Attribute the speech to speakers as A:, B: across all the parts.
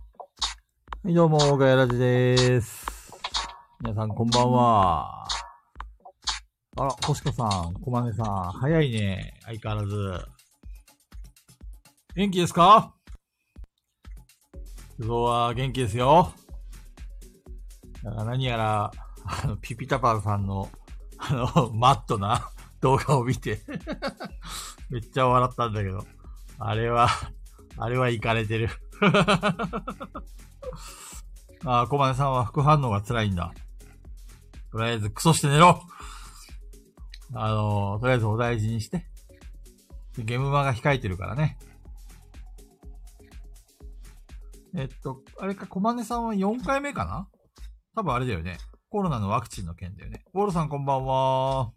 A: はい、どうも、ガヤラジでーす。皆さん、こんばんは。あら、星子さん、こまねさん、早いね。相変わらず。元気ですか不動は元気ですよ。だから何やら、あの、ピピタパンさんの、あの、マットな動画を見て、めっちゃ笑ったんだけど、あれは、あれはいかれてる。ああ、小金さんは副反応が辛いんだ。とりあえずクソして寝ろあのーとりあえずお大事にして。でゲームマが控えてるからね。えっと、あれか、小金さんは4回目かな多分あれだよね。コロナのワクチンの件だよね。ウォールさんこんばんは。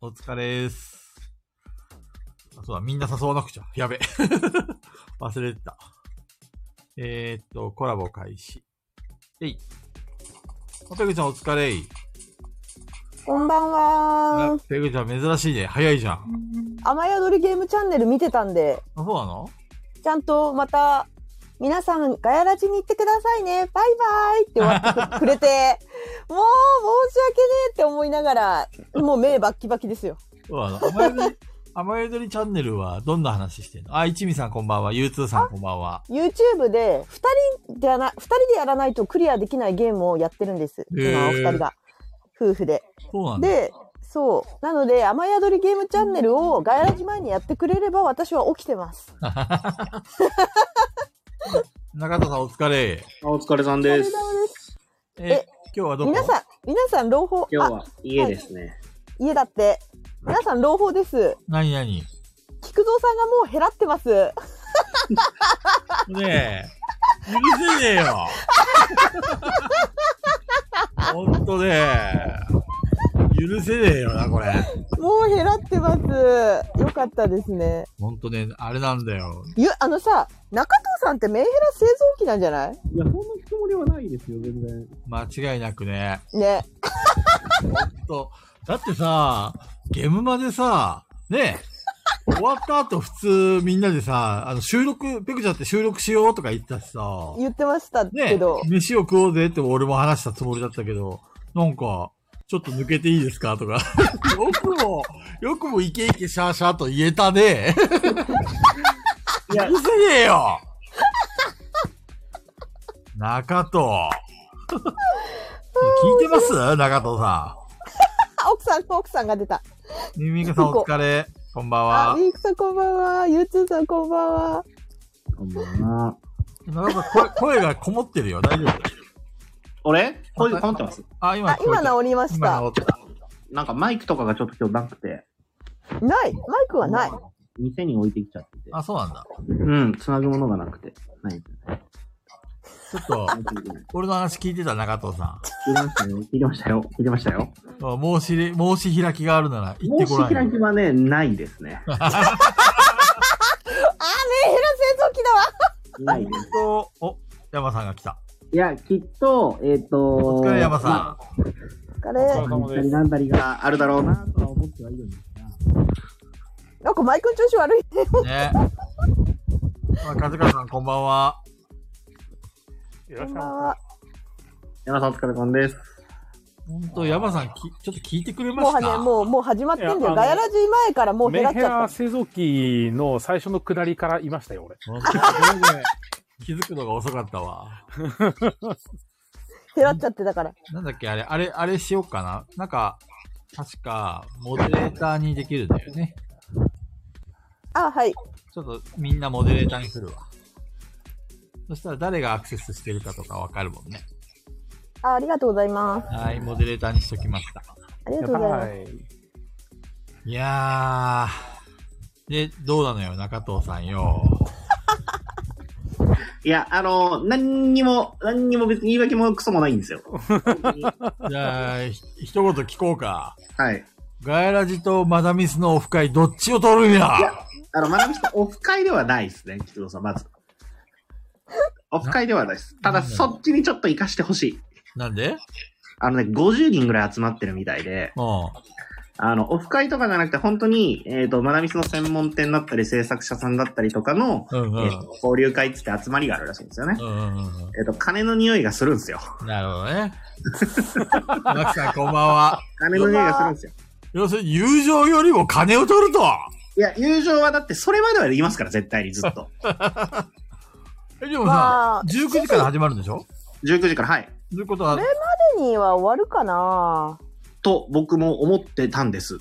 A: お疲れーす。あそうだ、みんな誘わなくちゃ。やべ。 忘れてた。えー、っと、コラボ開始。えい。あペグちゃんお疲れい。
B: こんばんは
A: あ。ペグちゃん珍しいね。早いじゃん。
B: 雨宿りゲームチャンネル見てたんで、
A: あ、そうなの
B: ちゃんとまた、皆さん、ガヤラジに行ってくださいね。バイバイって終わってくくれて、もう、申し訳ねえって思いながら、もう目バッキバキですよ。
A: そうなの。甘えどり、 甘えどりチャンネルはどんな話してんのあ、一味さんこんばんは。ゆうつーさんこんばんは。
B: YouTube で、二人でやな、二人でやらないとクリアできないゲームをやってるんです。
A: へえ
B: 今、お二人が。夫婦で。
A: そうなんだ。
B: で、そう。なので、雨宿りゲームチャンネルをガヤラジ前にやってくれれば、私は起きてます。
A: 中田さんお疲れ。
C: あお疲れさんで
B: お疲
C: す。
B: れ様です
A: え、
B: え
A: 今日はどこ
B: 皆さん、皆さん、朗報、
C: 今
B: あ
C: 日、は家ですね。
B: 家だって。皆さん朗報です。
A: 何何
B: 菊蔵さんがもう減らってます。
A: ねえ。逃げすぎねえ よ。ほんとね許せねえよな、これ。
B: もう減らってます。よかったですね。
A: ほんとね、あれなんだよ。
B: ゆ、あのさ、中藤さんってメンヘラ製造機なんじゃない
C: いや、そんなつもりはないですよ、全然。
A: 間違いなくね。
B: ね。
A: と、だってさ、ゲームまでさ、ねえ、終わった後普通みんなでさ、あの収録、ペクちゃんって収録しようとか言ってたしさ、
B: 言ってました
A: ね
B: け
A: え
B: ど。、
A: 飯を食おうぜって俺も話したつもりだったけど、なんか、ちょっと抜けていいですかとか。 よくも、よくもイケイケシャーシャーと言えたね。
C: いや
A: うるせねえよ中藤。聞いてます中藤さん。
B: あ、奥さん、奥さんが出た。
A: ミミカさんお疲れ。こんばん
B: あ、
A: は
B: ウ。ィークさんこんばんは。ゆうつーさんこんばんは。
C: こんばんは。
A: なんか 声声がこもってるよ。大丈夫
C: 俺これ、かってます
A: あ、今
B: あ、今
A: 直
B: 治りまし
A: 今
B: た
A: 直。った。
C: なんかマイクとかがちょっと今日なくて、
B: ない。マイクはない。
C: 店に置いてきちゃってて。
A: あ、そうなんだ。
C: うん、つなぐものがなくて。ないですね。
A: ちょっと、
C: 申し訳ない
A: 俺の話聞いてた中藤さ
C: 聞いてましたよ。聞いてましたよ。聞いてましたよ。
A: ん。申し入れ、申し開きがあるなら言って
C: 申
A: ご
C: し
A: らんよ。
C: 開きはね、ないですね。
B: あ、メンヘラ製造機だわ。
C: ないです。
A: と、お、山さんが来た。
C: いや、きっと、えっ、と
A: お疲れ山さん。
C: まあ
B: あれ、
C: 行ったりなんだりがあるだろうなとは思ってはいるんですが。
B: なんかマイクの調子悪い。
A: ね。あ、かずかさんこんばんは。
D: よ
B: こ
D: ろ
B: ん
D: しくお
B: ばん
D: 願
B: は。
C: 山さんお疲れさんです。
A: ほんと、山さんき、ちょっと聞いてくれま
B: も
A: し
B: う
A: た
B: ね、もう、もう始まってんだ
D: いやあ
B: よ。
D: の
B: ガヤラジ前からもう
D: いし
B: 減らっ
D: ます。メン
B: ち
D: ヘ
B: ゃった
D: ラ。製造機の最初の下りからいましたよ、俺。
A: ほんとごめんごめん 気づくのが遅かったわ。
B: 減らっちゃってたから。
A: なんだっけ、あれ、あれ、あれしようかな。なんか、確か、モデレーターにできるんだよね。
B: あ、はい。
A: ちょっとみんなモデレーターにするわ。そしたら誰がアクセスしてるかとかわかるもんね。
B: あありがとうございます。
A: はい、モデレーターにしときました。
B: ありがとうございます。
D: い。
A: いやー。で、どうなのよ、中藤さんよ。
C: いや、あの、何にも、何にも別に言い訳もクソもないんですよ。
A: じゃあ、ひ一言聞こうか。
C: はい。
A: ガヤラジとマダミスのオフ会、どっちを取るんや
C: いや、あの、学び さん、オフ会ではないですね、菊蔵さん、まず。オフ会ではないです。ただ、そっちにちょっと活かしてほしい。
A: なんで
C: あのね、50人ぐらい集まってるみたいで、
A: うん。
C: あの、オフ会とかじゃなくて、本当に、えっ、と、マナミスの専門店だったり、制作者さんだったりとかの、
A: うんうん。う
C: えっ、と、交流会っつって集まりがあるらしいんですよね。
A: んうんうん
C: えっ、と、金の匂いがするんですよ。
A: うん。なるほどね。マキさん、こんばんは。
C: 金の匂いがするんですよ。
A: 要するに、友情よりも金を取ると。
C: いや、友情はだって、それまではできますから、絶対にずっ と。
A: え、でも
B: ま
A: さ
B: あ、
A: 19時から始まるんでしょ
C: 19時から、はい。
A: ということは、
B: デニーは終わるかな
C: と、僕も思ってたんです。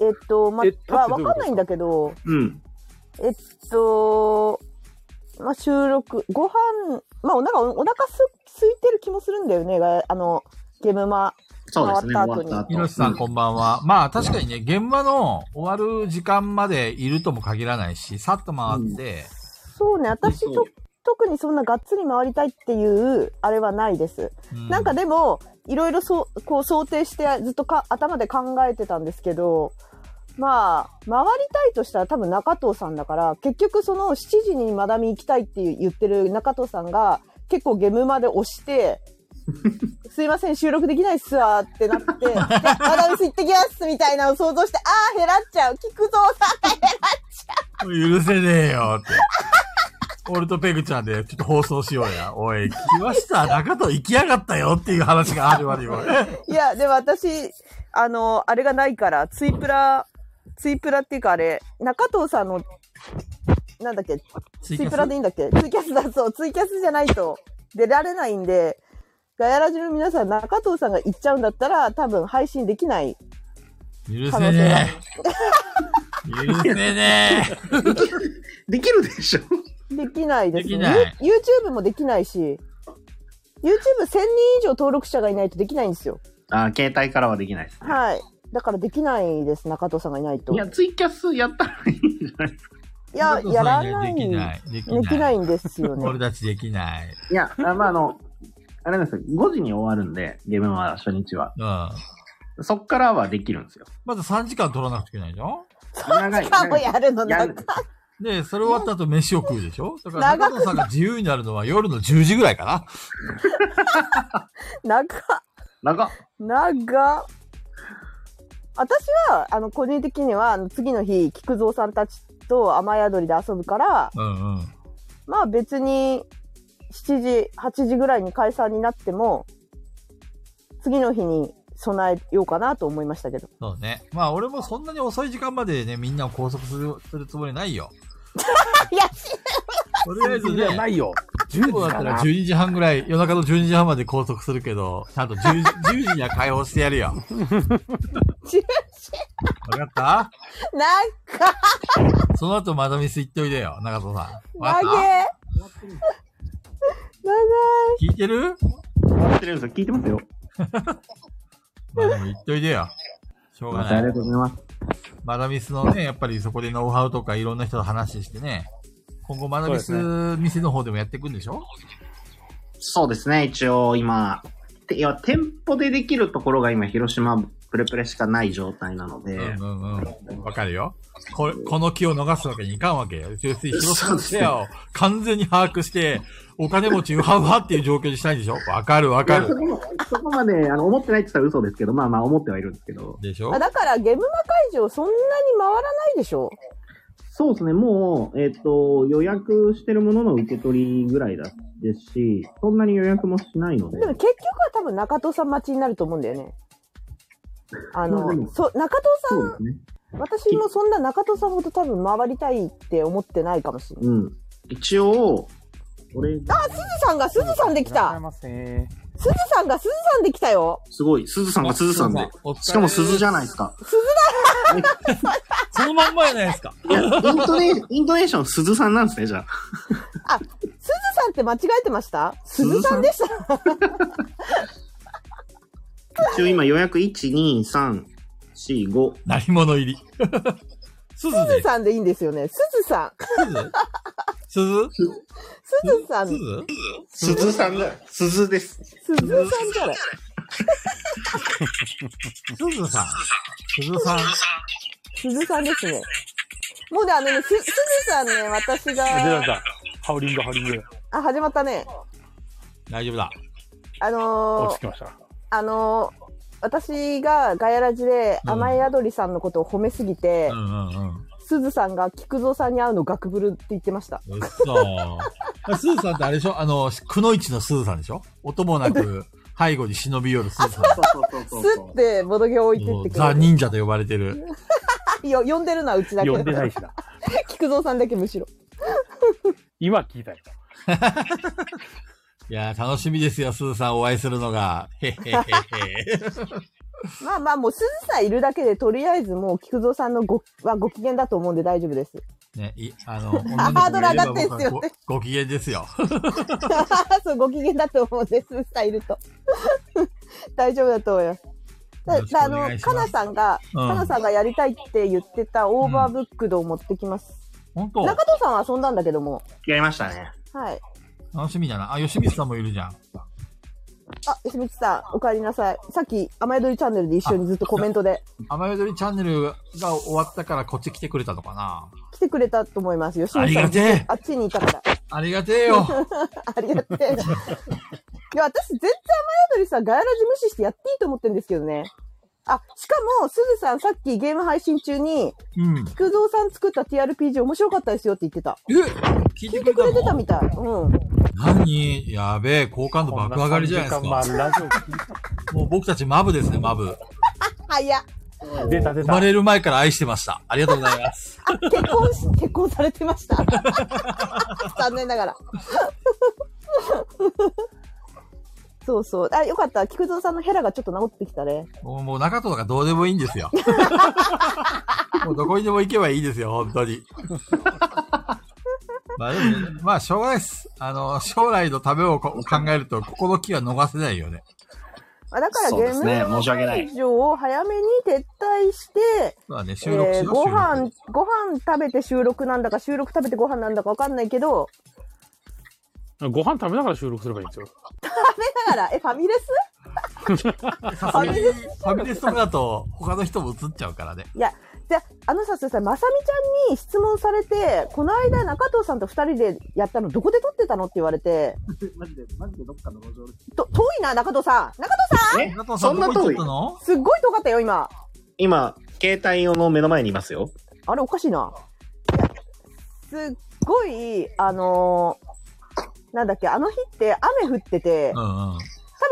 B: えっと、ま
D: え立って、
B: わ
D: ど
B: わ
D: ういうこと
B: かんないんだけど、
C: うん。
B: えっと、まあ、収録、ご飯、まあ、お腹、おお腹す、空いてる気もするんだよね、があの、ゲムマ。
C: そうです
B: 終
C: ね、終
B: わ
C: わ
B: っ
C: ったた
B: 後
C: 後。
A: ひろしさん、こんばんは。まあ、確かにね、現場の終わる時間までいるとも限らないし、さっと回って、
B: そうね、私
C: そう
B: と、特にそんながっつり回りたいっていう、あれはないです。
A: う
B: なんかでも、いろいろそう、こう想定して、ずっとか頭で考えてたんですけど、まあ、回りたいとしたら多分中藤さんだから、結局その7時にマダミ行きたいっていう言ってる中藤さんが、結構ゲムまで押して、すいません、収録できないっすわってなって、でマダミス行ってきますみたいなのを想像して、ああ、減らっちゃう。菊蔵さんが減らっちゃ
A: 許せねえよって。俺とペグちゃんでちょっと放送しようや。おい、来ました。中と行きやがったよっていう話が始ま るよ。
B: う。いや、でも私、あの、あれがないから、ツイプラ、ツイプラっていうかあれ、中藤さんの、なんだっけ、
A: ツ
B: ツイプラでいいんだっけツイキャスだそう。ツイキャスじゃないと出られないんで、ガヤラジの皆さん、中藤さんが行っちゃうんだったら、多分配信できない。
A: 許せねえ。許せねえ。
C: できるでしょ
B: できないです
A: できない
B: ユ YouTube もできないし、YouTube1000 人以上登録者がいないとできないんですよ。
C: あー携帯からはできないですね。
B: はい。だからできないです、中藤さんがいないと。
C: い
B: い
C: や、
B: や、
C: ツイキャスやったらいいんじゃないですか。
B: やらない。。
A: できないい。できない。
B: できないんですよ
A: 俺
B: ね。
A: たちできない。
C: いや、あまあ、あの、あれなんですよ。5時に終わるんで、ゲームは初日は。
A: うん。ま
C: そっからはできるんですよ。
A: ず3時間取らなくちゃいけないじゃん
C: 長い
B: しかもやるの
C: や
B: な
C: る
A: で、それ終わった後飯を食うでしょだから中藤さんが自由になるのは夜の10時ぐらいかな。
B: 長っ
C: 長っ
B: 長っ私はあの個人的にはあの次の日菊蔵さんたちと雨宿りで遊ぶから
A: うんうん。
B: まあ別に7時8時ぐらいに解散になっても次の日に備えようかなと思いましたけど
A: そうね。まあ俺もそんなに遅い時間までね、みんなを拘束するするつもりないよ。
B: いや
A: とりあえず
D: いや
A: ね、
D: ないよ。
A: そう
D: 10時
A: だっ
D: か
A: たら
D: な。
A: 12時半ぐらい、夜中の12時半まで拘束するけど、ちゃんと 10, 時 10時には解放してやるよ。
B: 10時
A: わかっ
B: なんか
A: たその後まだミス行っておいでよ、中藤さん。わか
B: 長
A: った
B: え長い
A: 聞いてる
C: 待ってるんですよ。聞いてますよ。
A: まあでも行っておいでよ。しょうが
C: またあ
A: ない
C: りが。とうございます。
A: マダミスのね、やっぱりそこでノウハウとかいろんな人と話してね、今後マダミス
D: そうで
A: 店の方でもやっていくんでしょ
C: そうですね、一応今。ていや、店舗でできるところが今、広島プレプレしかない状態なので、
A: うんうんうん。わかるよ。ここの気を逃すわけにいかんわけよ。要するに広島のシェアを完全に把握して、お金持ちウハウハっていう状況にしたいんでしょわかるわ
C: い
A: か
C: やそ
A: る。
C: こもそこまであの思ってないって言ったら嘘ですけど、まあまあ思ってはいるんですけど、
A: でしょ
B: あだからゲムマ会場そんなに回らないでしょ
C: そうですね、もう、えっ、と、予約してるものの受け取りぐらいだですし、そんなに予約もしないので
B: で、も結局は多分中藤さん待ちになると思うんだよね。あ
C: まあで
B: の、
C: も
B: そ中藤さ
C: そうで
B: ん、
C: すね。
B: 私もそんな中藤さんほど多分回りたいって思ってないかもしれない。
C: うん。一応、俺、
B: すずさんがすずさんでき
D: いらっしゃい
B: た
D: ませ
B: すずさんがすずさんできたよ
C: すごい、鈴さんが鈴さんで、しかも鈴じゃないですか。
A: そのまんまやないですか。
C: いや、イントネーション、イントネーション鈴さんなんですね、じゃあ。
B: あ、すずさんって間違えてましたすずさんでした。
C: 一応今予約1、2、3、4、5。
A: 何者入り。すず
B: すず
A: で。
B: さんでいいんですよね。すずさん。
A: すず
B: すずさん。
A: す
B: す
A: ず
C: 鈴さんだ。鈴です。
B: ずさんから。
A: すずさん。すずさん。
B: すずさんですね。もうね、あのね、す、すずさんね、私
D: 出た出
B: が、
D: た。ハウリングハウリング。
B: あ、始まったね。
A: 大丈夫だ。
B: あのー
D: 落ち着きました。
B: あのー私がガヤラジで
A: うん
B: 甘え宿りさんのことを褒めすぎて
A: う、んうんうん。
B: すずさんが菊蔵さんに会うのガクブルって言ってました。
A: うっそー。スーさんってあれでしょあの、くのいちのスーさんでしょ音もなく背後に忍び寄るスーさん。
C: そう
B: ス
C: そうそうそ
B: っ
C: う。
B: てボドゲを置いて
A: も
B: って
A: う
B: くれ
A: ザ・
B: る。
A: 忍者と呼ばれてる。
B: よ呼んでるな、うちだけ
D: 呼。んでないしな。
B: 菊蔵さんだけむしろ。
D: 今聞いたよ。
A: いやー、楽しみですよ、スーさんお会いするのが。へっへっへっへ。
B: まあまあ、もうすずさんいるだけで、とりあえずもう菊蔵さんのごはご機嫌だと思うんで大丈夫です。
A: ね、い、あの、
B: ハードル上がってんすよね
A: 女の子がいれば僕はごご機嫌ですよ。
B: そう、ご機嫌だと思うんです、すずさんいると。 大丈夫だと思います。
A: よ
B: だ
A: ろしくお
B: だあ
A: 願いしま
B: の、
A: す
B: かなさんが、
A: うん
B: かなさんがやりたいって言ってたオーバーブックドを持ってきます。
A: 本当
B: 中藤さんは遊んだんだけども。
C: やりましたね。
B: はい。
A: 楽しみだな。あ、吉光さんもいるじゃん。
B: あ、吉光さん、お帰りなさい。さっき、甘えどりチャンネルで一緒にずっとコメントで
A: 雨宿りチャンネルが終わったからこっち来てくれたのかな
B: 来てくれたと思います。吉
A: あ
B: 光
A: り
B: さん
A: がてえ
B: あっちにいたから。
A: ありがてえよ
B: ありがてえ。いや、私全然雨宿りさ、ガヤラジ無視してやっていいと思ってるんですけどね。あ、しかも、すずさんさっきゲーム配信中に、
A: うん。
B: 菊蔵さん作った TRPG 面白かったですよって言ってた。
A: え聞いて
B: 聞い
A: くれた
B: てく
A: の
B: れてたみたい。うん。
A: 何やべえ、好感度爆上がりじゃないです
D: こんな
A: か。
D: 3時間まあ、ラジオ聞い
A: もう僕たちマブですね、マブ。
B: 早っ。
D: た出た出
A: 生ま
D: た。
A: れる前から愛してました。ありがとうございます。
B: あ、結婚し、 結婚されてました。残念ながら。 そうそう。あ、よかった。菊蔵さんのヘラがちょっと治ってきたね。
A: もうもう中戸とかどうでもいいんです よ。もうどこにでも行けばいいですよ、本当に。まあでも、ね、まあしょうがないです。あの、将来のためをこ考えると、ここの木は逃せないよね。
B: あだから
C: そう
B: ゲ
C: で
B: ー
C: す
B: ム
C: ね
B: の
C: 申し訳ない
B: 会場を早めに撤退して、
A: まあね、収録
B: え
A: し
B: ー
A: よう、
B: ご
A: 収
B: 飯
A: 録。、
B: ご飯食べて収録なんだか、収録食べてご飯なんだかわかんないけど、
D: ご飯食べながら収録すればいいんですよ。
B: 食べながら、え、ファミレス
A: さすがに、ファミレスとかだと、他の人も映っちゃうからね。
B: いや、じゃあ、あのさ、すいませんまさみちゃんに質問されて、この間中藤さんと二人でやったの、どこで撮ってたのって言われて、
C: マジで、マジでどっかの路上です。
B: と、遠いな、中藤さん。中藤さん
C: え
A: 中、藤さ
C: そ
A: ん
C: ん
A: どこ
C: な
A: 行っち
C: 遠
A: ゃっ
C: い
A: たの
B: すっごい遠かったよ、今。
C: 今、携帯用の目の前にいますよ。
B: あれ、おかしいな。いや、すっごい、あのーなんだっけ、あの日って雨降ってて、
A: うんうん。
B: 多分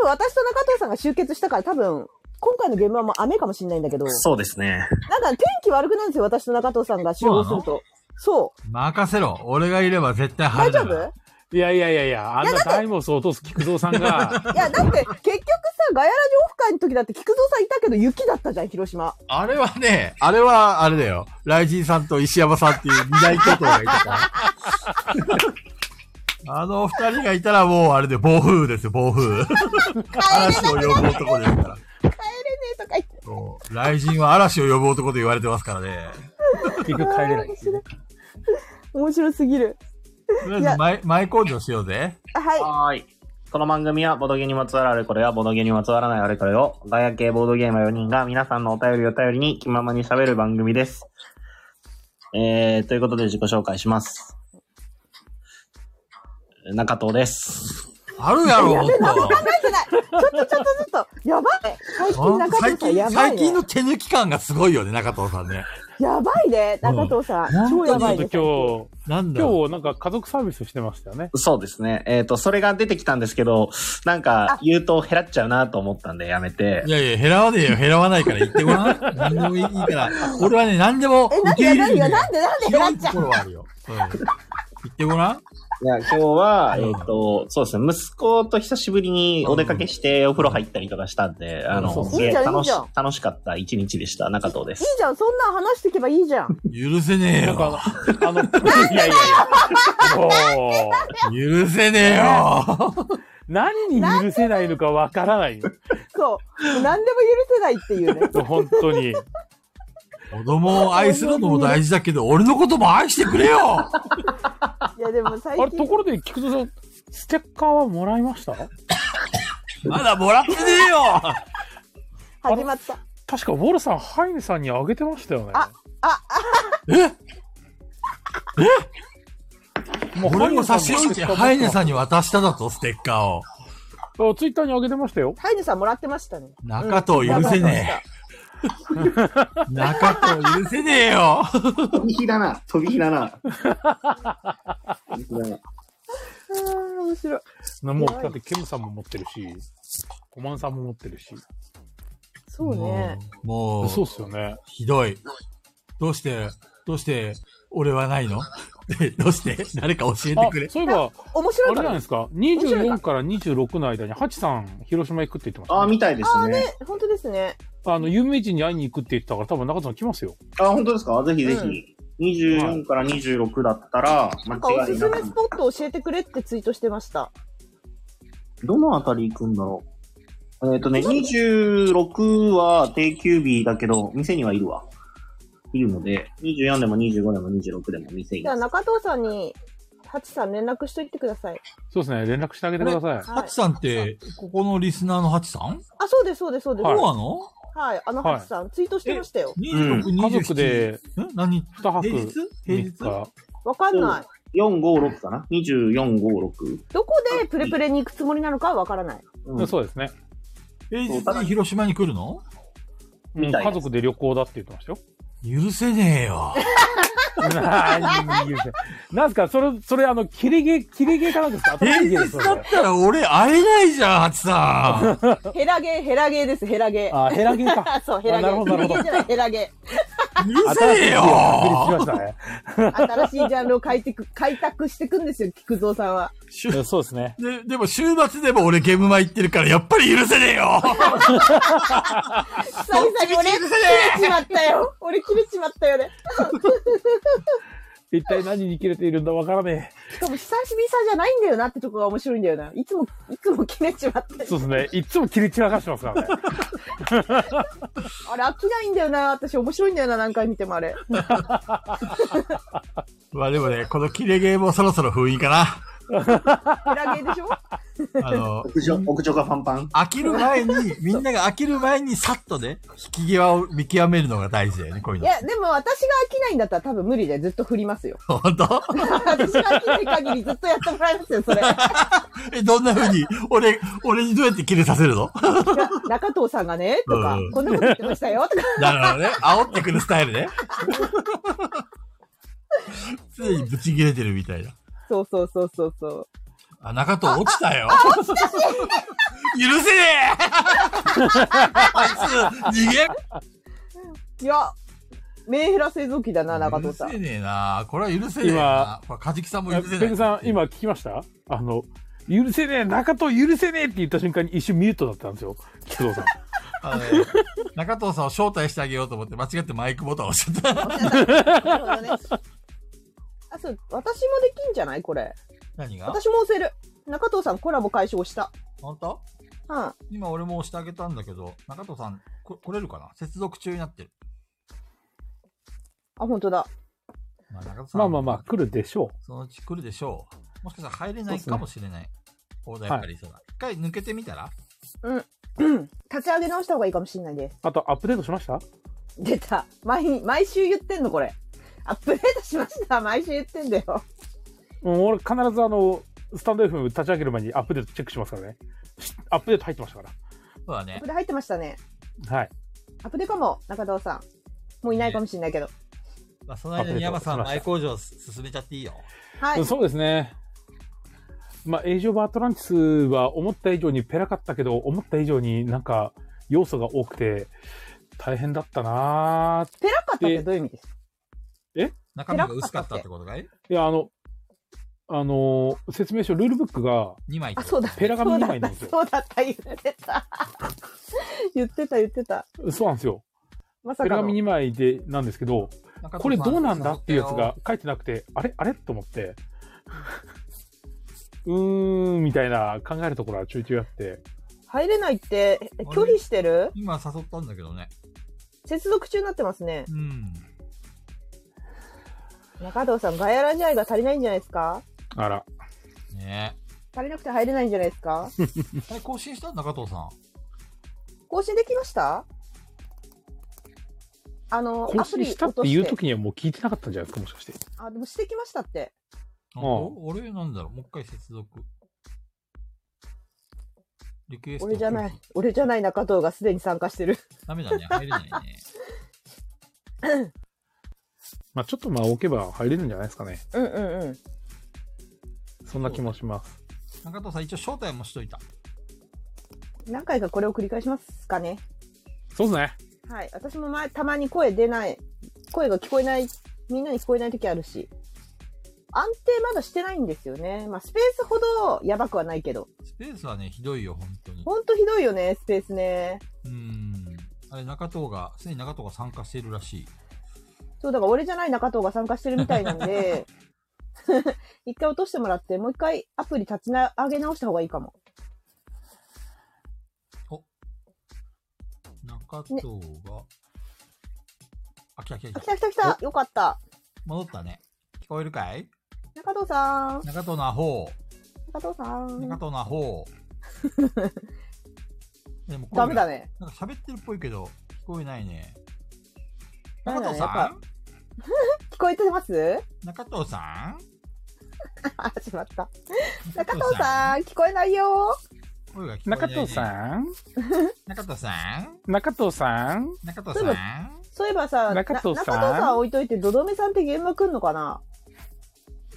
B: 私と中藤さんが集結したから多分、今回の現場もう雨かもしれないんだけ ど、
C: そうですね。
B: なんか天気悪くなるんですよ、私と中藤さんが集合すると。そう。
A: 任せろ。俺がいれば絶対晴
B: 大
A: れ
B: 丈
A: だ
B: 夫
A: から。
D: いやいやいやいや、あんな大モスを落とす菊蔵さんが、
B: いや、だって、結局さ、ガヤラジオフ会の時だって、菊蔵さんいたけど、雪だったじゃん、広島。
A: あれはね、あれは、あれだよ。ライジンさんと石山さんっていう二大巨頭がいた から。あの二人がいたらもうあれで暴風雨ですよ、暴風雨。嵐を呼ぶ男ですから。
B: 帰れねえとか言って。
A: そうライジンは嵐を呼ぶ男と言われてますからね。
D: 結局帰れないっていうね。
B: 面白すぎる。
A: とりあえず前、前工場しようぜ。
B: あはい。
C: はーい。この番組は、ボドゲにまつわるあれこれや、ボドゲにまつわらないあれこれを、ガヤ系ボードゲーマー4人が皆さんのお便りを頼りに気ままに喋る番組です。えー、ということで自己紹介します。中藤です。
A: あるやろ、もっ
B: 考えてないちょっとちょっとちょっとやばい最近
A: と。
B: 中
A: 最
B: 藤さんや
A: 近、
B: ばい
A: 最近
B: ね
A: の手抜き感がすごいよね、中藤さんね。
B: やばいね中藤さん
A: うん
B: 超やばい
D: ち
B: ね
D: ょっと
A: なんだ
D: 今
A: ろ
D: 日、
A: う
D: 今日なんか家族サービスしてましたよね。
C: そうですね。えっ、と、それが出てきたんですけど、なんか
B: あ
C: 言うと減らっちゃうなと思ったんでやめて
A: い。やいや、減らわねえよ。減らわないから言ってごらん。何でもいいから。俺はね、何でも
B: え
A: 受
B: なん
A: け
B: で
A: 入れ
B: なん
A: る
B: で
A: よ。
B: なんでな
A: 広
B: んでなっ
A: い
B: ちゃう
A: 心はあるよ。うん。言ってごらん。
C: いや、今日は、
A: う
C: え
A: ん
C: っ、と、そうですね、息子と久しぶりにお出かけしてお風呂入ったりとかしたんで、あ
A: そう
C: の、
A: そう
C: すげえ
B: いいじゃんいい
C: 楽
B: じ
C: し
B: ゃん、
C: 楽しかった一日でした。中藤で
B: いい
C: す。
B: じゃんそんなん話していけばいいじゃん
A: 許せねえ
D: な
A: よ。
D: んかあの、あのいやいやいや。も
A: 許せねえよ。
D: う、何に許せないのかわからないよ。
B: そう何でも許せないっていうね
D: 本当に。
A: 子供を愛するのも大事だけど、俺のことも愛してくれよ。
B: いやでも最
D: あれ、と
B: 近
D: ころで、菊蔵さん、ステッカーはもらいました
A: まだもらってねえよ。
B: 始まった
D: 確か、ウォルさん、ハイネさんにあげてましたよね。
B: あ
D: も
A: 俺も差し置い
D: ス
A: て、
D: テッカー
A: ハイネさんに渡しただと、ステッカーを。
D: あツイッターに上げてましたよ。
B: タイヌさんもらってましたね。
A: 中藤許せねえ。中藤許せねえよ。
C: 飛び火だな。飛び火だな。
B: え。あ
C: 飛び火だな
B: ー面白い。
D: なもう、だってケムさんも持ってるし、コマンさんも持ってるし。
B: そうね。
A: もう、も
D: そう
A: う
D: っすよね。
A: ひどい。どうして、どうして、俺はないの でどうして 誰か教えて
D: あ
A: くれ、。
D: そういえば、
B: 面
D: あ
B: 白
D: れ
B: い
D: じ
B: か
D: ゃない
B: ら
D: で
B: ね。
D: すか。24から26の間に、ハチさん、広島行くって言ってました、
C: あ、みたいですね。
B: 本当ですね。
D: あの、有名人に会いに行くって言ってたから、多分中田さん来ますよ。
C: あ、本当ですかぜひぜひ。
B: う
C: 24から26だったら、
B: なんかお
C: 間違
B: す
C: い
B: す
C: な
B: めス
C: く。
B: ポット教えてくれってツイートしてました。
C: どのあたり行くんだろうえっ、とね、26は定休日だけど、店にはいるわ。いるので、24でも25でも26でも店に
B: じゃあ中藤さんに、ハチさん連絡しといてください。
D: そうですね。連絡してあげてください。
A: ハチさんって、ここのリスナーのハチさん
B: あ、そうです、そうです、そうです。
A: そう
B: は
A: なの
B: い、あの
D: はい
B: ハチさん、ツイートしてましたよ。
A: ?26、
D: 家
A: 27
D: 族、で
A: ん何日
D: 2泊
A: 平日平
D: 3
A: 日
D: 日。
B: わかんない。
C: 4、5、6かな ?24、5、6。
B: どこでプレプレに行くつもりなのかはわからない。
C: うん、
D: そうですね。
A: 平日に広島に来るの
D: うん
C: みたいです
D: 家族で旅行だって言ってましたよ。
A: 許せねえよ。
D: 何言うてなんすかそれ、それ、あの、切れ毛、切れ毛かなんですか
A: 平
D: 頭切れ毛で
A: 日
D: す
A: だったら俺会えないじゃん、ハチさん。
B: ヘラゲー、ヘラゲーです、ヘラゲー。
D: あ、ヘラ毛か。
B: あ そう、ヘラゲ
D: なる
B: ー。
D: ほど
B: ヘラ
D: なるほ
B: ゲー
D: ど
B: じゃない、ヘラゲ
A: 許せねえよ。
D: 失礼しましたね
B: ー。新しいジャンルを開拓、開拓していくんですよ、菊蔵さんは。
A: しゅ
D: いやそうですね。
A: ででも週末でも俺ゲームマ行ってるからやっぱり許せねえよ
B: 久々に俺、切れちまったよ。俺切れちまったよね。
D: 一体何に切れているんだわからね
B: しかも久しぶりさじゃないんだよなってとこが面白いんだよな。いつも、いつも切れちまった
D: え。そうですね。いつも切り散らかしてますからね。
B: あれ飽きないんだよな。私面白いんだよな。何回見てもあれ。
A: まあでもね、このキレゲーもそろそろ封印かな。
B: ヘラゲーでしょ
A: あの、
C: 屋上、屋上がパンパン。
A: 飽きる前に、みんなが飽きる前にさっとね、引き際を見極めるのが大事だよね、こういう
B: い
A: の。
B: や、でも私が飽きないんだったら多分無理でずっと振りますよ。
A: 本当
B: 私が飽きない限りずっとやってもらいますよ、それ。
A: え、どんな風に、俺、俺にどうやってキレさせるの
B: 中藤さんがね、とか
A: うん、
B: こんなこと言ってましたよ、とか。
A: なるほどね。煽ってくるスタイル ね。常にブチ切れてるみたいな。
B: そうそうそうそうそう。
A: あ、中藤落ちたよ。許せねえあいつ、逃げ
B: いや、メンヘラ製造機だな、中藤さ
A: 許
B: ん。
A: せねえなこれは許せねえな
D: 今
A: これ、カジキさんも
D: ペ
A: 許せない。
D: グさん、今聞きましたあの、許せねえ、中藤許せねえって言った瞬間に一瞬ミュートだったんですよ。菊蔵さん。
A: あのね中藤さんを招待してあげようと思って、間違ってマイクボタンを押しちゃった。
B: なるほどね。あ、そう、私もできんじゃないこれ。
A: 何が
B: 私も押せる。中藤さんコラボ解消した。
A: 本当
B: うん。
A: 今俺も押してあげたんだけど、中藤さん、こ来れるかな接続中になってる。
B: あ、本当だ。
A: まあ、中藤さん
D: まあまあまあ、来るでしょ
A: そのうち来るでしょう。もしかしたら入れないかもしれない。大台やっぱりそうだ。一回抜けてみたら
B: うん立ち上げ直した方がいいかもしれないです。
D: う。あと、アップデートしました
B: 出た。毎、毎週言ってんの、これ。アップデートしました。毎週言ってんだよ。
D: うん、俺必ずあの、スタンド FM 立ち上げる前にアップデートチェックしますからね。しアップデート入ってましたか
A: そうだ
B: アッ
A: ね
B: プ。デ入ってましたね。
D: ら。はい。
B: アップデかも、中藤さん。もういないかもしれないけど。
A: まあ、その間に山さんの愛工場進めちゃっていいよ。
B: はい。
D: そうですね。まあ、エイジオブアトランティスは思った以上にペラかったけど、思った以上になんか要素が多くて大変だったなぁ。
B: ペラかったってどういう意味ですか
A: 中身が薄かったってことかい
D: いや、あの、あのー説明書、ルールブックが、
A: ?2 枚ってこ
B: あ、
A: と
B: そうだ。
D: ペラが
B: そうだ
D: 見えないん
B: った。
D: ですよ
B: そうだった。言ってた。言ってた、言ってた。
D: そうなんですよ。
B: まさ
D: ペ
B: か
D: ラ
B: の
D: 紙。2枚で、なんですけど、
A: 中藤さ
D: これどうなんだっていうやつが。書いてなくて、あれあれと思って、うーん、みたいな考えるところはちょいちょいあって、
B: 入れないって、え拒否してる
A: 今誘ったんだけどね。
B: 接続中になってますね
A: う。ん。
B: 中藤さん、ガヤラジ愛が足りないんじゃないですか
D: あら、
A: ね
B: 足りなくて入れないんじゃないですか
A: え。あれ更新した中藤さん。
B: 更新できましたあの、
D: 更
B: アプ
D: 新
B: リ
D: したっ
B: 落
D: て
B: と
D: いう
B: して。
D: 時にはもう聞いてなかったんじゃないですか、もしかして。
B: あ、でもしてきましたって。
A: あ
D: ああ
A: お俺なんだろうもう一回接続。リクエスト。
B: 俺じゃない。。俺じゃない中藤がすでに参加してる。
A: ダメだね。入れないね。
D: まあちょっとまあ置けば入れるんじゃないですかね。
B: うんうんうん。
D: そんな気もします。
A: 中藤さん、一応招待もしといた。
B: 何回かこれを繰り返しますかね。
D: そうですね。
B: はい。私も前、たまに声出ない、声が聞こえない、みんなに聞こえない時あるし。安定まだしてないんですよね。まあ、スペースほどやばくはないけど。
A: スペースはね、ひどいよ、本当に。
B: ほんとひどいよね、スペースね。
A: うーん。あれ、中藤が、すでに中藤が参加しているらしい。
B: そう、だから俺じゃない中藤が参加してるみたいなん で、一回落としてもらって、もう一回アプリ立ち上げ直した方がいいかも。
A: 中藤が、あ、来た来た
B: あ、
A: 来
B: 来
A: た。
B: た来た来たよかった。
A: 戻ったね。聞こえるかい
B: 中藤さん。
A: 中藤のアホ。
B: 中藤さ
A: 中
B: ん。
A: 藤のア ホ。でも声が
B: ダメだね。
A: なんか喋ってるっぽいけど、聞こえないね。
B: ダメ
A: 中
B: だ
A: 藤
B: ね
A: さ
B: やっぱ
A: ん
B: 聞こえてます
A: 中藤さん
B: あ、しまった。中藤さん、聞こえないよ
A: ん声が聞こえな
D: 中
A: い、ね。
D: 藤
A: ん
D: さん
A: 中藤さん
D: 中藤さん
A: 中藤さん
B: そういえばさ、
D: 中藤さん
B: な中藤さん置いといて、どどめさんって現場来んのかな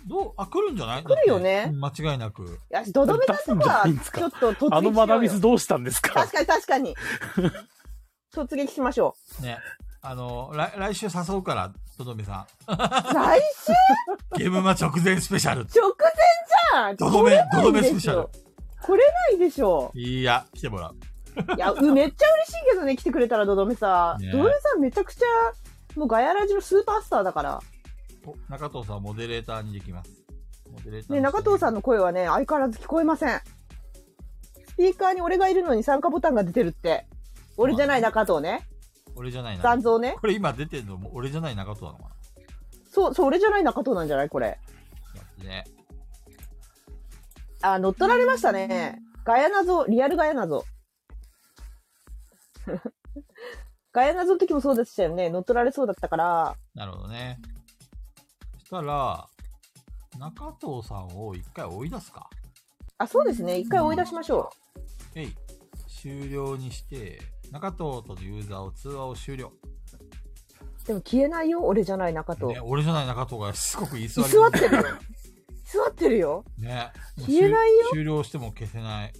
A: どうあ、来るんじゃない
B: 来るよ
A: だっ
B: ね
A: てうん間違いなく。
B: いや、どどめさんとか、
D: 出すんじゃないんですか
B: ちょっと突撃しようよ
D: あのマダミスどうしたんですか
B: 確かに確かに。突撃しましょ
A: ね。あの、来来週誘うから、とどめさ
B: う。最終
A: ん。ゲームマ直前スペシャル。
B: 直前じゃん
A: どどめ
B: 来れない
A: どどめス
B: で
A: ペ
B: し
A: シャル
B: ょ来れないでしょ
A: いや、来てもらう。
B: いや、うめっちゃ嬉しいけどね、来てくれたらどどめさん。
A: ね
B: どどめさんめちゃくちゃ、もうガヤラジのスーパースターだから。
A: お中藤さんはモデレーターにできます。モデレーター
B: ね、中藤さん
A: の。
B: の声はね、相変わらず聞こえません。スピーカーに俺がいるのに参加ボタンが出てるって。俺じゃない中藤ね。
A: 俺じゃないな。
B: 残像ね。
A: これ今出てるのも俺じゃない中藤なのか
B: そう、そう、俺じゃない中藤なんじゃないこれ。
A: な。ね。
B: あ、乗っ取られましたね。ガヤ謎、リアルガヤ謎。 ガヤ謎の時もそうでしたよね。乗っ取られそうだったから。
A: なるほどね。そしたら、中藤さんを一回追い出すか。
B: あ、そうですね。一回追い出しましょ
A: えい。終了にして、中藤とユーザーを通話を終了。
B: う。でも消えないよ、俺じゃない中藤。
A: ね、俺じゃない中藤がすごく居
B: 居
A: 座り
B: 座ってるよ。座ってるよ。
A: ね。
B: 消えないよ
A: 終了しても消せない。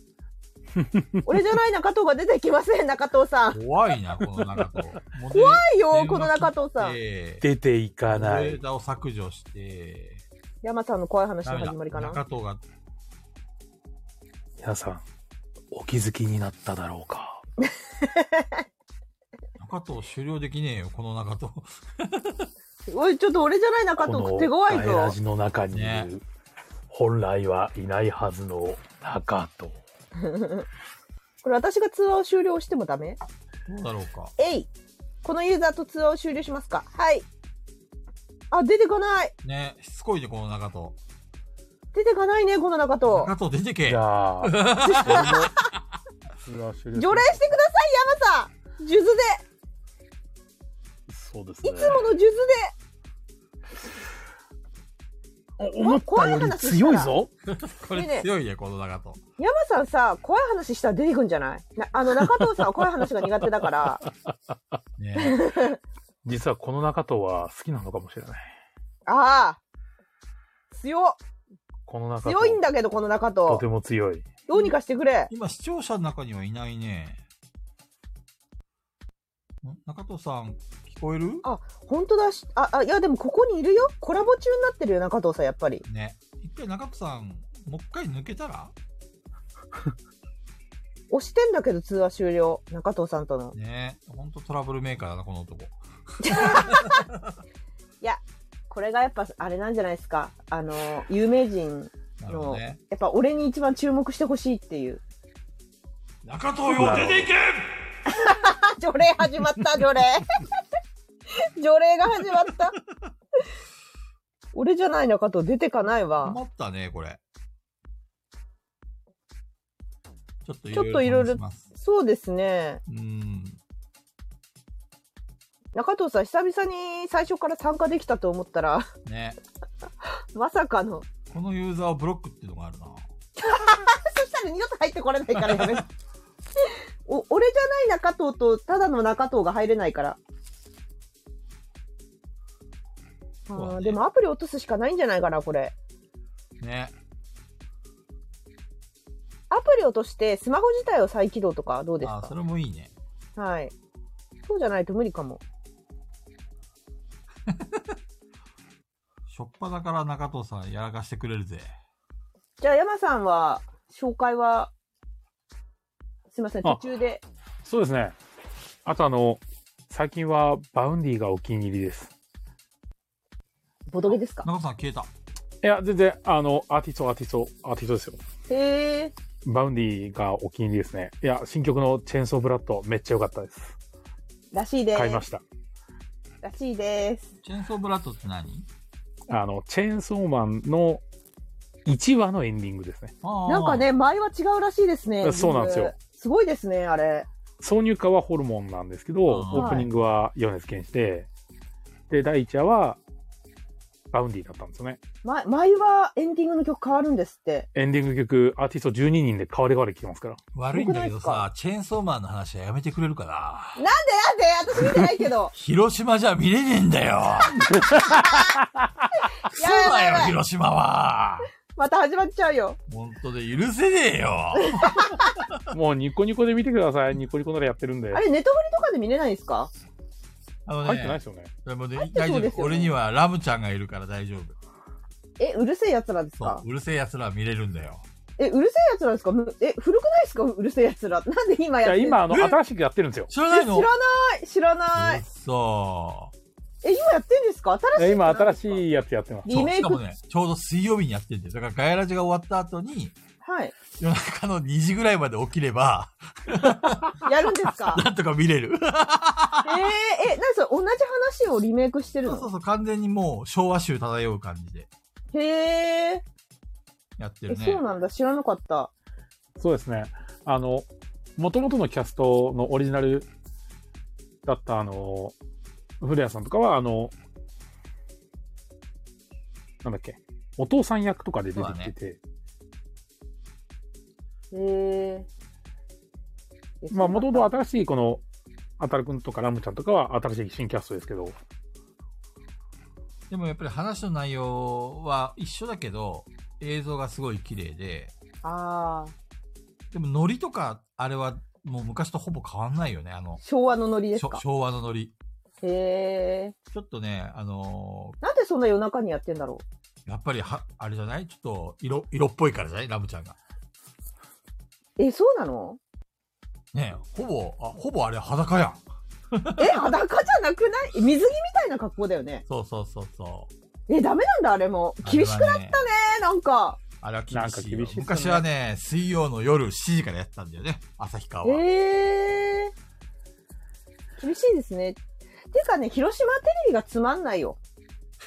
B: 俺じゃない中藤が出てきません、中藤さん。
A: 怖いな、この中藤。
B: 怖
A: い
B: いよ、この中藤さん。
A: デ
D: 出ていかない
A: ー。タを削除して、
B: 山さんの怖い話
A: ダ
B: の
A: メだ
B: 始まりかな。
A: 中藤が
D: 皆さん、お気づきになっただろうか。
A: 中藤終了できねえよ、この中藤。
B: おい、ちょっと俺じゃない中
D: こ
B: 藤、
D: の
B: 手強い
D: ガヤラ
B: ぞ。
D: ジの中にい
A: ね
D: る、本来はいないはずの中と。
B: これ私が通話を終了してもダメ
A: どうだろうか。
B: えいこのユーザーと通話を終了しますかはい。あ、出てかない
A: ね、しつこいで、この中藤。
B: 出てかないね、この中
A: 中
B: 藤。
A: 藤出てけ
D: じゃあ、 俺も通話終了します
B: 除霊してください、山さん数珠で
D: そうです
B: い
D: ね。
B: つもの数珠で
D: 思ったより強 いぞ。
A: これ強いね、この中藤。
B: 山さんさ、怖い話したら出てくんじゃないなあの、中藤さんは怖い話が苦手だ から、
A: ね
D: 実はこの中とは好きなのかもしれない。
B: ああ、強っ、
D: この中と
B: 強いんだけど、この中
D: と
B: 藤
D: て。も強い。
B: どうにかしてくれ。
A: 今、視聴者の中にはいないね。ん中藤さん、聞こえる
B: 本当だし、あ、あ、いや、でもここにいるよ。コラボ中になってるよ、中藤さん、やっぱり。
A: ね。一回中藤さん、もう一回抜けたら
B: 押してんだけど、通話終了。中藤さんとの。
A: ねほんとトラブルメーカーだな、この男。
B: これがやっぱ、あれなんじゃないですか。あの、有名人、
A: なるほどね。
B: やっぱ俺に一番注目してほしいっていう。
A: 中藤よ、出ていけ
B: あ、除霊始まった、 除霊。除霊が始まった。俺じゃない中藤、出てかないわ。
A: 困ったね、これ。ちょっと
B: ちょっといろい
A: 試
B: ろ
A: します
B: そうですね。
A: うん。
B: 中藤さん、久々に最初から参加できたと思ったら、
A: ね。
B: まさかの。
A: このユーザーをブロックっていうのがあるな。
B: そしたら二度と入ってこれないからやめ。 お、俺じゃない中藤と、ただの中藤が入れないから。あ
A: そうだ
B: ー
A: ね
B: でもアプリ落とすしかないんじゃないかな、これ。
A: ね。
B: アプリ落として、スマホ自体を再起動とか、どうです
A: あ、そ
B: か
A: れもいいね。
B: はい。そうじゃないと無理かも。
A: しょっぱだから中藤さんやらかしてくれるぜ。
B: じゃあ、山さんは、紹介は、すいません、
D: あ
B: 途中で。
D: そうですね。あとあの、最近はバウンディがお気に入りです。
B: ボトゲですか
A: 中藤さん消えた。
D: いや、全然、あの、アーティスト、アーティスト、アーティストですよ。
B: へえ。
D: バウンディがお気に入りですね。いや、新曲のチェーンソーブラッドめっちゃ良かったです。
B: らしいです。
D: 買いました。
B: らしいです。
A: チェーンソーブラッドって何
D: あの、チェーンソーマンの1話のエンディングですね。
A: あー
B: なんか。ね、前は違うらしいですね。
D: そうなんですよ。
B: すごいですね、あれ。
D: 挿入歌はホルモンなんですけど、オ
A: あー
D: ープニングは米津玄師で、で、第1話はバウンディだったんですよね。
B: ま、前はエンディングの曲変わるんですって。
D: エンディング曲、アーティスト12人で代わり代わり聴きますから。
A: 悪いんだけど
B: よくな
A: さ、チェーンソーマンの話はやめてくれるかな。。
B: なんで私見てないけど
A: 広島じゃ見れねえんだよ。クソ
B: やばい
A: だ
B: や
A: よ
B: ば、い
A: 広島は。
B: また始まっちゃうよ。
A: 本当で許せねえよ。
D: もうニコニコで見てください。ニコニコならやってるんで。
B: あれ、ネットフリとかで見れないんですか
A: あの
D: 入ってな
A: ね
D: いで、すよね。
A: でもね
B: 入って
A: 大
B: そ
A: 丈
B: うですよ
A: 夫。
B: ね
A: 俺にはラムちゃんがいるから大丈夫。
B: え、うるせえやつらです
A: そ
B: か
A: う、うるせえ奴らは見れるんだよ。
B: え、うるせえやつらですかむえ、古くないですかうるせえやつら。なんで今
D: い
B: やっ
D: や、
B: てる
D: 今、あの、
A: え
D: 新しくやってるんですよ。
A: 知ら
B: え
A: ない
B: 知ら
A: の
B: ない知らない
A: そう。
B: え、今やってんですか新しい
D: え今、新
B: い。
D: しいやつやってます。
B: リメイク
A: そうしかもね、ちょうど水曜日にやってんだよ。だからガヤラジが終わった後に、
B: はい。
A: 夜中の2時ぐらいまで起きれば、
B: やるんですか
A: なんとか見れる。
B: えー、え、なにそれ同じ話をリメイクしてる
A: そうそう
B: の
A: そう、完全にもう昭和集漂う感じで
B: へえ、
A: やって
B: え、
A: るね。
B: そうなんだ。知らなかった。
D: そうですね。あの、元々のキャストのオリジナルだった、あの、古谷さんとかは、あの、なんだっけ、お父さん役とかで出てきてて、
B: へえ。え
D: まあ、元々
B: そうなんだ
D: 新しい、この、あたるくんとかラムちゃんとかは新しい新キャストですけど、
A: でもやっぱり話の内容は一緒だけど、映像がすごい綺麗で、
B: ああ、
A: でもノリとか、あれはもう昔とほぼ変わんないよね、あの、
B: 昭和のノリですか
A: しょ昭和のノリ。
B: へえ。
A: ちょっとね、あの
B: なんでそんな夜中にやってんだろ
A: ーやっぱりは、あれじゃないちょっと、色、色っぽいからじゃないラムちゃんが。
B: うえ、そうなの
A: ねえほぼ、あ、ほぼあれ裸やん。
B: え、裸じゃなくないえ水着みたいな格好だよね。
A: そうそうそうそう。
B: え、ダメなんだ、あれも。厳しくな
A: なっ
B: っ
A: たね。
B: たね、なんか。
A: あれは厳しいよ
D: なんか厳しいっすね
A: 昔はね、水曜の夜7時からやってたんだよね、旭川は。
B: ええ厳しいですね。ていうかね、広島テレビがつまんな いよ。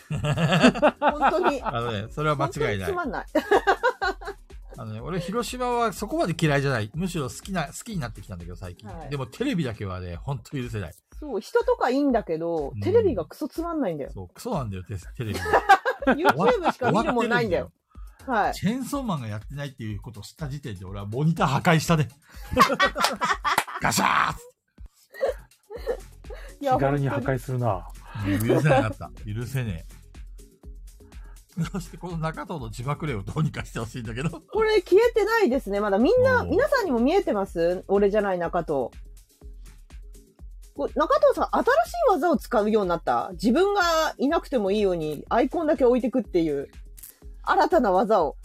B: 本当に。
A: あのね、それは間
B: 本当
A: 違い
B: に
A: な
B: つ
A: い。
B: まんない。
A: あのね、俺、広島はそこまで嫌いじゃない。むしろ好きな、好きになってきたんだけど、最近。
B: はい
A: でも、テレビだけはね、ほんと許せない。
B: そう、人とかいいんだけど
A: うん、
B: テレビがクソつまんないんだよ。
A: そう、クソなんだよ、テテレビ。
B: YouTube しか見るもんないんだよ。はい。
A: チェーンソーマンがやってないっていうことを知った時点で、俺はモニター破壊したね。 ガシャ
B: い
D: 気軽に破壊するな。
A: ー許せなかった。 許せねえ。そして、この中藤の字幕例をどうにかしてほしいんだけど。
B: これ消えてないですね。まだみんな、
A: おー
B: 皆さんにも見えてます俺じゃない中藤。これ中藤さん、新しい技を使うようになった。自分がいなくてもいいように、アイコンだけ置いてくっていう、新たな技を。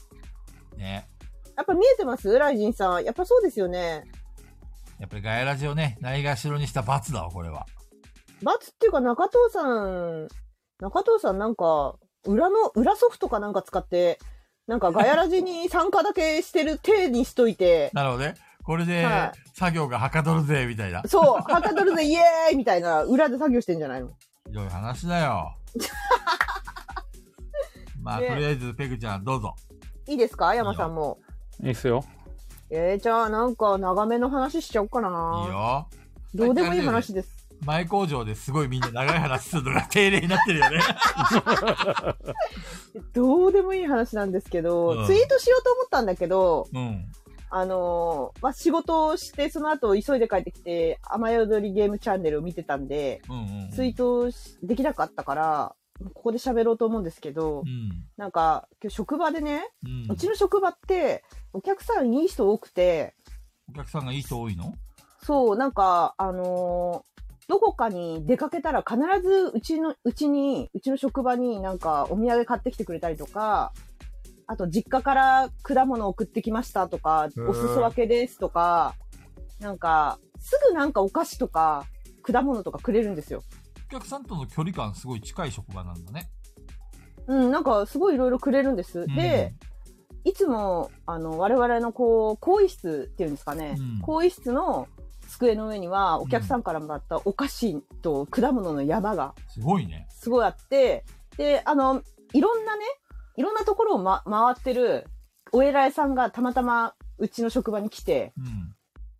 A: ね。
B: やっぱ見えてますライジンさん。やっぱそうですよね。
A: やっぱりガヤラジをね、ないがしろにした罰だわ、これは。、
B: 罰っていうか中藤さん、中藤さんなんか、裏の、裏ソフトかなんか使って、なんかガヤラジに参加だけしてる手にしといて
A: なるほどね。これで
B: は、
A: 作業がはかどるぜ、みたいな。
B: そう、はかどるぜ、イエーイみたいな、裏で作業してんじゃないの
A: ひどい話だ よ。まあ、
B: ね
A: とりあえず、ペグちゃん、どうぞ。
B: いいですか山さんも。
D: いいっすよ。
B: えー、じゃあなんか長めの話しちゃおうかない
A: い。よ。
B: どうでもいい話です。
A: 前工場ですごいみんな長い話するのが定例になってるよね。
B: どうでもいい話なんですけど、
A: うん
B: ツイートしようと思ったんだけど、
A: うん。
B: あのーまあ、仕事をして、その後急いで帰ってきて、雨宿りゲームチャンネルを見てたんで、
A: うんうん。
B: ツイートしできなかったから、ここで喋ろうと思うんですけど、
A: うん。
B: なんか、今日職場でね、
A: うん。
B: うちの職場って、お客さんいい人多くて、
A: お客さんがいい人多いの
B: そう、なんか、あのーどこかに出かけたら必ずうちの、うちに、うちの職場になんかお土産買ってきてくれたりとか、あと実家から果物送ってきましたとか、
A: ー
B: お裾分けですとか、なんか、すぐなんかお菓子とか、果物とかくれるんですよ。
A: お客さんとの距離感すごい近い職場なんだね。
B: うん、なんかすごいいろいろくれるんです。で、いつも、あの、我々のこう、更衣室っていうんですかね。
A: うん
B: 更衣室の机の上には、お客さんからもらったお菓子と果物の山が
A: すごいね。
B: すごいあって、で、あの、いろんなね、いろんなところを、ま、回ってるお偉いさんがたまたまうちの職場に来て、
A: うん。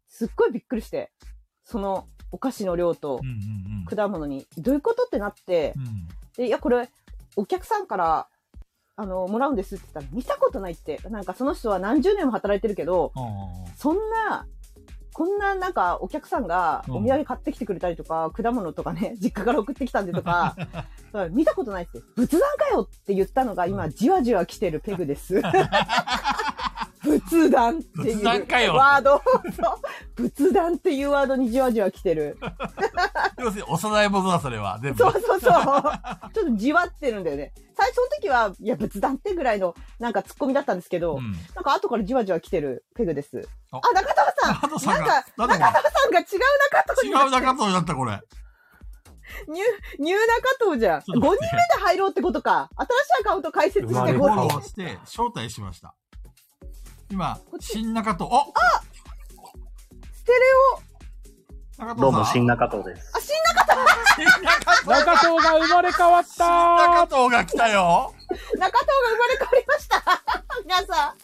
B: すっごいびっくりして、そのお菓子の量と
A: うんうん
B: 果物に、どういうことってなって、
A: うん。うん。
B: で、いや、これ、お客さんから、あの、もらうんですって言ったら、見たことないって。なんかその人は何十年も働いてるけど、
A: ああ。
B: そんな、こんななんかお客さんが
A: うん
B: お土産買ってきてくれたりとか、果物とかね、 実家から送ってきたんで とか、そう見たことないって。仏壇かよって言ったのが今、じわじわ来てるペグです。 仏壇っていう
A: 仏壇かよ
B: ワード。そう仏壇っていうワードにじわじわ来てる。
A: 要するに、お供え物だ、それは。全部。
B: そうそうそう。ちょっとじわってるんだよね。最初の時は、いや、仏壇ってぐらいの、なんか突っ込みだったんですけど、
A: うん。
B: なんか後からじわじわ来てるペグです。
A: あ
B: あ、中澤さん
A: 中藤さん
B: なん
A: が
B: か、
A: なんだこ
B: 中澤さんが違う中藤
A: れ。違
B: に
A: う
B: なって
A: 中藤になった、これ。
B: ニュー、ニュー中藤じゃん。5
A: ちょっ
B: 人
A: と
B: 目
A: 待
B: で
A: って
B: 入ろうってことか。新しいアカウント開設
A: フ
B: し
A: ォ
B: て
D: 生
B: こ
D: まれ
A: ロ
B: う。
A: ーして、招待しました。今、新中藤、お
B: ステレオ。
A: 中藤さん。
C: どうも、新中藤です。
B: あ、新
A: 新中藤
D: 中藤が生まれ変わっ
A: 新
D: た
A: 中藤が来たよ。
B: 中中藤が生まれ変わりました。 皆さ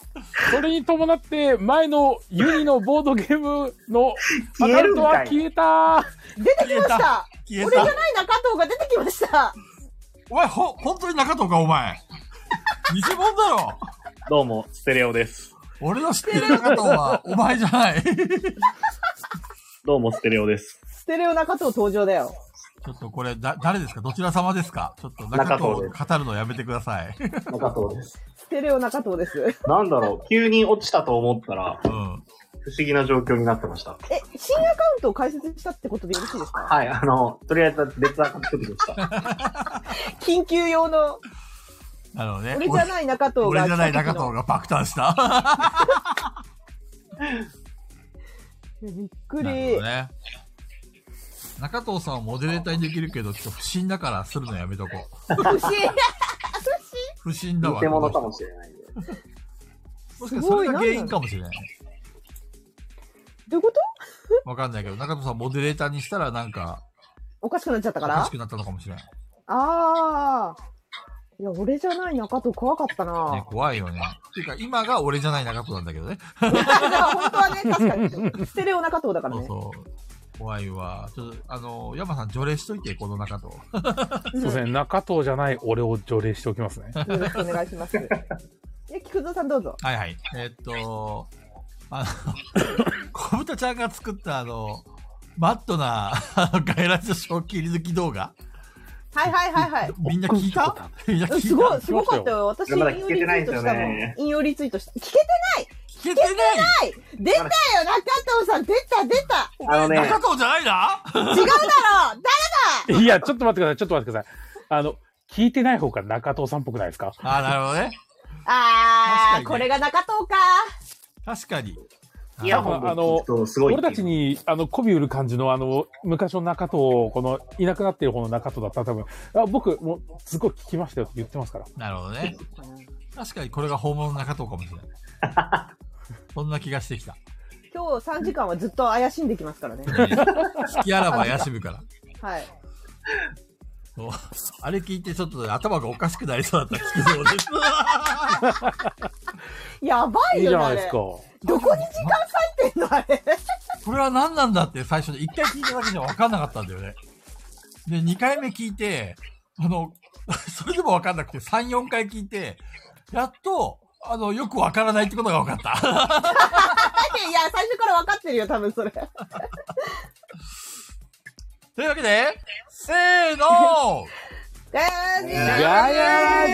B: ん。
D: それに伴って、前のユニのボードゲームのアカウントは 消えた
B: 出てきました。
A: 消え
B: 俺じゃな
A: た。
B: い中藤が出てきました。
A: お前、ほ、本当に中藤か、お前。偽物だろ。
C: どうも、ステレオです。
A: 俺の知ってる中藤は、お前じゃない。ち
C: どうも、ステレオです。
B: ステレオ中藤登場だよ。
A: ょっとこれ、だ、誰ですかどちら様ですかちょっと中
C: 中
A: 藤
C: 藤
A: を
C: で
A: 語るのやめてください。
C: 中藤です。
B: ステレオ中藤です。
C: なんだろう、急に落ちたと思ったら、
A: うん。
C: 不思議な状況になってました。
B: え、新アカウントを開設したってことでよろしいですか
C: はい、あの、とりあえず別アカ作ってきました。
B: 緊急用の、
A: なるほどね。
B: 俺じゃない中藤が。
A: 俺じゃない中藤
B: が。
A: が爆誕した。
B: びっく
A: なる
B: り
A: ほど。ね。中藤さんはモデレーターにできるけど、ちょっと不審だからするのやめとこう。
B: 不思議。
A: 不審だわ。
C: 偽物
A: こ
C: か
A: の
C: もしれないんで。
A: 人もしかしたらそれが原因かもしれない。
B: どういうこと
A: わかんないけど、中藤さんモデレーターにしたらなんか、
B: おかしくなっちゃった
A: お
B: か
A: からしくなったのかもしれない。
B: ああ。いや、俺じゃない中藤怖かったな。
A: ね、怖いよね。っていうか、今が俺じゃない中藤なんだけどね。
B: だから本当はね、確かに。ステレオ中藤だから
A: そう
B: ね。
A: そう。怖いわ。ちょっと、あの、山さん除霊しといて、この中藤。
D: そうですね、中藤じゃない俺を除霊しておきます ね。
B: よろしくお願い します。え、菊蔵さんどうぞ。
A: はいはい。えーっと、 あの、小豚ちゃんが作ったあの、マットな、 あの、ガイラジ賞切り抜き動画。
B: はいはいはいはい。
A: みんな聞いたみんな聞いた
B: すごい、すごかったよ。私、
C: いやまだ
B: 引
C: 聞
B: 用
C: け
B: リツイ
C: てないん
B: ー
C: で
B: ト
C: す
B: し
C: よ
B: たもん
C: ね。
B: 引用リツイートした。聞けてない
A: 聞けてない
B: はい出たよ中藤さん出た出た
A: お
C: あの
A: 前、
C: ね
A: 中藤じゃないな
B: 違うだろ
D: いや、ちょっと待ってください、ちょっと待ってください。あの、聞いてない方から中藤さんっぽくないですか
A: あーなるほどね。
B: あー、
A: 確かにね
B: これが中藤か。
A: 確かに。
C: イヤホンで聞くとすごい。
D: 俺たちに、あの、媚び売る感じの、あの、昔の中藤、この、いなくなってる方の中藤だったら多分、あ僕、もう、すごい聞きましたよって言ってますから。
A: なるほどね。確かにこれが本物の中藤かもしれない。そんな気がしてきた。
B: 今日3時間はずっと怪しんできますからね。
A: 好きあらば怪しむから。
B: はい。
A: そうあれ聞いてちょっと頭がおかしくなりそうだった聞き そうです。
B: やば
D: い
B: い
D: いじ
B: よ
D: ゃ
B: ね、あ
D: ないで
B: れ
D: す。か。こ
B: どこに時間割いてんのあれ。
A: これは何なんだって最初に一回聞いただけじゃ分かんなかったんだよね。で、二回目聞いて、あの、 それでも分かんなくて、三、四回聞いて、やっと、あの、よく分からないってことが分かった。
B: いや、最初から分かってるよ、多分それ。
A: というわけで、せー の
B: ガヤラジ
D: ガヤラジ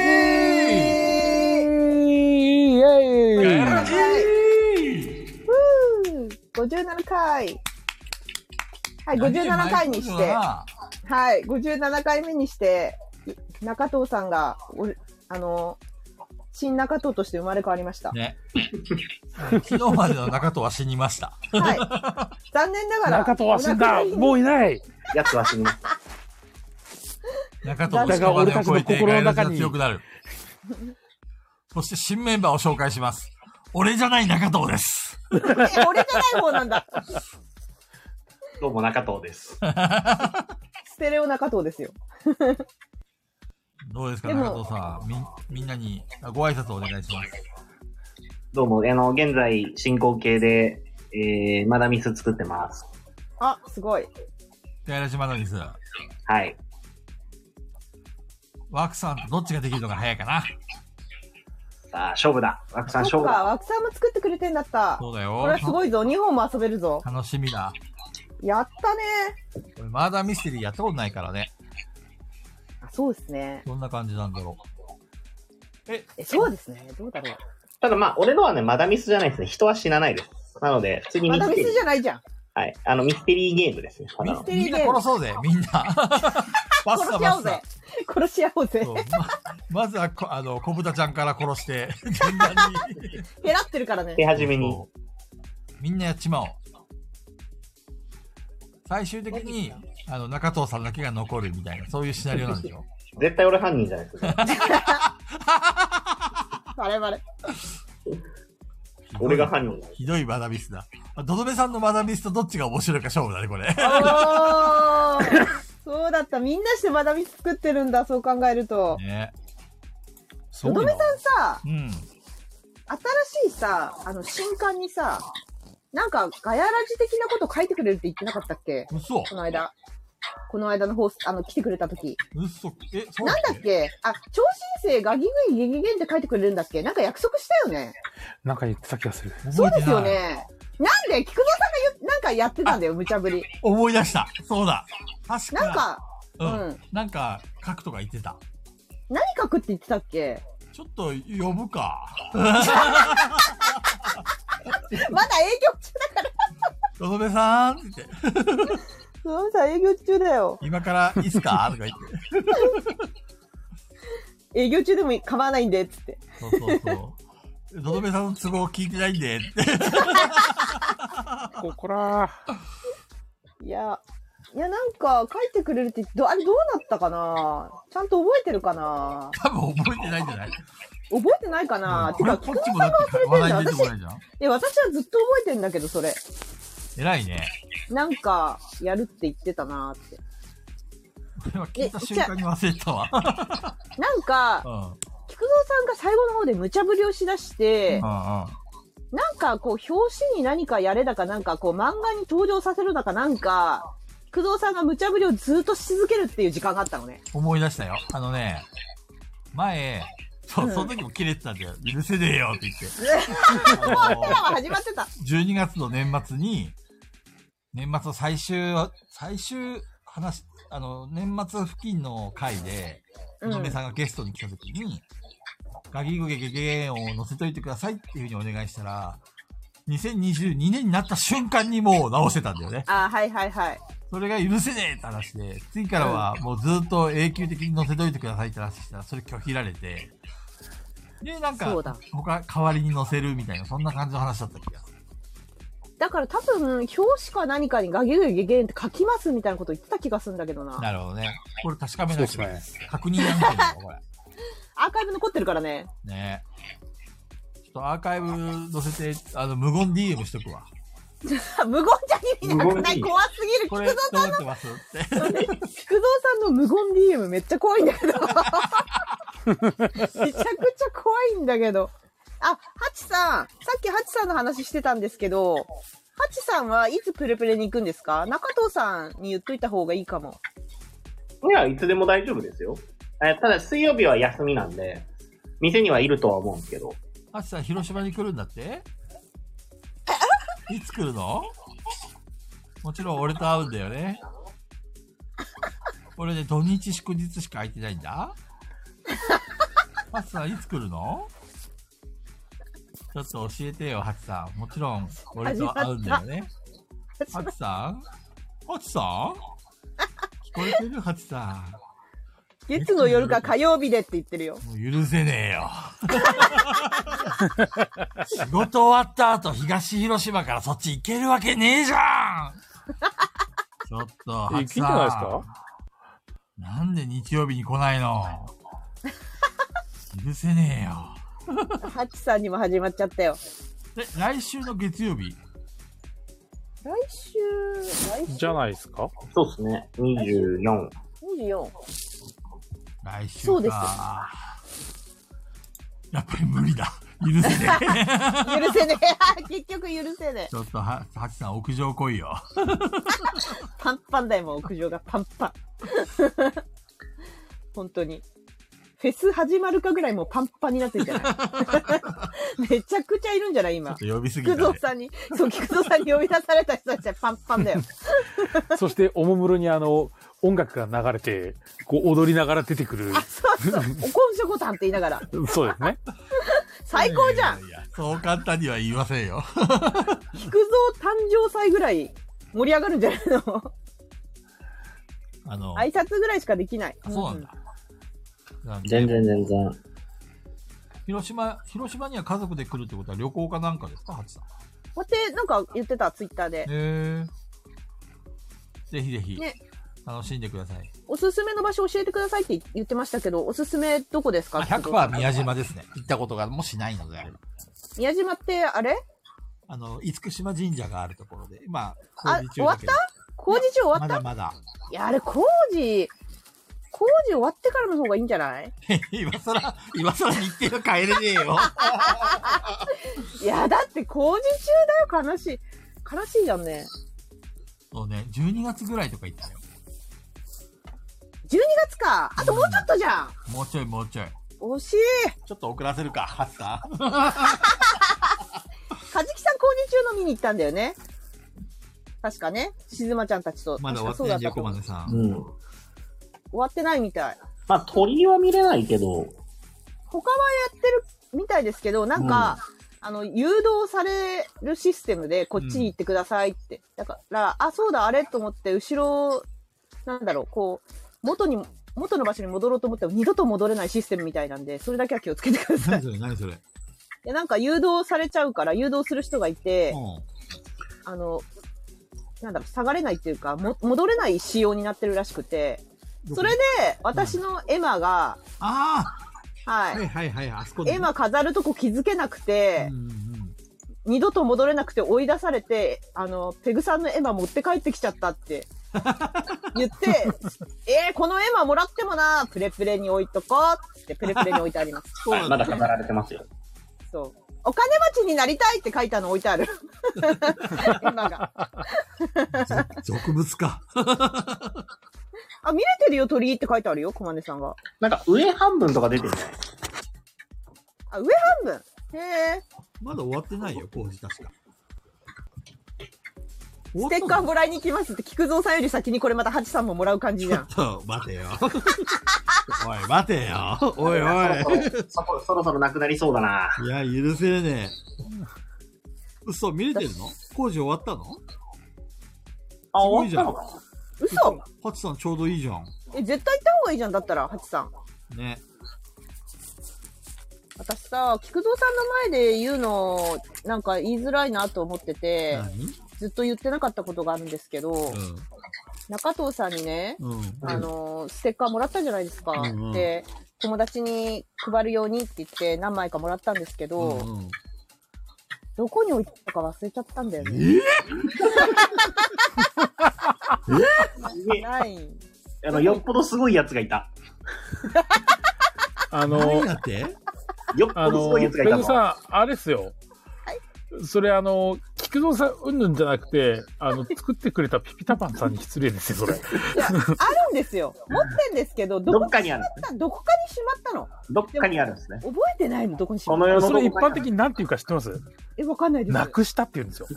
D: イ
A: ガヤ
D: ェイ
A: ラジー
B: ふう57回。はい、57回にして、はい、57回目にして、い中藤さんが、おあの、新中藤として生まれ変わりました。
A: ね。昨日までの中藤は死にました。
B: はい。残念ながら。
D: 中藤は死ん だ
B: お亡くなりに
D: もういない
C: やつは死ぬ。
A: 中藤の屍を超えて、ガヤラジが強くなる。そして新メンバーを紹介します。俺じゃない中藤です。
B: え俺じゃない方なんだ。
C: どうも中藤です。
B: ステレオ中藤ですよ。
A: どうですか、
B: でも
A: 中藤さん。み、みんなにご挨拶をお願いします。
C: どうも、あの、現在進行形で、えー、まだミス作ってます。
B: あ、すごい。
A: ガヤラジマナミス。
C: はい。
A: ワークさんとどっちができるのが早いかな。
C: さあ、勝負だ。枠さ
B: そ
C: ん
B: っ
C: 勝負
B: か、
C: だ。
B: 枠さんも作ってくれてんだった。
A: そうだ
B: こ
A: よ
B: れは。すごいぞ。2本も遊べるぞ。
A: 楽しみだ。
B: やったね。
A: これマーダーミステリーやったことないからね。
B: あ、そうですね。
A: どんな感じなんだろ
B: え、そうですね。どうだろう。
C: ただまあ、俺のはね、まだミスじゃないですね。人は死なないです。なので、普通に
B: ま
C: ミ
B: だ
C: ス
B: ミ
C: テリー
B: スじ。ゃないじゃん。
C: はい。あの、ミステリーゲームですね。ただの
A: う。みんな殺そうぜ、み んな。バ
B: 殺し合おうぜ。殺し合おうぜ
A: そ。うままずはこ、あの、小豚ちゃんから殺して、順番に。
B: 減らってるからね。
C: 手始めに。
A: みんなやっちまおう。最終的に、あの、中藤さんだけが残るみたいな、そういうシナリオなんでしょ。
C: 絶対俺犯人じゃな いですか。
B: バレバレ。
C: 俺が犯人だ。
A: ひどいマダミスだ。あドドメさんのマダミスとどっちが面白いか勝負だね、これ。
B: おーそうだった。みんなしてまだミス作ってるんだ。そう考えると。
A: ね。
D: そ
B: のどめさんさ、
A: うん。
B: 新しいさ、あの、新刊にさ、なんか、ガヤラジ的なこと書いてくれるって言ってなかったっけ
A: 嘘。
B: この間。この間の放送、あの、来てくれた時。
A: 嘘。え、そう
B: なんだっけあ、超新星ガギグイゲゲゲンって書いてくれるんだっけなんか約束したよね。
D: なんか言ってた気がする。
B: そうですよ。
A: 覚えてない
B: ね。なんで、菊間さんが言うなんかやってたんだよ、無茶ぶり。
A: 思い出した。そうだ。確か
B: なんか、
A: うん。
B: うん
A: なんか、書くとか言ってた。
B: 何書くって言ってたっけ
A: ちょっと呼ぶか。
B: まだ営業中だから。
A: ドドメさんって言って。
B: そうさ、営業中だよ。
A: 今からいいっすかとか言って。
B: 営業中でも構わないんで、つって。
A: そうそうそう。のどめさんの都合聞いてないんで、って。
D: ここらー。
B: いや、いや、なんか書いてくれるって、どあれどうなったかなちゃんと覚えてるかな
A: 多分覚えてないんじゃない
B: 覚えてないかなて
A: これ
B: か、
A: こ
B: 菊
A: っ
B: 間
A: ち
B: さん
A: もだ
B: が
A: って話
B: 忘
A: 題
B: れてん
A: 出て
B: だ。
A: こ
B: 私
A: な、いじゃん。
B: え、私はずっと覚えてんだけど、それ。
A: 偉いね。
B: なんか、やるって言ってたなって。
A: これは聞いた瞬間に忘れたわ。
B: なんか
A: う、ん。うん
B: 菊蔵さんが最後の方で無茶ぶりをしだして、
A: う
B: なんかこう、表紙に何かやれだかなんかこう、漫画に登場させるだかなんか、菊蔵さんが無茶ぶりをずっとし続けるっていう時間があったのね。
A: ん。思い出したよ。あのね、前、そうう、
B: ん
A: その時も切れてたんだよ。許せねえよって言って。
B: もう、
A: あの
B: ドラマ始まってた。
A: 12月の年末に、年末の最終、最終話、あの、年末付近の回で、
B: う
A: の
B: ん
A: どめさんがゲストに来た時に、ガギグゲゲゲゲンを載せといてくださいっていうふうにお願いしたら、2022年になった瞬間にもう直してたんだよね。
B: あー、はいはいはい。
A: それが許せねえって話で、次からはもうずっと永久的に載せといてくださいって話したら、それ拒否られて、で、なん
B: そうだ
A: か、他、代わりに載せるみたいな、そんな感じの話だった気がする。
B: だから多分、表紙か何かにガゲゲゲゲンって書きますみたいなこと言ってた気がするんだけどな。
A: なるほどね。これ確かめ
D: そう
A: な
D: で
A: い
D: す
A: と。
D: ね。
A: 確認案件だよ、これ。
B: アーカイブ残ってるからね。
A: ねえ。ちょっとアーカイブ載せて、あの、無言 DM しとくわ。
B: 無言じゃ意味なくない
C: 無言
B: 怖すぎる。
A: こ
B: 菊
A: れ、
B: 蔵
A: どうなってますって。
B: 菊蔵さんの無言 DM めっちゃ怖いんだ けど。めちゃくちゃ怖いんだけど。あ、ハチさん、さっきハチさんの話してたんですけど、ハチさんはいつプレプレに行くんですか中藤さんに言っといた方がいいかも。
C: いや、いつでも大丈夫ですよ。えただ、水曜日は休みなんで、店にはいるとは思うんですけど。
A: あっさん、広島に来るんだっていつ来るのもちろん俺と会うんだよね。俺ね、土日祝日しか空いてないんだ。ハチさん、いつ来るのちょっと教えてよ、ハチさん。もちろん、俺と会うんだよね。ハチさんハチさん聞こえてるハチさ
B: 月の夜か火曜日でって言ってるよ。
A: ん。もう許せねえよ。 仕事終わった後、東広島からそっち行けるわけねえじゃんちょっと、
D: え、聞
A: ハ
D: い
A: チ
D: て
A: さん。
D: ないですか
A: なんで日曜日に来ないの許せねえよ。
B: ハチさんにも始まっちゃったよ。
A: え、来週の月曜日
B: 来週、来週
D: じゃないですか
C: そうですね。24。
B: 24。
A: 来週か。
B: そうです
A: やっぱり無理だ。許せねえ。
B: 許せねえ。 結局許せねえ。
A: ちょっとは、はちさん屋上来いよ。
B: パンパンだよ、もう屋上がパンパン。 本当に。フェス始まるかぐらいもうパンパンになってんじゃない めちゃくちゃいるんじゃない今。
A: ちょっと呼びすぎ
B: 菊
A: た
B: 蔵
A: ね。
B: さんに、そう、菊蔵さんに呼び出された人たちはパンパンだよ。
D: そして、おもむろにあの、音楽が流れて、こう、踊りながら出てくる。
B: そうそう。おこんしょこたんって言いながら。
D: そうですね。
B: 最高じゃん
A: いやいやいやそう簡単には言いませんよ。
B: 菊蔵誕生祭ぐらい盛り上がるんじゃないの
A: あの、
B: 挨拶ぐらいしかできない。
A: あそうなんだ。なんで
C: 全然全然。
A: 広島、広島には家族で来るってことは旅行かなんかですか、ハチさん。
B: こうやって、なんか言ってた、ツイッターで。
A: へえ。ぜひぜひ、
B: ね
A: 楽しんでください。
B: おすすめの場所教えてくださいって言ってましたけど、おすすめどこですか
A: あ100%宮島ですね。行ったことがもしないので。
B: 宮島って、あれ
A: あの、厳島神社があるところで、まあ、
B: あ
A: 工事中だけど
B: 工事中終わ
A: ま
B: っ
A: だ
B: た
A: まだ。
B: いや、あれ工事、工事終わってからの方がいいんじゃない
A: 今さら、今さら日程が変えれねえよ。
B: いや、だって工事中だよ、悲しい。悲しいじゃんね。
A: そうね、12月ぐらいとか言ったよ。
B: 12月かあともうちょっとじゃん
A: もうちょいもうちょい。
B: 惜しい
A: ちょっと遅らせるか、ハッサー。
B: カジキさん工事中の見に行ったんだよね確かね、しずまちゃんたちと。
A: まだ終わって
B: 確
A: な
B: か
A: いんだよ、
B: そう
A: コマ
B: だったと思う
A: ネさん。
C: うん。
B: 終わってないみたい。
C: まあ、鳥は見れないけど、
B: 他はやってるみたいですけど、なんか、あの、誘導されるシステムで、こっちに行ってくださいって。だから、あ、そうだ、あれと思って、後ろ、なんだろう、こう、元に、元の場所に戻ろうと思っても、二度と戻れないシステムみたいなんで、それだけは気をつけてくださ
A: 何
B: い。
A: それ、何それ。うん。
B: でなんか誘導されちゃうから、誘導する人がいて、あの、なんだろう、下がれないっていうか、も戻れない仕様になってるらしくて、それで、私のエマが、
A: ああ、
B: は
A: はい
B: い、
A: はいはい、あそこ
B: エマ飾るとこ気づけなくて、
A: うんうん
B: 二度と戻れなくて追い出されて、あの、ペグさんのエマ持って帰ってきちゃったって。言って、えー、このエマもらってもな、プレプレに置いとこうって、プレプレに置いてあ ります。
A: そうなん
C: ま
A: だ
C: だ語られてますよ。
B: そう。お金持ちになりたいって書いたの置いてある。エマが。
A: 俗物か。
B: あ、見れてるよ、鳥居って書いてあるよ、コマネさんが。
C: なんか上半分とか出てるね。
B: あ、上半分。へえ。
A: まだ終わってないよ、工事確か。終わった
B: ステ
A: の
B: ッカーもらいに来ますって、菊蔵さんより先にこれまたハチさんももらう感じ じゃん。
A: ちょっと、待てよ。おい、待 てよ。おいおい。
C: そろそろそろなくなりそうだな。
A: いや、許せねえ。嘘、見れてるの工事終わったの
C: あ、
A: すごい
C: 終
A: じゃん
C: わったのか
B: 嘘
A: ハチさんちょうどいいじゃん。
B: え、絶対行った方がいいじゃん、だったら、ハチさん。
A: ね。
B: 私さ、菊蔵さんの前で言うの、なんか言いづらいなと思ってて、
A: 何
B: ずっと言ってなかったことがあるんですけど、中藤さんにね、
A: うん。うん。
B: あの、ステッカーもらったじゃないですか。
A: うんうん
B: で、友達に配るようにって言って何枚かもらったんですけど、
A: うんうん
B: どこに置いたか忘れちゃったんだよね。
A: え
B: ない。
C: あの、よっぽどすごいやつがいた。
D: あの
A: 何、 やって
C: よっぽ
D: あ
C: どす
D: の、
C: ごい
D: ペ
C: やつがいた
D: グ
C: の。
D: さん、あれですよ。それあの、菊蔵さんうんぬんじゃなくて、あの、作ってくれたピピタパンさんに失礼です よ、それ。
B: いや、あるんですよ。持ってんですけど、ど
C: ど
B: こ
C: っかにある。
B: どこかにしまったの。
C: どっかにあるんですね。
B: 覚えてないのどこにしま
C: こ
B: った
C: の世の
D: それ
C: ど
D: 一
C: こか
D: 般的に何て言うか知ってます
B: え、わかんないです。
D: なくしたって言うんですよ。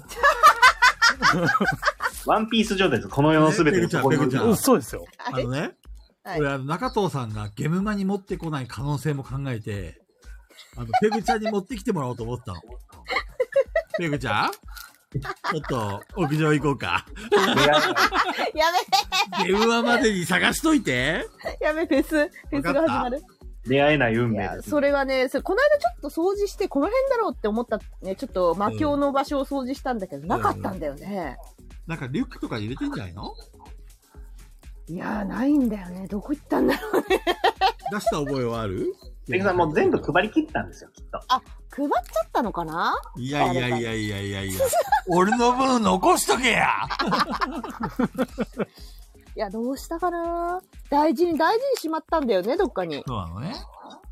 C: ワンピース状態です。この世のすべて
A: ペグちゃんペグちゃん
D: うんそうですよ。
A: あのね、
B: はい
A: 俺、あの、中藤さんがゲムマに持ってこない可能性も考えて、あの、ペグちゃんに持ってきてもらおうと思 ったの。ペグちゃんちょっと、屋上行こうか。
B: や
A: ゲムマまでに探しといて。
B: め、やめ、フェス、フェスが始まる。
C: 出会えない運
B: い
C: 命
B: や
C: で、す。
B: それはね、それこの間ちょっと掃除して、この辺だろうって思った、ね、ちょっと魔境の場所を掃除したんだけど、なかったんだよね。
A: なんかリュックとか入れてんじゃないの
B: いやー、ないんだよね。どこ行ったんだろう。
A: 出した覚えはある
C: ペグさんもう全部配り切ったんですよ、きっと。
B: 配っちゃったのかない
A: やいやいやいやいやいや。俺の分残しとけや
B: いや、どうしたかな大事に、大事にしまったんだよね、どっかに。
A: そうなのね。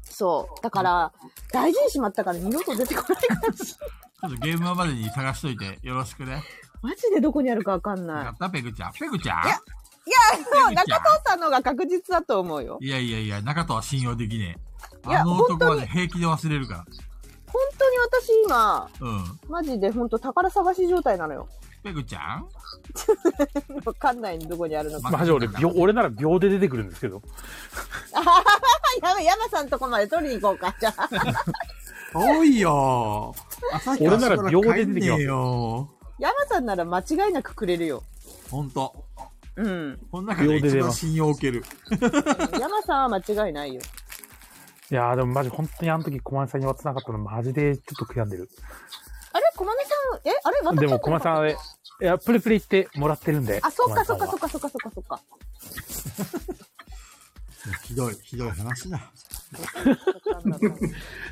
B: そう。だから、大事にしまったから二度と出てこない かもしれ
A: ちょっとゲームマまでに探しといてよろしくね。
B: ない。マジでどこにあるかわかん
A: わ
B: ない
A: か。ったペグちゃん。ペグちゃん
B: いや、そう、中藤さんの方が確実だと思うよ。
A: いやいやいや、中藤は信用できねえ。
B: いや
A: あの男はね、平気で忘れるか
B: 本当に私今、
A: ら。うん。
B: マジで本当宝探し状態なのよ。
A: ペグちゃん
B: わかんないどこにあるのか。
D: マジ俺、秒、俺なら秒で出てくるんですけど。
B: あはははやばい、山さんとこまで取りに行こうか。じゃ あ、
A: 遠いよ朝日
D: 俺なら秒で出てきます
A: 帰んねえよ
B: 山さんなら間違いなくくれるよ。
A: ほんと。
B: うん。
A: この中で
D: 秒で
A: 一
D: 出
A: 番
D: ます
A: 信用を受ける。
B: 山さんは間違いないよ。
D: いやーでもマジ本当にあの時駒根さんに渡せなかったのマジでちょっと悔やんでる。
B: あれ駒根さん、えあれ私
D: でも駒根さんあれ、いや、プレプレ行ってもらってるんで。
B: あ、そっかそ
D: 駒
B: っ
D: 根さ
B: か
D: ん
B: そっか
D: は
B: そっかそっかそっか。
A: ひどい、ひどい話だ。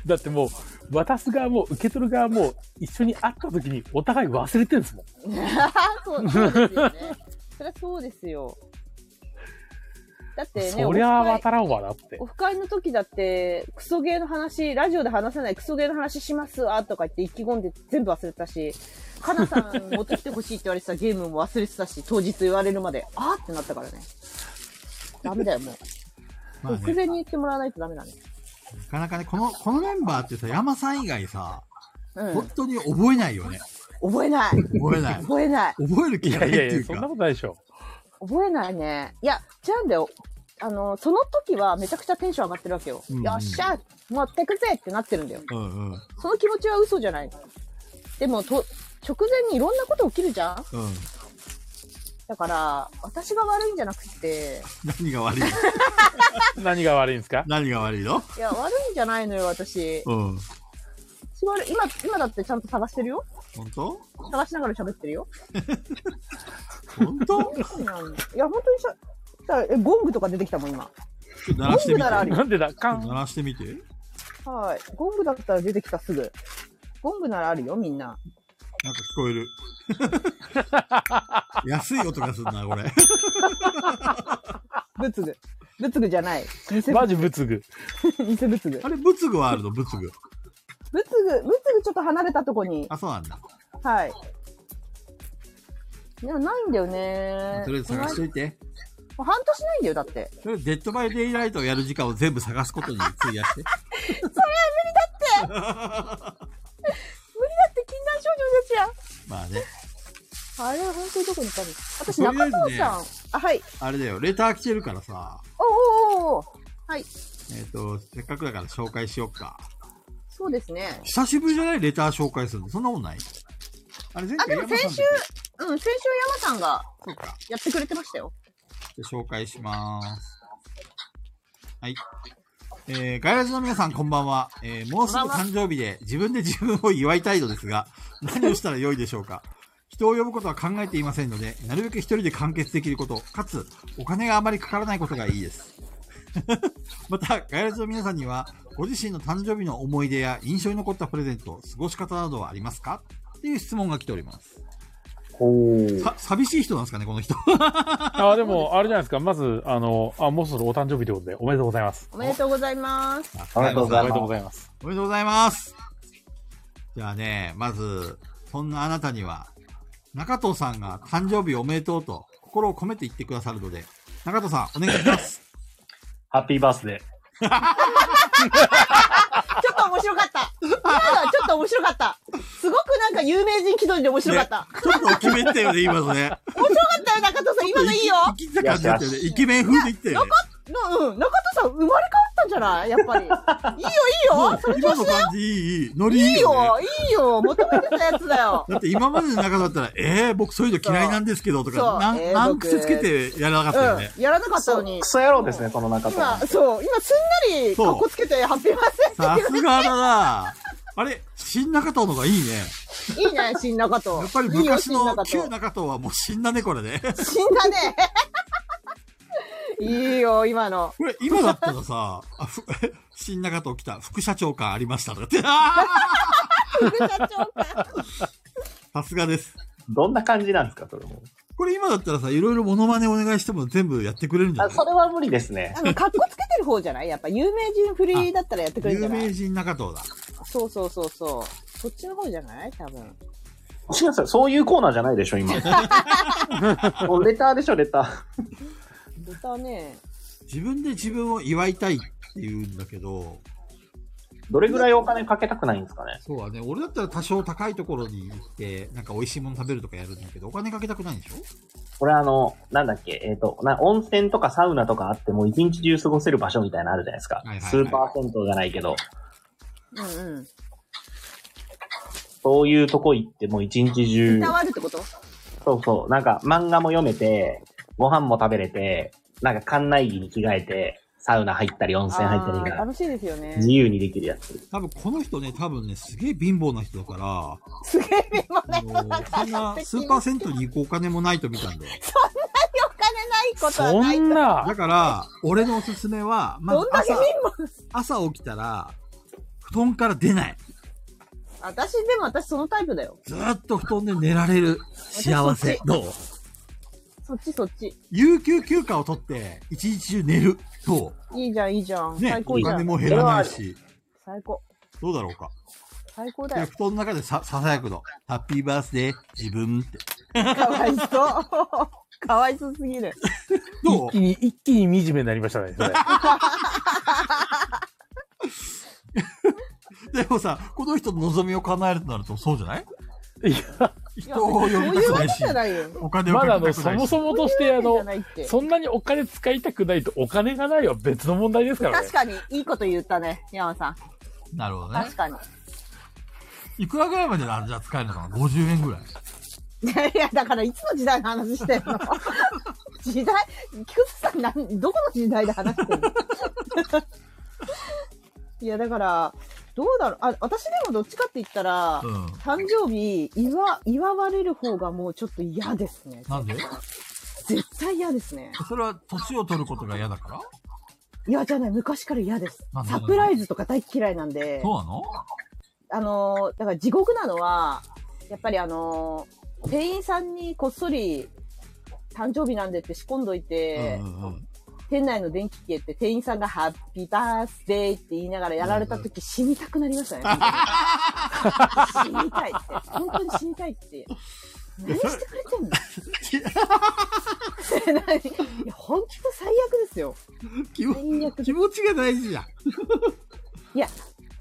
D: だってもう、渡す側も受け取る側も一緒に会った時にお互い忘れてるんですもん。
B: そうそうですよね。そりゃそうですよ。だってね、
D: そりゃあ
B: オフ会
D: 渡らんわなって
B: オ。フ会の時だって、クソゲーの話、ラジオで話せないクソゲーの話しますわとか言って意気込んで全部忘れてたし、かなさん持ってきてほしいって言われてたゲームも忘れてたし、 当日言われるまで、あーってなったからね。ダメだよ、も
A: まあ
B: う。偶
A: ね、
B: 然に言ってもらわないとダメだね。
A: なかなかね、この、このメンバーってさ、山さん以外さ、本
B: う
A: 当に覚えないよね。
B: ん。覚えない。
A: 覚えない。
B: 覚えない。
A: 覚える
D: い
A: 気が
D: や
A: ない
D: い
A: ってい
D: やいや、
A: う
D: そんな
A: か
D: こ。とないでしょ。
B: 覚えないね。いや、違うんだよ。あの、その時はめちゃくちゃテンション上がってるわけよ。
A: うん
B: よっしゃ持ってくぜってなってるんだよ。
A: うんうん。うん。
B: その気持ちは嘘じゃない。でも、と、直前にいろんなこと起きるじゃんだから、私が悪いんじゃなくて、
A: 何が悪いの
D: 何が悪いんですか
A: 何が悪いの
B: いや、悪いんじゃないのよ、私。
A: うん。
B: 私悪い今、今だってちゃんと探してるよ。
A: 本当
B: 探しながら喋ってるよ。
A: 本当
B: そうなのいや、本当にしゃ、だからえ、ゴングとか出てきたもん、今。
A: 鳴
B: ゴ
A: らして
B: ング
A: みて。
B: ならあるよ。
D: なんでだかん。
A: 鳴らしてみて。
B: はい。ゴングだったら出てきた、すぐ。ゴングならあるよ、みんな。
A: なんか聞こえ る。安い音がするな、これ。
B: 仏具。仏具じゃない。偽仏
D: マジぶつぐ。
B: 偽仏具。
A: あれ、仏具はあるの仏具。
B: 仏具、仏具ちょっと離れたとこに。
A: あ、そうなんだ。
B: はい。いや、ないんだよね。
A: とりあえず探しといて。
B: もう半年ないんだよ、だって。
A: とりあえず、デッドバイデイライトをやる時間を全部探すことに費やして。
B: 無理だって禁断症状ですやん。
A: まあね。
B: あれ、本当にどこにいたの私、
A: とりあ
B: 中
A: えずね
B: 藤さん。あ、はい。
A: あれだよ、レター来てるからさ、
B: おうおうおうおうはい。
A: えっ、と、せっかくだから紹介しよっか。
B: そうですね。
A: 久しぶりじゃないレター紹介するのそんなもんないあれ、前
B: あ、で
A: 回
B: も
A: 山
B: 先
A: さん
B: 週
A: だっ、
B: うん、先週山さんが
A: けそうか。
B: やってくれてましたよ。
A: で紹介します。はい。えー、ガイラジの皆さんこんばんは。えー、もうすぐ誕生日で自分で自分を祝いたいのですが、何をしたらよいでしょうか人を呼ぶことは考えていませんので、なるべく一人で完結できること、かつ、お金があまりかからないことがいいです。 また、ガイラジの皆さんには、ご自身の誕生日の思い出や印象に残ったプレゼント、過ごし方などはありますかっていう質問が来ております。
C: ほう。
A: さ、寂しい人なんですかね、この人。
D: あ、でも、あれじゃないですか。まず、あの、あ、もうそろお誕生日ということで、おめでとうございます。
B: おめでとうございます。
C: ありがとうご
D: お
C: ざい
D: め
C: ま
D: ですとうございます。
A: おめでとうございます。じゃあね、まず、そんなあなたには、中藤さんが誕生日おめでとうと心を込めて言ってくださるので、中藤さん、お願いします。
C: ハッピーバースデー。
B: ちょっと面白かった。今のはちょっと面白かった。すごくなんか有名人気取りで面白かった。
A: ちょっと決めたよね、今のね。
B: 面白かったよ、中藤さん。今のいいよ。
A: 生きた感じだったよね。イケメン風で言ってたよね。
B: のうん、中田さん生まれ変わったんじゃないやっぱり。いい よ、いいよ。それ調
A: 今の
B: 子だよ。
A: 感じいい、いい。ノリいい
B: いい
A: よね、
B: よ、いいよ。求めてたやつだよ。
A: だって今までの中だったら、えー、僕そういうの嫌いなんですけど、と
B: そ
A: か、
B: う
A: なん、
B: えー
A: なん
B: 僕
A: 癖つけてやらなかったよね。
B: うん。やらなかったのに
C: ク。ソ野郎ですね、この中と。
B: 今、そう、今すんなり
A: そう
B: かっこつけてハッピーバースデー
A: さすがだなあれ、新中藤の方がいいね。
B: いいね、新中藤。
A: やっぱり
B: いいよ
A: 昔
B: 新中
A: の
B: 藤
A: 旧中藤はもう死んだね、これね。
B: 死んだね。いいよ、今の。
A: これ、 今だったらさ、あ、ふ、 新中藤来た、副社長感ありましたとか って、あ
B: 副社長か。
A: ーさすがです。
C: どんな感じなんですか、それも。
A: これ今だったらさ、いろいろモノマネお願いしても全部やってくれるんじゃ
C: あ、
A: ない
C: それは無理ですね。
B: あの、かっこつけてる方じゃないやっぱ有名人フリーだったらやってくれるんじ
A: 有
B: ゃな
A: 名
B: い
A: 人中藤だ。
B: そうそうそうそう。そっちの方じゃない多分。
C: すみません、そういうコーナーじゃないでしょ、 今。もうレターでしょ、レター。
B: ネタね。
A: 自分で自分を祝いたいって言うんだけど、
C: どれぐらいお金かけたくないんですかね。
A: そうはね、俺だったら多少高いところに行って、なんか美味しいもの食べるとかやるんだけど、お金かけたくないんでしょ
C: これあの、なんだっけ、えっ、とな、温泉とかサウナとかあってもう一日中過ごせる場所みたいなのあるじゃないですか。
A: いはいはい
C: スーパー銭湯じゃないけど、
B: うんうん。
C: そういうとこ行ってもう一日中
B: 伝、わるってこと
C: そうそう、なんか漫画も読めて、ご飯も食べれて、なんか館内着に着替えて、サウナ入ったり温泉入ったりみたい
B: あー
C: な
B: 楽しいですよね。
C: 自由にできるやつ。
A: 多分この人ね、多分ね、すげえ貧乏な人だから、
B: すげえ今ね、
A: あ のそんなスーパー銭湯に行くお金もないと見たんだよ。
B: お金ないことは
D: そ
B: ないと。
D: ん
A: だ
D: な、
A: から、俺のおすすめは、ま
B: ど
A: ず
B: んだけ
A: 朝
B: 貧、乏。
A: 朝起きたら、布団から出ない。
B: 私、でも私そのタイプだよ。
A: ずーっと布団で寝られる幸せ。どう
B: そっちそっち。
A: 有給休暇を取って、一日中寝る。ど
B: いいじゃん、いいじゃん。
A: うね
B: 最、高
A: お
B: じゃ
A: 金
B: ん。
A: も減らないし、
B: 最高。
A: どうだろうか。
B: 最高だ
A: で
B: よ。
A: 布団の中でさ、ささやくの。ハッピーバースデー、自分って。
B: かわいそう。 かわいそうすぎる。
A: ど
D: 一
A: う
D: 気に、一気に惨めになりました ね、それ。
A: でもさ、この人の望みを叶えるとなるとそうじゃない
D: いや、
A: 人を呼び
B: そ
A: た
B: ういう
A: くな
B: わけ
A: いし
B: じゃ、ないよ。
A: お金を
D: まだあ
A: かけ
D: の、
A: たく
D: そ
A: ない
D: も
A: し。
D: そもとして、あ
B: そういうわけじゃ
D: の
B: な、いって。
D: そんなにお金使いたくないとお金がないは別の問題ですからね
B: 確。かに、いいこと言ったね、山さん。
A: なるほどね
B: 確。かに。
A: いくらぐらいまでなんじゃ使えるのかな ?50 円ぐらい。
B: いやいや、だからいつの時代の話して んの時代、菊池さんなん、どこの時代で話して んのいや、だから、どうだろう。あ、私でもどっちかって言ったら、
A: うん。
B: 誕生日祝、祝われる方がもうちょっと嫌ですね。
A: なんで
B: 絶対嫌ですね。
A: それは年を取ることが嫌だから
B: いや、じゃない、昔から嫌です
A: なん。で
B: サプライズとか大っ嫌いなんで、
A: そうなの
B: あのー、だから地獄なのは、やっぱりあのー、店員さんにこっそり、誕生日なんでって仕込んどいて、
A: うんうんうん。
B: 店内の電気消えて店員さんがハッピーバースデーって言いながらやられた時死にたくなりましたね。死にたいって。本当に死にたいって。何してくれてんの何いや、本当最悪ですよ。
A: 気持
B: 最悪
A: 気持ちが大事じゃん。
B: いや、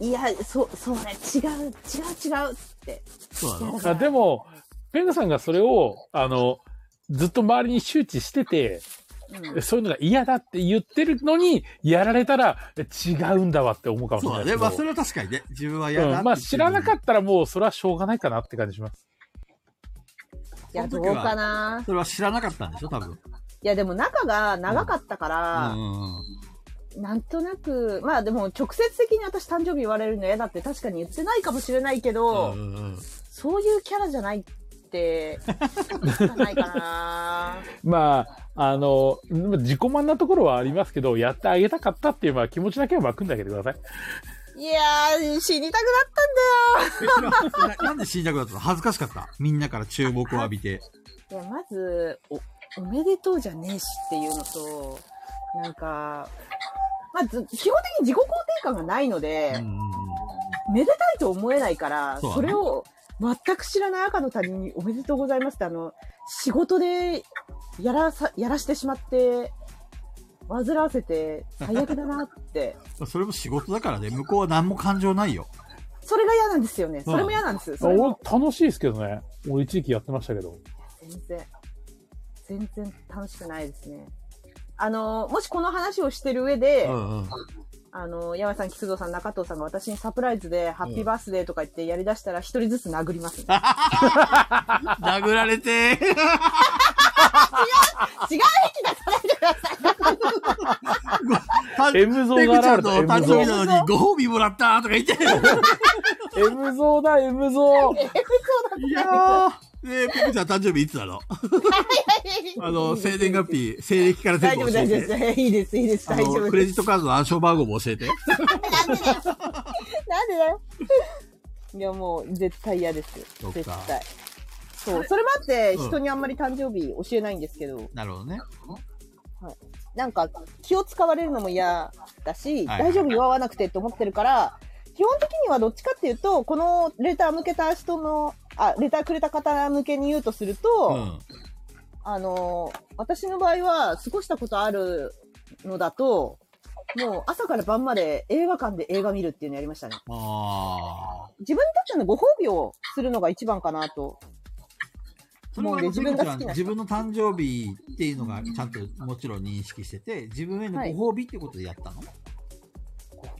B: いや、そう、そうね、違う、違う、違うっつって。
A: そうなの
D: あでも、ペグさんがそれを、あの、ずっと周りに周知してて、
B: うん
D: そういうのが嫌だって言ってるのに、やられたら違うんだわって思うかもし
A: そ
D: れ
A: う
D: ない
A: だ
D: で
A: ね。まあ、
D: すけど。
A: それは確かにね。自分は嫌だって言ってるの
D: うん
A: に。
D: まあ知らなかったらもうそれはしょうがないかなって感じします。
B: いや、どうかな
A: それは知らなかったんでしょ多分。
B: いや、でも中が長かったか
A: う
B: ら、
A: んうん。
B: なんとなく、まあでも直接的に私誕生日言われるの嫌だって確かに言ってないかもしれないけど、
A: うんうんうん。
B: そういうキャラじゃない って、ないかな。
D: まあ、あの、まあ自己満なところはありますけど、やってあげたかったっていうまあ気持ちだけはまあ組んであげてください。
B: いやー、死にたくなっ
A: ななんで死にたくなったの恥ずかしかった。みんなから注目を浴びて。
B: たんだよ。いや、まず、お、おめでとうじゃねえしっていうのと、なんか、まあ、ず基本的に自己肯定感がないので、
A: うんうんうん。
B: めでたいと思えないから、
A: そう
B: そ,、
A: だね
B: れを全く知らない赤の他人におめでとうございますって、あの、仕事でやらさ、やらしてしまって、煩わせて最悪だなって。
A: それも仕事だからね、向こうは何も感情ないよ。
B: それが嫌なんですよね。それも嫌なんです。それ
D: 俺
B: も、
D: 楽しいですけどね。俺一時期やってましたけ ど。
B: 全然、全然楽しくないですね。あの、もしこの話をしてる上で、
A: うんうん。
B: あの、山井さん、菊蔵さん、中藤さんが私にサプライズで、ハッピーバースデーとか言ってやりだしたら、一人ずつ殴ります、ね。
A: 殴られてー
B: 違う駅出さないでください。
A: た
D: M 像
A: ペ
D: が
A: グちゃ
D: 現れ
A: んの
D: た M
A: 誕
D: 像
A: 生日。なのにご褒美もらったーとか言って。
D: M 像だ、M 像。
A: いやー。ねえ、ペグちゃん誕生日いつなの あ の、生年月日、西暦から全
B: 大丈
A: 部
B: 夫、
A: 教え
B: 大丈夫
A: て。
B: です。いいです、いいです、
A: あ
B: 大丈
A: の、
B: 夫
A: クレ
B: です。
A: ジットカードの暗証番号も教えて。
B: なんでだよ。いや、もう、絶対嫌です
A: そっ。か
B: 絶対。そう、それもあって、
A: うん
B: 人にあんまり誕生日教えないんですけど、
A: なるほどね。
B: なんか気を使われるのも嫌だし、
A: はいはい
B: 大丈夫祝わなくてって思ってるから、基本的にはどっちかっていうと、このレター向けた人の、あ、レターくれた方向けに言うとする
A: う
B: と、
A: ん。
B: あの、私の場合は過ごしたことあるのだと、もう朝から晩まで映画館で映画見るっていうのやりましたね。
A: ああ。
B: 自分にとってのご褒美をするのが一番かなと。
A: それは
B: もう
A: あ
B: ね
A: の
B: 自
A: ペ
B: 分
A: グ
B: が
A: ち
B: 好
A: ゃ、
B: きなん
A: 自
B: 人
A: 分の誕生日っていうのがちゃんともちろん認識してて、自分へのご褒美ってことでやったの、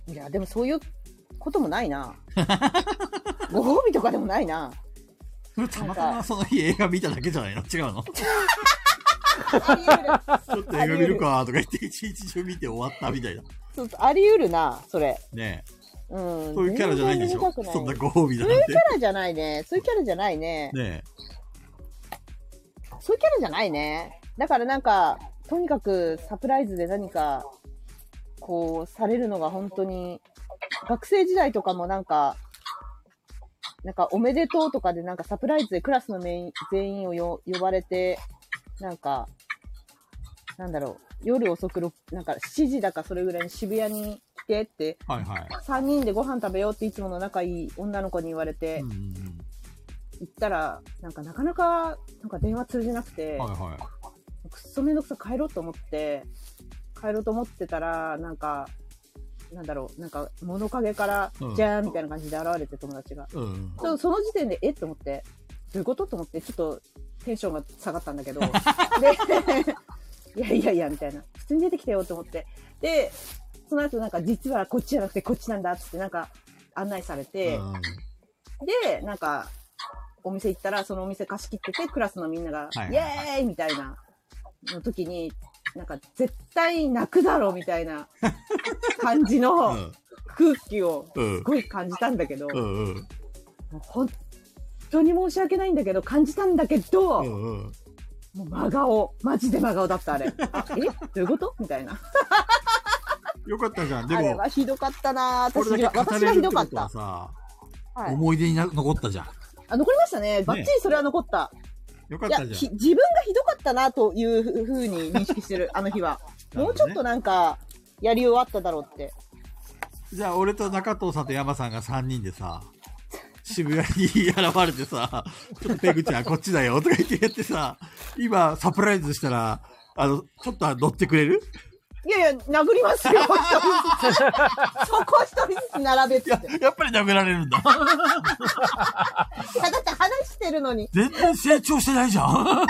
B: いや、でもそういうこともな いな。ご褒美とかでもないな。
A: それたまたまその日映画見ただけじゃないの違 うのちょっと映画見るかとか言って一日中見て終わったみたいな。
B: そうそうあり得るな、それ。
A: ね
B: うん。
A: え。そういうキャラじゃないんでしょ
B: 全然見たくない
A: そんな
B: そういう
A: ご褒美だなんて。
B: キャラじゃないね。そういうキャラじゃないね。
A: ね
B: そういうキャラじゃないね。だからなんか、とにかくサプライズで何か、こう、されるのが本当に、学生時代とかもなんか、なんかおめでとうとかでなんかサプライズでクラスのメイン全員をよ呼ばれて、なんか、なんだろう、夜遅くろ、なんか7時だかそれぐらいに渋谷に来てって、
A: え。はいはい。
B: 3人でご飯食べようっていつもの仲いい女の子に言われて
A: うん、うん
B: 行ったら、なんかなかなか、なんか電話通じなく
A: う
B: て
A: ん。、はいはい。
B: くっそめんどくさ帰ろうと思って、帰ろうと思ってたら、なんか、なんだろう、なんか物陰から
A: うん、
B: じゃーんみたいな感じで現れて友達が。
A: うんうん。
B: ちょっとその時点で、えと思って、どういうことと思って、ちょっとテンションが下がったんだ けど、で、いやいやいや、みたいな。普通に出てきてよと思って。で、その後なんか、実はこっちじゃなくてこっちなんだっつって、なんか案内されて、
A: うん
B: で、なんか、お店行ったら、そのお店貸し切ってて、クラスのみんなが、
A: はい
B: イエーイみたいな、の時に、なんか、絶対泣くだろうみたいな感じの空気を、
A: うんう
B: す
A: ん
B: ごい感じたんだけど、
A: う
B: もうん
A: うん
B: 本当に申し訳ないんだけど、感じたんだけど、
A: うんうん
B: もう真顔、マジで真顔だった、あれ。あえどういうことみたいな。
A: よかったじゃん。で
B: あれ
A: も
B: は、ひどかったな
A: こ
B: 私
A: れだ
B: は、
A: け語
B: 私
A: れ
B: は
A: るっ
B: ひ
A: て
B: どか
A: こ
B: っ
A: とは
B: た。
A: さ、
B: はい、
A: 思い出にな残ったじゃん。
B: あ残りましたね。バッチリそれは残った。
A: よかっ
B: いや
A: たじ
B: ひ自分がひどかったなというふふうに認識し てる、あの日は。
A: なる
B: も
A: ほどね
B: うちょっとなんか、やり終わっただろうって。
A: ゃん。じゃあ、俺と中藤さんと山さんが3人でさ、渋谷に現れてさ、ちょっとペグちゃんこっちだよとか言ってやってさ、今サプライズしたら、あの、ちょっとは乗ってくれる
B: いやいや、殴りますよ、 一人ずつ。そこ一人ずつ並べ
A: い
B: て
A: や
B: って。、
A: やっぱり殴られるんだ。
B: いや、だって話してるのに、
A: 全然成長してないじゃん。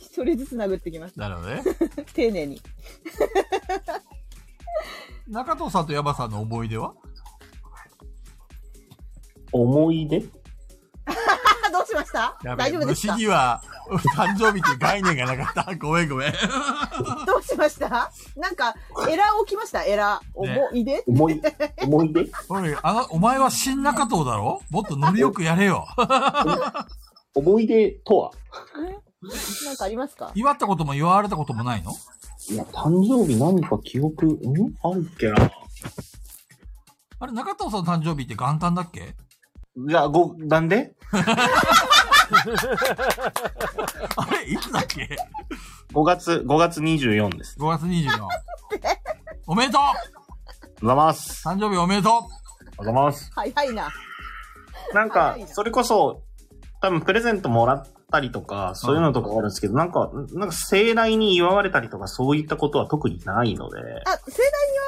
B: 一人ずつ殴ってきまし
A: なるほどね。
B: た。丁寧に。
A: 中藤さんと山さんの思い出は
C: 思い出
B: あ、どうしました
A: やべえ
B: 大丈夫ですか
A: 虫には、誕生日っていう概念がなかった。 ごめんごめん。
B: どうしましたなんか、エラー起きました、エラー。
A: ね
B: 思い出
C: 思い、思い出
A: おい、あの、お前は新中藤だろもっとノリよくやれ よ。
C: 思い出とは
B: なんかありますか
A: 祝ったことも祝われたこともないの
C: いや、誕生日何か記憶、んあるっけな。
A: あれ、中藤さんの誕生日って元旦だっけ
C: じゃあ、ご、なんで
A: あれ、いつだっけ
C: ?5 月、5月24です。
A: ?5 月24。おめでとう
C: おはようございます。
A: 誕生日おめでと
C: おはようございます。
B: 早いな。
C: な
B: 早
C: んか
B: い、な
C: それこそ、多分プレゼントもらっったりとか、そういうのとかあるんですけど、なんか、なんか盛大に祝われたりとか、そういったことは特にないので。
B: あ、盛大に言わ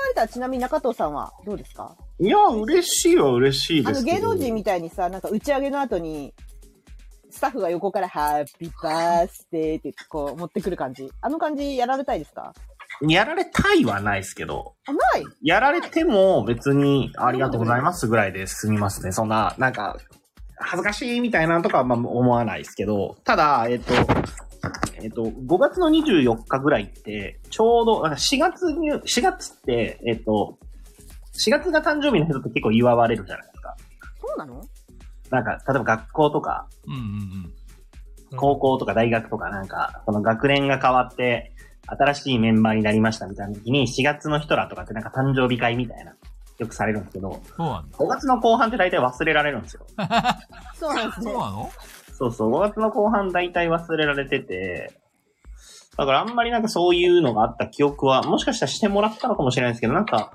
B: れたらちなみに中藤さんはどうですか
C: いや、嬉しいは嬉しい
B: あ
C: で
B: の
C: すけど。
B: 芸能人みたいにさ、なんか打ち上げの後に、スタッフが横からハッピーバースデーってこう持ってくる感じ。あの感じやられたいですか
C: やられたいはないですけど。
B: あ、ない
C: やられても別にありがとうございますぐらいで済みますね。そんな、なんか、恥ずかしいみたいなのとかはまあ思わないですけど、ただ、えっと、えっと、5月の24日ぐらいって、ちょうど、なんか4月に、4月って、えっと、4月が誕生日の人って結構祝われるじゃないですか。
B: そうなの
C: なんか、例えば学校とか、
A: うんうんうん。
C: 高校とか大学とかなんか、その学年が変わって、新しいメンバーになりましたみたいな時に、4月の人らとかってなんか誕生日会みたいな、よくされるんですけど、
A: そうなんだ。
C: 5月の後半って大体忘れられるんですよ。
B: そうなんです
A: そ
B: ね
A: う。なの
C: そうそう、5月の後半大体忘れられてて、だからあんまりなんかそういうのがあった記憶は、もしかしたらしてもらったのかもしれないですけど、なんか、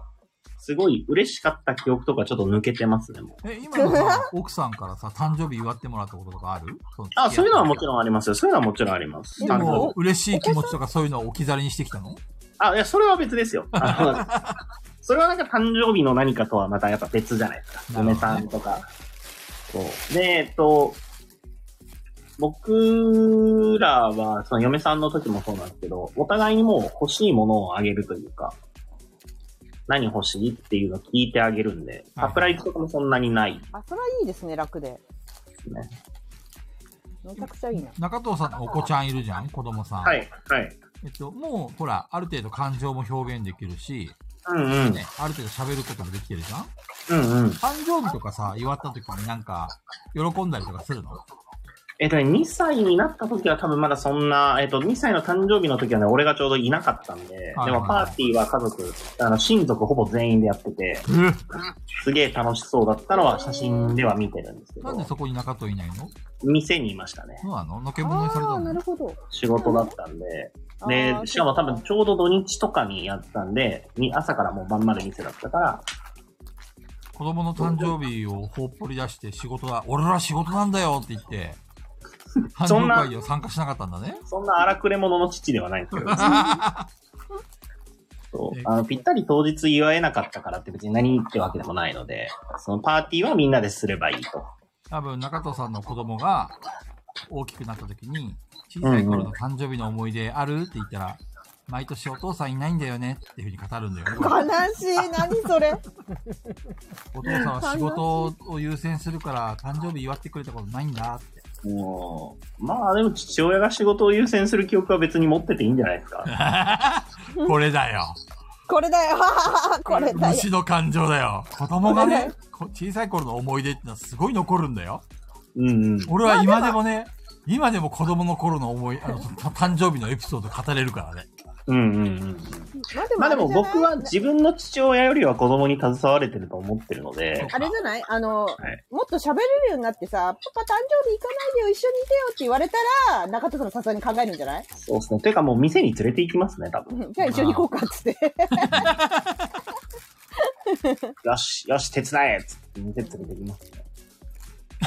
C: すごい嬉しかった記憶とかちょっと抜けてますね、もう。
A: え、今のさ、奥さんからさ、誕生日祝ってもらったこととかあるその
C: あ、そういうのはもちろんありますよ。そういうのはもちろんあります。
A: で
C: あの
A: も、嬉しい気持ちとかそういうのを置き去りにしてきたの
C: あ、いや、それは別で すよ。あのそれはなんか誕生日の何かとはまたやっぱ別じゃないですか。
A: なる
C: 嫁
A: ほど
C: さ
A: ね
C: んとか。そう。で、えっと、僕らは、その嫁さんの時もそうなんですけど、お互いにもう欲しいものをあげるというか、何欲しいっていうのを聞いてあげるんで、
A: はい
C: サプライズとかもそんなにない
B: あ、それはいいですね、楽で。
C: ですね。
B: めちゃくちゃいいな。
A: 中藤さんのお子ちゃんいるじゃん子供さん。
C: はい、はい。
A: えっと、もう、ほら、ある程度感情も表現できるし、
C: うんうん。
A: ね、ある程度喋ることもできてるじゃん
C: うんうん。
A: 誕生日とかさ、祝った時になんか、喜んだりとかするの
C: えっとね、2歳になった時は多分まだそんな、えっと、2歳の誕生日の時はね、俺がちょうどいなかったんで、
A: はい
C: でもパーティーは家族、あの、親族ほぼ全員でやってて、
A: え
C: すげえ楽しそうだったのは写真では見てるんですけ
A: な
C: ど
A: んで、そこに中藤いないの
C: 店にいましたね。
A: そうなののけ者にされ
B: あ
A: た
B: あ、なる
A: の
B: ほど。
C: 仕事だったんで、で
B: あ、ー
C: しかも多分ちょうど土日とかにやったんで、に朝からもう晩まで店だったから、
A: 子供の誕生日をほっぽり出して仕事だ、俺ら仕事なんだよって言 って、誕
C: そ
A: 生
C: んな
A: 会には参加しなかったんだね。
C: そんな荒くれ者の父ではないんですけど。そうあのぴったり当日祝えなかったからって別に何ってわけでもないので、そのパーティーはみんなですればいいと。
A: 多分中藤さんの子供が大きくなった時に小さい頃の誕生日の思い出あるって言ったら毎年お父さんいないんだよねっていうふうに語るんだよね
B: 悲しい、何それ。
A: お父さんは仕事を優先するから誕生日祝ってくれたことないんだって
C: もう、まあでも父親が仕事を優先する記憶は別に持ってていいんじゃないですか。
A: これだよ
B: これだよ、 これだよ。
A: 虫の感情だよ子供がねこ小さい頃の思い出ってのはすごい残るんだよ
C: うんうん。
A: 俺は今でもね今でも子供の頃の思いあの誕生日のエピソード語れるからね
C: うんうんうん。
B: まあで
C: まあでも
B: れじゃない
C: 僕は自分の父親よりは子供に携われてると思ってるので、
B: あれじゃないあの、
C: い
B: もっと喋れるようになってさ、パパ誕生日行かないでよ、一緒にいてよって言われたら、中田さんもさすがに考えるんじゃない
C: そうですね。というかもう店に連れて行きますね、多分。
B: うんじゃあ一緒に行こうかっつって。
C: よし、よし、手伝えっつって店連れて行きますね。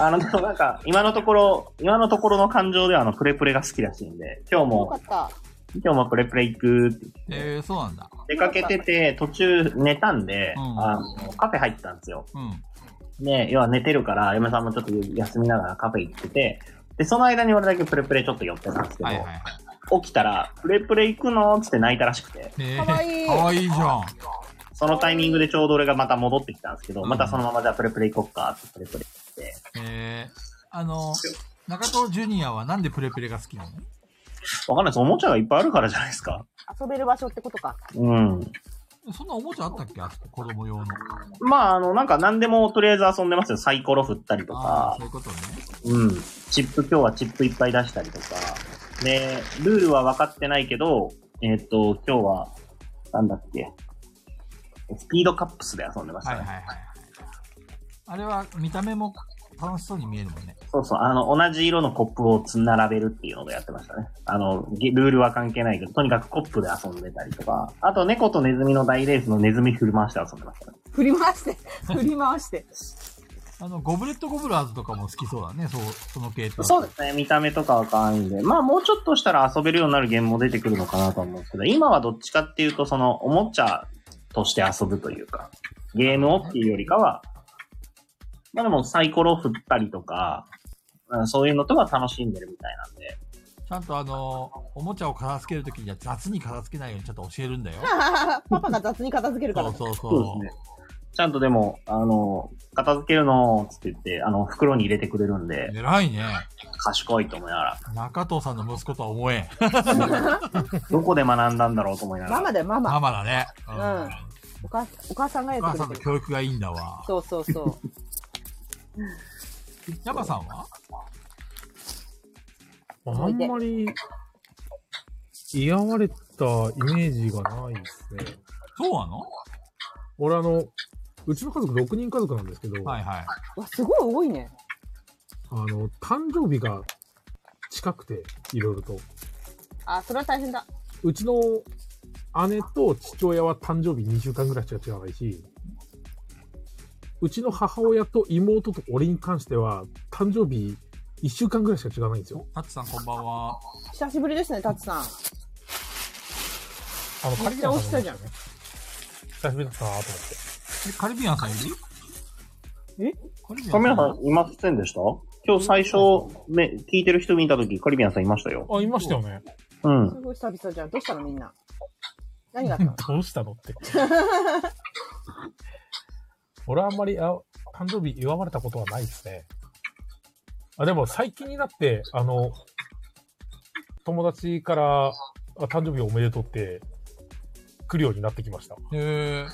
C: あの、でもなんか、 今のところ、今のところの感情ではあの、プレプレが好きらしいんで、今日
B: よか
C: も
B: っ、た。
C: 今日もプレプレ行くって
A: えー、そうなんだ
C: 出かけてて、途中寝たんで、
A: うん
C: あのカフェ入ったんですよ。
A: うん
C: で、要は寝てるから、嫁さんもちょっと休みながらカフェ行ってて、で、その間に俺だけプレプレちょっと寄ってたんですけど、
A: はいはいはい
C: 起きたら、プレプレ行くのっつって泣いたらしくて、
A: え
B: かわいい
A: かわいいじゃん
C: そのタイミングでちょうど俺がまた戻ってきたんですけど、
A: うん
C: またそのままじゃあプレプレ行こっかってプレプレ行って、
A: えー、あの、中藤ジュニアはなんでプレプレが好きなの
C: わかんないです。おもちゃがいっぱいあるからじゃないですか。
B: 遊べる場所ってことか。
C: うん。
A: そんなおもちゃあったっけあそこ子供用の。
C: まあ、あの、なんか何でもとりあえず遊んでますよ。サイコロ振ったりと
A: ああー、そ
C: か
A: う、いうことね。
C: うん。チップ、今日はチップいっぱい出したりとか。で、ルールは分かってないけど、えーっと、今日は、なんだっけ。スピードカップスで遊んでまし
A: は
C: た
A: い
C: ね。
A: はいはい。あれは見た目も楽しそうに見えるもんね。
C: そうそう、あの、同じ色のコップをつ並べるっていうのでやってましたね。あの、ゲルールは関係ないけど、とにかくコップで遊んでたりとか、あと猫とネズミの大レースのネズミ振り回して遊んでましたね。
B: 振り回して、振り回して。
A: あの、ゴブレット・ゴブラーズとかも好きそうだね、そう、その系統。
C: そうですね。見た目とかは可愛いんで。まあ、もうちょっとしたら遊べるようになるゲームも出てくるのかなと思うんですけど、今はどっちかっていうと、その、おもちゃとして遊ぶというか、ゲームをっていうよりかは、まあでもサイコロ振ったりとか、うんそういうのとか楽しんでるみたいなんで。
A: ちゃんとあの、おもちゃを片付けるときには雑に片付けないようにちょっと教えるんだよ。
B: パパが雑に片付けるか
A: そ
B: ら
A: う。そうそう。
C: そうですね。ちゃんとでも、あの、片付けるのーつって言って、あの、袋に入れてくれるんで、
A: 偉いね。
C: 賢いと思いなが
A: 中藤さんの息子とは思えん。
C: ら、どこで学んだんだろうと思いなが
B: マ
C: ら。
B: マだよ、ママ。
A: ママだね。うん。
B: うんお母お母さんが
A: お
B: やっ
A: 母
B: て
A: さ
B: く
A: ん
B: れ
A: の
B: てる。
A: 教育がいいんだわ。
B: そうそうそう。
A: ヤマさんは
D: あんまり、嫌われたイメージがないですね。
A: そうなの
D: 俺あの、うちの家族6人家族なんですけど、
A: はいはい。
B: わ、すごい多いね。
D: あの、誕生日が近くて、いろいろと。
B: あ、それは大変だ。
D: うちの姉と父親は誕生日2週間ぐらいしか違わないし、うちの母親と妹と俺に関しては、誕生日1週間ぐらいしか違わないんですよ。
A: タッチさんこんばんは。
B: 久しぶりですね、タツさん。
D: あの、
B: めっちゃ落ちたじゃん。
D: 久しぶりだったなと思って。
A: え、カリビアンさんいる
B: え
A: カリビア
C: カ
A: ン
C: メ
A: さ
C: ラ
A: ん
C: さんいませんでした今日最初、ね、聞いてる人見たとき、カリビアンさんいましたよ。
D: あ、いましたよね。
C: うん。
B: すごい久々じゃん。どうしたのみんな。何があったの
D: どうしたのって。俺はあんまりあ誕生日祝われたことはないですね。あでも最近になって、あの、友達からあ誕生日おめでとうって来るようになってきました。
A: へえ。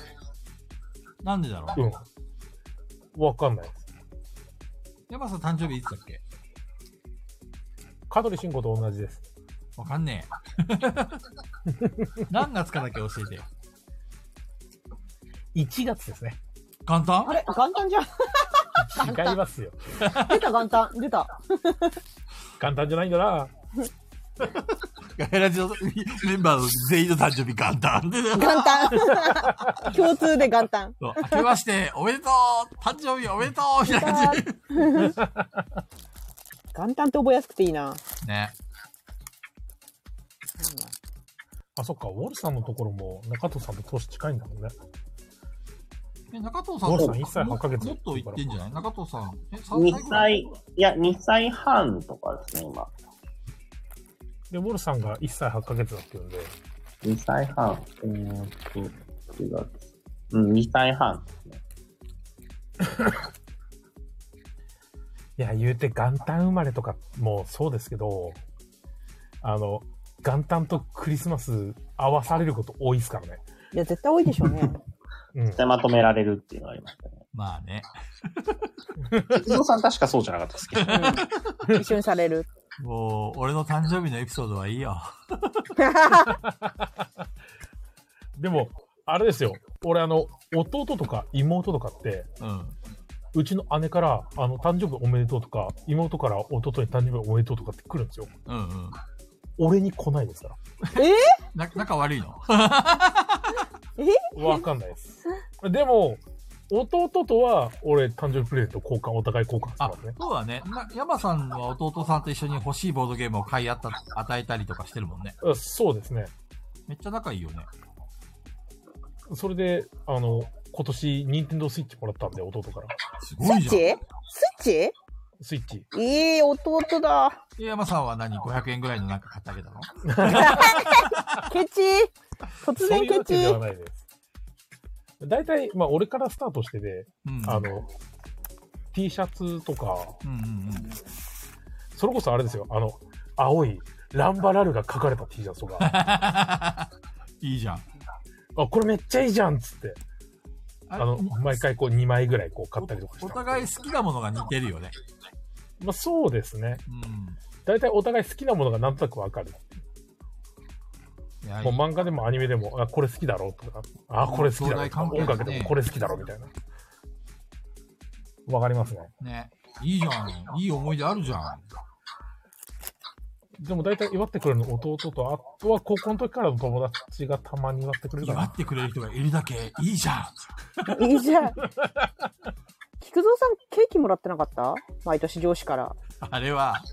A: なんでだろう
D: うん。わかんないです。
A: ヤマさん誕生日いつだっけ
D: 香取慎吾と同じです。
A: わかんねえ。 何月かだけ教えてよ。
D: 1月ですね。
A: 簡単
B: あれ元旦じゃん。
D: 違いますよ。
B: 出た元旦。出た。
D: 簡単じゃないんだな。
A: ガヤラジのメンバーの全員の誕生日簡単。
B: 元旦。 共通で元旦。
A: そう明けまして、おめでとう誕生日おめでとうみたいな感じ。
B: 元旦って覚えやすくていいな。
A: ね。
D: あ、そっか。ウォルさんのところも中藤さんと年近いんだもんね。
A: え、中藤さん
D: ゴールさん一歳八ヶ月
A: もっと言ってんじゃない中藤さん。え、3
C: 2歳、いや、2歳半とかですね、今。
D: で、ウォルさんが1歳8ヶ月だって言うんで、
C: 2歳半。えーっと、1月。うん、2歳半ですね。
D: いや、言うて元旦生まれとかもそうですけど、あの、元旦とクリスマス合わされること多いですからね。
B: いや、絶対多いでしょうね。
D: うん。
C: で、まとめられるっていうのがありましたね。
A: まあね。
C: 伊藤さん確かそうじゃなかったですけど。
B: うん一緒にされる。
A: もう、俺の誕生日のエピソードはいいよ。
D: でも、あれですよ。俺、あの、弟とか妹とかって、
A: うん。
D: うちの姉から、あの、誕生日おめでとうとか、妹から弟に誕生日おめでとうとかって来るんですよ。
A: うんうん。
D: 俺に来ないですか
A: な、仲悪いの
D: ら。わかんないです。でも、弟とは、俺、誕生日プレゼント交換、お互い交換して
A: あ
D: ますね。、
A: そうだね。な、山さんは弟さんと一緒に欲しいボードゲームを買いあった、与えたりとかしてるもんね。
D: あそうですね。
A: めっちゃ仲いいよね。
D: それで、あの、今年、ニンテンドースイッチもらったんで、弟から。
A: す
B: ス
A: ごい
B: イ
A: じゃ
B: ッ
A: ん。
B: チスイッ
D: スイッチ。
B: チいい弟だ。
A: え、山さんは何 ?500 円ぐらいのなんか買ってあげたの
B: ケチ突
D: そう
B: 然
D: いう
B: ケ
D: わけでは
B: チ
D: ないです。大体、まあ、俺からスタートしてで、
A: うん。
D: あの、T シャツとか、
A: うんうんうん。
D: それこそあれですよ、あの、青い、ランバラルが書かれた T シャツ とか、
A: いいじゃん。
D: あ、これめっちゃいいじゃんっつって、
A: あ
D: あの、毎回こう2枚ぐらいこう買ったりとかして。
A: お互い好きなものが似てるよね。
D: まあそうですね。
A: う
D: 大体お互い好きなものがなんとなくわかる。
A: ん。いや
D: もう漫画でもアニメでも、あ、これ好きだろうとか、あ、これ好きだろうとか、
A: 兄弟関係
D: 音楽で
A: ね
D: もこれ好きだろうみたいな。わかりますね。
A: ね。いいじゃん。いい思い出あるじゃん。
D: でも大体祝ってくれるの弟と、あとは高校の時からの友達がたまに祝ってくれるか
A: 祝
D: ら
A: っ。てくれる人がいるだけいいじゃん。
B: いいじゃん。聞菊蔵さんケーキもらってなかった毎年上司から。
A: あれは、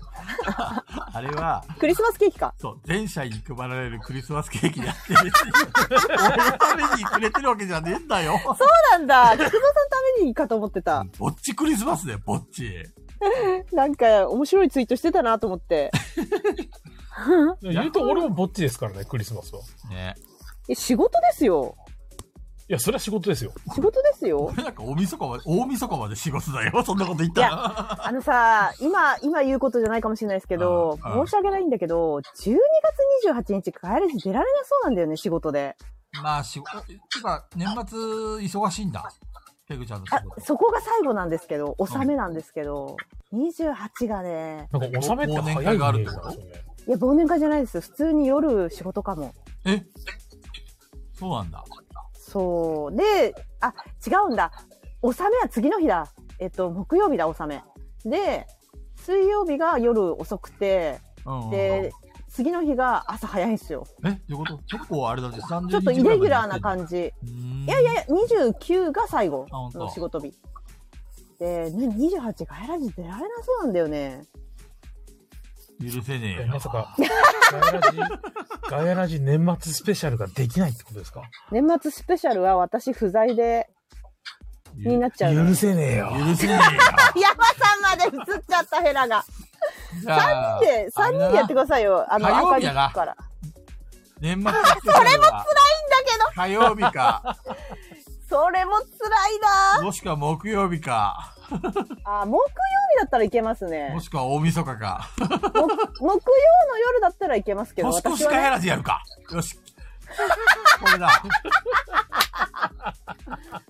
A: あれは、
B: クリスマスケーキか。
A: そう、全社員に配られるクリスマスケーキであって、別に 俺のためにくれてるわけじゃねえんだよ。
B: そうなんだ。菊蔵さんのためにかと思ってた。
A: ぼっちクリスマスだよ、ぼっち。
B: なんか面白いツイートしてたなと思って。
D: 言うと俺もぼっちですからね、クリスマスは。い
A: ね
B: え、仕事ですよ。
D: や、それは仕事ですよ。
B: 仕事で すよ。
A: 俺なんか大晦日まで、大晦日まで仕事だよ。そんなこと言ったら。
B: あのさ、今、今言うことじゃないかもしれないですけど、
A: うんうん
B: 申し訳ないんだけど、12月28日帰れず出られなそうなんだよね、仕事で。
A: まあ、仕事、てか、年末忙しいんだ。ペグちゃんの仕
B: あ、
A: 事。
B: そこが最後なんですけど、納めなんですけど、28がね、
D: なんか収めって早いイメージなんですよね。
B: いや、忘年会じゃないですよ。普通に夜仕事かも。
A: えそうなんだ。
B: そう。で、あ、違うんだ。納めは次の日だ。えっと、木曜日だ、納め。で、水曜日が夜遅くて、
A: うんうんうん。
B: で、次の日が朝早いんですよ。
A: え、どういうこと結構あれだね。30
B: ちょっとイレギュラーな感じ。
A: じ。い
B: いやいやいや、29が最後
A: あ本当
B: の仕事日。で、ね28がエラジ出られなそうなんだよね。
A: 許せねえ
D: え
A: よ
D: ま。さか、ガヤラジ、ガヤラジ年末スペシャルができないってことですか
B: 年末スペシャルは私不在で、になっちゃうね。
D: 許せねえよ。
A: 許せね
B: 山さんまで映っちゃったヘラが。
A: えよ。じゃあ、
B: で、3人でやってくださいよ。あの、
A: 火曜日
B: 明
A: や
B: る
A: ない
B: から。だ
A: 年末それも辛い
B: けど、
A: 火曜日か、
B: それも辛いな
A: もしくは木曜日か、
B: あ、木曜日だったらいけますね
A: も。しくは大晦日か。
B: も木曜の夜だったらいけますけど、
A: 年越
B: 私
A: し
B: は、
A: かや
B: ね、
A: らずやるか。よし。これだ。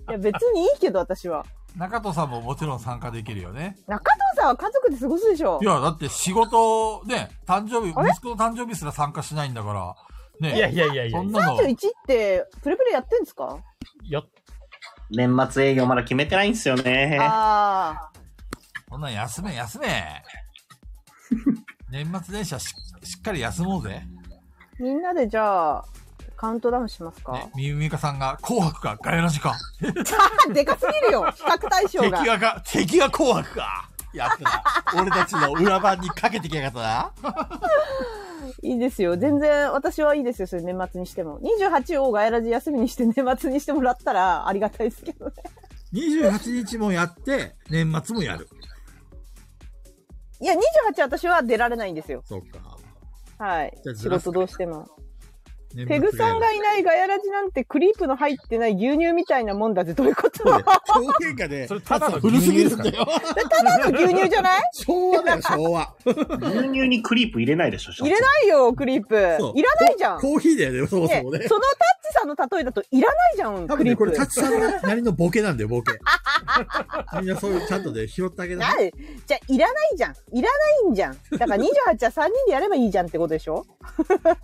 B: いや別にいいけど、私は。
A: 中戸さんももちろん参加できるよね。
B: 中藤さんは家族で過ごすでしょ
A: い。や、だって仕事、ね、誕生日、
B: あれ
A: 息子の誕生日すら参加しないんだから、
D: いや
A: ね、
D: いやいやいや
A: そん
D: い
A: なの
B: 31、って、プレプレやってんですか
D: や、
C: 年末営業まだ決めてないんですよね。
B: ああ。
A: そんなん休め、休 め。年末年始はししっかり休もうぜ。
B: みんなでじゃあ、カウントダウンしますか、
A: ね、みゆみゆかさんが、紅白か、ガヤラジか。
B: でかすぎるよ比較対象
A: 敵
B: が。
A: がか、敵が紅白か。やって た。俺たちの裏番にかけてきやがったな。
B: いいですよ。全然、私はいいですよ。それ年末にしても。28をガイラジ休みにして年末にしてもらったらありがたいですけどね。
A: 28日もやって、年末もやる。
B: いや、28私は出られないんですよ。
A: そうか。
B: はい
A: じゃあ。ず
B: 仕
A: らす
B: 事
A: か
B: どうしても。
A: 年
B: ペグさんがいないガヤラジなんてクリープの入ってない牛乳みたいなもんだぜ。どういうことた
A: 表現がね、
D: それただの
A: 古すぎるん
D: 牛乳
A: だ
D: で
A: よ。
B: だの牛乳じ ゃない
A: 昭和だよ、昭和。
C: 牛乳にクリープ入れないでしょ、
B: 入れないよ、クリープ
A: そう。
B: いらないじゃん。
A: コーヒーだよね、そも
B: ね
A: そもね。
B: そのタッチさんの例えだといらないじゃん、
A: 多
B: ク
A: 分
B: リ
A: ね、
B: ープ。
A: これ、タチさんがなりのボケなんだよ、ボ ケ。みんなそういう、ちゃんとね、拾ってあげな。
B: ないいじゃあ、いらないじゃん。いらないんじゃん。だから28は3人でやればいいじゃんってことでしょ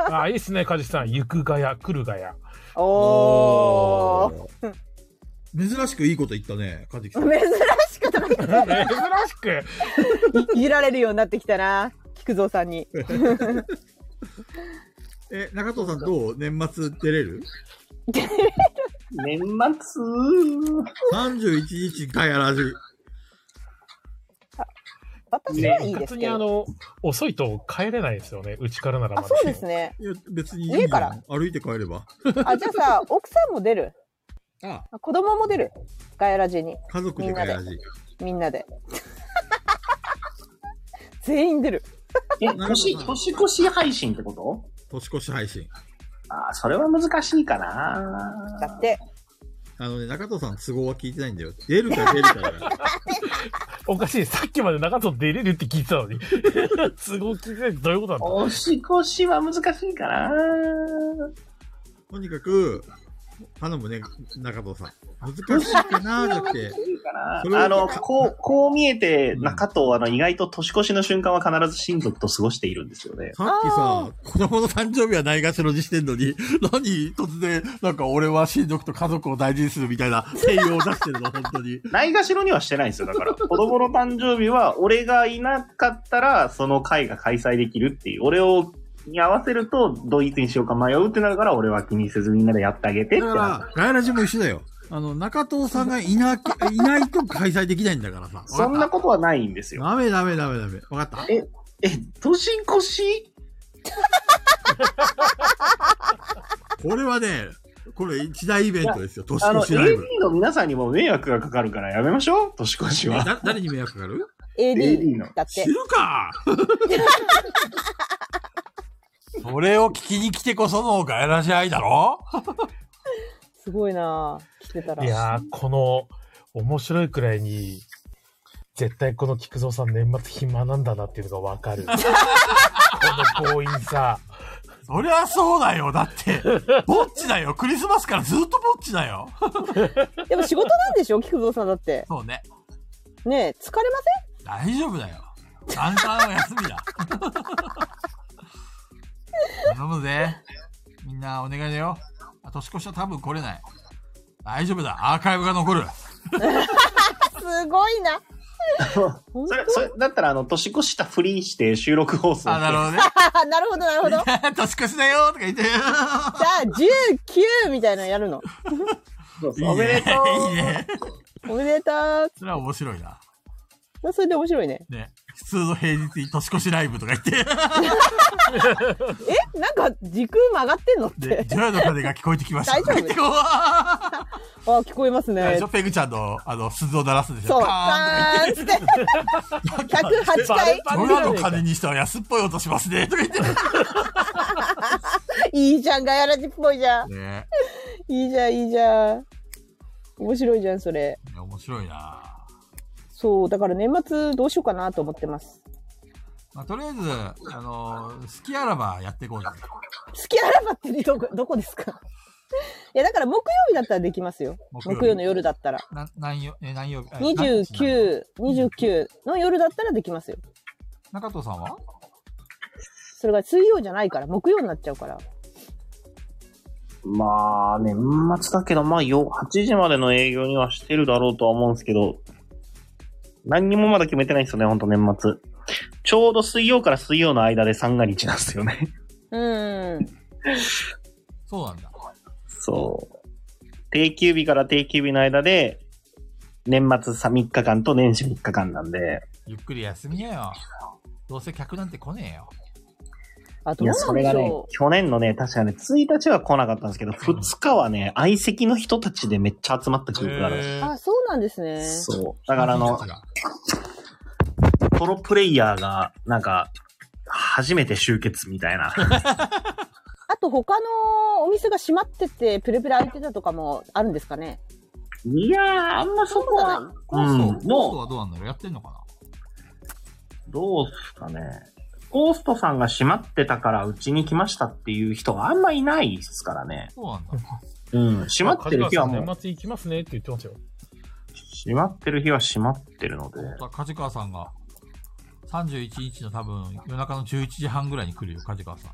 D: あ、いいっすね、梶さん。行くガヤ、来るガヤ。
B: おー。
A: 珍しくいいこと言ったね、カジキさん。
B: 珍しくない
D: 珍しく。
B: いじられるようになってきたな。菊蔵さんに。
A: え、中藤さんどう年末出れる
C: 年末
A: ?31 日ガヤラジ。
B: 私
D: ね
B: は、いいです
D: 別
B: け
D: にあ
B: ど。
D: の、遅いと帰れないですよね。うちからなら
B: あ、
D: まだし
B: そ
D: も
B: うです。ね。
A: いや、別にいい
B: 家
A: じゃ
B: か
A: ん
B: ら。
A: 歩いて帰れば。
B: あ、じゃあ さ、奥さんも出る。
A: あ
B: 子供も出る。ガヤラジに。
A: 家族でガヤラジ。
B: みん なで。全員出る。
C: え、年、年越し配信ってこと
A: 年越し配信。
C: あーそれは難しいかな
B: だって。
A: あのね、中藤さん都合は聞いてないんだよ。出るか出るかだから。
D: おかしい。さっきまで中戸出れるって聞いてた のに。都合聞いてないってどういうことなんだ
C: 年越しは難しいかな
A: とにかく、頼むね、中藤さん。難しいかなーじゃなくて
C: 難、しいかな
A: それは
C: あの、こう、こう見えて、
A: うん
C: 中藤、あの、意外と年越しの瞬間は必ず親族と過ごしているんですよね。
A: さっきさ、子供の誕生日はないがしろにしてんのに、何突然、なんか俺は親族と家族を大事にするみたいな声優を出してるの、本当に。
C: ないがしろにはしてないんですよ。だから、子供の誕生日は、俺がいなかったら、その会が開催できるっていう、俺を、に合わせると、どいつにしようか迷うってなるから、俺は気にせずみんなでやってあげてって
A: だか
C: な
A: ら、ガヤラジも一緒だよ。あの、中藤さんがいなき、 いないと開催できないんだからさ。
C: そんな
A: こ
C: ことはないんですよ。
A: ダメダメダメダメ。わかった。
C: え、年越し
A: これはね、これ一大イベントですよ。年
C: あの、
A: 越しライ
C: AD
A: ブ。
C: の皆さんにも迷惑がかかるからやめましょう、年越しは。
A: だ誰に迷惑かかる
B: AD
C: AD の。
B: だっ
A: 知
B: て
A: るか それを聞きに来てこそのガヤラジ愛だろ
B: すごいなぁ来てたら
D: いやー、この、面白いくらいに、絶対この菊蔵さん年末暇なんだなっていうのがわかる。この強引さ。
A: そりゃそうだよ。だって、ぼっちだよ。クリスマスからずっとぼっちだよ。
B: でも仕事なんでしょ菊蔵さんだって
A: そうね。
B: ねえ疲れま
A: 大丈夫だよ。元旦は休みだ。 頼むぜ。みんなお願いだよ。あ年越しは多分来れない。大丈夫だ。アーカイブが残る。
B: せんすごいな 本
C: それ、それ、だったら、あの、年越したふりして収録放送。
A: あ、なるほどね。
B: 当なるほどなるほどじゃ
A: 年越しだよとか言って。
B: あ19みたいなのやるの
C: そうそう
A: いい
C: おめで
A: ね
C: とう。。
A: いいね。
B: おめでとう
A: それは面白いな。
B: それで面白いね
A: ね。普通の平日に年越しライブとか言って。
B: えなんか時空曲がってんのっ
A: で、
B: て
A: ジョヤの風が聞こえてきました。
B: 大丈 夫
A: ってこうあ
B: あ聞こえます
A: れで
B: ね
A: しょペグちゃんの、あの、鈴を鳴らすんでしょ。
B: そう
A: パーン
B: パーンっつって108回
A: とか。ジョヤの風にしては安っぽい音しますね。とか言って。
B: いいじゃんガヤラジっぽいじゃん
A: ね
B: いいじゃんいいじゃん面白いじゃんそれ
A: いや面白いな
B: そうだから年末どうしようかなと思ってます
A: まあ、とりあえず、あのー、好きあらばやっていこうよ。
B: 好きあらばってど こどこですか いやだから木曜日だったらできますよ
A: 木曜日
B: 木曜の夜だったら
A: な、何曜、え、何曜日え何日なの
B: 2929の夜だったらできますよ
A: 中藤さんは
B: それが水曜じゃないから木曜になっちゃうから
C: まあ、年末だけど、まあ、よ、8時までの営業にはしてるだろうとは思うんですけど、何にもまだ決めてないんですよね、ほんと年末。ちょうど水曜から水曜の間で三が日なんですよね。
B: うん
A: そうなんだ。
C: そう。定休日から定休日の間で、年末さ3日間と年始3日間なんで、
A: ゆっくり休みなよ。どうせ客なんて来ねえよ。
B: あど
C: いうや、
B: な
C: そ
B: んで
C: れ
B: し
C: がね
B: ょ、
C: 去年のね、確かね、1日は来なかったんですけど、2日はね、相席の人たちでめっちゃ集まった記憶があるんです
B: う、
A: え
B: あそうなんですね
C: そう。だからあの、プロプレイヤーが、なんか、初めて集結みたいな。
B: あと他のお店が閉まってて、プレプレ空いてたとかもあるんですかね。
C: いやー、あんまそこ
B: そう
C: は、
A: コースト、
C: う
A: コー
C: ん
A: ストはどうなんだろうやってんのかな
C: どうすかね。コーストさんが閉まってたからうちに来ましたっていう人があんまいないですからね。
A: そうなんだ。
C: うん。閉まってる日はもう
D: 梶川さん、年末行きますねって言ってましたよ。
C: 閉まってる日は閉まってるので。
A: だ梶川さんが、31日の多分、夜中の11時半ぐらいに来るよ、梶川さん。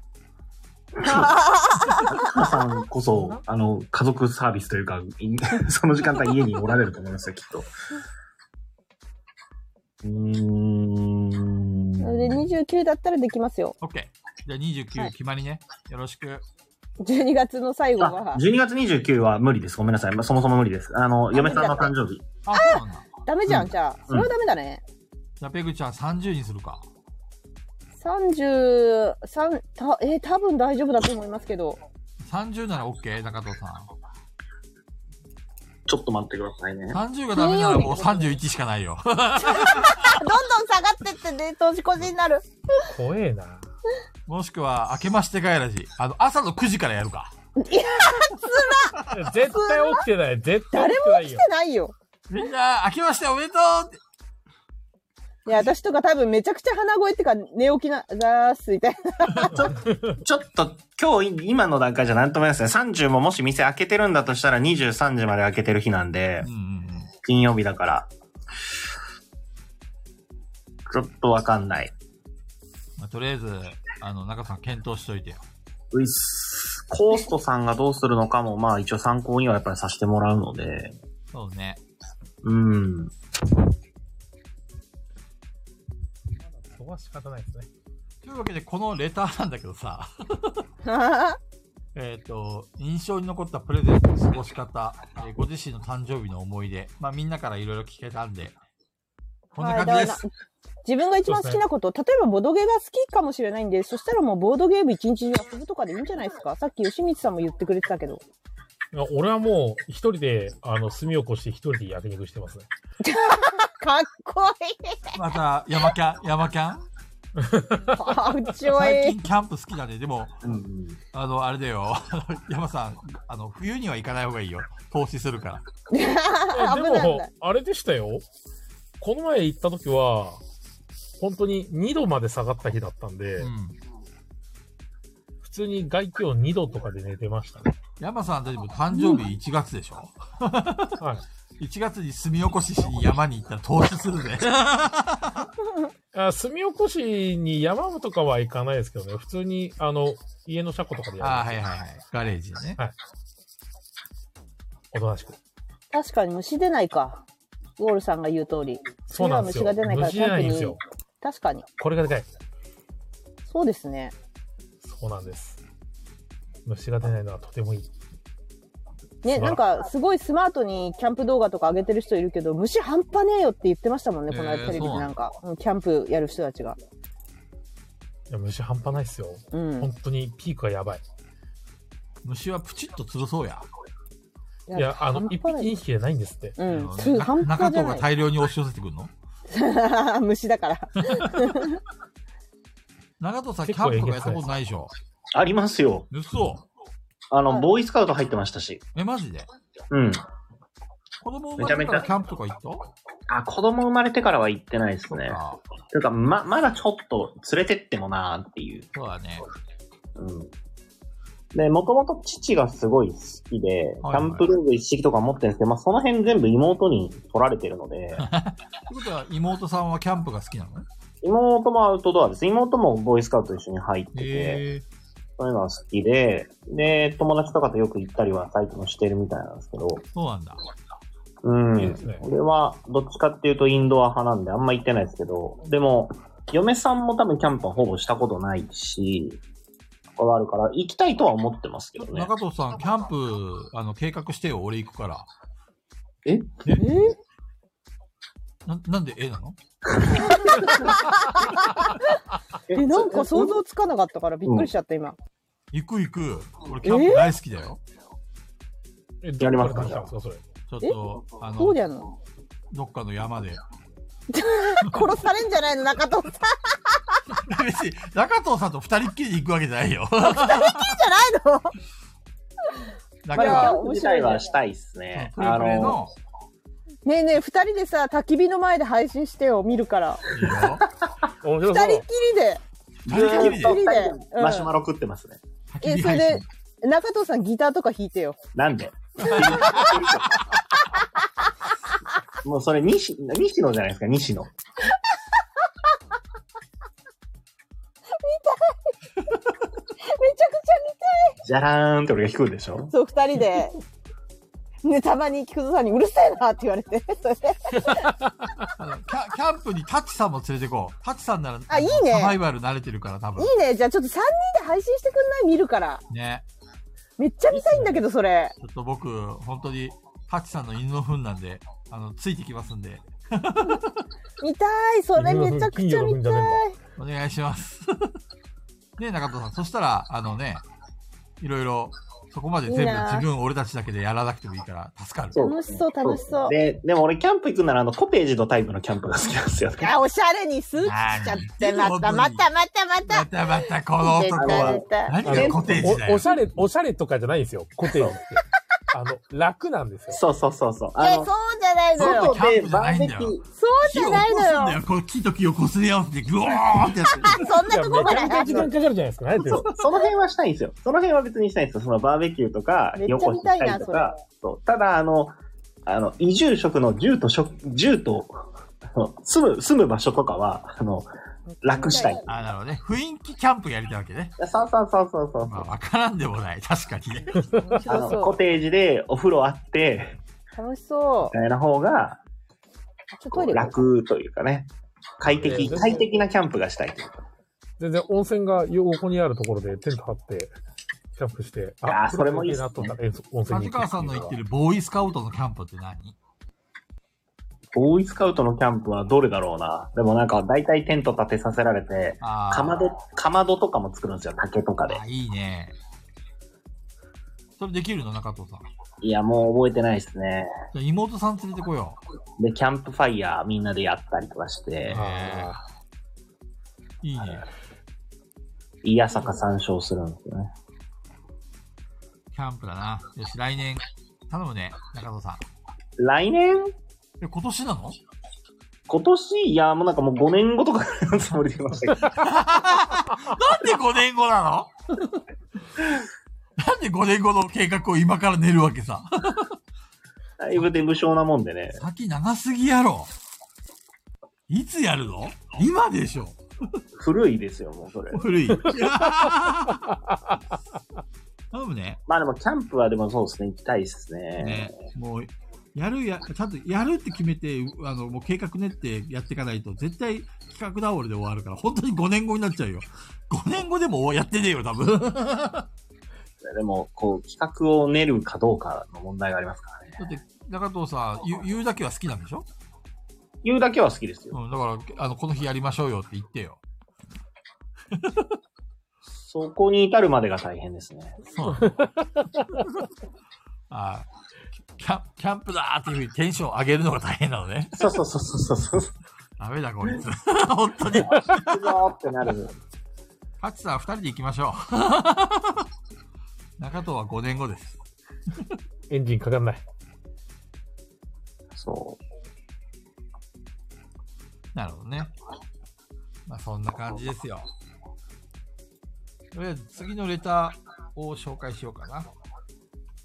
C: 皆さんこそ、あの、家族サービスというか、い その時間帯家におられると思いますよ、きっ と。うーん。
B: それで29だったらできますよ。
A: OK。じゃあ29決まりね。よろしく。
B: 12月の最後
C: あ
B: は、。
C: 12月29は無理です。ごめんなさい。まあそもそも無理です。あの、嫁さんの誕生日。
A: あ、そうなんだ。
B: ダメじゃ
C: うん
B: ん、じゃあ。それはダメだね。
A: じゃあペグちゃん30にするか。
B: 33、た、えー多分大丈夫だと思いますけど。
A: 30なら OK、中藤さ
C: ちょっと待ってくださいね。
A: ん。30がダメならもう31しかないよ。
B: あどんどん下がってってね、年越しになる。
D: 怖えな。
A: もしくは、明けまして帰らし。あの、朝の9時からやるか。
D: 絶対起きてない。絶対
B: 誰も来
D: 起きてない
B: て
D: よ。
B: ないよ。
A: みんな、明けましておめでとうって。
B: いや、私とか多分めちゃくちゃ鼻声ってか、寝起きな、ざーすみたいな。
C: ちょっと、今日い、今の段階じゃなんとも言えないですね。30ももし店開けてるんだとしたら23時まで開けてる日なんで
A: うん、うんうん。
C: 金曜日だから。ちょっとわかんない。
A: まあ、とりあえず、あの、中藤さん検討しといてよ。
C: ういっす。コーストさんがどうするのかも、まあ一応参考にはやっぱりさせてもらうので、
A: そうね。
C: うん。
D: そこは仕方ないですね。
A: というわけで、このレターなんだけどさ、 えっ、と、印象に残ったプレゼントの過ごし方、えーご自身の誕生日の思い出、まあみんなからいろいろ聞けたんで、 こんな感じです。
B: はいだから自分が一番好きなこと、例えばボドゲが好きかもしれないんで、そしたらもうボードゲーム一日中遊ぶとかでいいんじゃないですかさっき吉光さんも言ってくれてたけど。
D: いや俺はもう一人で、あの、炭を越して一人で焼肉してますね。
B: かっこいい
A: また、山キャン、山キャン
B: かっちょ
A: 最
B: い
A: 近キャンプ好きだね。でも、
C: うんうん。
A: あの、あれだよ。 あの山さん、あの、冬には行かない方がいいよ。投資するから。
D: あで
B: 危ない危な
D: も
B: い。、
D: あれでしたよ。この前行った時は、本当に2度まで下がった日だったんで、
A: うん。
D: 普通に外気温2度とかで寝てましたね。
A: 山さんたちも誕生日1月でしょ
D: はい。
A: ?1 月に炭起こししに山に行ったら投資するぜ。
D: あ炭起こしに山とかは行かないですけどね、普通に、あの、家の車庫とかでやる。
A: ああ、はいはいはい。ガレージでね。
D: おとなしく。
B: 確かに虫出ないか。ウォールさんが言う通り。
D: そうなんですよ。
B: 冬は虫が出ないから
D: 虫出ないんですよ。
B: 確かに。
D: これがでかい。
B: そうですね。
D: そうなんです。虫が出ないのはとてもいい。
B: ね、
D: 素晴らしい
B: なんかすごいスマートにキャンプ動画とか上げてる人いるけど、虫半端ねえよって言ってましたもんね、この
A: え
B: 間
A: ー
B: テレビでなんか、うんキャンプやる人たちが。
D: いや虫半端ないですよ。
B: うん。
D: 本当にピークはやばい。
A: 虫はプチッと吊るそうや。
B: い
D: いや、あの、
B: 半
D: 一
B: 端ない
D: 匹、一匹でないんですって。
B: う
A: あの
B: ん、
A: ね
B: すぐ
A: な
B: 半
A: 中
B: 端じゃ
A: 藤
B: な
A: が
B: い。
A: 大量に押し寄せてくるの
B: 虫だから。
A: 中藤さん、キ
D: 結構
A: ャンプとかやったことないでしょ
C: ありますよ。
A: 嘘
C: あ
B: はい
C: の、ボーイスカウト入ってましたし。
A: え、マジで
C: うん。
A: 子供生まれ
C: め
A: たら
C: ちゃめちゃ
A: キャンプとか行った
C: あ、子供生まれてからは行ってないです
A: そう
C: ね。
A: か。
C: というか、ま、まだちょっと連れてってもなーっていう。
A: そうだね。
C: うん。で、もともと父がすごい好きで、キ
A: はいはい
C: ャンプ道具一式とか持ってるんですけど、まあその辺全部妹に取られてるの で、
A: ということは、妹さんはキャンプが好きなの
C: 妹もアウトドアです。妹もボーイスカウト一緒に入ってて、
A: え
C: そういうのは好きで、で、友達とかとよく行ったりは最近もしてるみたいなんですけど、
A: ー、そうなんだ。
C: うん。
D: いいですね
C: 俺は、どっちかっていうとインドア派なんであんま行ってないですけど、でも、嫁さんも多分キャンプはほぼしたことないし、とかはあるから、行きたいとは思ってますけ
A: ちょ
C: ど
A: っと
C: ね。
A: 中藤さん、キャンプ、あの、計画してよ、俺行くから。
B: えー
A: な、なんで絵なの
B: え、なんか想像つかなかったからびっくりしちゃった、今。
A: 行く行く。俺、キャンプ大好きだよ。
D: え、
C: やります
D: ど
C: か
D: っから出てきたんですか、それ。
A: ちょっと、あ
B: そう
A: の、
B: だよの。
A: どっかの山で。
B: 殺されんじゃないの、中藤さん
A: 別に、中藤さんと二人っきりで行くわけじゃないよ。
B: じゃないの。
A: だ
B: ま
A: か
B: あ
C: キ
B: でも
A: ら、
C: ャ
A: そ
C: ンプ自体はしたいですね
A: う。プレ
C: あ
A: プレ
C: の
A: の、、
B: ねえねえ、二人でさ、焚き火の前で配信してよ、見るから。
A: いいよ。
D: 面
B: 二
D: 白
B: 人
D: そ
B: っきりで。
A: 二
C: ず
A: 人っきり
C: ーっ
A: で
C: と
B: 二人で
C: 二人でマシュマロ食ってますね。
A: 焚き
B: え、
A: 火
B: そ
A: 配
B: れ
A: 信
B: で、中藤さんギターとか弾いてよ。
C: なん でもうそれ西、西野じゃないですか、西野。
B: めちゃくちゃ見た
C: じゃらーんって俺が弾くんでしょ
B: い。そう、二人で。ね、たまに菊蔵さんにうるせえなって言われて。それで
A: あのキャキャンプにタッチさんも連れてこう。タッチさんなら、
B: あいいね
A: サバイバル慣れてるから、多分
B: い。いね。じゃあちょっと三人で配信してくんない見るから。
A: ね。
B: めっちゃ見たいんだけど、それ。
A: ちょっと僕、本当に、タッチさんの犬の糞なんで、あの、ついてきますんで、
B: 見たい。それめちゃくちゃ見たい。
A: お願いします。ねえ、中藤さん。そしたら、あのね、いろいろ、そこまで全部
B: いいな
A: 自分、俺たちだけでやらなくてもいいから、助かる。
C: そう
B: 楽しそう楽しそう
C: で、でも俺キャンプ行くならあのコページのタイプのキャンプが好きなんですよね。
B: あ、おしゃれにスーツ着ちゃって、またまたまたま
A: ま
B: た。
A: たまたこの男
B: 絶
A: は
B: 対絶対。
A: 何がコテージだ
D: お
A: よ
D: おし。ゃれ、おしゃれとかじゃないんですよ、コテージって。あの、楽なんですよ。
C: そうそうそうそう。
B: え、
C: あ
B: そう
C: の、
B: じゃないのよ。
C: 外
A: キ
C: で
A: ャンプじゃ
C: バ
A: な
C: ー
A: いん
C: ベ
A: だ
C: キ
A: よ
C: ュー、
B: そうじ
A: 火を
B: ゃ
A: 起
B: ない
A: こすん
B: の
A: だ
B: よ。
A: よ。この木と木をこすり合わせて、グオーンってやって。
B: そん
D: い
B: な
D: や、
B: と
D: め
B: こま
D: ち
B: で
D: ゃめちゃ時間かかるじゃないですか。何やってるん
C: そ
D: で
C: うその辺はしたいんですよ。その辺は別にしたいんですよ。そのバーベキューとか、
B: めっちゃ
C: 横にしたりとか。そうただ、あの、あの、移住職の住と職、住と、 あの住む、住む場所とかは、あの、楽したい。
A: あ、なるほどね。雰囲気キャンプやりたいわけね。
C: そうそうそうそうそう。
A: まあ、わからんでもない。確かにね。
B: 面
C: あ
B: 白
C: の、
B: そ
C: コテージでお風呂あって、
B: う。楽しそう。
C: みたいな方が、
B: ちょっとトイレ行こう
C: 楽というかね、快適、
D: えー
C: 快適なキャンプがしたいというか。
D: 全然温泉が横にあるところでテント張って、キャンプして、
C: いやーそれもいいっ
D: っ
C: す
D: す
C: ね
D: ね。これもいいなと思ったらえ温泉に行く
A: 立
D: っていうの
A: 川
D: は
A: さんの言ってるボーイスカウトのキャンプって何
C: ボーイスカウトのキャンプはどれだろうな。でもなんか、大体テント立てさせられて、
A: あー
C: かまど、かまどとかも作るんですよ、竹とかで
A: あ。いいね。それできるの中藤さん。じ
C: いや、もう覚えてないですね。
A: ゃあ妹さん連れてこよ
C: で、キャンプファイヤーみんなでやったりとかし
A: う。
C: て、
D: あ
A: いいね。
C: いやさか参照するんですよね。
A: キャンプだな。よし、来年、頼むね、中藤さ
C: 来年
A: ん。え、今年なの
C: 今年いや、もうなんかもう5年後とかのつもりでいましたけ
A: な
C: ど。
A: んで5年後なの なんで5年後の計画を今から練るわけさ。
C: だいぶで無償なもんでね。
A: 先長すぎやろ。いつやるの今でしょ。
C: 古いですよ、もうそれ。
A: 古 い。頼むね。
C: まあでも、キャンプはでもそうですね、行きたいですね。
A: ね、もう、やるや、ちゃんとやるって決めて、あの、もう計画練ってやっていかないと、絶対企画倒れで終わるから、本当に5年後になっちゃうよ。5年後でもやってねえよ、多分。だ
C: でも、こう、企画を練るかどうかの問題がありますからね。
A: って、中藤さん、言う言うだけは好きなんでしょ
C: 言うだけは好きですよ。
A: うん、だから、あの、この日やりましょうよって言ってよ。
C: そこに至るまでが大変ですね。
A: そう あキャンキャンプだーっていうふうにテンション上げるのが大変なのね。
C: そうそうそうそうそうそう。
A: ダメだ、こ いつ。本当に。
C: 行くぞーってなる。
A: ハチさん、二人で行きましょう。 中藤は5年後です。
D: ーエンジンかかんない。
C: そう。
A: なるほどね。まあ、そんな感じですよ。とりあえず、次のレターを紹介しようかな。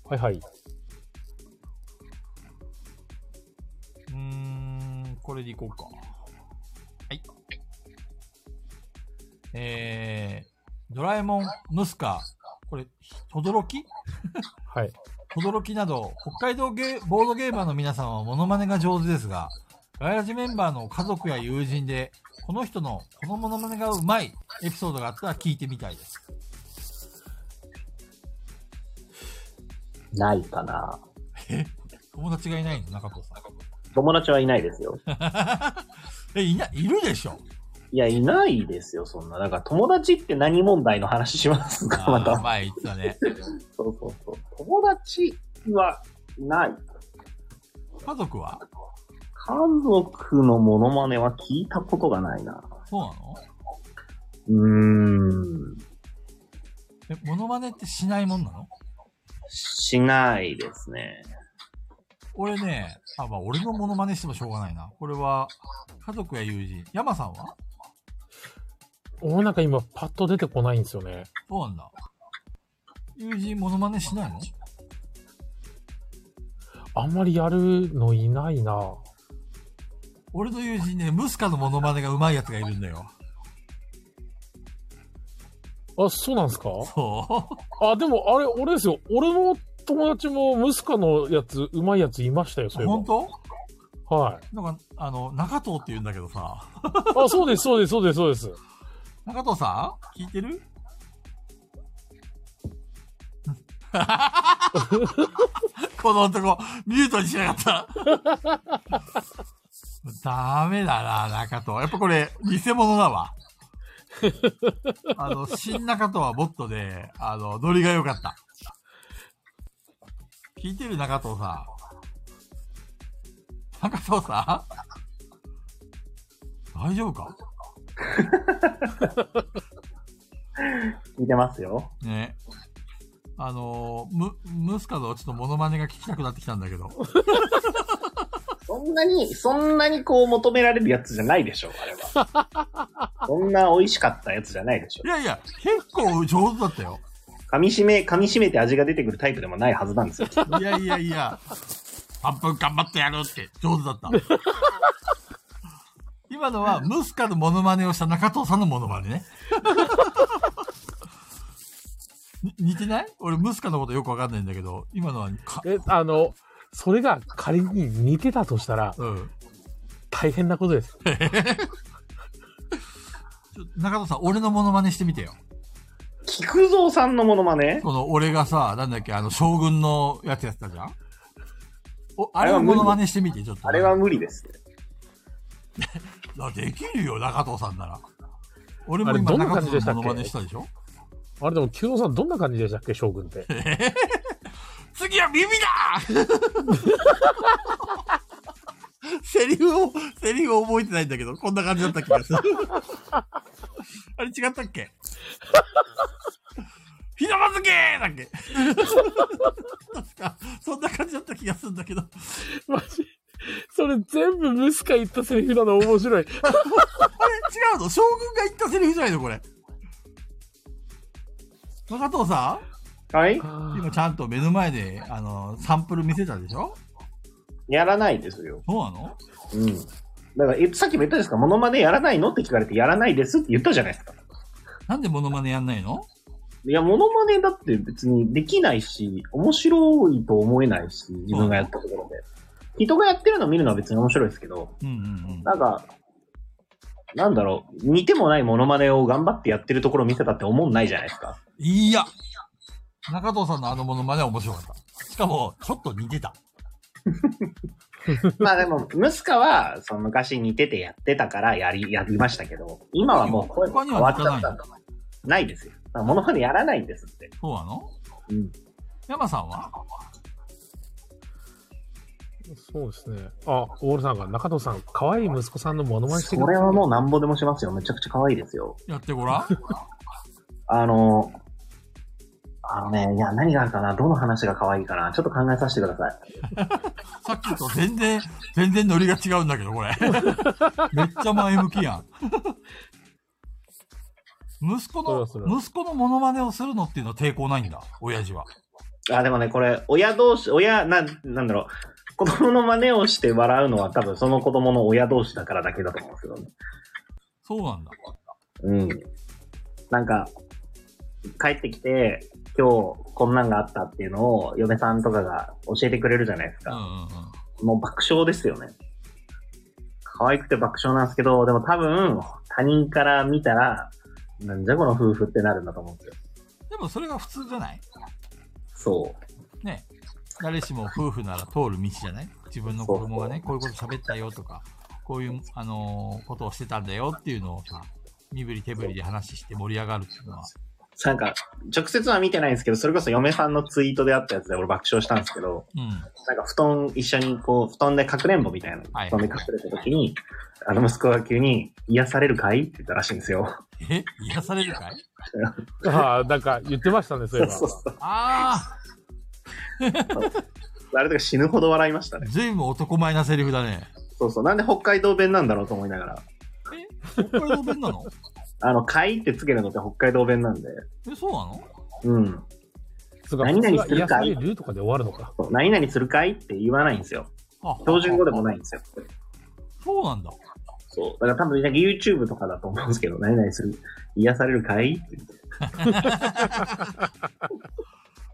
D: はいはい。
A: うーん、これでいこうか。はい。えー、ドラえもん、ムスカ、これ、とどろき
D: はい。
A: 轟きなど、北海道ゲーボードゲーマーの皆さんはモノマネが上手ですが、ガヤラジメンバーの家族や友人で、この人のこのモノマネがうまいエピソードがあったら聞いてみたいです。
C: ないかな。
A: 友達がいないの中藤さん。
C: 友達はいないですよ。
A: え、いな、いるでしょ
C: いや、いないですよ、そんな。だから、友達って何問題の話しますか ま
A: あー
C: た。
A: 前言ってたね。
C: そうそうそう。友達はいない。
A: 家族は
C: 家族のモノマネは聞いたことがないな。
A: そうなの
C: うーん。
A: え、モノマネってしないもんなの
C: しないですね。
A: 俺ね、あ、まあ俺のモノマネしてもしょうがないな。これは、家族や友人。山さんは
D: おなんか今パッと出てこないんですよね。
A: そうなんだ。友人モノマネしないの
D: あんまりやるのいないな。
A: 俺の友人ね、ムスカのモノマネが上手いやつがいるんだよ。
D: あ、そうなんですか
A: そ
D: あ、でもあれ、俺ですよ。俺の友達もムスカのやつ、うまいやついましたよ、そうれ
A: 本
D: も。
A: 当
D: はい。
A: なんか、あの、中藤って言うんだけどさ。
D: あ、そうです、そうです、そうです、そうです。
A: 中藤さん聞いてるこの男、ミュートにしやがった。 ダメだな、中藤。やっぱこれ、偽物だわ。あの、新中藤はボットで、あの、ノリが良かった。聞いてる中藤さん。中藤さん大丈夫か
C: 聞いてますよ。
A: ね。あのー、む、ムスカのちょっとモノマネが聞きたくなってきたんだけど。
C: そんなに、そんなにこう求められるやつじゃないでしょ、あれは。 そんな美味しかったやつじゃないでしょ
A: い。やいや、結構上手だったよ。
C: 噛み締め、噛み締めて味が出てくるタイプでもないはずなんです よ。
A: いやいやいや、半分頑張ってやるって上手だった。今のはムスカのモノマネをした中藤さんのモノマネね。 に似てない俺ムスカのことよくわかんないんだけど、今のはか、
D: え、あの、それが仮に似てたとしたら
A: うん。
D: 大変なことです。
A: ちょ中藤さん、俺のモノマネしてみてよ。
C: 聞菊蔵さんのモノマネ
A: この俺がさ、なんだっけ、あの、将軍のやつやってたじゃんお、あ
C: あれ
A: れ
C: は
A: を
C: 無
A: モ
C: 理
A: ノマネしてみて、ちょっと。
C: あれは無理ですね。
A: あできるよ、中藤さんなら。俺
D: あ
A: も
D: れど
A: 今、
D: ん
A: 中
D: な感じで
A: 藤
D: し
A: さん
D: た
A: の
D: っけ
A: モノマネしたでしょ
D: あれでも、久能さんどんな感じでしたっけ、将軍って。
A: 次は耳だ セリフを、セリフを覚えてないんだけど、こんな感じだった気がする。 あれ違ったっけ ひなまずけだっけ 確か、そんな感じだった気がするんだけど。
D: マジ それ全部ムスカ言ったセリフなの面白
A: あ
D: い。
A: れ違うの将軍が言ったセリフじゃないのこれ。中藤さ
C: はい
A: ん今ちゃんと目の前で、あの、サンプル見せたでしょ
C: やらないですよ。
A: そうなの
C: うん。だから、えさっきも言ったじゃないですか、モノマネやらないのって聞かれて、やらないですって言ったじゃないですか。
A: なんでモノマネやんないの
C: いや、モノマネだって別にできないし、面白いと思えないし、自分がやったところで。人がやってるの見るのは別に面白いですけど、
A: うんうん
C: なんか、なんだろう、似てもないモノマネを頑張ってやってるところを見せたって思んないじゃないですか。
A: うん。いや中藤さんのあのモノマネは面白かった。しかも、ちょっと似てた。
C: まあでも、ムスカは、その昔似ててやってたからやり、やりましたけど、今はもう声も変わっちゃったんだ。ないですよ。だからモノマネやらないんですって。
A: そうなの
C: うん。
A: 山さんは
D: そうですね。あ、オールさんが、中野さん、可愛い息子さんのモノマネして
C: そ
D: くれ
C: れはもうなんぼでもしますよ。めちゃくちゃ可愛いですよ。
A: やってごらん。
C: あの、あのね、いや、何があるかなどの話が可愛いかなちょっと考えさせてください。
A: さっきと全然、全然ノリが違うんだけど、 これ。めっちゃ前向きやん。息子の
D: そ、れはそれ
A: 息子のモノマネをするのっていうのは抵抗ないんだ、親父は。
C: あ、でもね、これ、親同士、親、なん、なんだろう。子供の真似をして笑うのは多分その子供の親同士だからだけだと思うんですよね。
A: そうなんだ。
C: うん。なんか、帰ってきて、今日こんなんがあったっていうのを嫁さんとかが教えてくれるじゃないです
A: うん
C: か。
A: うんうん。
C: もう爆笑ですよね。可愛くて爆笑なんですけど、でも多分他人から見たら、なんじゃこの夫婦ってなるんだと思うんですよ。
A: でもそれが普通じゃない
C: そう。
A: ね。誰しも夫婦なら通る道じゃない自分の子供がね、こういうこと喋ったよとか、こういう、あのーことをしてたんだよっていうのをさ、身振り手振りで話して盛り上がるっていうのは。
C: なんか、直接は見てないんですけど、それこそ嫁さんのツイートであったやつで俺爆笑したんですけど、
A: うん。
C: なんか布団一緒にこう、布団でかくれんぼみたいな、
A: はい
C: 布団で隠れた時に、あの息子が急に、癒されるかいって言ったらしいんですよ。
A: え癒されるかい
D: ああ、なんか言ってましたね、そういえば。
C: そうそう
A: あ
C: あれとか死ぬほど笑いました
A: あ
C: ね。
A: ずいぶん男前なセリフだね。
C: そうそう。なんで北海道弁なんだろうと思いながら。
A: 北海道弁なの
C: あの、かいってつけるのって北海道弁なんで。
A: え、そうなの
C: うん。
D: そうか
C: 何々
D: 普通
C: す
D: は
C: るか
D: 癒されるとかで終わるのか。
C: そう何々するかいって言わないんですよ。
A: あ
C: 標準語でもないんですよ。
A: そうなんだ。
C: そう。だから多分、YouTube とかだと思うんですけど、何々する、癒されるかいって言って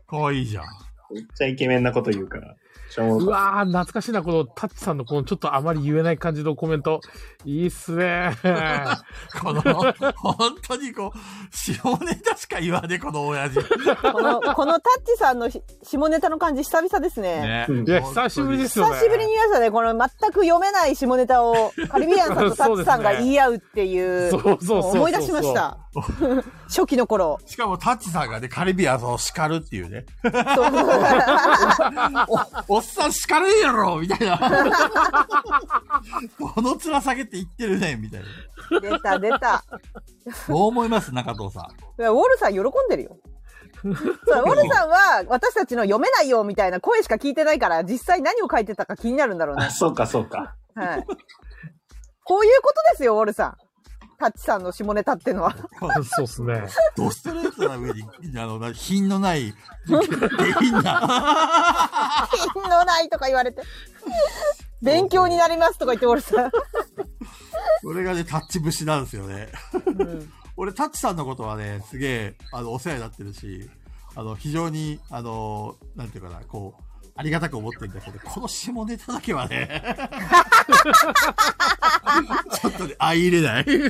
A: かわいいじゃん。
C: めっちゃイケメンなこと言うから。しょうも
D: う
C: ない
D: わー、懐かしいな、このタッチさんのこのちょっとあまり言えない感じのコメント。いいっす ねー。
A: この、本当にこう、下ネタしか言わねえ、この親父。
B: この、このタッチさんのひ下ネタの感じ久々です
A: ね。
B: ね。
C: うん
D: いや、久しぶりですすよね。
B: 久しぶりに言いましたね。この全く読めない下ネタを、カリビアンさんとタッチさんが言い合うっていう、
D: そうですねそうそうそうそう
B: 思い出しま した。初期の頃。
A: しかも、タッチさんがね、カリビアンさんを叱るっていうね。
B: そう
A: おおっさん叱れんやろみたいな。この面下げって言ってるねみたいな。
B: 出た、出た。
A: どう思います中藤さん。
B: ウォルさん喜んでるよ。そうウォルさんは私たちの読めないよみたいな声しか聞いてないから、実際何を書いてたか気になるんだろうね
C: あ、。そうか、そうか。
B: はい。こういうことですよ、ウォルさん。タッチさんの下ネタっての は。
D: そうっすね。
A: ドストレートな上に、あの、な品のない、下品な。
B: 品のないとか言われて。勉強になりますとか言って、ウォルさん。
A: それがね、タッチ節なんですよね。俺、タッチさんのことはね、すげえ、あの、お世話になってるし、あの、非常に、あの、なんていうかな、こう、ありがたく思ってるんだけど、この下ネタだけはね、 ちょっとね、相入れない。
B: リ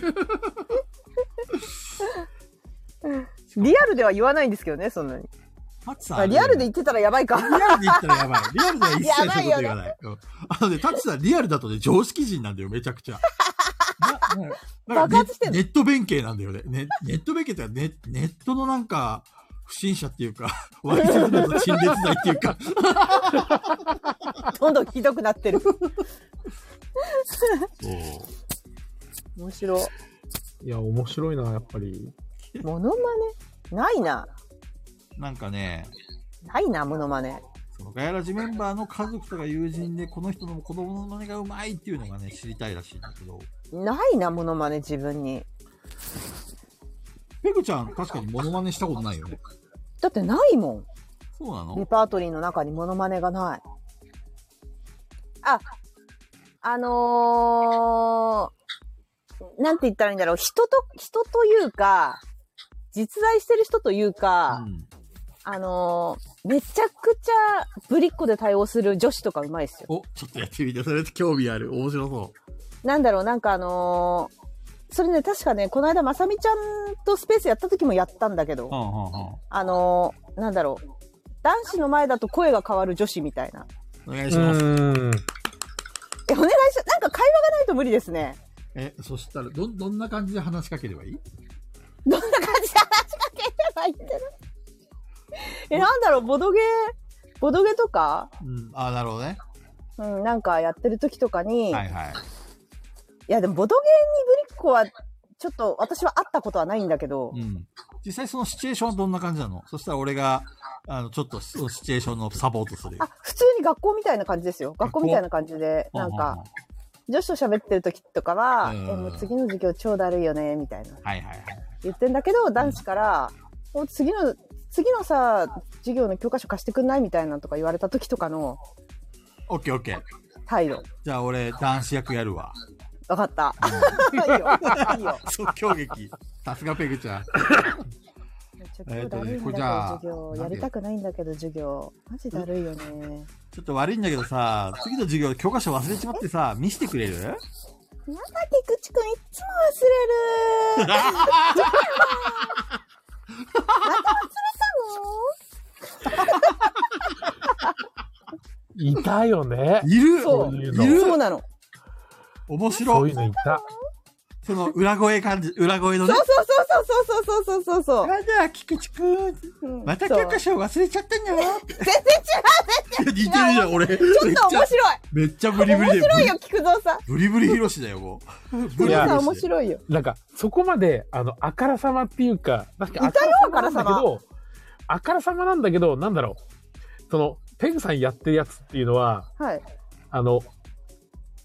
B: アルでは言わないんですけどね、そんなに。
A: タチさんあ
B: あ
A: れ
B: リ
A: だよ
B: ア
A: ね。
B: ルで言ってたらやばいか。
A: リアルで言ったらやばい。リアルでは一切そういうこと言わない。うんあのね、タチさんリアルだとね、常識人なんだよ、めちゃくちゃ。
D: なな
A: なんか
B: 爆発してんの
A: ネネット弁慶なんだよね。ネネット弁慶ってかネネットのなんか、不審者っていうか、ワイルドの陳列罪っていうか、
B: どんどんひどくなってる。
A: そう
B: 面白い。
D: いや、面白いな、やっぱり。
B: モノマネないな。
A: なんかね、
B: ないな、モノマネ。
A: そのガヤラジメンバーの家族とか友人で、この人の子供の真似がうまいっていうのがね、知りたいらしいんだけど、
B: ないな、モノマネ自分に。
A: ペグちゃん、確かにモノマネしたことないよね。
B: だってないも。
A: そうなん
B: レ
A: の
B: パートリーの中にモノマネがない。あ、あのー、なんて言ったらいいんだろう。人と、人というか、実在してる人というか、
A: うん、
B: あのー、めちゃくちゃぶりっ子で対応する女子とかうまいっすよ。
A: お、ちょっとやってみて、それって興味ある。面白そ
B: なんだろう、なんかあのーそれね、確かね、この間、まさみちゃんとスペースやった時もやったんだけど
A: う。、んうんうん。
B: あのーなんだろう、男子の前だと声が変わる女子みたいな。
A: お願
D: う
A: いします。
D: ーん。
B: え、お願いしなんか会話がないと無理ですね。
A: え、そしたら、ど、どんな感じで話しかければいい
B: どんな感じで話しかければいいんだろうえ、なんだろう、ボドゲー、ボドゲとか、
A: うん。ああ、なるほどね。
B: うん、なんかやってる時とかに、
A: はい
B: い、
A: はい。
B: や、でもボドゲにぶりっ子は、ちょっと私は会ったことはないんだけど、
A: うん。実際そのシチュエーションはどんな感じなのそしたら俺が、あの、ちょっとそのシチュエーションのサポートするよ
B: あ、普通に学校みたいな感じですよ。学校みたいな感じで、なんか、。女子と喋ってる時とかは、
A: う
B: え
A: ん
B: もう次の授業超だるいよね、みたいな。
A: はいはいはい。
B: 言ってんだけど、男子から、もう次の、次のさ、授業の教科書貸してくんないみたいなのとか言われた時とかの
A: オッケーオッケー。
B: 態度。
A: じゃあ俺、男子役やるわ。
B: わかった。 いいよ。いいよ。
A: 即興劇。 さすがペグちゃん。えーとねこれじゃ
B: めっちゃ今日だるいんだけど、
A: あ
B: 授業。やりたくないんだけど、授業。マジだるいよね。
A: ちょっと悪いんだけどさ、次の授業、教科書忘れちまってさ、見してくれる
B: やだ、菊池くん、いっつも忘 れる。
D: いたよね。
A: いる
B: そう
A: いる
B: そうなの。
A: 面
D: そ
A: 白
D: うい。
A: いう
D: のいた。
A: その裏声感じ、裏声の
B: そ
A: ね
B: う。そうそうそうそうそうそうそう。
A: やだ、菊池くん。
B: うん
A: また
B: そう
A: 教科書忘れちゃったんだよ。
B: 全然 違う
A: 似
B: 全
A: て
B: 然
A: る
B: 違う
A: じゃん、俺。ちょっ
B: ちょっと面白い
A: めっちゃブリブリ
B: 面
A: で。
B: 白いよ、菊蔵さん。
A: ブリブリヒロシだよ、もう。ブ
B: 菊
A: リブリ
B: 蔵さん
A: ヒ
B: 面
A: ロシ。
B: 白いよ。
D: なんか、そこまで、あの、あからさまっていうか、確かに
B: いたよ
D: あからさまなんだけど、あからさまなんだけど、なんだろう。その、ペグさんやってるやつっていうのは、
B: はい。
D: あの、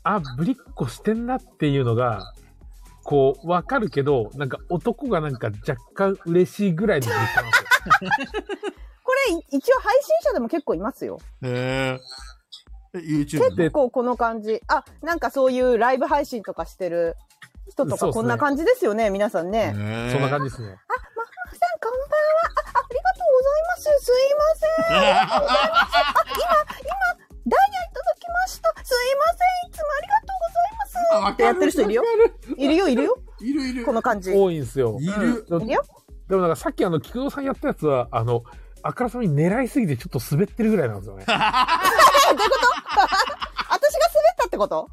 D: あ、ぶりっこしてんなっていうのが、こう、わかるけど、なんか男がなんか若干嬉しいぐらいのぶりっ子なんですよ。
B: これ、い一応配信者でも結構いますよ。
A: へえ。え YouTube で
B: 結。構この感じ。あ、なんかそういうライブ配信とかしてる人と
D: そう
B: か、
D: ですね
B: こんな感じですよね、皆さんね。皆さん、
D: そんな
A: そ
D: 感じですね。
B: こんばんは。あ、ありがとうございます。すいません。ダイヤいただきました。すいません。いつもありがとうございます。
A: わ
B: ってやってる人いるよ。いるよ、いるよ。
A: じ。いるいる
B: こ。の感じ。い
D: 多いんですよ。
A: いる。
D: でも
B: るよ。
D: でもなんかさっきあの、菊蔵さんやったやつは、あの、あからさまに狙いすぎてちょっと滑ってるぐらいなんです よね。
B: 私が滑ったってこと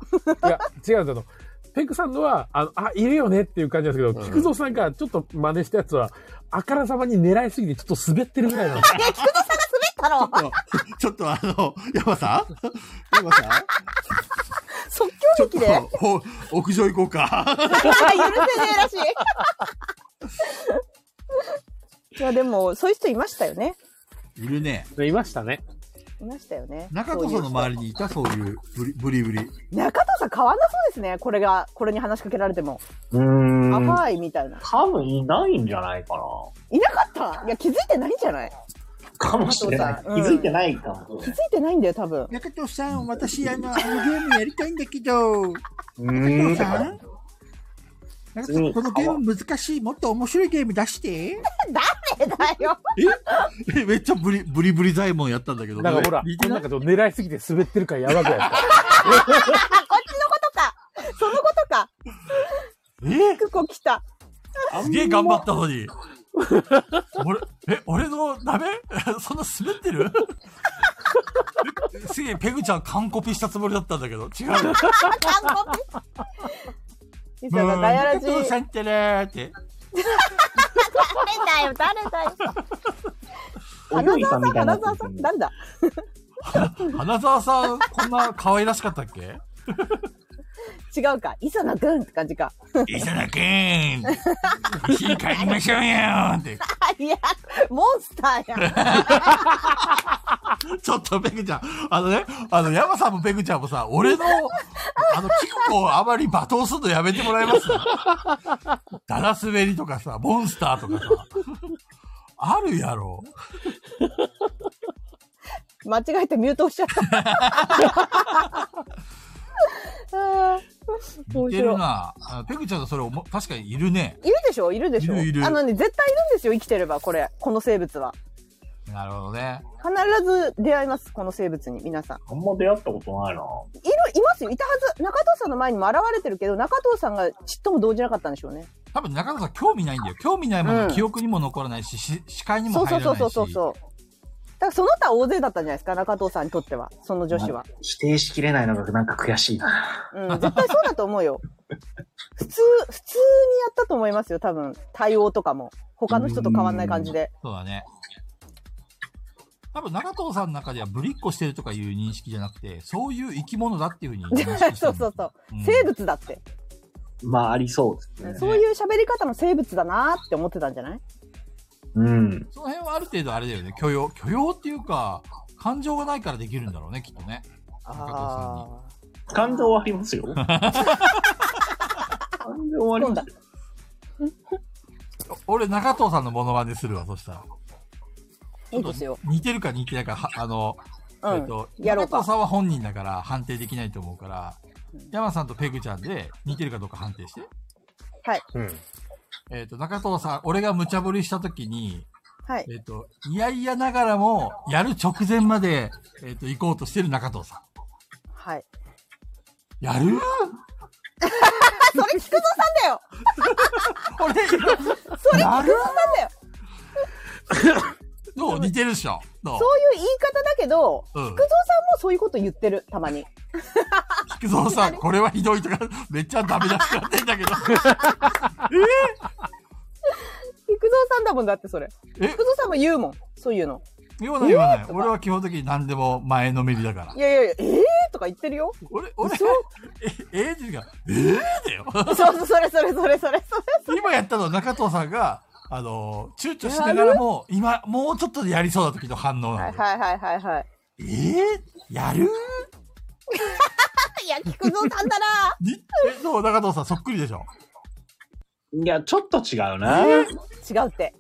D: いや、違うんですよ。ペクさんのは、あの、あ、いるよねっていう感じなんですけど、菊蔵さんがちょっと真似したやつは、あからさまに狙いすぎてちょっと滑ってるぐらいなん ですよ。
B: いや、菊田さんが滑ったの。
A: ちょっとあの、山さん山さん
B: 即
A: ちょ
B: 興
A: っ
B: 劇で。
A: と、ほ屋上行こうか。
B: 許せねえらしい。いや、でも、そういう人いましたよね。
A: いるね。
D: いましたね。
B: いましたよね。
A: 中戸さんの周りにいた、そういう、ブリブリブリ。
B: り。中藤さん変わんなそうですね。これが、これに話しかけられても。
C: うー
B: あ
C: ん。
B: はい、みたいな。
C: 多分いないんじゃないかな。
B: いなかったいや、気づいてないんじゃない
C: かもしれない。気
B: うん
C: づいてないかもし
B: 気
C: れ
B: づいてないんだよ、多分。
A: 中戸さん、私、あの、あのゲームやりたいんだけど、
C: ない。うーん。
A: 中
C: 藤さんこのゲー
A: ム難しい、もっと面白いゲーム出して。
B: え、だよ。
A: え、めっちゃブリ、ブリブリ左衛門やったんだけど。
D: なんかほら、
A: 似てな
D: な
A: い
D: んかちょっと狙いすぎて滑ってるからやばくないですか。
B: あ、こっちのことか。そのことか。
A: え
B: くこ来た。
A: すげえ頑張ったのに。俺、え、俺のダメ そんな滑ってる えすげえ、ペグちゃん完コピしたつもりだったんだけど、違う。
B: リサがガヤラジ
A: ペグちゃんってねーって。
E: 誰だよ、誰だよ。
C: お
B: 花
C: 料理
B: 澤
C: さ
B: さ
C: ん
B: ん
C: みたいにな
B: 花
C: って
B: 澤さん誰だ
C: るんですよね
A: 花沢さん、こんな可愛らしかったっけ
B: 違うか磯野くんって感じか
A: 伊沢くん家帰りましょうよって。
B: あいやモンスターや
A: ちょっとペグちゃん、あのね、あの、山さんもペグちゃんもさ、俺の、あの、キクコをあまり罵倒するのやめてもらえますダラスベリとかさ、モンスターとかさ、あるやろ。
B: 間違えてミュート押しちゃった あー面
A: いてる
B: 白い
A: な。あペグちゃんとそれおも、確かにいるね。
B: いるでしょいるでしょ
A: いるいる
B: あのね、絶対いるんですよ、生きてれば、これ。この生物は。
A: なるほどね。
B: 必ず出会います、この生物に、皆さん。
C: あんま出会ったことないな。
B: いる、いますよ、いたはず。中藤さんの前にも現れてるけど、中藤さんがちっとも動じなかったんでしょうね。
A: 多分中野さん興味ないんだよ。興味ないもの、
B: うん
A: 記憶にも残らないし、し視界に
B: そ
A: も
B: うそ
A: 入
B: う
A: ら
B: そ
A: な
B: う
A: いし。
B: そうそうそう。だからその他大勢だったんじゃないですか、中藤さんにとっては。その女子は。
C: 否定しきれないのがなんか悔しいな。
B: うん、絶対そうだと思うよ。普通、普通にやったと思いますよ、多分。対応とかも。他の人と変わんない感じで。
A: そうだね。多分中藤さんの中ではぶりっこしてるとかいう認識じゃなくて、そういう生き物だっていうふうに認識してる
B: そうそうそう。
A: ん
B: 生物だって。
C: まあ、ありそうですね。
B: そういう喋り方の生物だなーって思ってたんじゃない
C: うん。
A: その辺はある程度あれだよね。許容。許容っていうか、感情がないからできるんだろうね、きっとね。
B: ああ。
C: 感情はありますよ。感情はありますよ。
A: 俺、中藤さんのモノマネするわ、そしたら。
B: いいですよ。
A: 似てるか似てないか、はあの、
B: うん。
A: えっと、
B: やろう
A: 中
B: か
A: 藤。さんは本人だから判定できないと思うから
B: うん、
A: 山さんとペグちゃんで似てるかどうか判定して。
D: うん。
A: えっ、と、中藤さん、俺が無茶ぶりしたときに、
B: はい。
A: えっ、と、いやいやながらも、やる直前まで、えっ、と、行こうとしてる中藤さ
B: はい。
A: ん。やる
B: あ、それ菊蔵さんだよ
A: 俺、
B: それ菊蔵さんだよ
A: どう似てるっしょどう
B: そういう言い方だけど、
A: うん
B: 菊蔵さんもそういうこと言ってる、たまに。
A: 菊蔵さん、これはひどいとか、めっちゃダメ出しやってんだけ ど。
B: 菊蔵さんだもんだって、それ。
A: え
B: 菊蔵さんも言うもん。そういうの。
A: 言わない言わない。俺は基本的に何でも前のめりだから
B: い。やいやいや、えーとか言って るよ。
A: 俺、俺
B: 嘘、
A: え、エイジが、えーだよ。
B: そうそう、それそれそれそれそれ。
A: 今やったのは中藤さんが、あの、躊躇しながらも、今、もうちょっとでやりそうな時の反応
B: は
A: ないの。
B: はいはいはいはい。
A: えー、やる
E: いや、菊蔵さんだ な。
A: にえ、どう中藤さん、そっくりでしょ
C: いや、ちょっと違うな。
B: 違うって。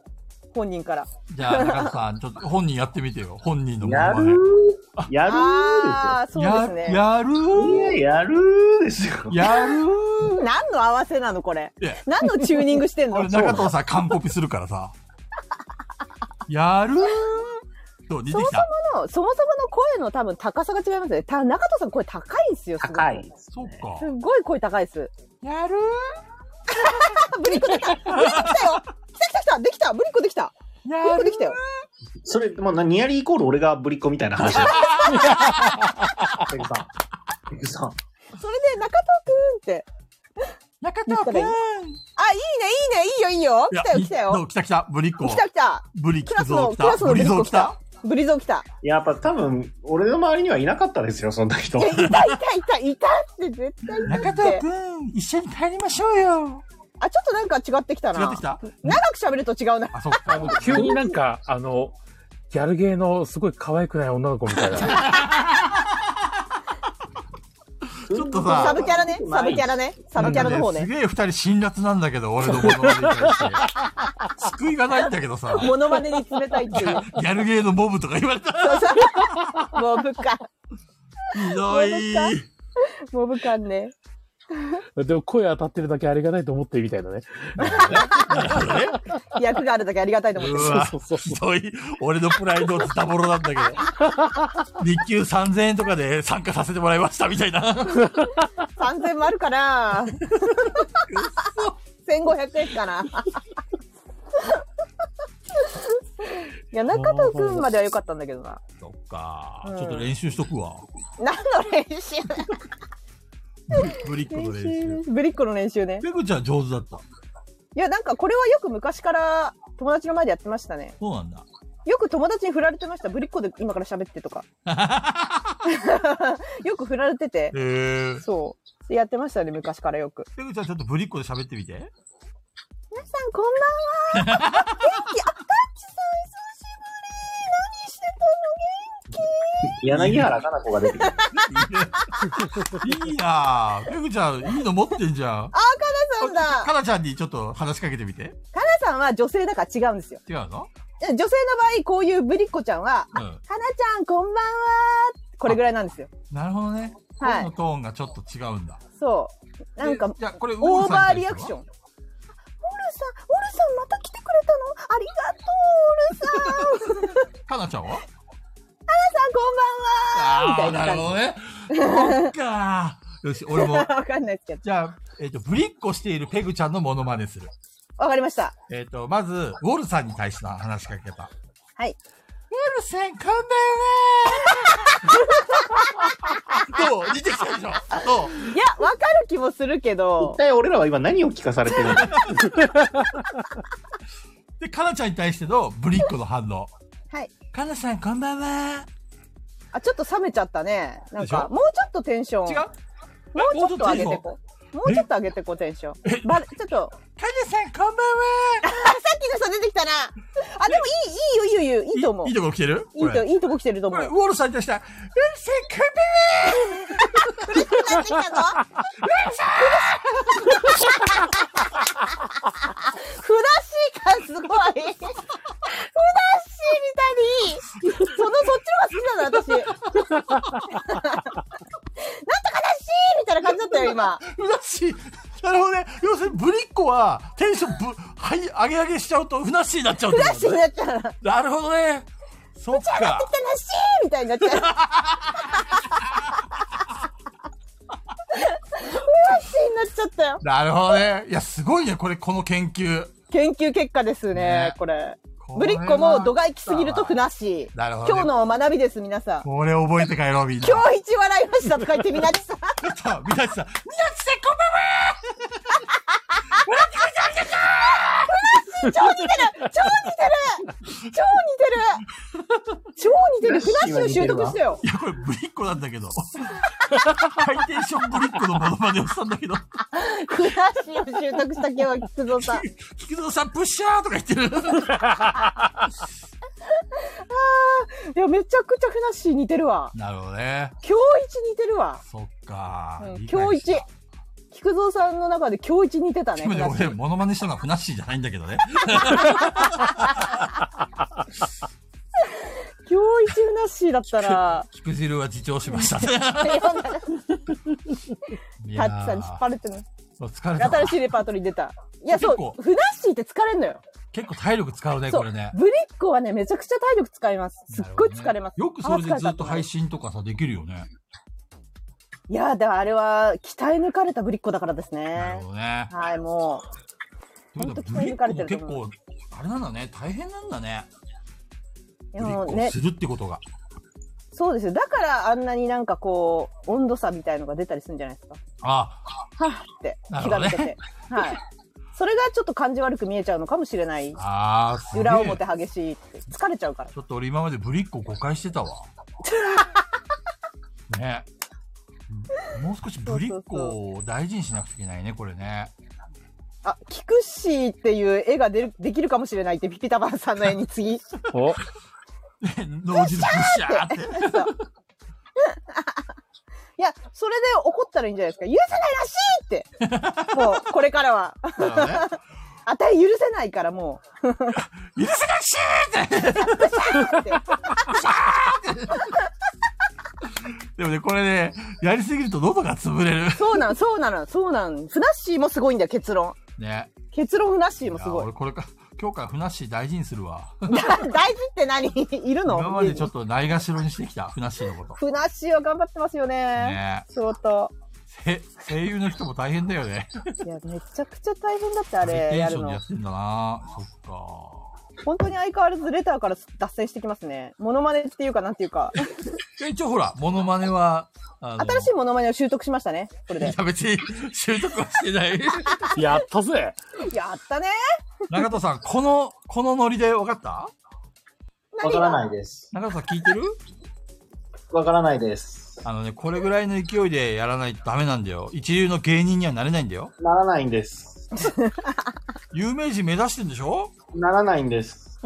B: 本人から。
A: じゃあ、中藤さん、ちょっと本人やってみてよ。本人のモ
C: や
A: ノマ
C: る
A: ネ
C: ーやるー
B: あー、そうですね。
A: ややる
C: ですよ。
A: ー
C: いや、やるーです
A: や
C: よ。
A: るー
B: 何の合わせなの、これ
A: いや。
B: 何のチューニングし てんの
A: 俺、中藤さん、完コピするからさ。やるーどう似てきた
B: のそもそもの声の多分高さが違いますね。た中藤さん声高いんすよ、すご
C: 高い。。
A: そっか
B: す。ごい声高いです。
A: やる
B: あ、 ブリッコできたブリッコ来たよ来た来た来たできたブリッコできた
A: ーや
B: ブリッコ
A: る
B: できたよ
C: それ、もうな、ニヤリイコール俺がぶりっ子みたいな話だ。ペグさん。ペグさん。
B: それで中藤くんって。
A: 中藤くん
B: 言ったらいいあ、いいね、いいね、いいよ、いいよ来たよ、来た
A: いやいど
B: よ
A: う来た来た。ブリッコ
B: 来。た来た
A: ブリ
B: ク
A: キ
B: ラス
A: ゾ
B: の、
A: ウ来
B: クラス
A: た。
B: の
A: ブ
B: ブ
A: リ
B: リ
A: ゾウ
B: ゾ
A: 来
B: 来
A: た
B: た。ブリゾー来た
C: やっぱ多分、俺の周りにはいなかったですよ、そんな人
B: い。や、いたいたいたいたって絶対いた
A: 中
B: っ
A: 藤
B: て
A: くん、一緒に帰りましょうよ。
B: あ、ちょっとなんか違ってきたな
A: 違ってきた
B: 長く喋ると違うな
A: あ、そっか。
D: あの、 急になんか、あの、ギャルゲーのすごい可愛くない女の子みたいな。
A: ちょっとさ
B: サブキャラねサブキャラねサブキャラの方
A: なん
B: ね
A: かすげえ二人辛辣なんだけど、俺のものまねに対 して。救いがないんだけどさ。
B: モノマネに冷たい っていう
A: ギャルゲーのモブとか言われたら、
B: モブ感
A: ひどい。
B: モブ感ね
D: でも声当たってるだけありがたいと思ってみたいなね。
B: 役があるだけありがたいと思って
A: う
D: そう
A: わ
D: そうそう
A: ひどい。俺のプライドズタボロなんだけど。日給3000円とかで参加させてもらいましたみたいな。
B: 3000もあるかな ?1500 円かないや、中藤くんまでは良かったんだけどな。
A: そっか、
B: うん
A: ちょっと練習しとくわ。
B: 何の練習
A: ブリッコの練習。
B: 練習ぶりっ子の練習ね。
A: ペグちゃん上手だった。
B: いや、なんかこれはよく昔から友達の前でやってましたね。
A: そうなんだ。
B: よく友達に振られてました。ぶりっ子で今から喋って とか。よく振られてて。
A: へえ。
B: そう。やってましたね、昔からよく。
A: ペグちゃんちょっとブリッコで喋ってみて。
B: 皆さんこんばんは。元気あかっちさん久しぶり。何してたの元
C: 柳原かな子が出てきた。
A: いいなぁ。ペグちゃん、いいの持ってんじゃん。
B: 気そうだ。
A: かなちゃんにちょっと話しかけてみて。
B: かなさんは女性だから違うんですよ。
A: 違うの
B: 女性の場合、こういうぶりっ子ちゃんは、
A: う
B: あ
A: ん。
B: かなちゃんこんばんは。これぐらいなんですよ。
A: なるほどね。
B: は
A: 声
B: い
A: のトーンがちょっと違うんだ。
B: そう。なんか
A: で、じゃあこれ、
B: オーバーリアクショ
A: ン。
B: ン。オルさん、オルさんまた来てくれたのありがとう、オルさん。
A: かなちゃんは
B: さんこんばんはみ
A: な
B: た
A: いる
B: な
A: ほ
B: 感
A: どね。そっかーよし、俺も
B: じ。。わ かんないですけど。
A: じゃあ、えっ、と、ぶりっこしているペグちゃんのモノマネする。
B: わかりました。
A: えっ、と、まず、ウォルさんに対しての話しかけた。
B: はい。
A: ウォルさん、こんばん はどう似てきたでしょどう
B: いや、わかる気もするけ
C: 一
B: ど、
C: 体俺らは今何を聞かされてるの
A: で、かなちゃんに対してのぶりっ子の反応。
B: はい。
A: かなさん、こんばんは
B: あ、ちょっと冷めちゃったね。なん
A: でし
B: か
A: ょ、
B: もうちょっとテンション。
A: 違う
B: もうちょっと上げてこう。もう
A: え
B: ちょっと上げてこう、テンション。ば、ちょっと、
A: かなさん、こんばんは
E: さっきの人出てきたな。
B: あ、でもいい、いいよ、いいよ、いいよいいと思う。
A: い
B: い
A: いとこ来てる
B: いと、
A: これ
B: いいとこ来てると
A: こ
B: 思
A: れウ
B: う。
A: ォルさんに対して、ウォルさん、こんばんは
E: 出てきたぞ。
B: ふなっしー感すごい。ふなっしーみたいに、その、そっちの方が好きなんだ、私。なんとかなっしーみたいな感じだったよ、今。
A: うなっしーなるほどね。要するに、ぶりっ子は、テンションぶ、はい、上げ上げしちゃうと、ふなっしーになっちゃうって
B: ふ
A: こ
B: なっ
A: と
B: しーに
A: ね。
B: なっちゃう。ふなっし
A: なるほどね。そっか。
B: ーみたいになっちゃう。ふなっしーになっちゃったよ。
A: なるほどね。いや、すごいね、これ、この研究。
B: 研究結果です
A: ね
B: ね、これ。
A: こ
B: ぶ
A: れ
B: り
A: は
B: っ子も度が行きすぎるとふなっしー。
A: なるほどね
B: 今日の学びです、皆さん。
A: これ覚えて帰ろう、みんな。
B: 今日一笑いましたとか言ってみなっち さん。
A: さあ、みなちさん。
B: 超似てる超似てる超似てる超似てるフラッシュ習得したよ
A: いや、これ、ぶりっ子なんだけど。 ハイテンションぶりっ子のものまねをしたんだけど。
B: フラッシュを習得した今日は菊蔵さん。あ
A: 菊蔵さん、プッシャーとか言ってる。
B: ーいや、めちゃくちゃフラッシュ似てるわ。
A: なるほどね。
B: 今日一似てるわ。
A: そっか
B: うん。
A: 理
B: 今日
A: 解した
B: 一。菊蔵さんの中で今日一似 てたね。
A: でもね、
B: フラッシ
A: 俺、
B: ュ
A: モノマネしたのはふなっしーじゃないんだけど ね。、
B: 今日一フラッシュだったら
A: 菊汁は自重しましたね。い
B: タ
A: や
B: ッチさんに引っ張
A: ー
B: れてる。
A: そう疲れたわ
B: 新。しいレパートリー出た。いや、そ
A: 結構
B: う、フラッシュって疲れんのよ。
A: 結構体力使うね、
B: そ
A: こ
B: う、
A: れね。
B: ブリッコはね、めちゃくちゃ体力使います。すっごい疲れます。
A: よくそれでずっと
B: あー疲れたってなる
A: 配信とかさ、できるよね。
B: いやー、でもあれは、鍛え抜かれたぶりっ子だからです
A: なる
B: ね。
A: ほどね。
B: はい、
A: っ
B: も
A: てことはブリッコも結構、あれなんだね、大変なんだね。
B: う。
A: ブリ
B: でも
A: ッコを
B: ね
A: す、るってことが。
B: そうですよ。だからあんなになんかこう、温度差みたいのが出たりするんじゃないですか。
A: あ、
B: はぁって
A: な、るほ
B: 気
A: ど
B: が
A: ね
B: 抜けて。はい。それがちょっと感じ悪く見えちゃうのかもしれない。
A: あー、すげ
B: 裏
A: え。
B: 表激しいって。疲れちゃうから。
A: ちょっと俺今までブリッコ誤解してた わ。ね。うんもう少しブリッコを大事にしなくちゃいけないね、これね。
B: あ、キクシーっていう絵が出る、できるかもしれないって、ピピタパンさんの絵に次。
C: お
A: 脳汁ブシ ャーって。
B: いや、それで怒ったらいいんじゃないですか。許せないら しいって。もう、これからは。
A: なるほどね
B: あたい許せないからもう。
A: 許せないしーってでもね、これね、やりすぎると喉が潰れる。
B: そうなん、そうなの、そうなん。ふなっしーもすごいんだよ、結論。
A: ね。
B: 結論ふなっしーもす
A: いや
B: ごい
A: 俺。これか、今日からふなっしー大事にするわ。
B: だ大事って何いるの
A: 今までちょっ
B: と。
A: とないがしろにしてきた、ふなっしーのこと。
B: ふなっしーは頑張ってますよね。
A: ね
B: 相当。
A: せ声優の人も大変だよね。
B: いや、めちゃくちゃ大変だって、あ
A: ハイ
B: れ、
A: テン
B: や
A: シ
B: る
A: ョンでや
B: の。
A: ってんだなそっか。
B: 本当に相変わらずレターから脱線してきますね。モノマネっていうかなんていうか、
A: 一応ほら、モノマネは、あの
B: 新しいモノマネを習得しましたね、これで
A: い。や、別に習得はして ない。
D: やったぜ
B: やったね
A: 中藤さん、この、このノリで分かった
C: わからないです。
A: 中藤さん聞いてる
C: わからないです。
A: あのね、これぐらいの勢いでやらないとダメなんだよ。一流の芸人にはなれないんだよ。
C: ならないんです。
A: 有名人目指してんでしょ
C: ならないんです。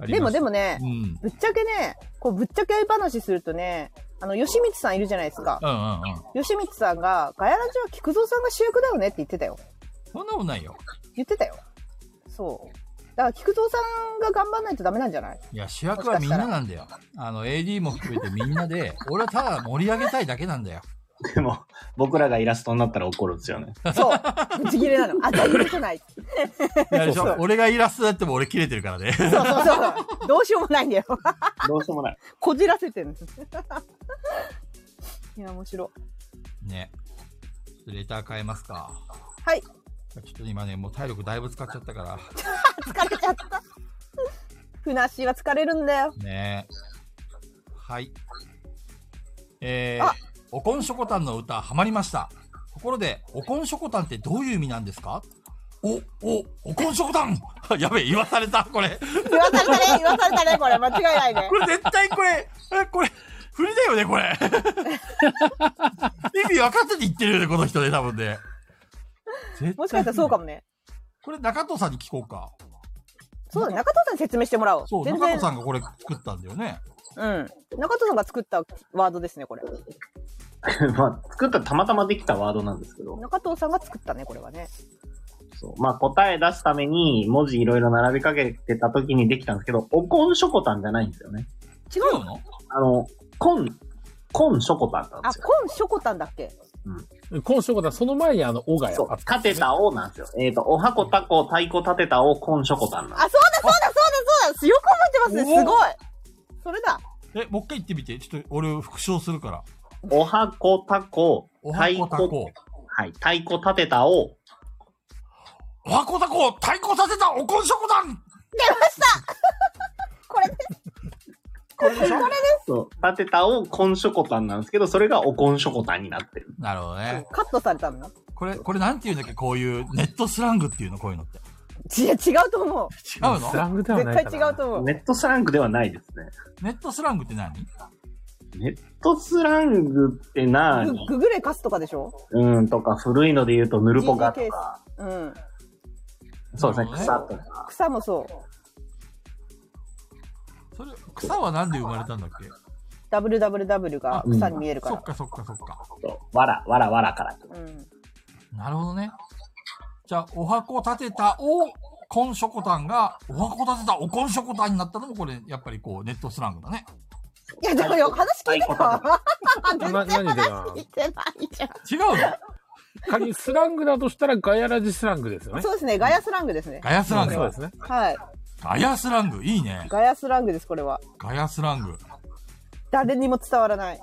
B: でもで
A: も。
B: もね
A: う、ん。うん
B: ぶっちゃけね、こうぶっちゃけ話するとね、あの、吉光さんいるじゃないですか。
A: うんうん。
B: 吉光さんが、ガヤラジは菊蔵さんが主役だよねって言ってたよ。
A: そんなことないよ。
B: 言ってたよ。そう。だから菊蔵さんが頑張んないとダメなんじゃない
A: いや、主役はみんななんだよ。あの、AD も含めてみんなで、俺はただ盛り上げたいだけなんだよ。
C: でも、僕らがイラストになったら怒るんですよね。
B: そう。ぶち切れなの。あ、じゃあ許せない。
A: いやでし
B: そう
A: ょ
B: そう
A: 俺がイラストだっても俺切れてるからね。
B: そうそうそう。どうしようもないんだよ。
C: どうしようもない。
B: こじらせ てるんです。いや、面白い。
A: ね。レター変えますか。
B: はい。
A: ちょっと今ね、もう体力だいぶ使っちゃったから。
B: 疲れちゃった。ふなっしーは疲れるんだよ。
A: ねはい。えー
B: あ、
A: おこんしょこたんの歌、ハマりました。ところで、おこんしょこたんってどういう意味なんですかお、お、おこんしょこたん やべえ、言わされた、これ。
B: 言わされたね、言わされたね、これ。間違いないね
A: こ。れ絶対これ、え、これ、振りだよね、これ。 意味分かってて言ってるよね、この人ね、多分ね。
B: もしかしたらそうか
A: も。
B: もね。
A: これ中藤さんに聞こうか。
B: そうだ、中藤さんに説明してもらおう。
A: そう、
B: 全
A: 中
B: 然
A: 藤さんがこれ作ったんだよね。
B: うん。中藤さんが作ったワードですね、これ。
C: まあ、作ったたまたまできたワードなんですけど。
B: 中藤さんが作ったね、これはね。
C: そう。まあ、答え出すために文字いろいろ並びかけてた時にできたんですけど、おこんしょこたんじゃないんですよね。
A: 違うの
C: あの、こん、こんしょこたんなんで
B: あ、
C: すよ。
B: コンショコタンだっけ
D: 今週だ、その前にあの、おがや
C: そう
D: あ。
C: 立てたおなんですよ。えっ、と、おはこたこ、太鼓立てたお、こんしょこたんなん
B: あ、
C: です
B: そうだ、そうだ、そうだ、そうだ。よく覚えてますね、すごい。それだ。
A: え、もう一回言ってみて。ちょっと俺を復唱するから。
C: おはこたこ、
A: おはこたこ。
C: はい、太鼓立てたお、
A: おはこたこ、太鼓させたおこんしょこたん
B: これです。
A: これでしょ
C: そう、立てたお、こんしょこたんなんですけど、それがおこんしょこたんになってる。
A: なるほどね。
B: カットされたの
A: これ、これなんていうんだっけこういうネットスラングっていうのこういうのって。
B: ち違うと思う。
A: 違うの
D: スラングでは
B: 絶
D: な
B: 対
D: いかな。
B: 違うと思う。
C: ネットスラングではないですね。
A: ネットスラングって何
C: ネットスラングってな
B: グ
C: に
B: ググレカスとかでしょ
C: うん、とか、古いので言うと、ぬるぽがと
B: GGK
C: か、
B: うん。
C: そうです
A: な
C: ね、
A: るほ
C: 草
A: どね
C: とか。
B: 草もそう。
A: それ、草はなんで生まれたんだっけ
B: WWW が草に見えるか
A: そっ
B: ら。
A: かそっかそっか。
C: そうわら、わらわらから。
B: うん。
A: なるほどね。じゃあ、お箱立てたを、コンショコタンが、お箱立てたおコンショコタンになったのも、これ、やっぱりこう、ネットスラングだね。
B: いや、でもよ、話聞いてた 全
D: な
B: 然
D: 何でな
E: 見てないじゃん。
A: 違うの
D: 仮にスラングだとしたらガヤラジスラングですよね。
B: そうですね、ガヤスラングですね。
A: ガヤスラン
D: そうで
A: グ。
D: すね。
B: はい。
A: ガヤスラング。いいね。
B: ガヤスラングです、これは。
A: ガヤスラング。
B: 誰にも伝わらない。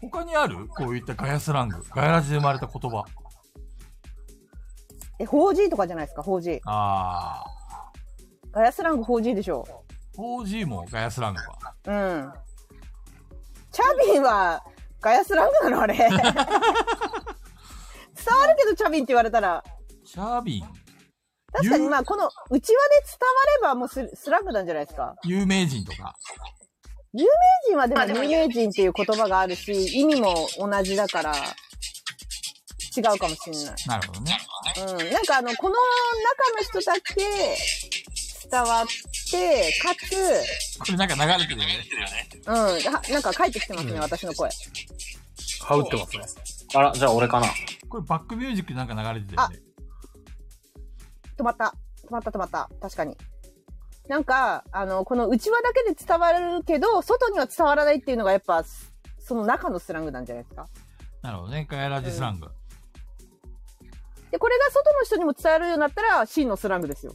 A: 他にあるこういったガヤスラング。ガヤラジで生まれた言葉。
B: え、4G とかじゃないですか、4G。
A: あー。
B: ガヤスラング 4G でしょ
A: 4G もガヤスラングか。
B: う。うん。チャビンは、ガヤスラングな のあれ。伝わるけど、チャビンって言われたら。
A: チャービン。
B: 確かに、
A: 言う
B: まあ、この、うちわで伝われば、もうススラングなんじゃないですか。
A: 有名人とか。
B: 有名人はでも、有名人っていう言葉があるし、意味も同じだから、違うかもしれない。
A: なるほどね。
B: うん、なんかあの、この中の人だけ伝わって、かつ、
A: これなんか流れてるよね。
B: うん、はなんか帰ってきてますね、私の声。
D: 羽織ってますね。
C: あら、じゃあ俺かな。
A: これバックミュージックなんか流れてたよね。
B: 止まった。止まった止まった。確かに。なんか、あの、この内輪だけで伝わるけど、外には伝わらないっていうのがやっぱ、その中のスラングなんじゃないですか。
A: なるほどね。ガヤラジスラング。
B: で、これが外の人にも伝わるようになったら、真のスラングですよ。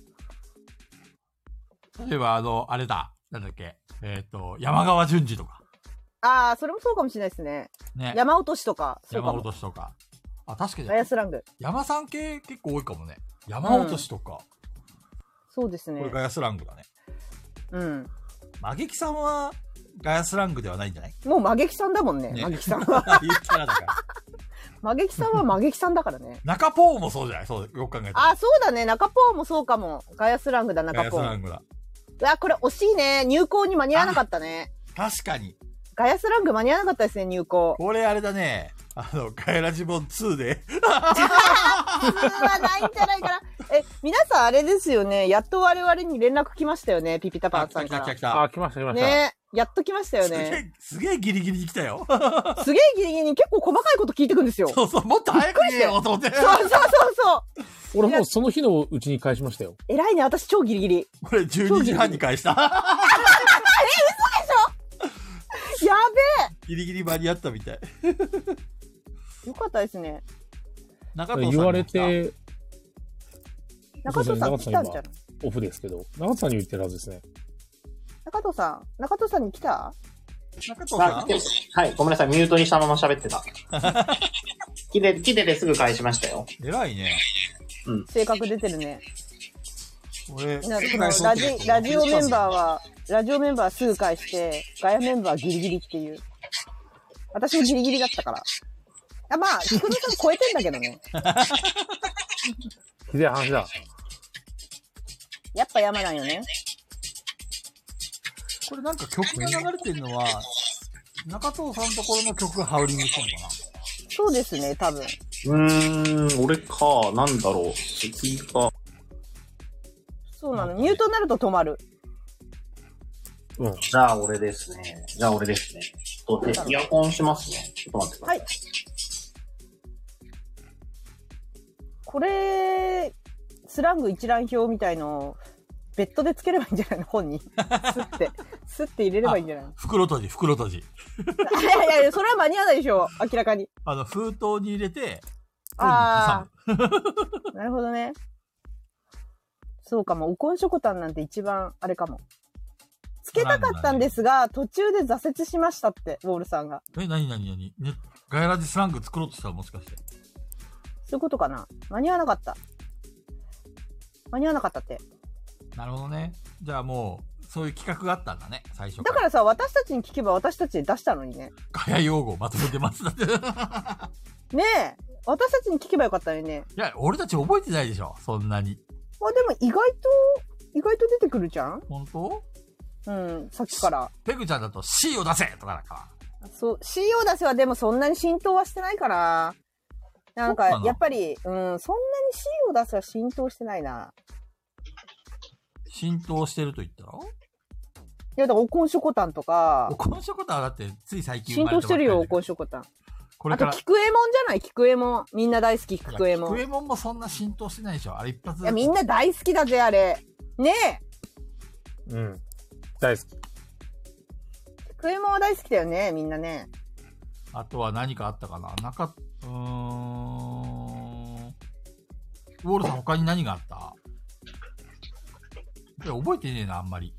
A: 例えば、あの、あれだ。なんだっけ。えっ、と、山川淳二とか。
B: ああ、それもそうかもしれないですね。
A: ね。
B: 山落としとか、そう
A: 山
B: か
A: 落
B: も。
A: としとか。あ、確かに
B: ガ。ヤスラング。
A: 山さん系結構多いかもね。山落としとか。
B: そうです
A: これ
B: ね。
A: ガヤスラングだね。
B: うん。
A: マゲキさんは、ガヤスラングではないんじゃない
B: もうマゲキさんだもんね。
A: ね
B: マゲキさんは。
A: 言ったらだから。
B: マゲキさんはマゲキさんだからね。
A: 中ポーもそうじゃないそう、よく考えたら。
B: あ、そうだね。中ポーもそうかも。ガヤスラングだ、
A: ガ
B: 中
A: ヤス
B: ポ
A: ラ
B: ー。
A: ングだ。
B: うわ、これ惜しいね。入校に間に合わなかったね。
A: 確かに。
B: ガヤスラング間に合わなかったですね、入校。
A: これあれだね。あの、ガヤラジボン2で、
B: 普通はないんじゃないかな。え、皆さんあれですよね。やっと我々に連絡来ましたよね。ピピタパン
A: あ、来
B: さ
A: た
B: ん
A: 来
B: か
A: た来た
B: ら。
A: 来た。
D: あー、来ました来ました。
B: ねやっと来ましたよ
A: すげ
B: ね。
A: え、すげえギリギリに来たよ。
B: すげえギリギリに結構細かいこと聞いてくんですよ。そ
A: そうそう、もっと早く言えよ、と思って。
B: うそうそうそう。
D: 俺もうその日のうちに返しましたよ。
B: 偉いね、私超ギリギリ。
A: 俺12時半に返した。
B: や
A: ギリギリ間に合ったみたい。
B: べよかったですね。
A: 中藤さん
D: 言
A: も
D: わ
A: 来
D: れ
A: た。
D: て、
B: 中藤さん
D: そう
B: 来
D: ですね
B: たんじゃない
D: オフですけど、長田さんに言ってるはずですね。
B: 中藤さん、中藤さんに来た
A: 中藤
C: あ
A: さ
C: 来てはい、ごめんなさい、ミュートにしたまま喋 ってた。来て、来ててすぐ返しましたよ。
A: ん偉いね。
B: 性格出てるね。
A: 俺、
B: な
A: す
B: そ
A: ぐ
B: の
A: 返そう
B: ラ
A: って言う
B: ジラジオメンバーは、ラジオメンバーはすぐ返して、ガヤメンバーはギリギリっていう。私もギリギリだったから。あまあ、菊野さん超えてんだけどね。
D: ひでえ話だ。
B: やっぱ山なんよね。
A: これなんか曲が流れてるのは、中藤さんのところの曲がハウリングしたのかな
B: そうですね、多分。
C: うーん、俺か、なんだろう、スピーカー。
B: そうなの。ミュートになると止まる。
D: うん。
C: じゃあ俺ですね。じゃあ俺ですね。ちょっとでイヤホンしますね。ちょっと待ってください。
B: はいこれ、スラング一覧表みたいのを、ベッドでつければいいんじゃないの本に。スって。スって入れればいいんじゃないの
A: 袋閉じ、袋閉じ。
B: いやいやいや、それは間に合わないでしょ。明らかに。
A: あの、封筒に入れて、
B: ああ。 なるほどね。そうかも。おこんしょこたんなんて一番、あれかも。つけたかったんですが、途中で挫折しましたって、ウォールさんが。
A: え、なになになにね、ガヤラジスラング作ろうとしたらもしかして。
B: そういうことかな。間に合わなかった。間に合わなかったって。
A: なるほどね。じゃあもう、そういう企画があったんだね、最初
B: だからさ、私たちに聞けば私たちで出したのにね。
A: ガヤ用語をまとめてます。だ ってい
B: ねえ。私たちに聞けばよかったのにね。
A: や、俺たち覚えてないでしょ、そんなに。
B: まあでも意外と、意外と出てくるじゃん
A: 本当
B: うん、さっきから。
A: ペグちゃんだと C を出せとかだか
B: そう、C を出せはでもそんなに浸透はしてないから。なん
A: そうか
B: か、
A: な
B: やっぱり、うん、そんなに C を出せは浸透してないな。
A: ら、浸透してると言ったろ
B: いや、だから、おこんしょこたんとか
A: お、このしょことはだって、つい最近生
B: 浸
A: まれ
B: 透
A: たばっ
B: して
A: か
B: る
A: りだけ
B: よ、お
A: ど
B: こんしょこたん。
A: これ
B: あ
A: から。
B: と、菊右衛門じゃない菊右衛門。みんな大好き、菊右衛
A: ク
B: 門。い
A: エモンもそんな浸透してないでしょあれ一発
B: や、みんな大好きだぜ、あれ。ねえ
D: うん。大好き。
B: 菊右衛門は大好きだよね、みんなね。
A: あとは何かあったかななか、うーん。ウォールさん他に何があったいや、覚えてねえな、あんまり。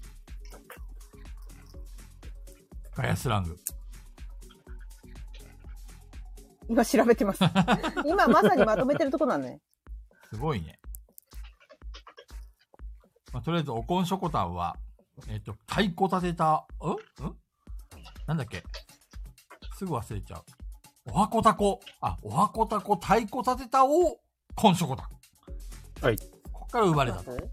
A: ガヤスラング。
B: 今調べ てます。今まさにまとめてるとこなのね。
A: すごいね。まあ、とりあえず、おこんしょこたんは、えっ、と、太鼓立てた、んんなんだっけすぐ忘れちゃう。おはこたこ。あ、おはこたこ太鼓立てたを、こんしょこたん。
D: はい。
A: こっから生まれたと。これ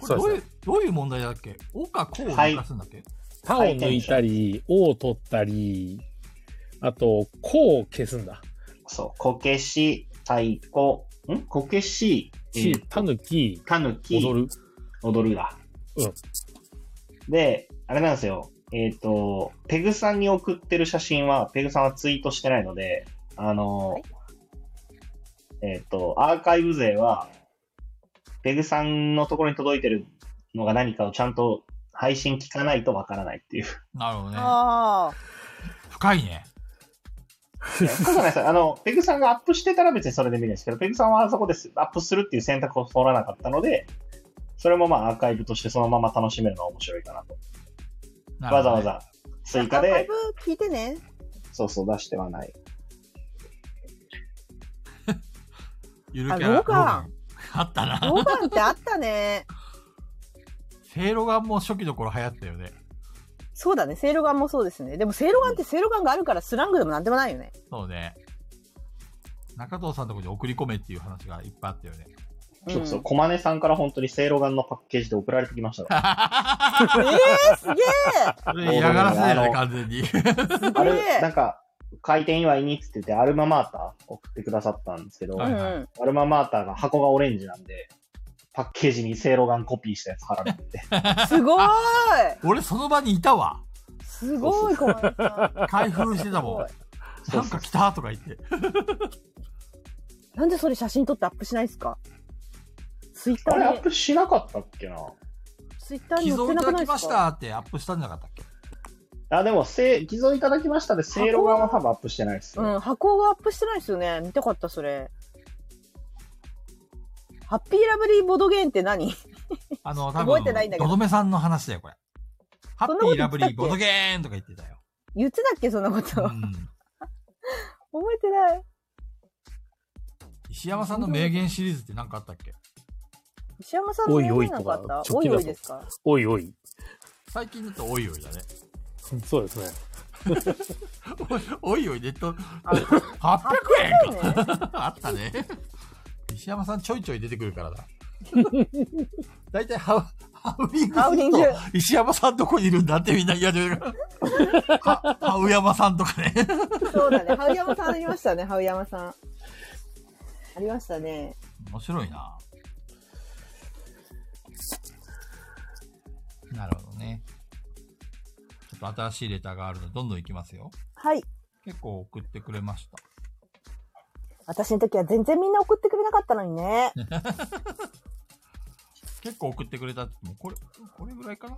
A: ど
D: そうう
A: い
D: で
A: う、どういう問題だっけおかこうを抜かすんだっけ、
D: 他を抜いたり、おを取ったり、あと、こを消すんだ。
C: そう、こけし、太鼓、んこけし、
D: し、たぬき、
C: たぬき、
D: 踊る。
C: 踊るだ。
D: うん
C: で、あれなんですよ。えっ、と、ペグさんに送ってる写真は、ペグさんはツイートしてないので、あの、えっ、と、アーカイブ勢は、ペグさんのところに届いてるのが何かをちゃんと配信聞かないとわからないって いう。
A: なるほどね。
B: ああ。
A: 深いね。
C: そうじゃないですあの、ペグさんがアップしてたら別にそれで見るんですけど、ペグさんはあそこですアップするっていう選択を取らなかったので、それもまあアーカイブとしてそのまま楽しめるのは面白いかなと。
A: なる
C: わ
A: ほ
C: ざ
A: ど
C: わ
A: ね。
C: ざ
B: ア
C: 追
B: ー
C: 加
B: カイ
C: で
B: ブ、聞いてね。
C: そうそう出してはない。
A: ゆるキ
B: あ、
A: ャラ。
B: ローカ
A: あったな。
B: ロガンってあったね。
A: セいろがもう初期の頃流行ったよね。
B: そうだね。セイロガンもそうですね。でもセイロガンってセイロガンがあるからスラングでもなんでもないよね。
A: そうね。中藤さんのとこに送り込めっていう話がいっぱいあったよね。
B: うん、
C: そうそう、コマネさんから本当にセいろがんのパッケージで送られてきまし たから。
B: えー、すげ
A: それ嫌がらせだよね、完全に。
B: えす
C: あ
B: げ
C: れ、なん
B: え
C: か、開店祝いにっつってて、アルママーター送ってくださったんですけど、
A: は
B: う
A: い
B: ん
C: アルママーターが箱がオレンジなんで、パッケージにセいろがんコピーしたやつ貼られて て。
B: すごーい
A: 俺その場にいたわ。
B: すごい小林 さ
A: 開封してた
B: んすご
A: も
B: い
A: ん。なんか来たとか言って。
B: なんでそれ写真撮ってアップしないですかツイッタ
C: あれ
B: ー
C: ア
B: に
C: ップしなかったっけな
B: ツイッターに
A: 寄
B: 載
A: 贈
B: って
A: い
B: な
A: た
B: く
A: だ
B: な
A: き
B: いで
A: ますした
B: か
A: ってアップしたんじゃなかったっけ
C: あ、でも、せ、寄贈いただきましたで、セいろがんは多分アップしてないですね。
B: うん、箱がアップしてないですよね。見たかった、それ。ハッピーラブリーボドゲーンって何
A: あの、多
B: 覚え
A: 分
B: てないんだ、け
A: ど
B: ど
A: どめさんの話だよ、これ。ハ
B: そん
A: ッ
B: な
A: ピー
B: こと言
A: ラブ
B: ってた
A: リ
B: っけ
A: ーボドゲーンとか言ってたよ。
B: 言ってたっけ、そんなこと。
A: う
B: 覚
A: ん。
B: えてない。
A: 石山さんの名言シリーズって何かあったっけ
B: 石山さん
F: おい
B: や
F: お
B: め
F: い
B: な
F: と
B: か
F: か
B: った、
F: 直
B: おい
F: 近だ
B: お
F: ぞ
B: いですか
F: おいおい。
A: 最近だとおいおいだね。
F: そうですね。
A: おいおいネット
B: あ
A: 800円か。
B: ね。
A: あったね。石山さんちょいちょい出てくるからだ。だいたいハウハウリング
B: ハウリング
A: すると石山さんどこにいるんだってみんな嫌で。は ハウ山さんとかね。
B: そうだね。ハウヤマさんありましたね、ハウヤマさん。ありましたね。
A: 面白いな。なるほどね。ちょっと新しいレターがあるので、どんどん行きますよ。
B: はい。
A: 結構送ってくれました。
B: 私の時は全然みんな送ってくれなかったのにね。
A: 結構送ってくれたって言っても、これ、これぐらいかな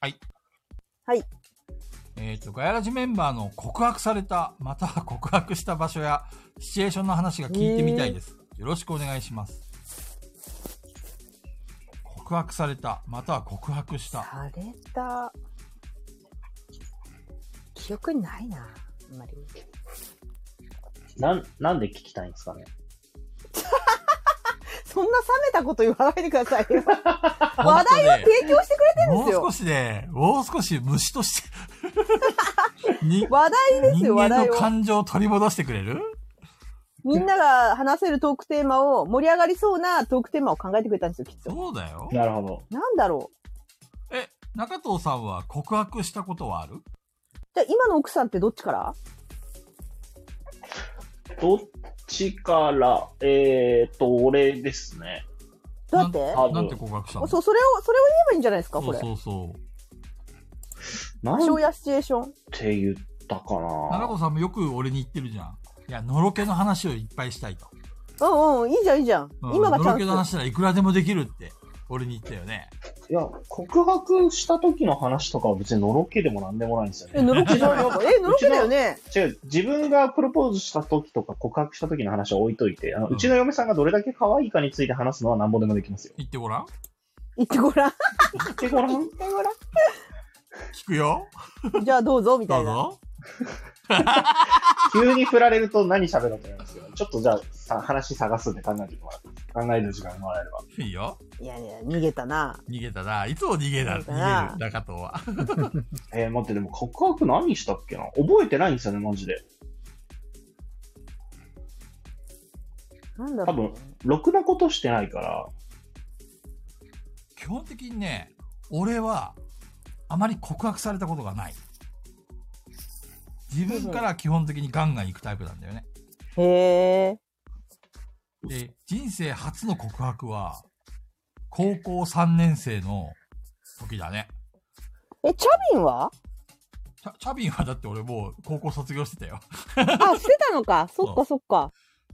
A: はい。
B: はい。
A: えっ、と、ガヤラジメンバーの告白された、または告白した場所や、シチュエーションの話が聞いてみたいです。よろしくお願いします。告白された、または告白した。
B: された。記憶にないな、あんまり。
C: なん、なんで聞きたいんですかね。
B: そんな冷めたこと言わないでください よ。話
A: 本当
B: 題を
A: ね
B: 提供してくれてるん
A: もう
B: ですよ
A: 少。しで、もう少し虫と してに、
B: 話題です
A: 人
B: よ、話
A: 間
B: 題
A: の
B: を。
A: 感情を取り戻してくれる
B: みんなが話せるトークテーマを、盛り上がりそうなトークテーマを考えてくれたんですよ、きっと。
A: そうだよ。
C: なるほど。
B: なんだろう。
A: え、中藤さんは告白したことはある
B: じゃあ今の奥さんってどっちから
C: どっちから、えーっと、俺ですね。
B: どうやって
C: あ
A: なんて告白したの
B: そう、それを、それを言えばいいんじゃないですか、これ。
A: そうそうそう
C: な
B: 場
C: ん
B: 所やシチュエーション。
C: て言ったか
A: 中
C: な
A: 藤さんもよく俺に言ってるじゃん。いや、のろけの話をいっぱいしたいと。
B: うんうん、いいじゃん、いいじゃん。
A: うん
B: 今がチ
A: のろけの
B: ャン
A: 話
B: ス。
A: ならいくらでもできるって、俺に言ったよね。
C: いや、告白した時の話とかは別にのろけでもなんでもないんですよ
B: え、
C: ね。
B: の ろけじゃないえ、のろけだよね。
C: 違う、自分がプロポーズした時とか告白した時の話は置いといて、あの、
A: う
C: うんちの嫁さんがどれだけ可愛いかについて話すのはなんぼでもできますよ。
A: 言ってごらん。
B: 言ってごらん。
C: で、この、
B: 言ってごら
A: 聞くよ。
B: ん。じゃあどうぞ、みた
A: ど
B: いうな。
A: ぞ。
C: 急に振られると何喋ろうと思いますけど、ちょっとじゃあ、さ話探すんで考えてもらって、考える時間もらえれば。
A: いいよ。
B: いやいや、逃げたな。
A: 逃げたな。いつも逃げだ。
B: 逃げ
A: 逃
B: た
A: げ
B: な
A: る、中藤は。
C: えー、待って、でも告白何したっけな覚えてないんですよね、マジで。
B: なんだろうね。
C: 多ろくなことしてないから、
A: 基本的にね、俺は、あまり告白されたことがない。自分から基本的にガンガン行くタイプなんだよね。
B: へえ。
A: で、人生初の告白は、高校3年生の時だね。
B: え、チャビンは
A: チャチャビンはだって俺もう高校卒業してたよ。
B: あ、してたの か。そっかそっか。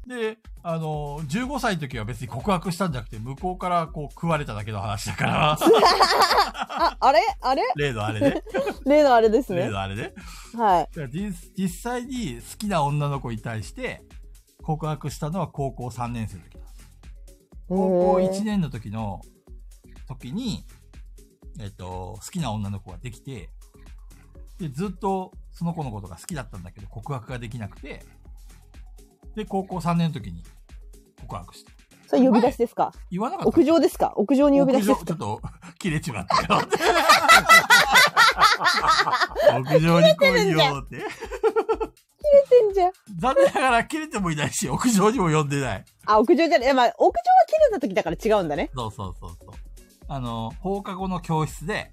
A: で、あの、15歳の時は別に告白したんじゃなくて、向こうからこう食われただけの話だから、
B: あ、あれあれ
A: 例のあれね。
B: 例のあれです
A: 例
B: ね。
A: のあれね。
B: はい。
A: だから実実際に好きな女の子に対して告白したのは高校3年生の時だ。高校
B: へえ
A: 1年の時の、時に、えっと、好きな女の子ができて、で、ずっとその子のことが好きだったんだけど、告白ができなくて、で、高校3年の時に告白した。
B: それ呼び出しですか
A: 言わなかった
B: 屋上ですか屋上に呼び出しです
A: 屋上ちょっと、 切れちまった よ。屋上に来いよって。
B: 切れてんじゃん。
A: 残念ながら切れてもいないし、屋上にも呼んでない。
B: あ、屋上じゃない。いやまあ、屋上は綺麗な時だから違うんだね。
A: そうそうそうそう。あの、放課後の教室で、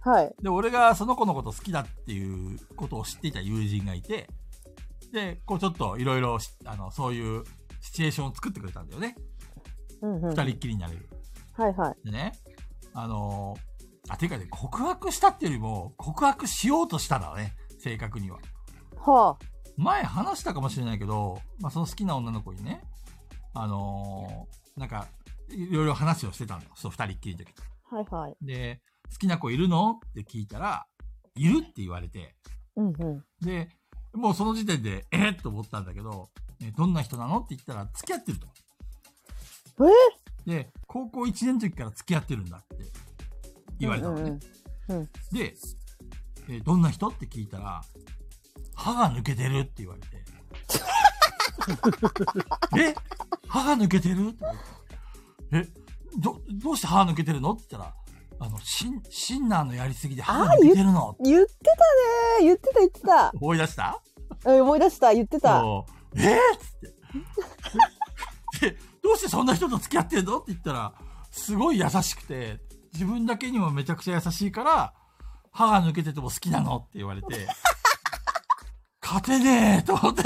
B: はい。
A: で、俺がその子のこと好きだっていうことを知っていた友人がいて、で、こうちょっといろいろ、あの、そういうシチュエーションを作ってくれたんだよね。
B: うんうん。
A: 二
B: はい
A: 人っきりになれる。
B: はい。
A: でね、あのーあ、ていうかね、告白したっていうよりも、告白しようとしたんだわね、正確には。
B: は
A: 前話したかもしれないけど、まあ、その好きな女の子にね、あのーなんか、いろいろ話をしてたのよ。そう、二人っきりの時。
B: あ。はいはい。
A: で、好きな子いるのって聞いたら、いるって言われて、
B: うんうん。
A: で、もうその時点で、えっと思ったんだけど、えどんな人なのって言ったら、付き合ってると。
B: え
A: で、高校1年の時から付き合ってるんだって言われたのね。
B: うん
A: で、えーどんな人って聞いたら、歯が抜けてるって言われ て。え歯が抜けてるって思ってえ、ど、どうして歯抜けてるのって言ったら、あの、シン、シンナーのやりすぎで歯が抜けてるの
B: 言ってたね言ってた言ってた。
A: 思い出した
B: うん思い出した言ってた。
A: そうえー、っつって。で、 どうしてそんな人と付き合ってんのって言ったら、すごい優しくて、自分だけにもめちゃくちゃ優しいから、歯が抜けてても好きなのって言われ て、勝てねえと思って、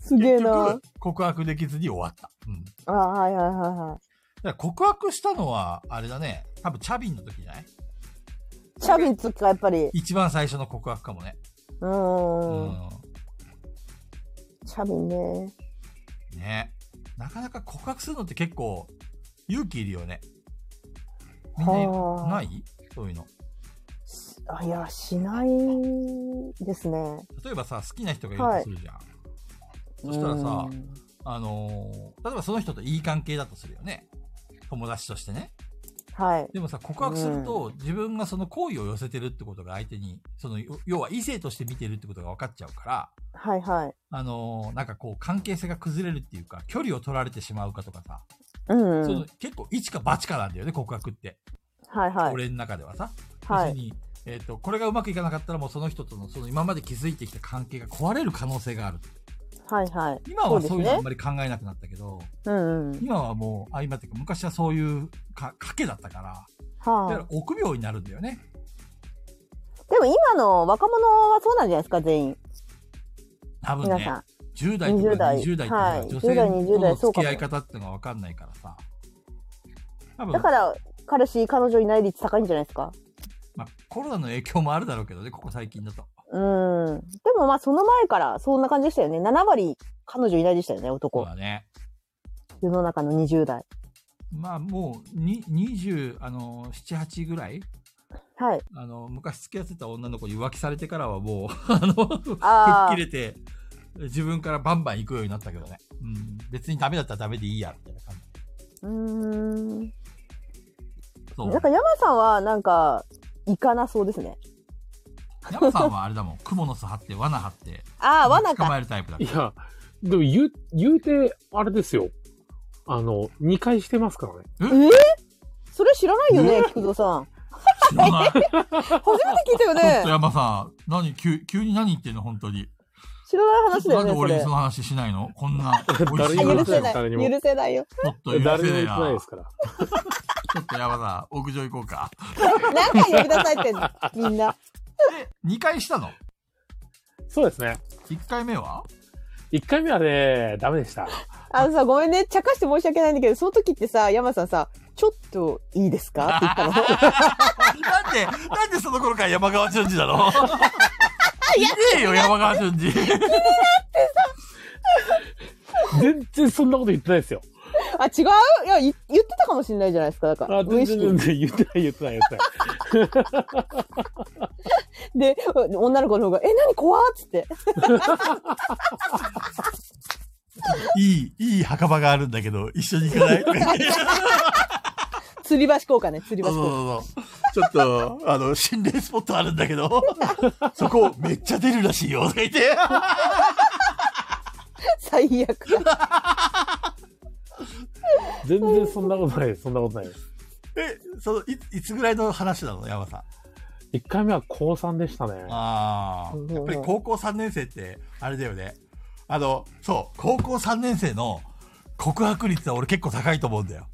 B: すげえ
A: 結
B: な
A: 局。、告白できずに終わった。うん。だか
B: あはいはいはいは
A: ら告白したのは、あれだね、多分チャビンの時じゃない
B: い。シャビンつうかやっぱり。
A: 一番最初の告白かもね。
B: う
A: う
B: ーん。
A: ん。
B: シャビンね。
A: ねなかなか告白するのって結構勇気いるよね。みんな
B: はあ
A: ないそういうの。
B: あ、いや、しないですね。
A: 例えばさ、好きな人がいるとするじゃん。そしたらさ
B: う、ん
A: あのー例えばその人といい関係だとするよね。友達としてね。
B: はい。
A: でもさ、告白すると、自分がその好意を寄せてるってことが相手に、その、よ要は異性として見てるってことが分かっちゃうから、
B: はいはい。
A: あのーなんかこう、関係性が崩れるっていうか、距離を取られてしまうかとかさ、
B: うんう
A: その
B: ん。
A: 結構一か八かなんだよね、告白って。
B: はいはい。
A: 俺の中ではさ。
B: は
A: 要する
B: い。
A: に、えー、とこれがうまくいかなかったらもうその人とのその今まで築いてきた関係が壊れる可能性がある
B: はいはい。
A: 今は
B: そ
A: そうう
B: で
A: いうの
B: すね
A: あんまり考えなくなったけど、
B: うんうん。
A: 今はもうあ今っていうか昔はそういうか賭けだったからだか
B: は
A: ら臆病になるんだよね
B: あ。でも今の若者はそうなんじゃないですか、全員。
A: 多分
B: 皆
A: ね
B: さん。
A: 10代とか20
B: 20代
A: 代っていうのは
B: はい
A: 女
B: 10代
A: 性との
B: そ
A: 付
B: うかも
A: き合い方っていうのが分かんないからさ多分
B: だ、から、彼氏、彼女いない率高いんじゃないですか。
A: まあ、コロナの影響もあるだろうけどねここ最近だと
B: うん。でもまあ、その前からそんな感じでしたよね。7割彼女いないでしたよね、
A: そう
B: 男。
A: だね
B: 世の中の20代。
A: まあもうに20あの78ぐらい
B: はい。
A: あの、昔付き合ってた女の子に浮気されてからはもう、 あの、吹
B: あー
A: っ切れて、自分からバンバン行くようになったけどね。うん。別にダメだったらダメでいいや、みたいな感
B: うーん。
A: じ。そ
B: なん
A: う。
B: か、山さんは、なんか、行かなそうですね。
A: 山さんはあれだもん。蜘蛛の巣張って、罠張って、
B: ああ、罠
A: 捕
B: か。
A: まえるタイプだか
D: い
A: ら。
D: や、でも言う、言うて、あれですよ。あの、2回してますからね。
B: それ知らないよね、菊蔵さん。
A: 知らない。ち
B: 初めて聞いたよ
A: ょっ
B: ね
A: と。山さん、何、急、急に何言ってんの、本当に。
B: 知らない話だ
A: なんで
B: よね、そ
A: 俺に
B: れ
A: そ。の話しないのこんな、美味しい
D: 誰に
A: 話
D: も
A: をちょ
B: あ許
D: 言
B: せな
D: てないい。誰にも
B: 許せないよ。
A: っと許
D: 誰にも
A: せねえ
D: 言ってない
A: な
D: で。すから。
A: ちょっと山さん、屋上行こうか。
B: 何回呼び出され てんのみんな。
A: 2回したの
D: そうですね。
A: ?1 回目は
D: 1回目はね、ダメでした。
B: あのさ、ごめんね、茶化して申し訳ないんだけど、その時ってさ、山さんさ、ちょっといいですかって言ったの。
A: なんで、なんでその頃から山川淳二だろいねえよ、山川淳二。
D: 全然そんなこと言ってないですよ。
B: あ、違ういや、い言ってたかもしれないじゃないですか、だから。
D: あ
B: 無
D: 全
B: 意識
D: 然全然言ってない言ってない言ってない。
B: で、 女の子の方が、え、何怖っつって。
A: いい、いい墓場があるんだけど、一緒に行かない
B: 吊り橋効果ね、吊り
A: そ
B: 橋
A: う
B: 効果。
A: そうそう。ちょっ と、あの、心霊スポットあるん だけど、そこめっちゃ出るらしいよ、とか言って。
B: 最悪だ。
D: 全然そんなことないです。そんなことないです。
A: え、その、いいつぐらいの話なの山さん。
D: 1回目は高3でしたね。
A: ああ。やっぱり高校3年生って、あれだよね。あの、そう、高校3年生の告白率は俺結構高いと思うんだよ。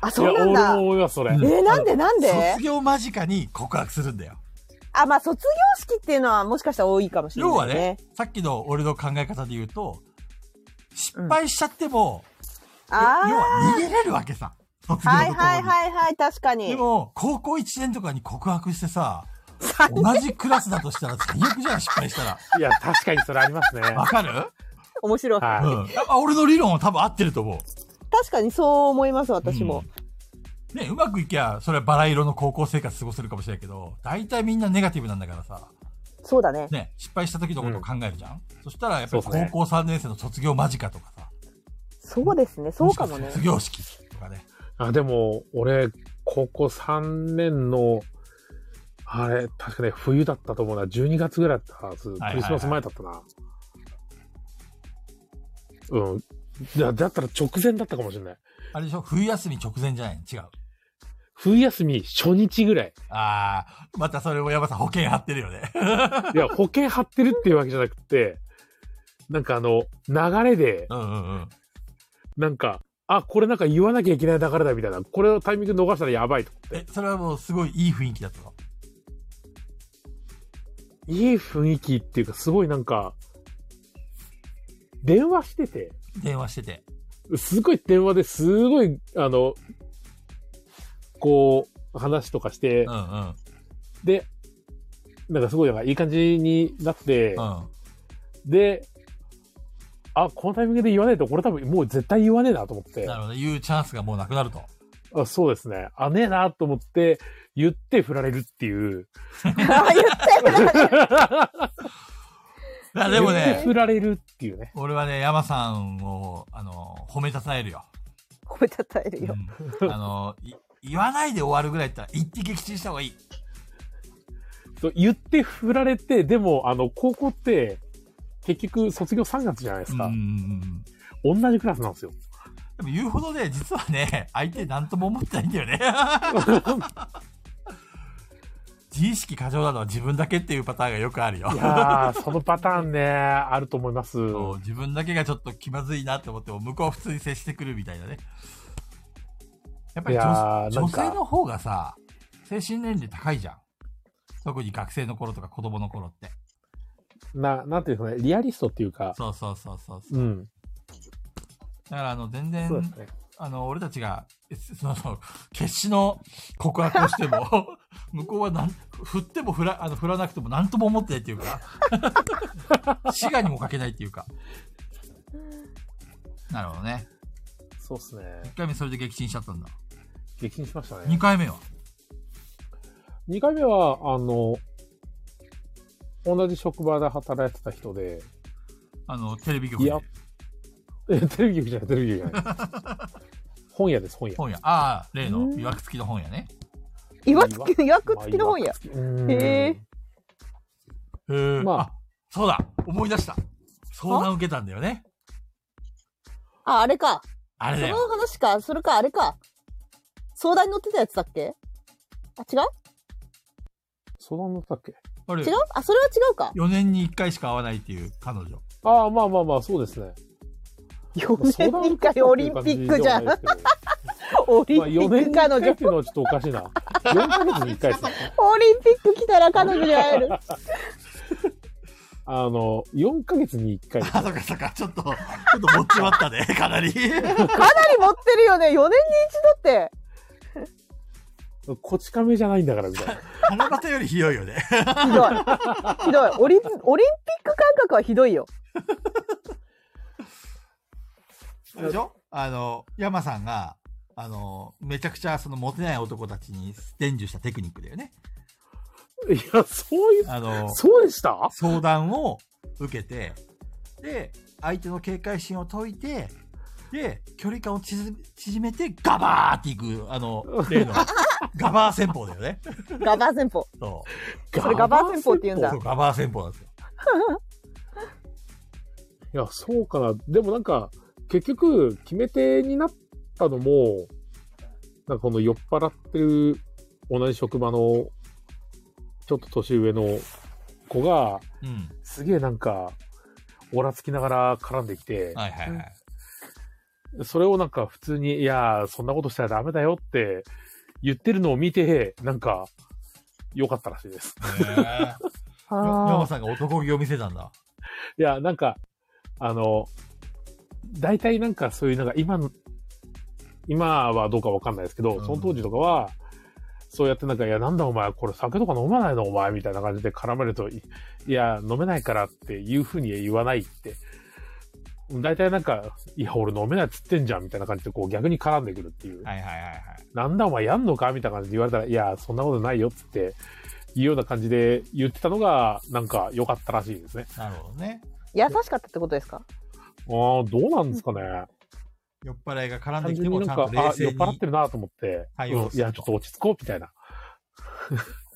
B: あ、
D: い
B: そ
D: や、
B: うなん
D: 俺も
B: だ。
D: 思います、それ。
B: えー、なんでなんで
A: 卒業間近に告白するんだよ。
B: あ、まあ卒業式っていうのはもしかしたら多いかもしれ
A: 要は
B: ない
A: ね
B: ね。、
A: さっきの俺の考え方で言うと、失敗しちゃっても、要
B: あ
A: は逃げれるわけさ。卒
B: あ。
A: 業のと
B: はい
A: ころに。
B: はいはいはい、確か
A: で
B: に。
A: も、高校1年とかに告白してさ、同じクラスだとしたら最悪じゃん、失敗したら。
D: いや、確かにそれありますね。
A: わかる
B: 面白い。
A: う
D: は
A: ん。やっぱ俺の理論は多分合ってると思
B: 確かにそう思います、私も。
A: う。ね、うまくいきゃ、それはバラ色の高校生活過ごせるかもしれないけど、大体みんなネガティブなんだからさ、
B: そうだね。
A: ね、失敗した時のことを考えるじゃん、そしたらやっぱり
D: そうですね
A: 高校3年生の卒業間近とかさ、
B: そうですね、そうかも
A: し
B: ね
A: し。たら卒業式とかね。
D: い。あ、でも、俺、高校3年の、あれ、確かね、冬だったと思うな。12月ぐらいだったはず。ク
A: はいはいはい
D: リスマス前だったな。うん。いや、だったら直前だったかもしれない。
A: あれでしょ冬休み直前じゃない違う。
D: 冬休み初日ぐらい。
A: ああ、またそれも山さん保険張ってるよね。
D: いや、 保険張ってるっていうわけじゃなくて、なんかあの、流れで、
A: うんうんうん。
D: なんか、あ、これなんか言わなきゃいけない流れだみたいな。これをタイミング逃したらやばいと。
A: え、それはもうすごいいい雰囲気だったの。
D: いい雰囲気っていうか、すごいなんか、電話してて、
A: 電話してて。
D: すごい電話ですごい、あの、こう、話とかして
A: うん、うん。
D: で、なんかすごいなんかいい感じになって
A: う、ん。
D: で、あ、このタイミングで言わないと、これ多分もう絶対言わねえなと思って
A: な、るほど。言うチャンスがもうなくなると。
D: あそうですね、あ、ねえなと思って、言って振られるっていう。
B: あ言ってる
A: いや、でも
D: 言って
A: ね、
D: 振られるっていうね。
A: 俺はね、山さんを、あの、褒めたたえるよ。
B: 褒めたたえるよ。
A: うんあの、い言わないで終わるぐらいだったら、言って撃沈した方がいい。
D: そう言って振られて、でも、あの、高校って、結局卒業3月じゃないで
A: う
D: す
A: んうん
D: か
A: う。ん。
D: 同じクラスなんですよ。
A: でも言うほどね、実は ね、相手何とも思ってないんだよね。自意識過剰なのは自分だけっていうパターンがよくあるよ
D: い。やー、そのパターンね、あると思います。
A: そう自分だけがちょっと気まずいなって思っても、向こうは普通に接してくるみたいなね。やっぱり
D: いや
A: 女
D: ー
A: 女
D: なんか
A: 性の方がさ、精神年齢高いじゃん。特に学生の頃とか子供の頃って。
D: な、なんていうんですかね、リアリストっていうか、
A: そうそうそうそうそう。
D: うん。
A: だからあの、全
D: そうで
A: 然
D: す、ね。
A: あの、俺たちが、えその、その決死の告白をしても、 向こうはなん、振っても振ら、あの、振らなくても何とも思ってないっていうか、 滋賀にもかけないっていうか。なるほどね。
D: そうですね。
A: 一回目それで撃沈しちゃったんだ。
D: 激震しました
A: 二
D: ね。
A: 回目は
D: 2回目は、あの、同じ職場で働いてた人で、
A: あの、テレビ局
D: い
A: で
D: や、えテレビ局じゃない、テレビ局じゃない。 本屋です、本屋。
A: 本屋。ああ、例の、いわくつきの本屋ね。
B: いわつき、いわくつきの本や。
D: うん
B: へー
A: へえ
D: まあ
A: あ、そうだ思い出した相談受けたんだよね。
B: あ、あれか。
A: あれ
B: そ
A: だ
B: の
A: よ。
B: 話か、それか、あれか。相談に乗ってたやつだっけあ、違う
D: そのなったっけ
A: あれ
B: 違うあ、それは違うか。
A: 4年に1回しか会わないっていう彼女。
D: ああ、まあまあまあ、そうですね。
B: 4年に1回オリンピックじゃん。オリン
D: まあ、
B: ピ
D: 4
B: ッ
D: 年
B: ク彼
D: に1回
B: 女
D: っ。ていうのはちょっとおかしいな。4 ヶ月に1回ですね。
B: オリンピック来たら彼女に会 える。
D: あの、4ヶ月に1回です
A: あ、そっかそっか。ちょっと、ちょっと持っちま ったね。かなり。
B: かなり持ってるよね。4年に一度って。
D: こち亀じゃないんだから、みたいな。
A: 花形よりひどいよね。
B: ひどい。ひどい。オリンオリンピック感覚はひどいよ。
A: あれでしょあの、山さんが、あの、めちゃくちゃそのモテない男たちに伝授したテクニックだよね。
D: いや、そういう、
A: あの、
D: そうでした
A: 相談を受けて、で、相手の警戒心を解いて、で、距離感を縮め縮めて、ガバーっていく、あの、例 の、ガバー戦法だよね。
B: ガバー戦法。
A: そう。
B: それガバー戦法って言うんだ
A: そうガバー戦法なんですよ。
D: いや、そうかな。でもなんか、結局、決め手になったのも、なんかこの酔っ払ってる同じ職場の、ちょっと年上の子が、
A: うん。
D: すげえなんか、オラつきながら絡んできて、
A: はいはいはい。
D: それをなんか普通に、いやー、そんなことしたらダメだよって言ってるのを見て、なんか、良かったらしいです。
A: ねえよ山
B: あ
A: さんが男気を見せたんだ。
D: いや、なんか、あの、大体なんかそういう、なんか今の、今はどうかわかんないですけど、
A: うん
D: その当時とかは、そうやってなんか、いや、なんだお前、これ酒とか飲まないのお前、みたいな感じで絡めると、いいや、飲めないからっていうふうには言わないって。大体なんか、いや、俺飲めないっつってんじゃん、みたいな感じで、こう逆に絡んでくるっていう。
A: はいはいはいはい。
D: なんだお前やんのかみたいな感じで言われたら、いや、そんなことないよっつって、いうような感じで言ってたのが、なんか良かったらしいですね。
A: なるほどね。
B: 優しかったってことですか
D: ああ、どうなんですかね。
A: 酔っ払いが絡んで
D: 単
A: きて
D: 純に
A: も
D: な
A: ちゃ
D: ん
A: ん
D: か、
A: と冷
D: あ、酔
A: 静
D: っ
A: に。
D: 払ってるなと思って、
A: 対
D: うん
A: 応すると
D: いや、ちょっと落ち着こうみたいな。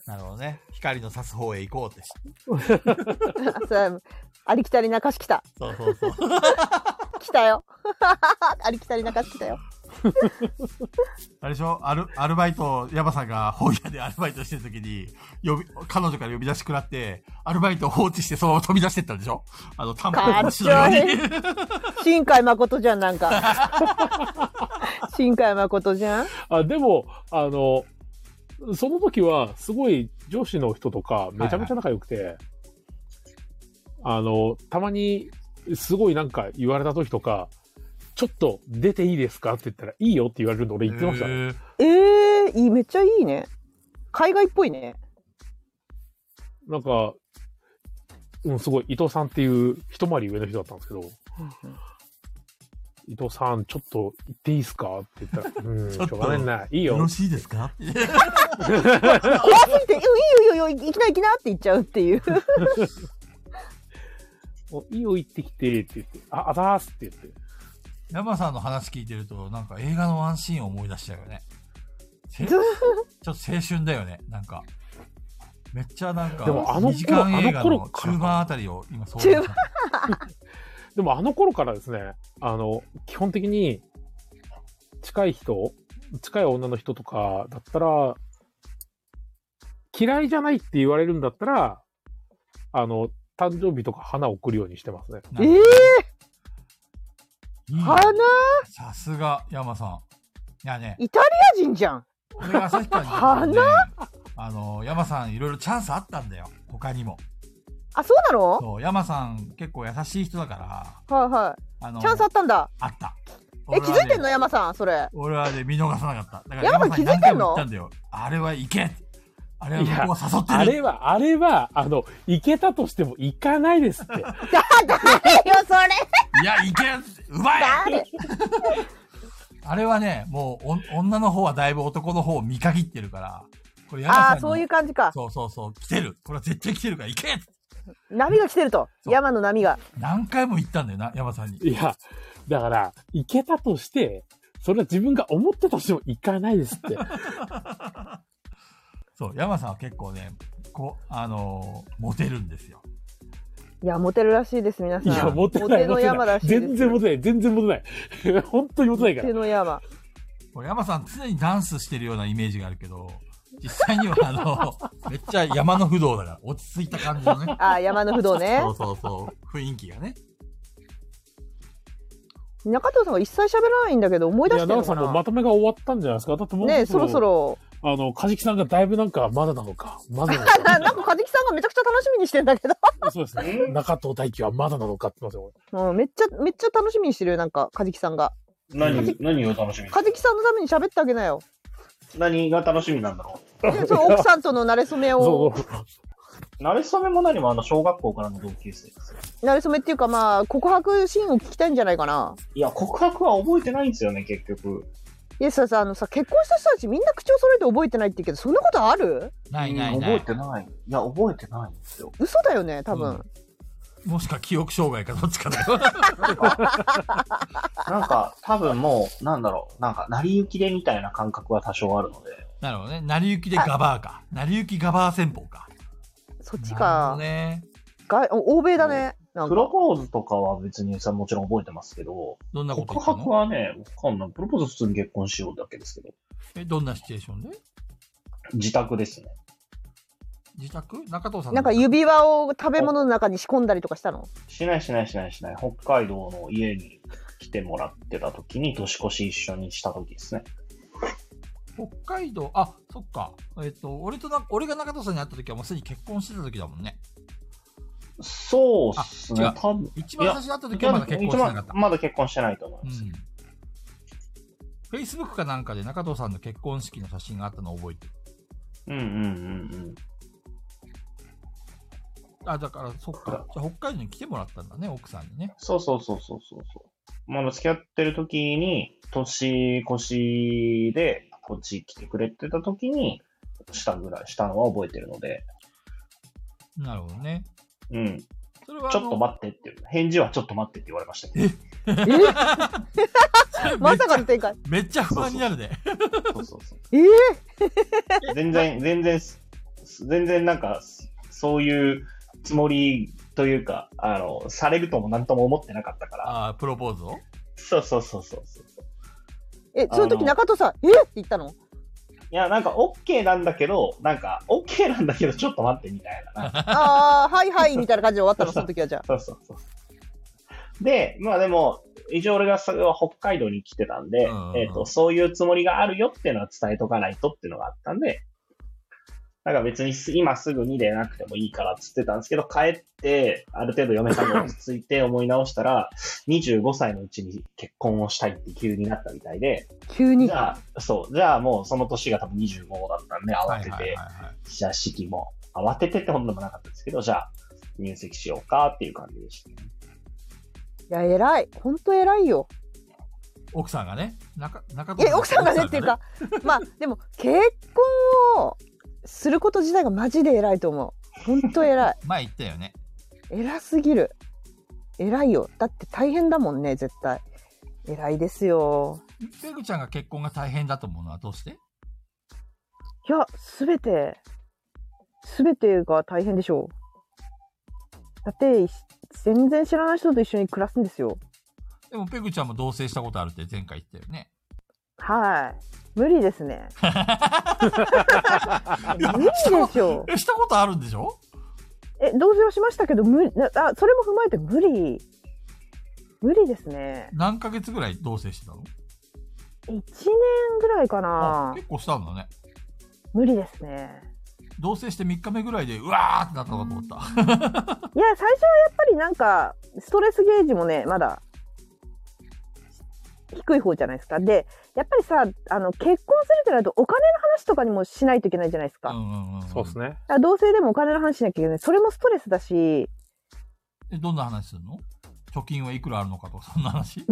A: なるほどね。光の差す方へ行こうって。
B: それありきたりな歌詞来た。
A: そう そうそう。
B: 来たよ。 ありきたりな歌詞来たよ。
A: あれでしょアルアルバイト、ヤバさんが本屋でアルバイトしてる時に、呼び、彼女から呼び出し食らって、アルバイトを放置してそのまま飛び出してったんでしょあの、担保の死のように。
B: 新海誠じゃん、なんか。新海誠じゃん
D: あ、でも、あの、その時は、すごい上司の人とか、めちゃめちゃ仲良くて、あの、たまに、すごいなんか言われた時とか、ちょっと出ていいですかって言ったら、いいよって言われるの俺言ってましたね。
A: へえ
B: ええいい、めっちゃいいね。海外っぽいね。
D: なんか、うん、すごい、伊藤さんっていう一回り上の人だったんですけど、伊藤さん、ちょっと行っていいですかって言ったら、 うん、しょ
A: ょっと
D: うがないな、いい
A: よ
D: よ
A: ろ。しいですか
B: 怖すぎて、うんいいよいいよいいよ、行きな行きなって言っちゃうっていう。
D: おいいよ、行ってきて、って言って、あ、あざーすって言って。
A: ヤバさんの話聞いてると、なんか映画のワンシーンを思い出しちゃうよね。 せち
B: ど
A: ょ
B: う
A: っと青春だよね。なんか。めっちゃなんか、
D: でもあの
A: 2
D: 頃
A: 時間映画
D: あの
A: の
D: 頃
A: 中盤あたりを今想像し
B: 中
A: た。
D: でもあの頃からですね、あの、基本的に、近い人、近い女の人とかだったら、嫌いじゃないって言われるんだったら、あの、誕生日とか花を送るようにしてますね。
A: なん
B: え
A: か
B: え
A: いいね
B: 花
A: さすが、山さん。いやね、
B: イタリア人じゃん。
A: 俺が旭川に行った時ね、あの、山さんいろいろチャンスあったんだよ。他にも。
B: あ、そうなの
A: そう、山さん結構優しい人だか
B: はいは
A: ら、あの、
B: い。チャンスあったんだ。
A: あった。
B: え、気づいてんの
A: よ
B: 山さん、それ。
A: 俺はね、見逃さなかった。だから
B: 山さん
A: に何回も言った
B: 気づ
A: んだよ。あれはいけってあれは向こうは
D: あ
A: 誘ってる。
D: れは、あれは、あの、行けたとしても行かないですって。
B: だ、誰よ、それ。
A: いや、いけうまい
B: 誰
A: あれはね、もうお女の方はだいぶ男の方を見限ってるから、これ山さん
B: あ
A: に
B: あ、そういう感じか。
A: そうそうそう、来てる。これは絶対来てるから、いけ
B: 波が来てると。
A: そう
B: 山の波が。
A: 何回も言ったんだよな、山さんに。
D: いや、だから、行けたとして、それは自分が思ってたとしても行かないですって。
A: そう、山さんは結構ね、こう、あのーモテるんですよ。
B: いや、モテるらしいです、皆さ
D: い
B: ん。
D: や、モテな
B: モ
D: い。モ
B: テ
D: テ
B: の山
D: な
B: ら
D: い。
B: しいです。
D: 全然モテない。全然モテない。 本当にモテないか
B: モテ
D: ら。
B: の山。
A: これ山さん常にダンスしてるようなイメージがあるけど、実際にはあの、めっちゃ山の不動だから、落ち着いた感じのね。
B: ああ、山の不動ね
A: そ。うそうそう、雰囲気がね。
B: 中藤さんが一切喋らないんだけど、思い
D: い
B: 出
D: や、
B: してる
D: 奈
B: のか
D: 良さんも
B: な
D: まとめが終わったんじゃないですか。だってもう、
B: ねえそろそ。 ろ。
D: あの、かじきさんがだいぶなんか、まだなのか。まだなの
B: あ ななんか、かじきさんがめちゃくちゃ楽しみにしてんだけど。
D: か。そうですね。中藤大輝はまだなのかって言ってますよ。
B: うん、めっちゃ、めっちゃ楽しみにしてるよ、なんか、かじきさんが。
C: 何、何を楽しみ
B: かじきさんのために喋ってあげな よ。
C: 何が楽しみなんだろ
B: でその奥さんとの馴れ初め
D: そ
B: を、
D: う。
C: う。慣れ初めも何もあの、小学校からの同級生ですよ。
B: 馴れ初めっていうか、まあ、告白シーンを聞きたいんじゃないかな。
C: いや、告白は覚えてないんですよね、結局。
B: いや、さ、さ、あのさ、結婚した人たちみんな口を揃えて覚えてないって言うけど、そんなことある
A: ないない
C: うん
A: ない。
C: 覚えてない。いや、覚えてないんですよ。
B: 嘘だよね、多分。
A: もしか記憶障害かどっちかだよ。
C: なんか、多分もう、なんだろう、なんか、成り行きでみたいな感覚は多少あるので。
A: なるほどね。成り行きでガバーか。成り行きガバー戦法か。
B: そっ
A: な
B: ち
A: るほ
B: か
A: ど。ね。
B: がお欧米だね。なん
C: プ
B: か
C: ロポーズとかは別にさ、もちろん覚えてますけど、
A: どんなこと
C: 告
A: 言った
C: 白
A: の
C: はね、わかんない。プロポーズ普通に結婚しようだけですけど、
A: え、どんなシチュエーションで
C: 自宅ですね。
A: 自宅中藤さんの
B: なんか指輪を食べ物の中に仕込んだりとかしたの
C: しないしないしないしない。北海道の家に来てもらってた時に、年越し一緒にした時ですね。
A: 北海道、あ、そっか。えっ、と、俺とな、俺が中藤さんに会った時はもうすでに結婚してた時だもんね。
C: そうっす
A: あ違
C: ね
A: う。
C: 多分
A: 一番最初に会った時はまだ結婚してなかった
C: 一番。まだ結婚してないと思います。
A: うん。Facebook かなんかで中藤さんの結婚式の写真があったのを覚えてる。
C: うんうんうん
A: あ、だから、そっか。じゃあ北海道に来てもらったんだね、奥さんにね。
C: そうそうそうそうそうそう。まだ付き合ってる時に、年越しで、こっち来てくれてた時に、したぐらい、したのは覚えてるので、
A: なるほどね。
C: うん。ち
A: それはあ
C: ょ
A: の、
C: っと待ってっていう。返事はちょっと待ってって言われましたけど。
B: まさかの展開
A: めっちゃ不安になるね。
C: そうそうそう。
B: ええ
C: 全然、全然、全然なんか、そういうつもりというか、あの、されるとも何とも思ってなかったから。
A: ああ、プロポーズを
C: そうそうそうそうそう。
B: えその
C: あ
B: 時
C: の
B: 中戸さん「えっ?」て言ったの
C: いや、なんか OK なんだけど、なんか OK なんだけど、ちょっと待ってみたいな。 なんか
B: ああはいはいみたいな感じで終わったのその時はじゃあ
C: そうそうそう。で、まあでも、一応俺がそれは北海道に来てたんで、
A: うんうんうん
C: えっ、と、そういうつもりがあるよっていうのは伝えとかないとっていうのがあったんで、なんか別にす今すぐにでなくてもいいからっつってたんですけど、帰って、ある程度嫁さんが落ち着いて思い直し たら、25歳のうちに結婚をしたいって急になったみたいで、
B: 急に
C: じゃあ、そう、じゃあもうその年が多分25だったんで、
A: は
C: 慌
A: い
C: てて、
A: はいはいはい。
C: じゃあ式も慌ててってほんでもなかったですけど、じゃあ入籍しようかっていう感じでしたね。
B: いや偉い本当偉いよ
A: 奥さんがね。中、中藤
B: え奥さんがねっていうか。まあでも結婚をすること自体がマジで偉いと思う本当 偉い
A: 前言ったよね。
B: 偉すぎる偉いよだって大変だもんね絶対偉いですよ
A: ペグちゃんが結婚が大変だと思うのはどうして
B: いや全て全てが大変でしょうだって全然知らない人と一緒に暮らすんですよ
A: でもペグちゃんも同棲したことあるって前回言ったよね。
B: はい無理で すね無理でしょう
A: え、したことあるんでしょ
B: え同棲はしましたけど無理あそれも踏まえて無理無理ですね
A: 何ヶ月ぐらい同棲してたの
B: 1年ぐらいか
A: あ
B: な
A: 結構したんだね。
B: 無理ですね
A: 同棲して3日目ぐらいで、うわーってなったのかと思った。
B: いや最初はやっぱりなんかストレスゲージもねまだ低い方じゃないですかでやっぱりさあの結婚するってなるとお金の話とかにもしないといけないじゃないですか,、
A: うんうんうん。
D: そうで すね。
B: だから同性でもお金の話しなきゃいけないそれもストレスだし
A: え、どんな話するの貯金はいくらあるのかとか、そんな 話
B: い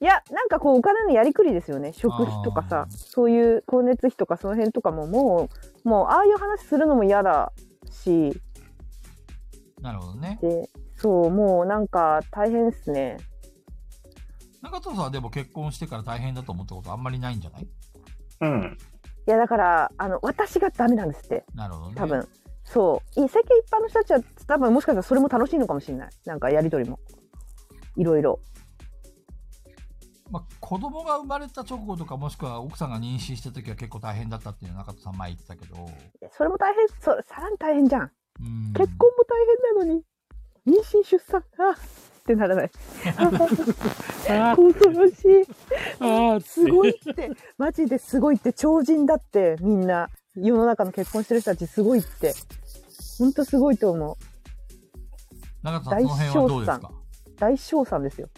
B: やなんかこうお金のやりくりですよね食費とか
A: あ
B: さ
A: ー
B: そういう光熱費とかその辺とかももうもうああいう話するのも嫌だし
A: なるほどね。
B: でそうもうなんか大変ですね
A: 中藤さんはでも結婚してから大変だと思ったことあんまりないんじゃない
C: うん。
B: いやだからあの私がダメなんですって
A: なるほどね。
B: 多分、そうい世間一般の人たちは多分もしかしたらそれも楽しいのかもしれないなんかやり取りもいろいろ
A: まあ、子供が生まれた直後とかもしくは奥さんが妊娠した時は結構大変だったっていうのは中田さん前言ってたけど、
B: それも大変そさらに大変じゃん
A: うん、
B: 結婚も大変なのに妊娠出産あってならない
D: あ
B: 恐ろしい
D: あ、
B: すごいってマジですごいって超人だってみんな世の中の結婚してる人たちすごいってほんとすごいと思う
A: 中田さんその辺はどうですか
B: 大賞賛ですよ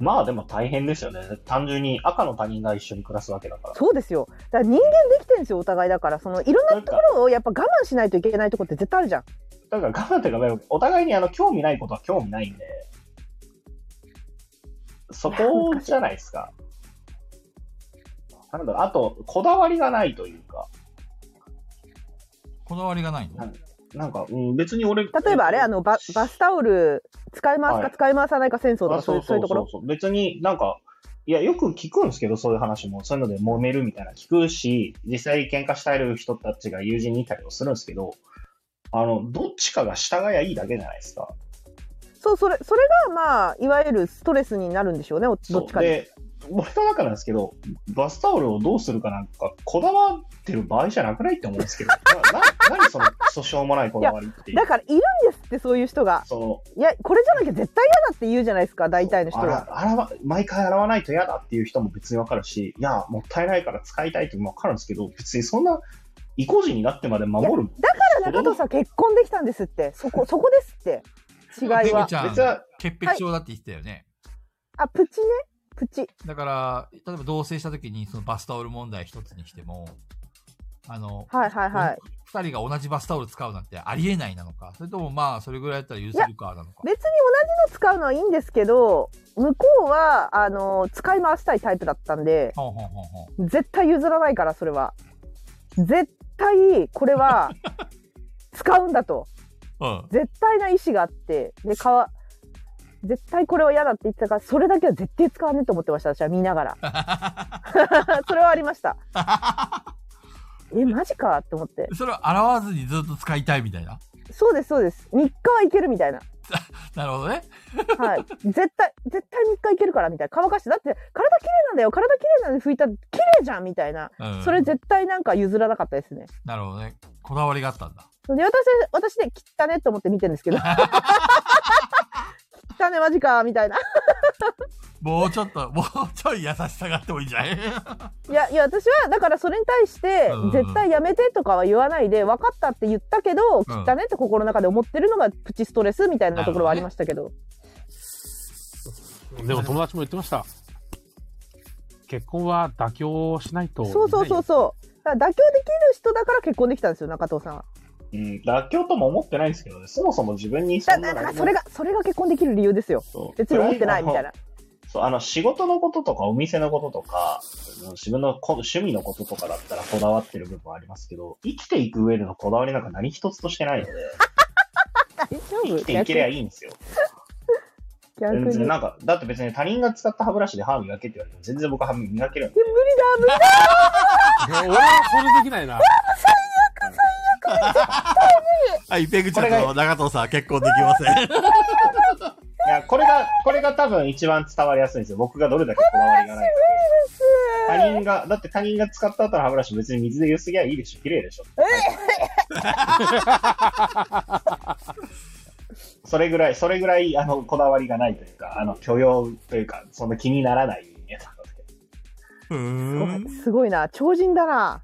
C: まあでも大変ですよね。単純に赤の他人が一緒に暮らすわけだから。
B: そうですよだから人間できてるんですよお互いだからそのいろんな
C: なん
B: と
C: か
B: ころをやっぱ我慢しないといけないところって絶対あるじゃん
C: だから我慢というか、お互いにあの興味ないことは興味ないんで、そこじゃないですか。なんだろう、あと、こだわりがないというか、
A: こだわりがないの
C: なんなんか、うん、別に俺、
B: 例えばあれあのババスタオル使い回す
C: は
B: か
C: い
B: 使い回さないか戦争と
C: あ
B: かそういうそういうところ
C: そう別になんか、いや、よく聞くんですけど、そういう話も。そういうので揉めるみたいな聞くし、実際喧嘩したい人たちが友人にいたりもするんですけど、あの、どっちかが従いゃいいだけじゃないですか。
B: そう、それ、それが、まあ、いわゆるストレスになるんでしょうね、おどっち
C: そう
B: かで。
C: で、僕はだからですけど、バスタオルをどうするかなんか、こだわってる場合じゃなくないって思うんですけど、な、な、何その、そしょうもないこだわりっていう
B: だ。から、いるんですって、そういう人が。
C: その、
B: いや、これじゃなきゃ絶対嫌だって言うじゃないですか、大体の人
C: 洗
B: が。
C: 洗わ毎回洗わないと嫌だっていう人も別にわかるし、いや、もったいないから使いたいっていうのもわかるんですけど、別にそんな、意固地になってまで守る。
B: だから中藤さん結婚できたんですって。そこ、そこですって。違い
A: ペグ
B: は
A: ち。ゃん
C: 別、は、
A: 潔癖症だって言ってたよね。
B: あ、プチね。プチ。
A: だから、例えば同棲した時に、そのバスタオル問題一つにしても、あの、
B: はいはいはい。
A: 二人が同じバスタオル使うなんてありえないなのか、それともまあ、それぐらいだったら許せるかなのか。
B: 別に同じの使うのはいいんですけど、向こうは、あの、使い回したいタイプだったんで、
A: ほんほんほんほん。
B: 絶対譲らないから、それは。絶対、これは、使うんだと。
A: うん。
B: 絶対な意思があって、で、かわ、絶対これは嫌だって言ってたから、それだけは絶対使わねえと思ってました、私は見ながら。 それはありました。え、マジかって思って。
A: それを洗わずにずっと使いたいみたいな。
B: そうです、そうです。3日はいけるみたいな。
A: なるほどね。
B: はい。絶対、絶対3日いけるからみたいな。乾かして、だって体綺麗なんだよ、体綺麗なんで拭いたら綺麗じゃんみたいな。
A: うん。
B: それ絶対なんか譲らなかったですね。
A: なるほどね。こだわりがあったんだ。
B: で、私、私で、切ったねって思って見てる んですけど。切ったね、マジか、みたいな。
A: もうちょっと、もう ちょい優しさがあってもいいんじ ゃない
B: いやいや私はだからそれに対して
A: うんうん
B: 絶対やめてとかは言わないで分かったって言ったけど切ったねって心の中で思ってるのがプチストレスみたいなところはありましたけど
D: でも友達も言ってました。結婚は妥協しないと。
B: そうそうそうそうだから妥協できる人だから結婚できたんですよ中藤さんは
C: うん、妥協とも思ってないんですけどね、そもそも自分にそ
B: だ
C: んな
B: だから
C: 何も
B: それがそれが結婚できる理由ですよ
C: そう
B: 別に思ってないみたいな
C: そう、あの、仕事のこととか、お店のこととか、うん自分のこ趣味のこととかだったらこだわってる部分はありますけど、生きていく上でのこだわりなんか何一つとしてないので、
B: 大丈
C: 生き
B: 夫
C: ていけりゃ
B: 逆
C: いいんですよ。
B: 逆
C: 全
B: にで
C: 然、
B: 無理だ
C: なんか、だって別に他人が使った歯ブラシで歯磨けって言われても、全然僕は歯磨けるんで。
B: 無理
D: いや俺はそれできないな。
A: はい、ペグ
C: ちゃんと
A: 長藤さん結婚できません。
C: いや、これが、これが多分一番伝わりやすいんですよ。僕がどれだけこだわりがないか。他人が、だって他人が使った後の歯ブラシ別に水でゆすぎゃいいでしょ。綺麗でしょ。それぐらい、それぐらい、あの、こだわりがないというか、あの、許容というか、そんな気にならない人間な
A: うー
C: ので。
A: ん
B: だ。すごいな超人だな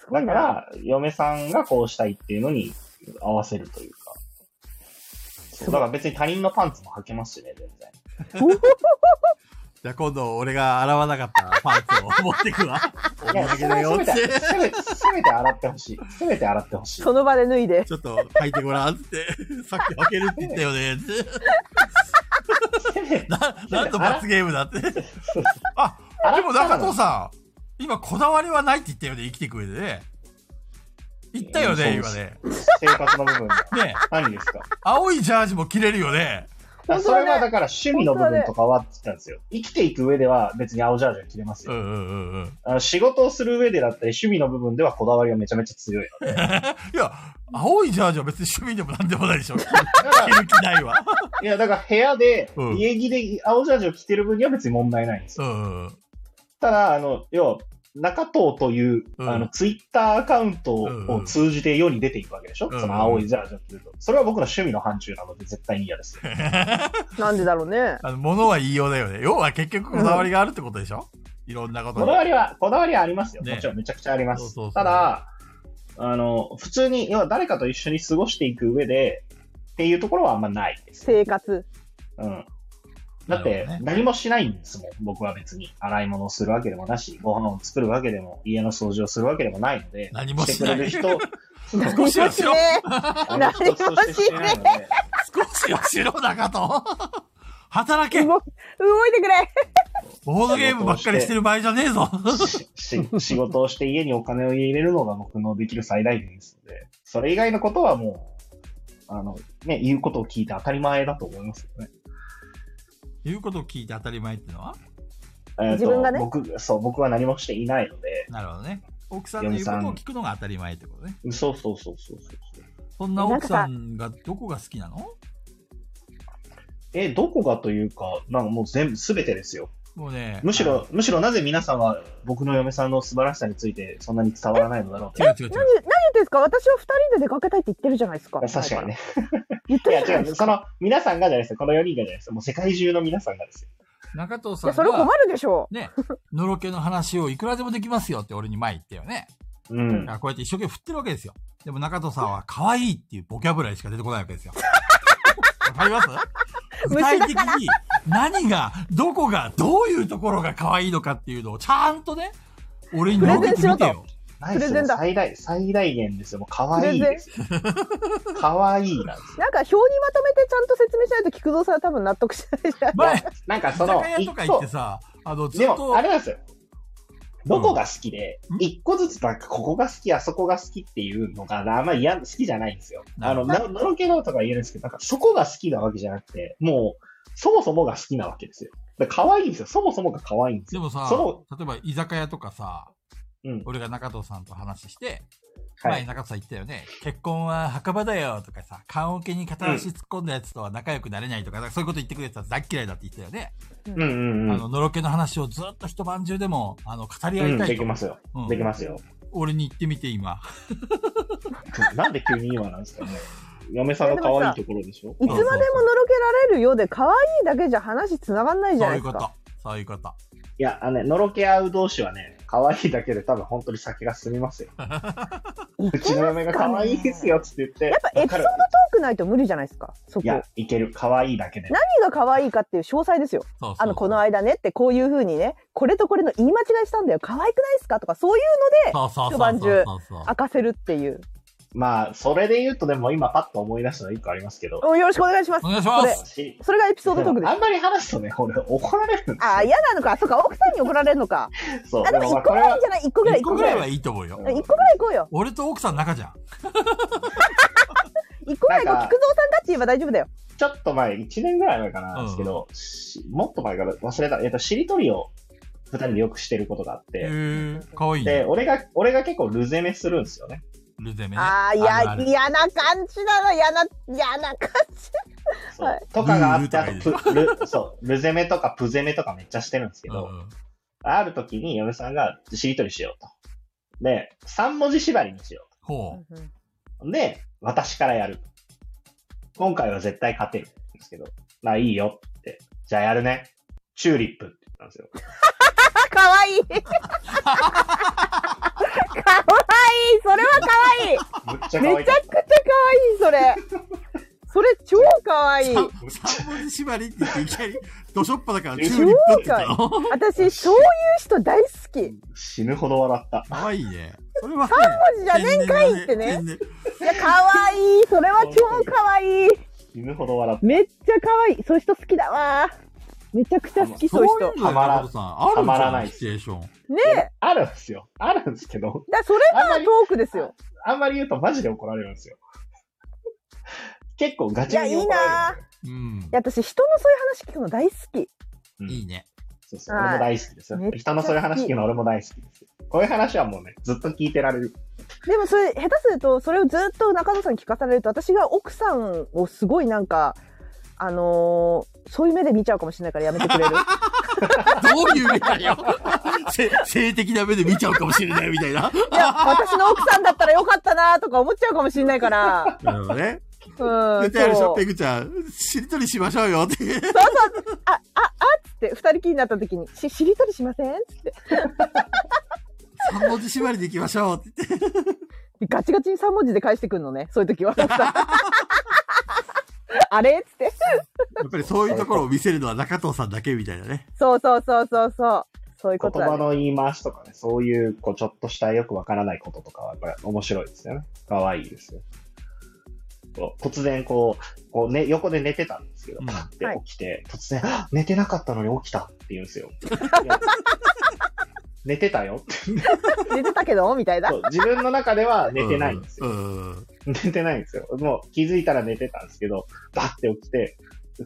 B: すごい
C: だか
B: な
C: ら、嫁さんがこうしたいっていうのに合わせるというか。そうだから別に他人のパンツも履けますしね、全然。
A: じゃあ今度俺が洗わなかったパーツを持ってくわ。お
C: いや、
A: 土産だよっ
C: せめて、
A: て。
C: せめて、せめて洗ってほしい。せめて洗ってほしい。
B: その場で脱いで
A: ちょっと履いてごらん って。さっき履けるって言ったよねって。
C: せめて、
A: な、なんと罰ゲームだって。あ、
C: 洗
A: で
C: っ
A: も
C: た
A: 中
C: の
A: 藤さん、今こだわりはないって言ったよね、生きていく上でね。言ったよね、
C: うん
A: 今
C: そう
A: ね。
C: 生活の部分が。
A: ね
C: 何ですか
A: 青いジャージも着れるよね。
B: 本当
C: そ
B: だね
C: れはだから趣味の部分とかはって言ったんですよ。生きていく上では別に青ジャージは着れます
A: う
C: よ。
A: んうんうんうん。
C: あの仕事をする上でだったり趣味の部分ではこだわりがめちゃめちゃ強いので。
A: いや、青いジャージは別に趣味でもなんでもないでしょ。着
C: だから
A: る気ないわ。
C: いや、だから部屋で
A: うん、
C: 家着で青ジャージを着てる分には別に問題ないんです
A: う
C: よ。
A: んうん。
C: ただ、あの、要は、中藤という、
A: うん
C: あの、ツイッターアカウント
A: うんうん
C: を通じて世に出ていくわけでしょ、
A: うん
C: その青いジャージを着ると。それは僕の趣味の範疇なので絶対に嫌です。
B: なんでだろうね
A: あの、物は言いようだよね。要は結局こだわりがあるってことでしょ、いろんなこと
C: こ
A: に
C: だ。わりは、こだわりはありますよ。
A: ね
C: もちろんめちゃくちゃあります。
A: そうそうそう
C: ただ、あの、普通に、要は誰かと一緒に過ごしていく上で、っていうところはあんまないです。
B: 生活
C: うん。だっ
A: なる
C: て
A: ほどね、
C: 何もしないんですもん、僕は別に。洗い物をするわけでもなし、ご飯を作るわけでも、家の掃除をするわけでもないので、
A: 何もし
C: して
A: な
C: く
A: い
C: れる人、
A: 少しはしろ
B: ね
C: あの人としてしてないので、
A: 少しはしろ中と働け
B: 動動いてくれ
A: ボードゲームばっかりしてる場合じゃねえぞ
C: しし 仕事をして家にお金を入れるのが僕のできる最大限ですので、それ以外のことはもう、あの、ね、言うことを聞いて当たり前だと思いますよね。
A: 言うことを聞いて当たり前ってのは
C: えーと
B: 自分がね
C: 僕、そう、僕は何もしていないので、
A: なるほどね。奥さんの言うことを聞くのが当たり前ってことね。
C: そうそうそうそうそうそう。
A: そんな奥さんがどこが好きなの
C: え、どこがというか、なんかもう全部、すべてですよ。
A: もうね、
C: むしろ、むしろなぜ皆さんは僕の嫁さんの素晴らしさについてそんなに伝わらないのだろう
A: 違う違う違う
B: 何、何言ってんですか私は二人で出かけたいって言ってるじゃないですか。
C: と。確かにね。
B: 言っ
C: い
B: てる
C: や
B: じゃない
C: 違
B: うで、すか。
C: その、皆さんがじゃないですよ。この4人がじゃないですよ。もう世界中の皆さんがですよ。
A: 中藤さ
B: い
A: ん
B: や、それ困
A: が、
B: るでしょ
A: ね、のろけの話をいくらでもできますよって俺に前言ったよね。
C: うん
A: だか。らこうやって一生懸命振ってるわけですよ。でも中藤さんは可愛いっていうボキャブラリーしか出てこないわけ ですよ。わかります具体的に何が、どこが、どういうところが可愛いのかっていうのをちゃんとね、俺に乗っけてみてよ。
C: ないです
B: プレゼ
C: よ。
B: ンだ
C: 最大、最大限ですよ。もう可愛いですよ。可愛いなんです
B: う。なんか表にまとめてちゃんと説明しないと菊蔵さんは多分納得しないじゃない
A: 前、居
C: よ。なんかそ
A: 酒
C: の、
A: 屋とか行ってさ、あの、ずっ
C: で
A: と
C: も、あ、れなんですよ。どこが好きで
A: うん、
C: 一個ずつなんかここが好き、あそこが好きっていうのが、あんまり嫌、好きじゃないんですよ。
A: な
C: あ
A: るほ
C: の、
A: ど
C: なのろけのとか言えるんですけど、なんかそこが好きなわけじゃなくて、もう、そもそもが好きなわけですよ。だから可愛いんですよ。そもそもが可愛いんです
A: で
C: よ。
A: もさ、
C: そ
A: 例えば居酒屋とかさ、
C: うん
A: 俺が中藤さんと話して、
C: の、は
A: 前
C: い。
A: 中藤さん言ったよね、結婚は墓場だよとかさ、棺桶に片足突っ込んだやつとは仲良くなれないとか、なんかそういうこと言ってくれてたら大っ嫌いだって言ってたよね。
C: うんうんう
A: あ
C: ん
A: の、。のろけの話をずっと一晩中でも、あの、語り合
C: う
A: い
C: ん
A: たい
C: で
A: と。
C: きますよ。
A: うん
C: できますよ。
A: 俺に言ってみて今。
C: なんで急に今なんですかね。嫁さんの可愛いところでしょ
B: いつまでものろけられるようで、可愛いだけじゃ話つながんないじゃ
A: そ
B: な
A: うい
B: い
A: う
B: です
A: こ
B: か。
A: と。そういうこと。
C: いや、あのね、のろけ合う同士はね、可愛いだけで多分本当に酒が進みますよ。うちの嫁が可愛いですよっつって言って。
B: やっぱエピソードト
C: わ
B: ー
C: かる
B: クないと無理じゃないですか。そこ。
C: いや
B: 何、
C: いける。可愛いだけで。
B: が可愛いかっていう詳細ですよ。
A: そうそう
B: あの、この間ねってこういう風にね、これとこれの言い間違いしたんだよ。可愛くないですかとか、そういう
A: そうそうそうそう
B: 一晩中
A: そうそう
B: の明かせるっていう。
C: まあ、それで言うとでも今パッと思い出したの一個ありますけど。
B: およろしくお願いします
A: お。願いします。
C: し
B: それがエピソードトークです
C: あ。んまり話すとね、俺怒られるんで
B: ああ、嫌なのか。そうか、奥さんに怒られるのか。
C: すそう。
B: あ、でも
C: もま
B: 1
C: あ
B: 個
C: こ
B: ぐ
C: れ
B: らいいいん
C: は
B: じ、ゃない ?1 個ぐらい。
A: 一個ぐらいはいいと思うよ。
B: 1個ぐらい行こうよ。
A: 俺と奥さん仲じゃん。
B: 1個ぐらい行こ
C: な
B: う。菊蔵
C: んか
B: さんだって言えば大丈夫だよ。
C: ちょっと前、1年ぐらい前かな、ですけど、しもっと前から忘れた。えっと、しりとりを二人でよくしてることがあっ
A: へ
C: て。
A: え、かわいい
C: で、
A: ね。
C: 俺が、俺が結構ルゼメするんですよね。
A: ルゼメね。
B: ああ、い
A: あるあ
B: や、
A: る
B: 嫌な感じだな。嫌な、嫌な感じ。
C: そう
B: はい
C: とかがあって、
A: ル
C: あ
A: ール
C: とプ、ル、そう、ルゼメとかプゼメとかめっちゃしてるんですけ
A: うんう
C: ど、
A: ん
C: ある時に嫁さんがしりとりしようと。で、三文字縛りにしよ
A: ほ
C: う。で、私からやる。今回は絶対勝てる。ですけど、まあいいよって。じゃあやるね。チューリップって言ったんですよ。
B: あ、かわい い。かわいい。それはかわいい。
C: むっちゃ可愛
B: めち
C: い
B: ゃ。くちゃかわいい、それ。それ超かわいい。
A: う。三文字縛りって言っていきなり、ドショッパだからチューリップって言ったよ。
B: 私、そういう人大好き。い
C: 死ぬほど笑った。
A: かわいいね。それはね。
B: 文字じゃねえんかいってね
A: 天然だ天然
B: や、かわいい。それは超かわいい。
C: 死ぬほど笑っ
B: めっちゃかわいい。そういう人好きだわ。めちゃくちゃ好き、
A: そ
B: そうう
A: い
B: いう
A: う
B: 人。
A: のだよ
C: はまら
A: 中藤さんある
C: はま
A: じ
C: ら
A: ゃ、
C: なんい
A: シチュエーション。
B: ねえ。
C: た。あるんですよ。あるんですけど、
B: だからそれ
C: あんま
B: が
C: り
B: トークですよ。
C: あんまり言うとマジで怒られるんですよ。結構ガ
B: い
C: チ
B: や、
C: め
B: い
C: に
B: いな
C: 怒られ
B: ぁ。
C: る。
A: うん
B: い。や、私、人のそういう話聞くの大好き。
C: うん
A: いいね。
C: そうそう、
B: はい
C: 俺も大好きですよ
B: めっ。ちゃ
C: 人のそういう話聞くの俺も大好きですよ。こういう話はもうね、ずっと聞いてられる。
B: でも、それ、下手すると、それをずっと中野さんに聞かされると、私が奥さんをすごいなんか、あのーそういう目で見ちゃうかもしれないからやめてくれる。
A: どういう目だよ。 せ性的な目で見ちゃうかもしれないみたいな。
B: いや、私の奥さんだったらよかったなとか思っちゃうかもしれないから。
A: なるほどね。
B: うん。
A: 絶対あるでしょ、
B: そう
A: ペグちゃん。しりとりしましょうよって。
B: そうそう。あ、あ、あっつって、二人きりになった時に、し、しりとりしませんつって。
A: 三文字縛りでいきましょうって言って。
B: ガチガチに三文字で返してくんのね。そういう時は。 奥さんあれつって。
A: やっぱりそういうところを見せるのは中藤さんだけみたいな ね。
B: そうそうそうそうそう。そういうこ
C: 言
B: とだ、
C: 葉
B: ね。
C: の言い回しとかね、そういう、こう、ちょっとしたよくわからないこととかは、これ面白いですよね。可愛いですよ。こう突然こう、こうね、横で寝てたんですけど、
A: うん
C: パッて
B: はい
C: 起きて、突然、あ寝てなかったのに起きたって 言うんですよ。いや寝てたよって
B: 寝てたけどみたいな
C: そ。う自分の中では寝てないんですよ。
A: うんうん
C: 寝てないんですよ。もう気づいたら寝てたんですけど、バッて起きて、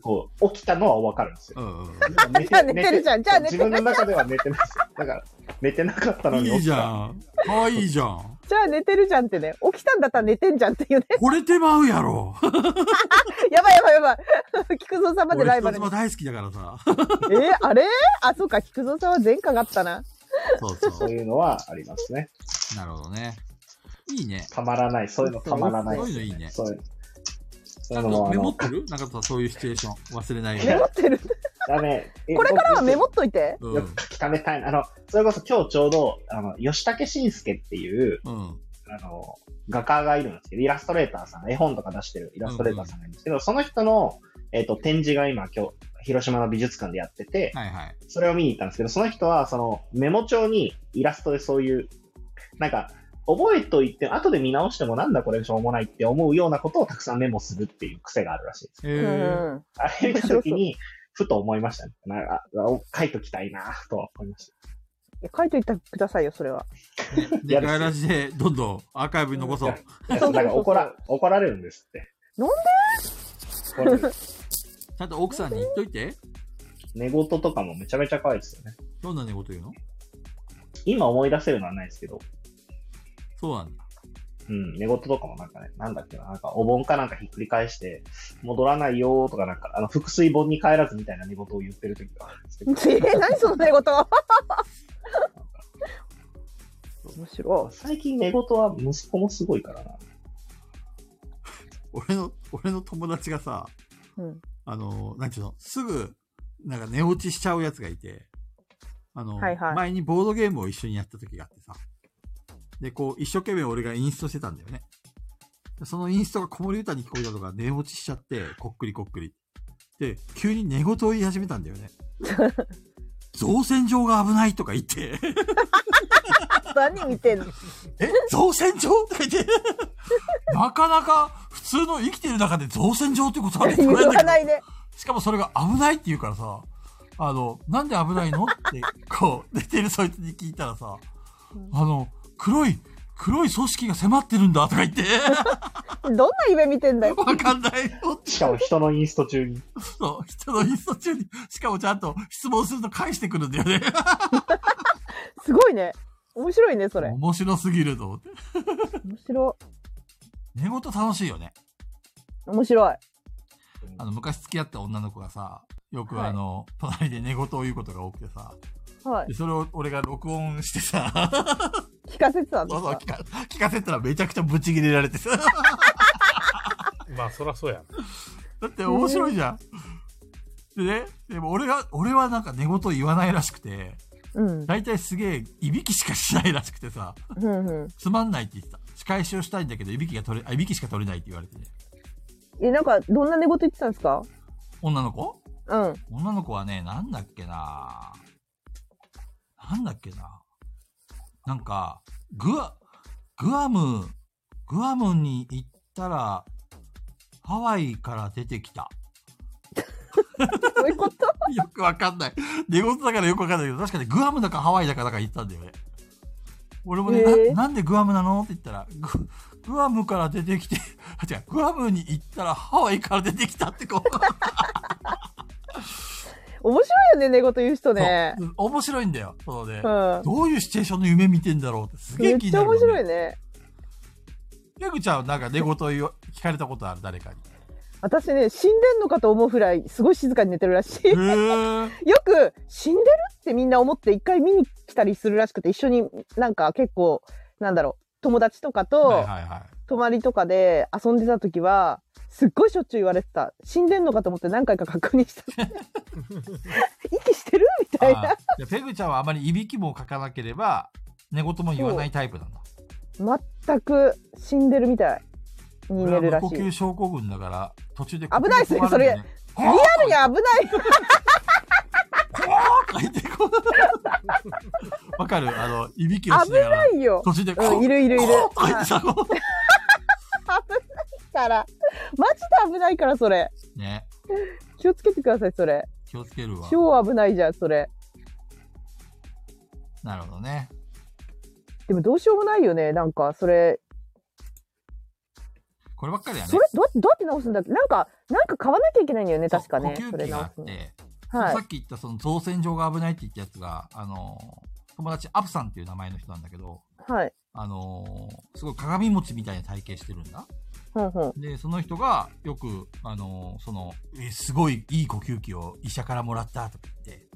C: こう、起きたのはわかるんですよ。
A: うんうん
C: 寝
B: じゃあ寝てるじゃんじゃあ寝てる
C: 自分の中では寝てないですよ。だから、寝てなかったのに
A: い
C: 起
A: い
C: き
A: じ
C: た。
A: ゃん。かわいいじゃん。
B: じゃあ寝てるじゃんってね。起きたんだったら寝てんじゃんっていうね。
A: これてまうやろ。
B: やばいやばいや ばい。菊蔵さんまでラ
A: 俺、
B: イバ
A: 人
B: ルに
A: 妻。大好きだからさ。
B: えーあれあ、そうか、菊蔵さんは前科があったな。
A: そうそ
C: そういうのはありますね。
A: う。なるほどね。いいね。
C: たまらない。そういうのたまらない
A: そう。いうのいいね。
C: そういう。そ
A: ち
C: うい
A: ゃ
C: うんのも
A: と
C: あ
A: メモ
C: の
A: っ、てる中田さん、そういうシチュエーション。忘れないように
B: メモってる。
C: ダメ。え
B: これからはメモっといて。
A: う
C: 僕よ
A: ん
C: く書き溜めたい。あの、それこそ今日ちょうど、あの、吉武慎介っていう、
A: うん。
C: あの、画家がいるんですけど、イラストレーターさん、絵本とか出してるイラストレーターさんがいるんですけど、その人の、えっ、と、展示が今、今日、広島の美術館でやってて、
A: はいはい。
C: それを見に行ったんですけど、その人は、その、メモ帳にイラストでそういう、なんか、覚えといて、後で見直してもなんだこれしょうもないって思うようなことをたくさんメモするっていう癖があるらしいです。
B: う
A: え
B: ん。
C: あれ見たときに、ふと思いましたね。なんか、あ書いときたいなとは思いました。
B: 書いといてくださいよ、それは。
A: ー。で、ガイラジでどんどんアーカイブに残 そう。
C: いやだから怒ら、怒られるんですって。
B: なん
C: で怒られる
A: ちゃんと奥さんに言っといて。
C: 寝言とかもめちゃめちゃ可愛いですよね。
A: どんな寝言言うの
C: 今思い出せるのはないですけど、
A: そうなんだ。
C: うん、寝言とかもなんかね、なんだっけな、なんかお盆かなんかひっくり返して、戻らないよーとかなんか、あの、腹水盆に帰らずみたいな寝言を言ってる時があるんですけ
B: え
C: ど、
B: ー、何その寝言 面白
C: 最近寝言は息子もすごいからな。
A: 俺の、俺の友達がさ、
B: い。うん。
A: あの、なんちゅうの、すぐ、なんか寝落ちしちゃうやつがいて、あの、
B: はいはい
A: 前にボードゲームを一緒にやった時があってさ、で、こう、一生懸命俺がインストしてたんだよね。そのインストが子守歌に聞こえたとか寝落ちしちゃって、こっくりこっくり。で、急に寝言を言い始めたんだよ ね。造船場が危ないとか言って、
B: 何見てんの
A: え造船場とか言って、なかなか普通の生きてる中で造船場ってことはね、
B: 言
A: 捉え
B: わ
A: たけど
B: ないね。
A: しかもそれが危ないって言うからさ、あの、なんで危ないのって、こう、寝てるそいつに聞いたらさ、あの、黒い、黒い組織が迫ってるんだとか言 って、
B: どんな夢見てん だよ。
A: わかんないよって、
C: しかも人のインスト中に。
A: そう人のインスト中に、しかもちゃんと質問すると返してくるんだよね。
B: すごいね。面白いね、それ。面
A: 面白すぎると思って。
B: 白
A: 寝言楽しいよね。
B: い。面白い。
A: あの、昔付き合った女の子がさ、よく
B: はい
A: あの、隣で寝言を言うことが多くてさ、
B: はい
A: で。それを俺が録音してさ、
B: 聞かせてたんで
A: そう
B: す
A: そう
B: か
A: 聞か、聞かせたらめちゃくちゃブチギレられて さ。
D: まあ、そらそうや。
A: だって面白いじゃん。でね、でも俺が、俺はなんか寝言言わないらしくて、
B: うん。
A: 大体すげえ、いびきしかしないらしくてさ、
B: うんうん。
A: つまんないって言ってた。仕返しをしたいんだけど、いびきが取れ、あいびきしか取れないって言われてね。
B: え、なんか、どんな寝言言ってたんですか
A: 女の子
B: うん。
A: 女の子はね、なんだっけななんだっけななんか、グア、グアム、グアムに行ったら、ハワイから出てきた。
B: そういうこと
A: よくわかんない。寝言だからよくわかんないけど、確かにグアムだかハワイだかだか言ったんだよね。俺もね、
B: へー
A: ななんでグアムなのって言ったら、ググアムから出てきて、 あ違う、グアムに行ったらハワイから出てきたってこう、
B: 面白いよね、寝言言う人ね。
A: そう 面白いんだよ。そうね
B: う。ん。
A: どういうシチュエーションの夢見てんだろうってすげ
B: め
A: え
B: っ
A: 気に
B: ち
A: な
B: ゃ
A: るもんね、
B: 面白いね。
A: ペグちゃんはなんか寝言言わ聞かれたことある、誰かに。
B: 私ね、死んでんのかと思うくらい、すごい静かに寝てるらしい。
A: へー。
B: よく死んでるってみんな思って一回見に来たりするらしくて一緒になんか結構なんだろう友達とか
A: はい
B: と
A: はいは
B: 泊まりとかで遊んでた時はすっごいしょっちゅう言われてた死んでんのかと思って何回か確認した 息してるみた
A: い
B: い
A: あ
B: な
A: ー。じゃあペグちゃんはあまりいびきもかかなければ、寝言も言わないタイプなんだ。
B: 全く死んでるみたいに
A: これ
B: 寝る
A: は
B: ら
A: 無
B: し
A: 呼
B: いリ
A: 吸症候群だから、途中で
B: 危ないっすねそれ
A: リア
B: アルに危ない
A: わかるあの、いびきをしながら。
B: 危ないよ
A: 途中で、
B: うんいるいるいる
A: こうとか言ってさ、こ
B: からマジで危ないからそれ
A: うね。
B: 気をつけてくださいそれ
A: 気をつけるわ。
B: 超危ないじゃんそれ
A: なるほどね。
B: でもどうしようもないよねなんかそれ
A: こればっかりやね
B: そ。れどうやってどうやって直すんだっけなんかなんか買わなきゃいけないんだよね確かね
A: そう呼
B: そ
A: 吸
B: れ
A: 器があ
B: 直
A: っ
B: すの
A: て、
B: は
A: さ
B: い
A: っき言ったその造船場が危ないって言ったやつが、あの、友達アプさんっていう名前の人なんだけど、
B: はい
A: あのーすごい鏡餅みたいな体型してるんだ。
B: ほんほん。
A: で、その人がよく、あのーその、えすごいいい呼吸器を医者からもらったとか言って、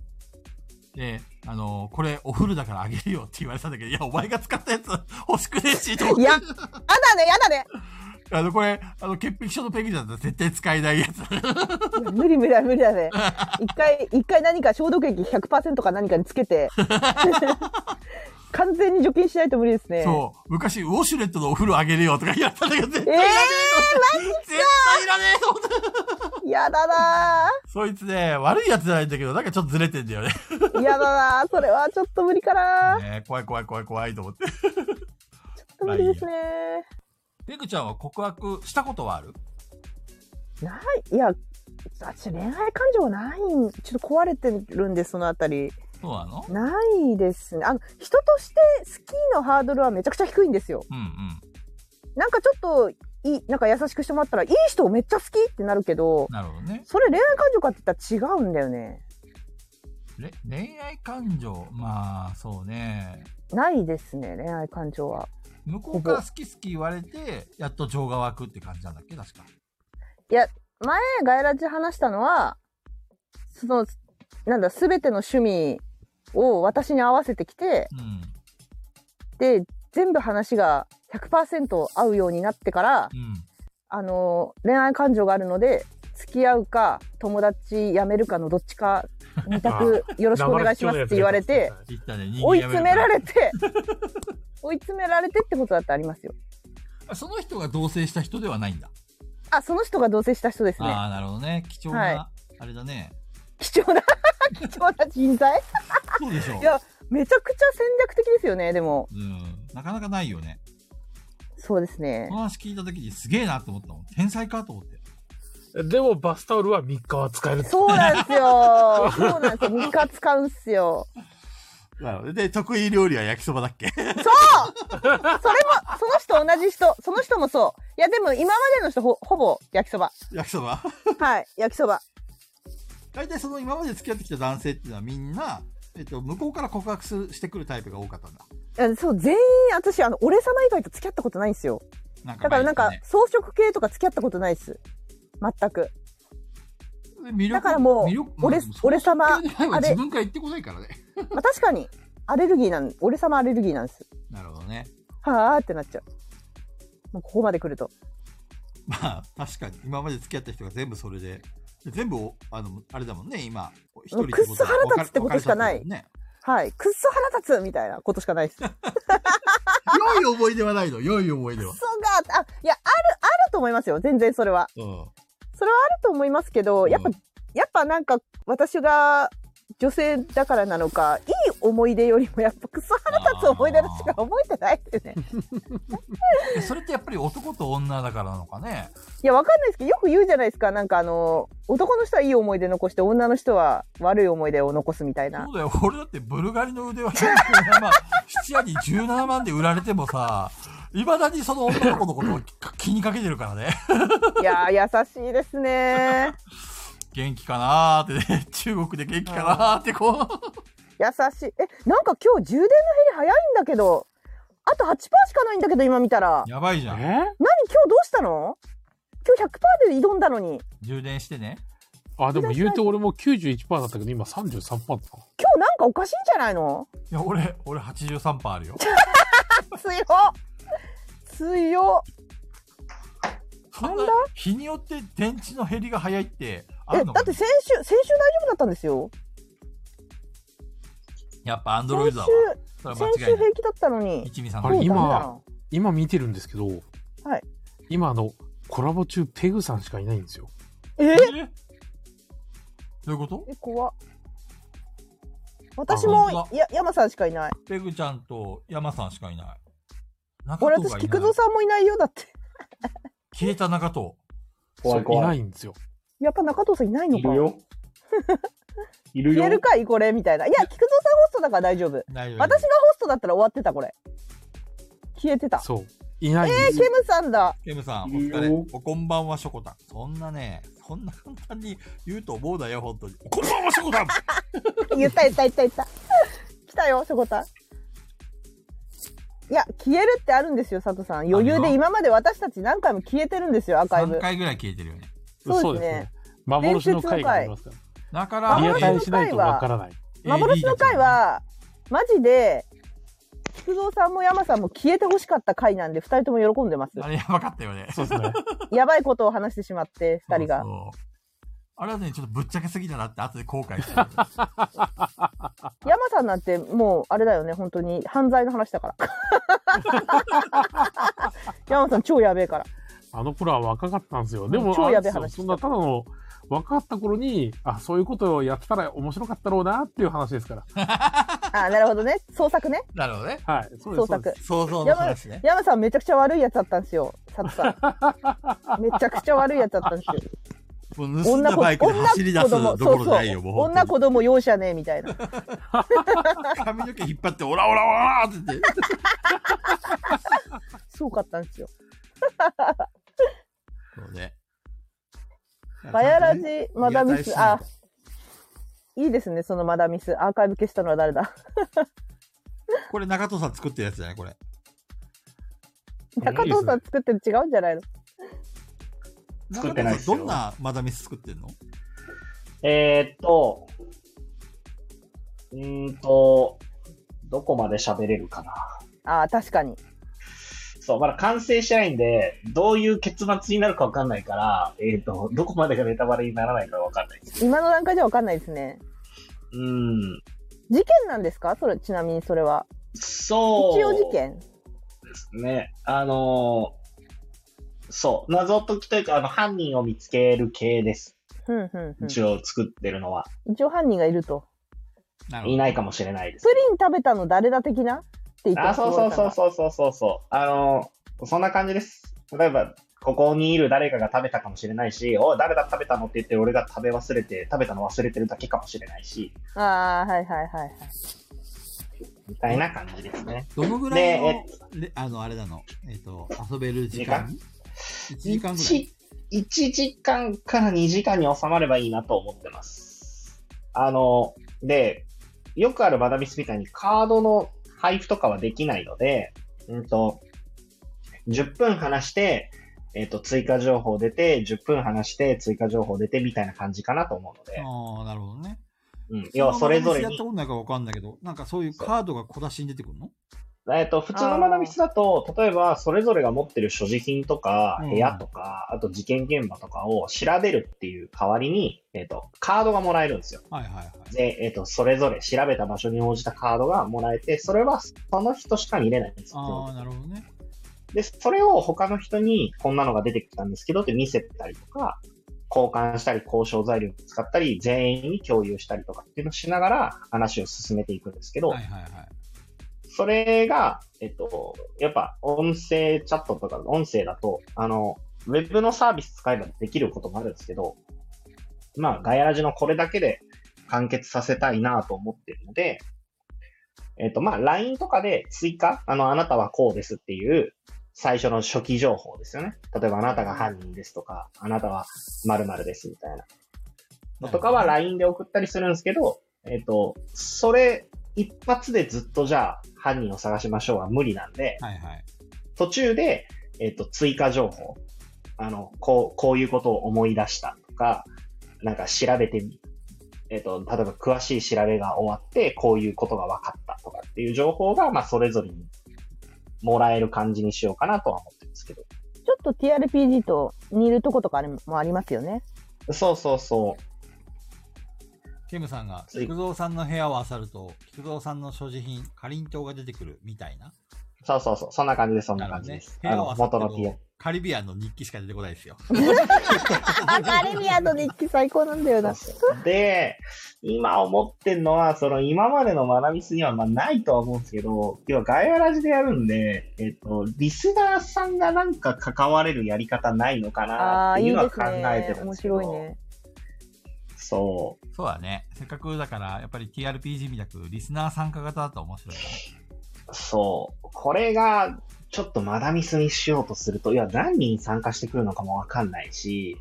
A: で、あのーこれお風呂だからあげるよって言われたんだけど、いや、お前が使ったやつ欲しくねえし、と思って
B: いや、やだね、やだね。
A: あの、これ、あの、潔癖症のペグちゃんだったら絶対使えないやつ。
B: いや無理無理だ、無理だ ね。一回、一回何か消毒液100%か何かにつけ て、完全に除菌しないと無理ですね。
A: そう。昔、ウォシュレットのお風呂あげるよとか言ったんだけど、絶
B: え
A: 対、絶対いらねえと思って
B: ー、やだな
A: そいつね、悪いやつじゃないんだけど、なんかちょっとずれてんだよね。
B: ー。やだなー。それはちょっと無理かなー。
A: ね怖い怖い怖い怖いと思って。
B: ちょっと無理ですね
A: ペグちゃんは告白したことはある
B: ない、いや、私恋愛感情ないん、ちょっと壊れてるんで、そのあたり。
A: そうなの
B: ないですね。あの、人としてスキーのハードルはめちゃくちゃ低いんですよ。
A: うんうん。
B: なんかちょっと、いい、なんか優しくしてもらったら、いい人をめっちゃ好きってなるけど、
A: なるほどね。
B: それ恋愛感情かって言ったら違うんだよね。
A: れ恋愛感情、まあ、そうね。
B: ないですね、恋愛感情は。
A: 向こうから好き好き言われて、やっと情が湧くって感じなんだっけ確か。
B: 前、ガイラジで話したのは、その、なんだ、すべての趣味を私に合わせてきて、
A: うん。
B: で、全部話が100%合うようになってから、
A: うん。
B: あの、恋愛感情があるので、付き合うか、友達辞めるかのどっちか、二択よろしくお願いしますって言われて、
A: 言ったね、人間
B: 追い
A: やめ
B: 詰
A: る
B: め
A: から
B: れて、追い詰められてってことだってありますよ。
A: あその人が同棲した人ではないんだ。
B: あ、その人が同棲した人ですね
A: あ。あ、なるほどね。貴重な、
B: はい
A: あれだね。
B: 貴重な、 貴重な人材
A: そうでしょう
B: い。や、めちゃくちゃ戦略的ですよね、でも。
A: うん。なかなかないよね。
B: そうですね
A: こ。の話聞いた時にすげえなと思ったもん。天才かと思って。
D: でもバスタオルは3日は使える。
B: そうなんですよ。そうなんですよ。3日使うんすよ。
A: なるほど。で、得意料理は焼きそばだっけ
B: そうそれも、その人同じ人。その人もそう。いや、でも今までの人ほ、ほぼ焼きそば。
A: 焼きそば。
B: はい、焼きそば。
A: 大体その今まで付き合ってきた男性っていうのはみんな、えっと、向こうから告白するしてくるタイプが多かったんだ。
B: いやそう、全員、私、あの、俺様以外と付き合ったことないんですよ。
A: なんか
B: だからなんか
A: 前、
B: 装飾系とか付き合ったことないです。全く。
A: 言ってね、魅力
B: だからもう
A: 魅力
B: 俺
A: ん
B: 俺様
A: そういう場合は
B: あれ
A: 自分から言ってこないからね。
B: まあ、確かに、アレルギーなん、俺様アレルギーなんです。
A: なるほどね。
B: はぁーってなっちゃう。もうここまで来ると。
A: まあ、確かに、今まで付き合った人が全部それで、で全部お、あの、あれだもんね、今、一人
B: くっそ腹立つってことしかない
A: ね。
B: はい。くっそ腹立つみたいなことしかないです。くっ
A: 良い思い出はないの、良い思い出は。
B: そが、あ、いや、ある、あると思いますよ。全然それは。
A: う
B: それはあると思いますけど、やっぱ、
A: うん
B: やっぱなんか、私が女性だからなのか、いい思い出よりもやっぱくっそ腹立つ思い出しか覚えてないってね。
A: ん。それってやっぱり男と女だからなのかね。
B: いや、わかんないですけど、よく言うじゃないですか。なんかあの、男の人はいい思い出残して、女の人は悪い思い出を残すみたい な
A: そ。うだよ、俺だってブルガリの腕はまあ、質屋に17万で売られてもさ、いまだにその女の子のことを気にかけてるからね。
B: いやー、優しいですね。
A: 元気かなーってね、中国で元気かなーってこう。
B: 優しい。え、なんか今日充電の減り早いんだけど、あと8%しかないんだけど、今見たら。何
A: やばいじゃん。
C: え
B: 今日どうしたの今日100%で挑んだのに。
A: 充電してね。
D: あ、でも言うて俺も91%だったけど、今33%だった。
B: 今日なんかおかしいんじゃないの
A: いや、俺、俺83%あるよ。
B: 強っ強っ
A: そんな日によって電池の減りが早いってあ
B: え、
A: るの
B: だ
A: か
B: っ
A: ね
B: て先週、先週大丈夫だったんですよ。
A: やっぱアンドロイ
B: 先
A: ド
B: 週
A: だわ。それ、は
B: 先
A: 間違
B: 週
A: いない
B: 平。気だったのに。
A: 一味さん
D: あ
A: の
D: れ
B: そうだ
D: 今
B: な
D: 今見てるんですけど、
B: はい
D: 今あの、コラボ中ペグさんしかいないんですよ。
B: え
A: えどういうこと
B: え、怖っ私
A: あ本
B: も
A: 当、
B: や、山さんしかいない。
A: ペグちゃんと山さんしかいない。中
B: これ
A: 藤
B: 私、
A: がいな
B: 菊
A: い
B: 蔵。さんもいないよ。だって。
A: 消えた中藤。
C: 怖い
D: そうい
C: 怖。
D: ないいんですよ。
B: やっぱ中藤さんいないの
C: い
B: か
C: る。よ。いるよ。
B: 消えるかいこれみたいな。いや、菊蔵さんホストだから大丈夫。
A: 大丈夫。
B: 私がホストだったら終わってた、これ。消えてた。
D: そう。いないん
B: え
D: で
B: ー、
D: すよ。
B: ケムさんだ。
A: ケムさん、お
C: いいよ
A: 疲れ。おこんばんは、ショコタン。そんなね、そんな簡単に言うと思うなよ、本当に。おこんばんは、ショコタン
B: 言った言った言った言った。来たよ、しょこたん。いや、消えるってあるんですよ、佐藤さん。余
A: あ
B: 裕
A: るの
B: で今まで私たち何回も消えてるんですよ、アーカイ
A: 3
B: ブ。
A: 回ぐらい消えてるよね。
B: そうですね。
F: 幻の回がありますから。
A: だか
B: あ
A: ら、
F: リア
B: 幻の
F: タ
B: 回
F: イしないとわ からない。
B: 幻の回は、マジで、福蔵さんも山さんも消えてほしかった回なんで、二人とも喜んでます。
A: あれやばかったよね。
F: そうですね。
B: やばいことを話してしまって、二人が。
A: そうそうあれはね、ちょっとぶっちゃけすぎたなって後で後悔してる。
B: 山さんなんてもうあれだよね本当に犯罪の話だから 山さん超やべえから
F: あの頃は若かったんですよ。でも、
B: 超
F: あれ
B: や
F: で
B: べえ
F: すよ
B: 話
F: そんなただの若かった頃に、あ、そういうことをやってたら面白かったろうなっていう話ですから。
B: あなるほどね創作ね
A: なるほどね。
F: はい。そうです。そ
B: 創
F: うで
B: 作
F: す
A: 想像の
B: 山
A: 話ね。
B: 山さんめちゃくちゃ悪いやつだったん ですよ佐藤さんめちゃくちゃ悪いやつだった んですよ
A: もう盗んだバイクで走り出すどころじゃないよ、もう本当に。
B: 女子供容赦ねえみたいな
A: 髪の毛引っ張って、オラオラオラーって言って。
B: すごかったんで すよ
A: そうね。
B: ガヤラジマダミスあ
A: あ。
B: いいですねそのマダミスアーカイブ消したのは誰だ
A: これ中藤さん作ってるやつじゃないこれ。
B: 中藤さん作ってる違うんじゃないの
C: 作ってないです
A: 中藤さ
C: よ
A: んどんなマダミス作ってんの
C: えーっと、うーんと、どこまで喋れるかな。
B: ああ確かに
C: そう、まだ完成してないんで、どういう結末になるかわかんないから、えーっと、どこまでがネタバレにならないかわかんないです。
B: 今の段階じゃわかんないですね
C: うーん。
B: 事件なんですかそれちなみにそれは
C: そう。
B: 一応事件
C: ですね。あのーそう、謎解きというか、あの、犯人を見つける系です。
B: うんうんうん
C: 一応作ってるのは。
B: 一応犯人がいると
A: なる
C: いないかもしれないです
B: プ。リン食べたの誰だ的なって言って
C: あ、そうそうそうそうそうそうそう。あの、そんな感じです。例えば、ここにいる誰かが食べたかもしれないし、おい誰だ食べたのって言って、俺が食べ忘れて、食べたの忘れてるだけかもしれないし、
B: うああはいはいはい
C: みたいな感じですね。
A: どのぐらいの、
C: ね
A: れあの、あれなの、えっ、と、遊べる時間 ?1 時間ぐらい。
C: 1時間から2時間に収まればいいなと思ってます。あの、で、よくあるマダミスみたいにカードの配布とかはできないので、うんと、10分話して、えっ、と、追加情報出て、10分話して、追加情報出て、みたいな感じかなと思うので、
A: ああ、なるほどね。
C: うん。要は、それぞ
A: マダミ
C: れ
A: スやっ
C: に
A: た、ことないからわかんないけど、なんかそういうカードが小出しに出てくるの
C: えっ、と、普通のマダミスだと、例えば、それぞれが持ってる所持品とか、
A: うん
C: 部屋とか、あと事件現場とかを調べるっていう代わりに、えっ、と、カードがもらえるんですよ。
A: はいはいはい。
C: で、えっ、と、それぞれ調べた場所に応じたカードがもらえて、それはその人しか見れないんです
A: ああ、
C: よ。
A: なるほどね。
C: で、それを他の人にこんなのが出てきたんですけどって見せたりとか、交換したり、交渉材料を使ったり、全員に共有したりとかっていうのをしながら話を進めていくんですけど、
A: はいはいはい。
C: それが、えっと、やっぱ音声チャットとか音声だと、あの、ウェブのサービス使えばできることもあるんですけど、まあ、ガヤラジのこれだけで完結させたいなと思ってるので、えっと、まあ、LINE とかで追加、あの、あなたはこうですっていう、最初の初期情報ですよね。例えば、あなたが犯人ですとか、あなたは〇〇ですみたいな。のとかは LINE で送ったりするんですけど、えっ、と、それ、一発でずっとじゃあ犯人を探しましょうは無理なんで、
A: はいはい。
C: 途中で、えっ、と、追加情報。あの、こう、こういうことを思い出したとか、なんか調べてみ、えっ、と、例えば詳しい調べが終わって、こういうことが分かったとかっていう情報が、まあ、それぞれにもらえる感じにしようかなとは思ってるんですけど。
B: ちょっと TRPG と似るとことかあれももありますよね
C: そうそうそう。
A: ケムさんが、
C: つい
A: 菊蔵さんの部屋を漁ると、菊蔵さんの所持品、かりんとうが出てくるみたいな。
C: そうそうそう。そんな感じです、そんな
A: なる
C: 感
A: ほど
C: じ
A: ね
C: です。。
A: 部
C: あ
A: 屋を
C: の、
A: 漁
C: 元の
A: って
C: P
A: もカリビアンの日記しか出てこないですよ。
E: あ、カレビアのね。
B: 日記最高なんだよな
C: で、今思ってんのは、その今までの学びすにはまあないとは思うんですけど、要はガヤラジでやるんで、えっと、リスナーさんがなんか関われるやり方ないのかな
B: あ
C: っ
B: あ
C: て
B: い
C: い
B: いう
C: のは
B: で
C: 考えて
B: すね
C: るん
B: 面
C: ですけど。
B: 白いね
C: そ
A: そうだね。せっかくだから、やっぱり TRPG みたく、リスナー参加型だと面白いよね。
C: う、そう。これが、ちょっとマダミスにしようとすると、いや、何人参加してくるのかもわかんないし、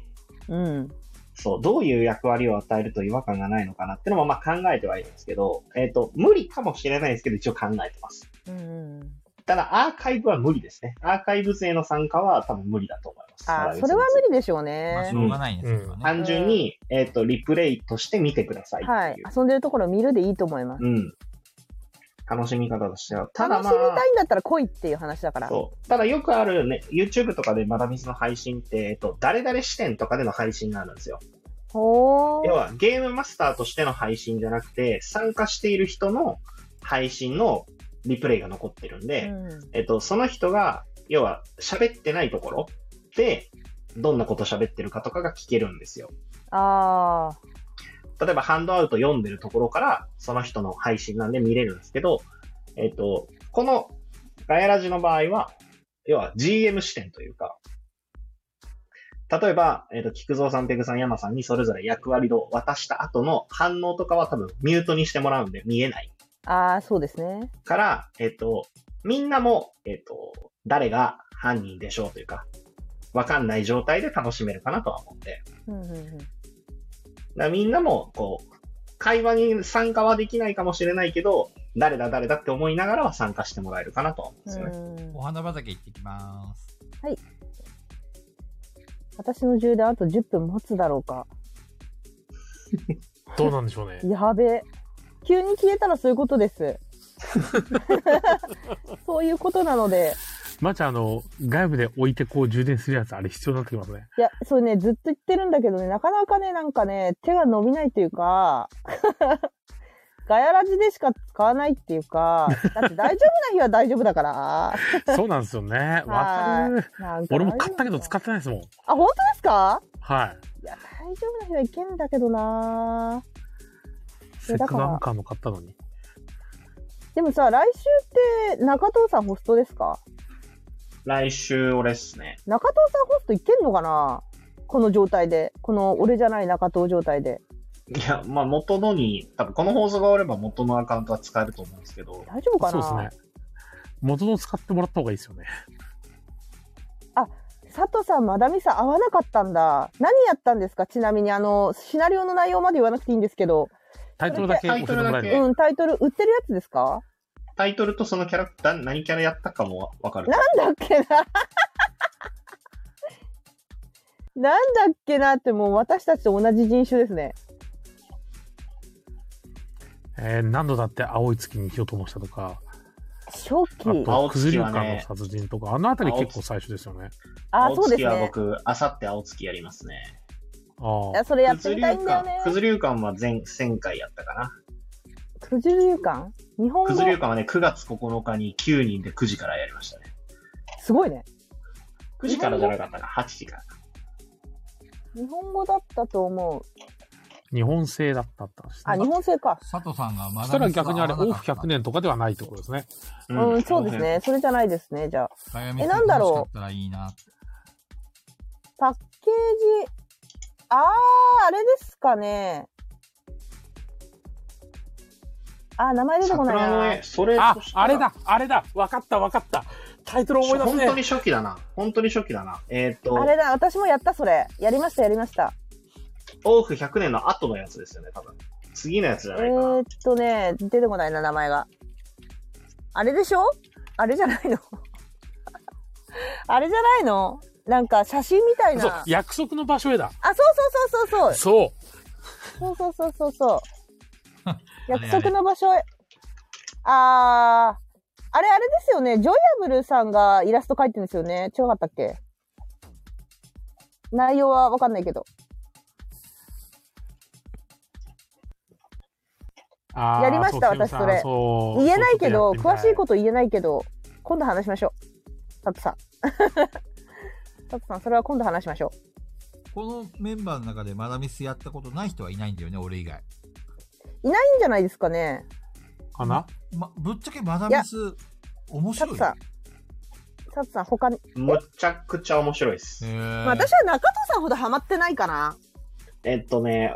B: うん
C: そう、どういう役割を与えると違和感がないのかなってのもまあ考えてはいるんですけど、えっ、と、無理かもしれないですけど、一応考えてます。
B: うんうん
C: ただ、アーカイブは無理ですね。アーカイブ性の参加は多分無理だと思います。
B: あー
C: まだ
B: それは無理でしょう
A: まあ、
B: ね
A: し。ょうがないんですけどね。
C: 単純に、えっ、と、リプレイとして見てくださいっていう。
B: はい。遊んでるところ見るでいいと思います。
C: うん。楽しみ方としては。ただ
B: 楽し
C: ま
B: み
C: あ
B: た、いんだったら来いっていう話だから。
C: そう。ただよくあるね、YouTube とかでマダミスの配信って、えっと、誰々視点とかでの配信があるんですよ。
B: ほー。
C: 要は、ゲームマスターとしての配信じゃなくて、参加している人の配信のリプレイが残ってるんで、
B: うん
C: えっと、その人が、要は、喋ってないところで、どんなこと喋ってるかとかが聞けるんですよ。
B: あ
C: 例えばハンドアウト読んでるところから、その人の配信なんで見れるんですけど、えっ、と、このガヤラジの場合は、要は GM 視点というか、例えば、えっ、と、菊蔵さん、ペグさん、山さんにそれぞれ役割を渡した後の反応とかは多分ミュートにしてもらうんで見えない
B: ー。あー、そうですね。
C: から、えっ、と、みんなも、えっ、と、誰が犯人でしょうというか、わかんない状態で楽しめるかなとは思って。
B: うんうんうん
C: だからみんなも、こう、会話に参加はできないかもしれないけど、誰だ誰だって思いながらは参加してもらえるかなとは思うんですよね。
B: うん
A: お花畑行ってきます。
B: 私の充電あと10分持つだろうか。
D: どうなんでしょうね。
B: やべえ。急に消えたらそういうこと です。そういうことなので。
F: まーちゃん、あの、外部で置いてこう充電するやつ、あれ必要になってきますね。
B: いや、そうね、ずっと言ってるんだけどね、なかなかね、なんかね、手が伸びないというか、ガヤラジでしか使わないっていうか、だって大丈夫な日は大丈夫だから。
F: そうなんですよね。わか
B: は
F: る。
B: い。なんか
F: 俺も買ったけど使
B: っ
F: ってないですもん。
B: あ、本当ですか
F: はい。
B: や、大丈夫な日はいけんだけどない
F: せっかくアンカーの買ったのに。
B: でもさ、来週って中藤さんホストですか
C: 来週俺っすね。
B: 中藤さんホストいけんのかなこの状態で。この俺じゃない中藤状態で。
C: いや、まあ元のに、多分この放送が終われば元のアカウントは使えると思うんですけど、
B: 大丈夫か
F: そ
B: な
F: うですね。元の使ってもらった方がいいですよね。
B: 佐藤さん、まだみさん合わなかったんだ。何やったんですかちなみに、あの、シナリオの内容まで言わなくていいんですけど。
F: タイトルだけ教えてもらえ
C: え
F: る
C: え
B: うん、タイトル、売ってるやつですか
C: タイトルとそのキャラクター、何キャラやったかもわかる。
B: なんだっけな なんだっけなってもう私たちと同じ人種ですね。
F: えー、何度だって青い月に火を灯したとか、
B: 初
F: あ
B: 期。
F: と、
C: 青
F: クズ
C: 月
F: リュ
C: は
F: ー
C: ね
F: カーの殺人とか、あのあたり結構最初ですよね。
B: あ、
C: 青
B: そうです
C: 月は
B: ね。
C: 僕、あさって青月やりますね。
F: あ
B: いや、
F: あ。
B: それやって
C: ず
B: み
C: り
B: た
C: ゅ
B: いん
C: う
B: だよ
C: か
B: ね
C: ん、。くずりゅうかんは前、1000回やったかな。
B: くじ流感日本語
C: く。ずりゅうかんはね、9月9日に9人で9時からやりましたね。
B: すごいね。
C: 9時からじゃなかったか、8時から。
B: 日本語だったと思う。
F: 日本製だったって話ですね
B: あ、日本製か。
A: 佐藤さんがまだ
F: そしたら逆にあれ、オフ100
A: 年。
F: 年とかではないってことですね。
B: うん、そうですね。それじゃないですね。じゃあ、
A: え、
B: え
A: な
B: なんん
A: だ
B: だ
A: ろ
B: ろ
A: う。ったらいいな。
B: パッケージ、あー、あれですかね。あ、名前出てこない
C: 桜の
B: な
C: 絵、。それ
F: あ
C: そし、たら
F: あれだあれだわかったわかったタイトル思い出す
C: 本当
F: ね
C: に初期だな。本当に初期だな。えーっ、
B: あ
C: と、
B: れだ、私もやった、それ。やりました、やりました。
C: オーフ100年の後のやつですよね、多分。次のやつじゃ
B: え
C: ないかな。
B: ー、っとね、出てこないな、名前が。あれでしょあれじゃないの あれじゃないのなんか写真みたいな。
F: そう
B: あ、、
F: 約束の場所へだ。
B: そうそうそうそうそう。
F: そう
B: そうそうそうそうそう。
A: あれ
B: 約束の場所へ。あー、あれあれですよね。ジョイアブルさんがイラスト描いてるんですよね。違かったっけ内容はわかんないけど。
F: あー
B: やりました
F: う
B: 私それ
F: そう
B: 言えないけど、
F: そうちょっ
B: 詳しいことと言えないけど、今度話しましょう。タツさん。 タツさん、それは今度話しましょ
A: このメンバーの中でマダミスやったことない人はいないんだよね、俺以外。
B: う。いないんじゃないですかね。
F: やってみたいかな
A: ま、ぶっちゃけマダミス、面
B: タ
A: 白
B: ツ
A: い。
B: さん。タツさん、他に。
C: むちゃくちゃ面白いです。
B: まあ、私は中藤さんほどハマってないかな。
C: えーっとね、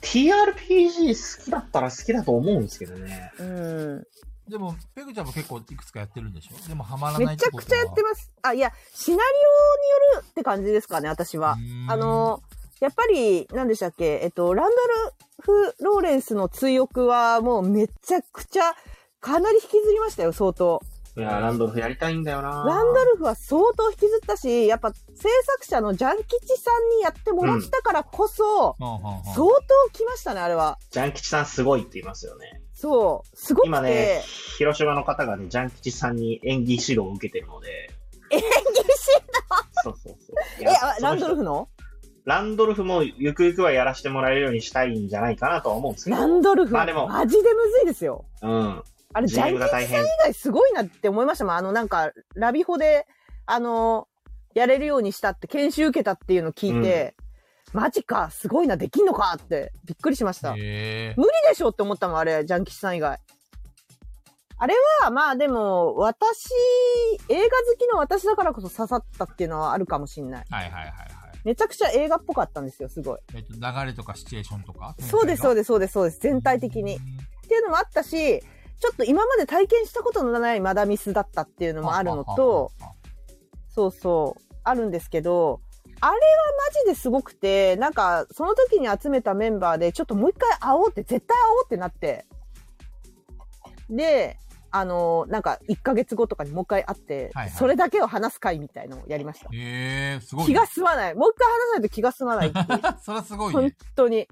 C: TRPG 好きだったら好きだと思うんですけどね。
B: うん。
A: でも、ペグちゃんも結構いくつかやってるんでしょでもハマらない
B: めちゃくちゃやってます。あ、いや、シナリオによるって感じですかね、私は。あの、やっぱり、何でしたっけ、えっと、ランドルフ・ローレンスの追憶は、もうめちゃくちゃ、かなり引きずりましたよ、相当。
A: す。
C: いやー、ランドルフやりたいんだよな
B: ランドルフは相当引きずったし、やっぱ制作者のジャン吉さんにやってもらったからこそ、
A: はんはんはん
B: 相当来ましたね、あれは。
C: ジャン吉さんすごいって言いますよね。
B: そう。すごくて、
C: 今ね、広島の方がね、ジャン吉さんに演技指導を受けてる ので。そうそうそう。い
B: え、
C: や
B: あ
C: その
B: ラン
C: 人
B: ドルフの
C: ランドルフもゆくゆくはやらせてもらえるようにしたいんじゃないかなとは思うんですけど。
B: ラ
C: うん。
B: ンドルフ、
C: まあでも
B: マジでむずいですよ。あれ、ジャ
C: GM
B: ン
C: が
B: 吉さん
C: 大
B: 以
C: 変。
B: 外すごいなって思いましたもん。あの、なんか、ラビホで、あの、やれるようにしたって、研修受けたっていうの聞いて、マジか、すごいな、できんのかって、びっくりしました。
A: へえ
B: 無理でしょって思ったもん、あれ、ジャンキシさん以外。あれは、まあでも、私、映画好きの私だからこそ刺さったっていうのはあるかもしんない。
A: はいはいはいはい。
B: めちゃくちゃ映画っぽかったんですよ、すごい。
A: えっと、流れとかシチュエーションとか
B: そうです、そう
A: で
B: です、そうです、そうです。全体的に。っていうのもあったし、ちょっと今まで体験したことのないマダミスだったっていうのもあるのと、、そうそう、あるんですけど、あれはマジですごくて、なんか、その時に集めたメンバーで、ちょっともう一回会おうって、絶対会おうってなって。で、あの、なんか、1ヶ月後とかにもう一回会って、
A: はいはい
B: それだけを話す会みたいのをやりました。
A: へえすごい
B: 気
A: ね。
B: が済まない。もう一回話さないと気が済まないっていう。
A: それはすごい
B: 本
A: ね。
B: 当に。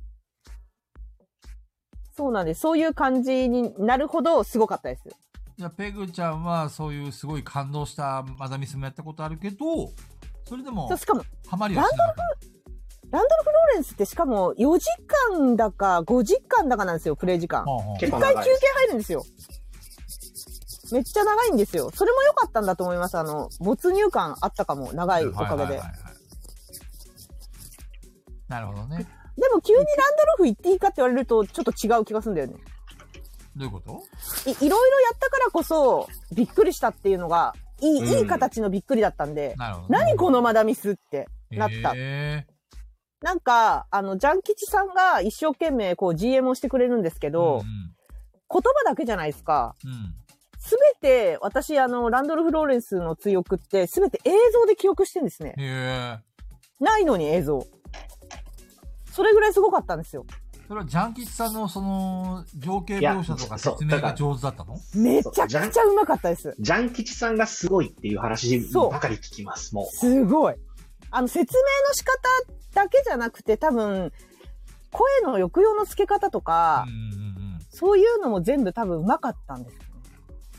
B: そうなんです。そういう感じになるほどすごかったです。
A: じゃあ、ペグちゃんはそういうすごい感動したマダミスもやったことあるけど、それでも
B: そう、しかも、
A: ハマりはしなかった。
B: ランドルフ・ローレンスってしかも4時間だか5時間だかなんですよ、プレイ時間。
A: ほうほう
C: 結構
B: 一回
C: 長い
B: 休憩入るんですよ。めっちゃ長いんですよ。それも良かったんだと思います。あの、没入感あったかも、長いおかげ
A: はいはい
B: で
A: はい。はいなるほどね。
B: でも急にランドルフ行っていいかって言われると、ちょっと違う気がするんだよね。
A: どういうこと
B: いいろいろやったからこそ、びっくりしたっていうのが、いい、
C: うん
B: いい形のびっくりだったんで、
A: なるほどね、
B: 何このマダミスってなった。
A: へ
B: なんか、あの、ジャン吉さんが一生懸命こう GM をしてくれるんですけ
A: ーう
B: ど、言葉だけじゃないですか。
A: んうん。
B: すべて、私、あの、ランドルフ・ローレンスの追憶って、すべて映像で記憶してんですね。
A: うんへえ。
B: ないのに映像。それぐらいすごかったんですよ。
A: それはジャンキッさんのその情景描写とか説明が上手だったの
B: めちゃくちゃうまかったです。
C: ジャン吉さんがすごいっていう話
B: そう
C: ばかり聞きます、もう。
B: すごい。あの、説明の仕方だけじゃなくて、多分、声の抑揚の付け方とか、
A: うんうん
B: そういうのも全部多分うまかったんですよね。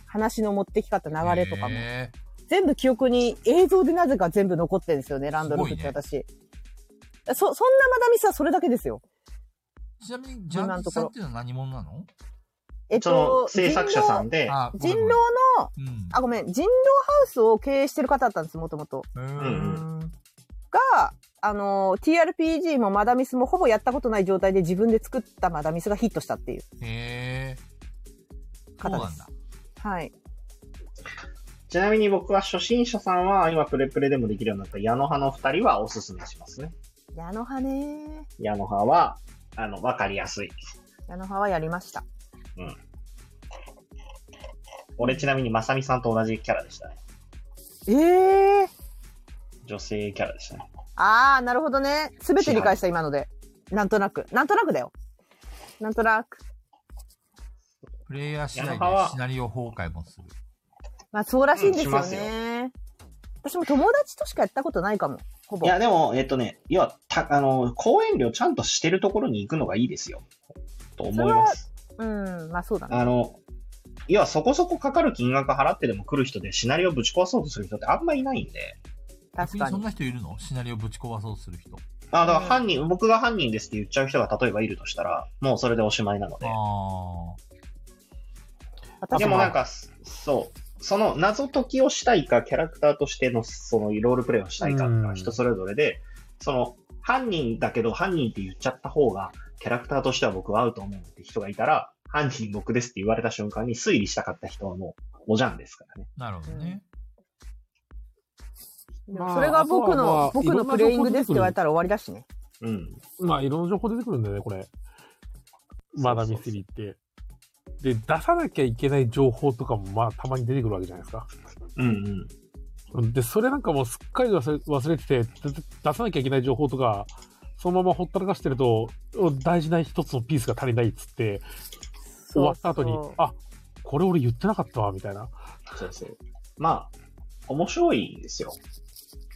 B: 話の持ってき方、流
A: うん。
B: れとかも。
A: へ
B: 全部記憶に映像でなぜか全部残ってるんですよね、ランドルフって
A: すごいね
B: 私。そ、そんなマダミスはそれだけですよ。
A: ーちなみにジャンキッさんっていうのは何者なの
B: えっ
C: その
B: と、
C: 制作者さんで、
A: あ
B: 人狼。人狼の、
A: ごめんごめん
B: あ、ごめん、人狼ハウスを経営してる方だったんです、もともと。
A: うん。へー
B: が、あの、TRPG もマダミスもほぼやったことない状態で自分で作ったマダミスがヒットしたっていう
A: へえ。そう
B: 方
A: な
B: で
A: ん
B: す
A: だ。。
B: はい。
C: ちなみに僕は初心者さんは、今プレプレでもできるようになった矢野派の二人はおすすめしますね。
B: 矢野派ね
C: 矢野派は、あの、わかりやすい。
B: 矢野派はやりました。
C: 俺ちなみにまさみさんと同じキャラでしたね。
B: ええー。
C: 女性キャラでしたね。
B: あー、なるほどね。すべて理解した、今ので。なんとなく。なんとなくだよ。なんとなく。
A: プレイヤー次
C: 矢野
A: 第で
C: 派は
A: シナリオ崩壊もする。
B: まあ、そうらしいんです
C: うんしま
B: よ
C: すよ
B: ね。私も友達としかやったことないかも。ほぼ。
C: いや、でも、えっとね、要は、た、あの、講演料ちゃんとしてるところに行くのがいいですよ。と思います。
B: うん、まあそうだね。
C: あの、要はそこそこかかる金額払ってでも来る人でシナリオぶち壊そうとする人ってあんまいないんで。
B: 確
A: 逆
B: か
A: そん
B: に。
A: な人いるのシナリオぶち壊そうとする人。
C: あ、だから犯人、僕が犯人ですって言っちゃう人が例えばいるとしたら、もうそれでおしまいなので。
A: あ
B: 私
C: でもなん、か、そう、その謎解きをしたいか、キャラクターとしてのそのロールプレイをしたいか
F: うん
C: が人それぞれで、その犯人だけど犯人って言っちゃった方が、キャラクターとしては僕は合うと思うって人がいたら、犯人僕ですって言われた瞬間に推理したかった人はもう、おじゃんですからね。
A: あ。なるほどね。
B: でもそれが僕の、
F: まああとはまあ
B: 僕のプレイングですって言われたら終わりだしね。
C: うん。
F: まあ、いろんな情報出てくるんだよね、これ。まだミステリーって。で、出さなきゃいけない情報とかも、まあ、たまに出てくるわけじゃないですか。
C: うんうん。
F: で、それなんかもうすっかり忘れ忘れてて、出出さなきゃいけない情報とか、そのままほったらかしてると、大事な一つのピースが足りないっつって、終わった後に
B: そうそう、
F: あ、これ俺言ってなかったわ、みたいな。
C: そうそう。まあ、面白いんですよ。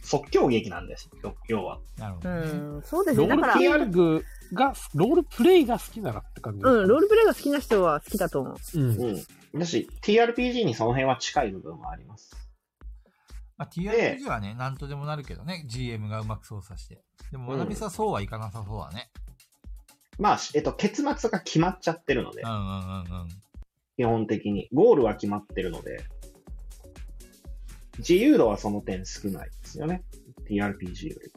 C: 即興劇なんですよ、要は。
A: なるほ
B: う
A: どね。
B: ん、そうです
F: ロ
B: ね。
F: ー
B: だ
F: ル
B: か
F: プレイ
B: ら、
F: グが、ロールプレイが好きならって感じ。
B: うん、ロールプレイが好きな人は好きだと思
F: う
B: う。
F: ん。
C: うん。だし、TRPG にその辺は近い部分はあります。
A: まあ、TRPG はね、なんとでもなるけどね、GM がうまく操作して。でも、
C: うん
A: 学びさそうはいかなさそうだね。
C: まあ、えっと、結末が決まっちゃってるので
A: うん、うんうんうん。
C: 基本的に。ゴールは決まってるので、自由度はその点少ないですよね。TRPG より。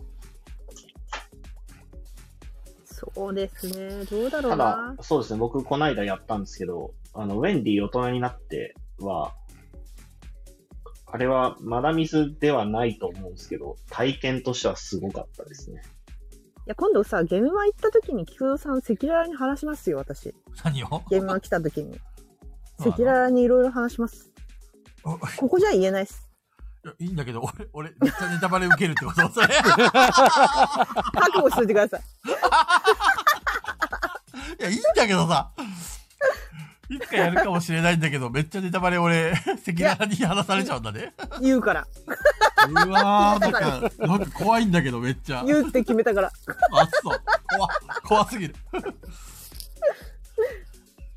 B: そうですね。どうだろ
C: た
B: うな
C: だ。、そうですね、僕、この間やったんですけど、あの、ウェンディ大人になっては、あれはまだミスではないと思うんですけど、体験としてはすごかったですね。
B: いや、今度さ、ゲームマ行った時に、菊蔵さん、赤裸々に話しますよ、私。
A: 何を
B: ゲームマ来た時 に。
A: そうなの
B: 赤裸々にいろいろ話します。
A: お
B: ここじゃ言えないです。
A: いやいいんだけど、俺、俺、めっちゃネタバレ受けるってことそれ。
B: 覚悟しといてください。
A: いや、いいんだけどさ。 いつかやるかもしれないんだけど、めっちゃネタバレ俺、 赤裸々に話されちゃうんだね。
B: 言うから。
A: うわー、なんか、なんか怖いんだけど、めっちゃ。
B: 言うって決めた から。
A: あ、そう。怖、怖すぎる。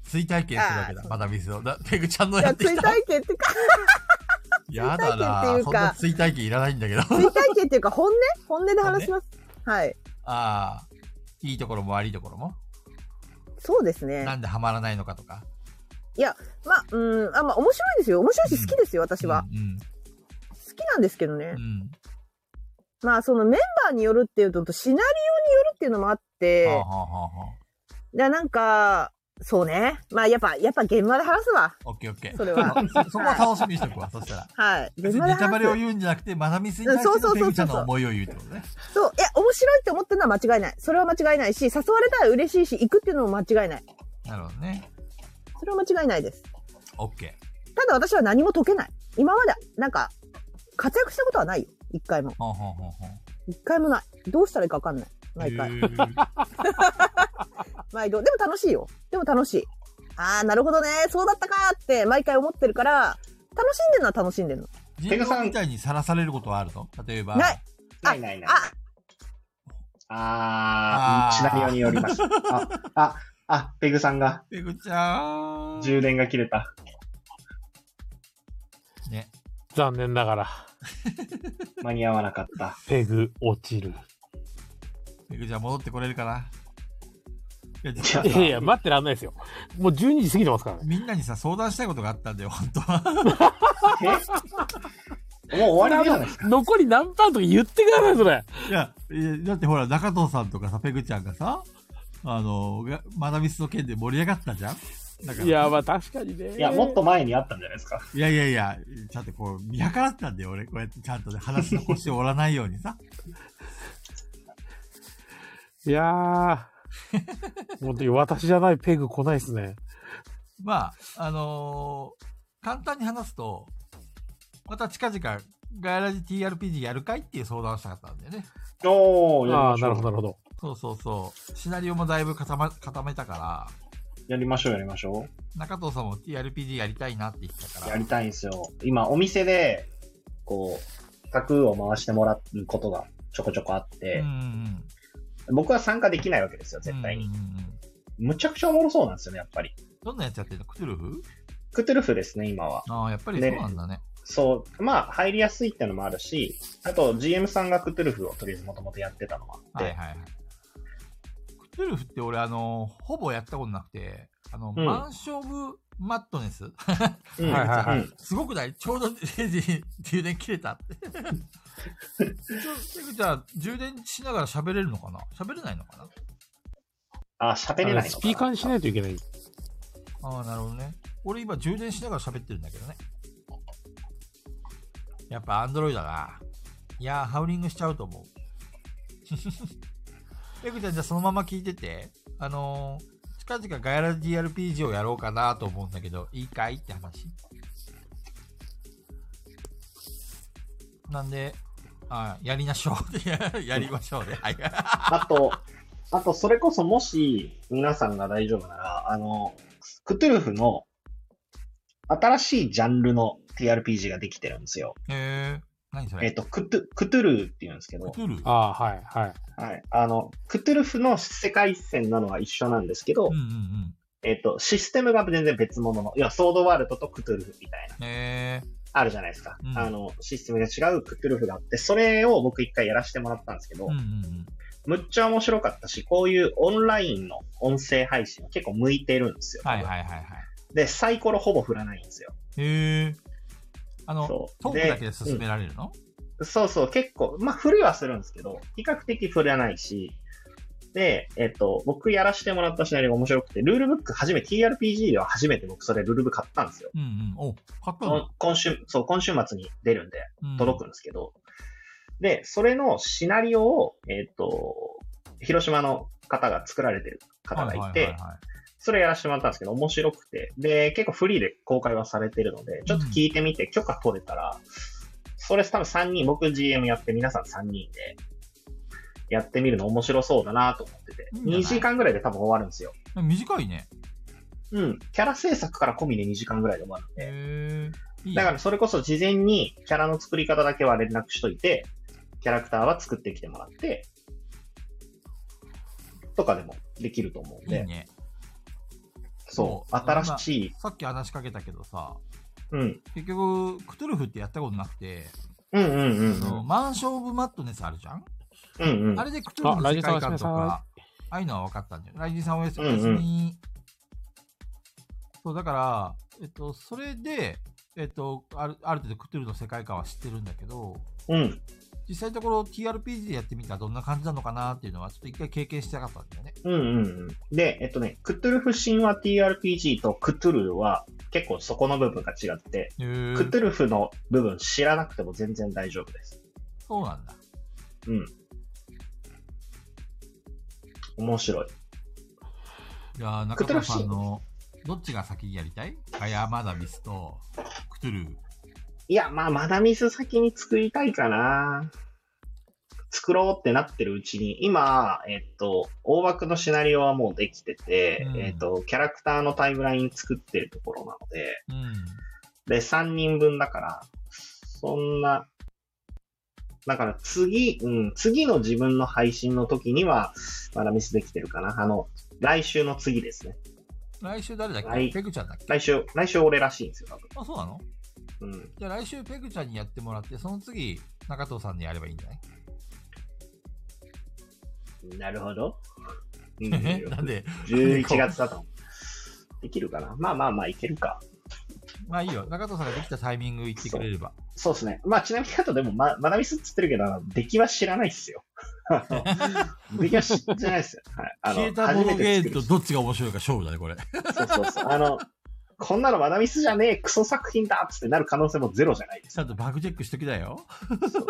A: 追体験するわけだ
B: あーそ、う
A: まだミスを。だペグちゃんの
B: い
A: や
B: や、
A: ってき
B: 追
A: た。
B: 体験って か、
A: やだな
B: 追体験って
A: そ
B: いうか
A: んな追体験いらないんだけど。
B: 追体験っていうか、本音本音で話します。はい。
A: ああ、いいところも悪いところも。
B: そうですね。
A: なんでハマらないのかとか。
B: まあ、うん、あ、まあ、面白いですよ。面白いし、好きですよ、私は。
A: うん。
B: 好きなんですけど
A: う
B: ね
A: ん。。うん
B: まあ、そのメンバーによるっていうのと、シナリオによるっていうのもあって、
A: はあはあはあは
B: だなんか、そうね。まあ、やっぱ、やっぱ現場で話す わ。
A: あ。オッケーオッケー。
B: それは
A: そそこは楽しみにしとくわ、そしたら。
B: はい。現
A: 別に
B: 場で
A: ネタバレを
B: 話
A: 言うんじゃなくて、まなみすに対して
B: そうそう
A: の
B: そう
A: ペ
B: そう
A: グちゃんの思いを言うってことね。
B: す。そう。いや、面白いって思ってるのは間違いない。それは間違いないし、誘われたら嬉しいし、行くっていうのも間違いない。
A: なるほどね。
B: それは間違いないです。
A: オッケー。
B: ただ私は何も解けない。今まで、なんか、活躍したことはないよ。一回も。
A: ほんほんほんほん。
B: 一回もない。どうしたらいいかわかん ない。毎回。
A: へー
B: 毎度。でも楽しいよ。でも楽しい。あー、なるほどね。そうだったかーって毎回思ってるから、楽しんでるのは楽しんでるの。
A: 人
C: ペグさん
A: 狼みたいにさらされることはあるの例えば。
B: ない。あ
C: ないないない。
B: あ、
C: あー、シ
A: あー
C: ナリオによります。あ、あ、あ、ペグさんが
A: ペグちゃーん。
C: 充電が切れた。
A: ね。
F: 残念ながら、
C: 間に合わなかった。
F: ペグ落ちる。
A: ペグちゃん戻ってこれるかな。いや、実は
C: い
A: い
F: い
A: さ
F: やいや、待ってらんないですよ。もう12時過ぎてますからね。
A: みんなにさ、相談したいことがあったんだよ、本当は。
C: えもう終わりじゃないですか。
F: 残り何パーとか言ってください、それ。
A: いや、いやだってほら、中藤さんとかさ、ペグちゃんがさ、あの、がマダミスの件で盛り上がったじゃんだから
F: いや、まあ確かにね。
C: いや、もっと前にあったんじゃないですか。
A: いやいやいや、ちゃんとこう、見計らってたんだよ、俺。こうやってちゃんとね、話の腰を折らないようにさ。
F: いやー。本当に私じゃないペグ来ないです ね。
A: まあ、あのー簡単に話すと、また近々、ガヤラジ TRPG やるかいっていう相談をしたかったんだよね。
C: おー、やり
F: あ
C: ま
F: あ、
C: し
F: な
C: ょう
F: るほど、なるほど。
A: そうそうそう。シナリオもだいぶ固,、ま、固めたか
C: やりましょう、やりましょ
A: ら、中藤さんも TRPG やりたいなって言ってた
C: う。
A: か
C: や
A: ら
C: り、たいんですよ。今、お店で、こう、企画を回してもらうことがちょこちょこあって
A: うん、うん
C: 僕は参加できないわけですよ、
A: うん、
C: 絶対
A: う
C: に
A: ん。うんうん。
C: むちゃくちゃおもろそうなんですよね、やっぱり。
A: どんなやつやってんのクトゥルフ
C: クトゥルフですね、今は。
A: ああ、やっぱりそうなんだね。
C: そう、まあ、入りやすいってのもあるし、あと、GM さんがクトゥルフをとりあえずもともとやってたのもあっ
A: はい
C: て、
A: はいはい。クトゥルフって俺、あの、ほぼやったことなくて、あの、
C: うん
A: マンション・オブ・マットネス
C: うん
F: はいはいはい
C: うん
A: すごくないちょうど0時に充電切れたって。一応、ペグちゃん、充電しながら喋れるのかな喋れないのかな
C: あ、喋れ
F: あ
C: な
F: の
C: いのか
F: スピーカーにしないといけない。
A: ああ、なるほどね。俺今充電しながら喋ってるんだけどね。やっぱアンドロイドだな。いやー、ハウリングしちゃうと 思う。ペグちゃん、じゃあそのまま聞いてて。あのー、近々ガヤラ DRPG をやろうかなと思うんだけど、いいかいって話。なんで、はい、やりましょう。 いややりましょうね。はい。
C: あと、あと、それこそもし、皆さんが大丈夫なら、あの、クトゥルフの、新しいジャンルの TRPG ができてるんですよ。
A: えー、何そ
C: えっ、
A: れ
C: と、クトゥ、クトゥルーって言うんですけど
A: ク、トゥルー
F: ああー、はい、はい。
C: はい。あの、クトゥルフの世界線なのは一緒なんですけど、
A: うんうんうん。
C: えっ、と、システムが全然別物の、いや、ソードワールドとクトゥルフみたいな、
A: え
C: あるじゃないですか。
A: うん
C: あの、システムが違うクトゥルフがあって、それを僕一回やらせてもらったんですけど、
A: ー、うんうん
C: むっちゃ面白かったし、こういうオンラインの音声配信結構向いてるんですよ。
A: うん。はいはいはいはい。
C: で、サイコロほぼ振らないんですよ。
A: えー、あの、
C: そ
A: ト
C: う。
A: ークだけで進められるの、
C: うんそうそう、結構、まあ、振りはするんですけど、比較的振らないし、で、えっと、僕やらしてもらったシナリオが面白くて、ルールブック初め、TRPG では初めて僕それルールブック買ったんですよ。
A: うん、うんうんお、買った
C: こん
A: の、
C: 今週、そう、今週末に出るんで、
A: うん、
C: 届くんですけど、で、それのシナリオを、えっと、広島の方が作られてる方がい
A: はいは
C: て
A: い、はいはい
C: それやらせてもらったんですけど、面白くて。で、結構フリーで公開はされてるので、ちょっと聞いてみて、許可取れたら、それ多分3人、僕 GM やって、皆さん3人で、やってみるの面白そうだなと思ってて、
A: いいんじゃない
C: 2時間ぐらいで多分終わるんですよ。
A: でも短いね。
C: うん。キャラ制作から込みで2時間ぐらいで終わるんで。
A: えー、いい
C: だ
A: ね
C: からそれこそ事前にキャラの作り方だけは連絡しといて、キャラクターは作ってきてもらって、とかでもできると思うん
A: い
C: で、
A: いね。
C: そう、
A: そう
C: 新しい、
A: さっき話しかけたけどさ、
C: うん、
A: 結局、クトゥルフってやったことなくて、
C: うんうんうんうん。
A: あのマンション・オブ・マットネスあるじゃん、
C: うんうん
A: あれでクトゥルフの
F: あ
A: 世界観
F: ライジン
A: と
F: さんおや
A: か、ああいうのは分かったんだよ。ライジンさんおやすみ。
C: うんうん
A: そう、だから、えっと、それで、えっと、あるある程度クトゥルフの世界観は知ってるんだけど、
C: うん、
A: 実際のところ TRPG でやってみたらどんな感じなのかなっていうのはちょっと一回経験したかったんだよね。
C: うん、うんうん。で、えっとね、クトゥルフ神話 TRPG とクトゥルフは結構そこの部分が違って、
A: へ
C: ク
A: ー
C: トゥルフの部分知らなくても全然大丈夫です。
A: そうなんだ。
C: うん。面白い。
A: じゃあ、中村さんの、どっちが先にやりたいガヤマダミスとクトゥルー。
C: いや、まあ、マダミス先に作りたいかな。作ろうってなってるうちに、今、えっと、大枠のシナリオはもうできてて、
A: うん
C: えっと、キャラクターのタイムライン作ってるところなので、
A: うん。
C: で、3人分だから、そんな、だから次、うん、次の自分の配信の時には、まだミスできてるかな。あの、来週の次ですね。
A: 来週誰だっけ、
C: はい
A: ペグちゃんだっけ
C: 来週、来週俺らしいんですよ、
A: あ、そうなの
C: 多分。うん。
A: じゃあ来週ペグちゃんにやってもらって、その次、中藤さんにやればいいんじゃない
C: なるほど。 う ん
A: なんで、
C: 11月だと。できるかなまあまあまあ、いけるか。
A: まあいいよ。中藤さんができたタイミング言ってくれれば。
C: そうですね。まあ、ちなみにあとでも、ま、まだミスっつってるけど、あの出来は知らないっすよ。あ の出来は知ってないっすよ。はい。あの
A: 消えたボードゲ
C: 初めて作
A: ー
C: る
A: ムとどっちが面白いか勝負だね、これ。
C: そうそうそう。あの、こんなのマダミスじゃねえ、クソ作品だっつってなる可能性もゼロじゃないです。
A: ちゃんとバグチェックしときだよ。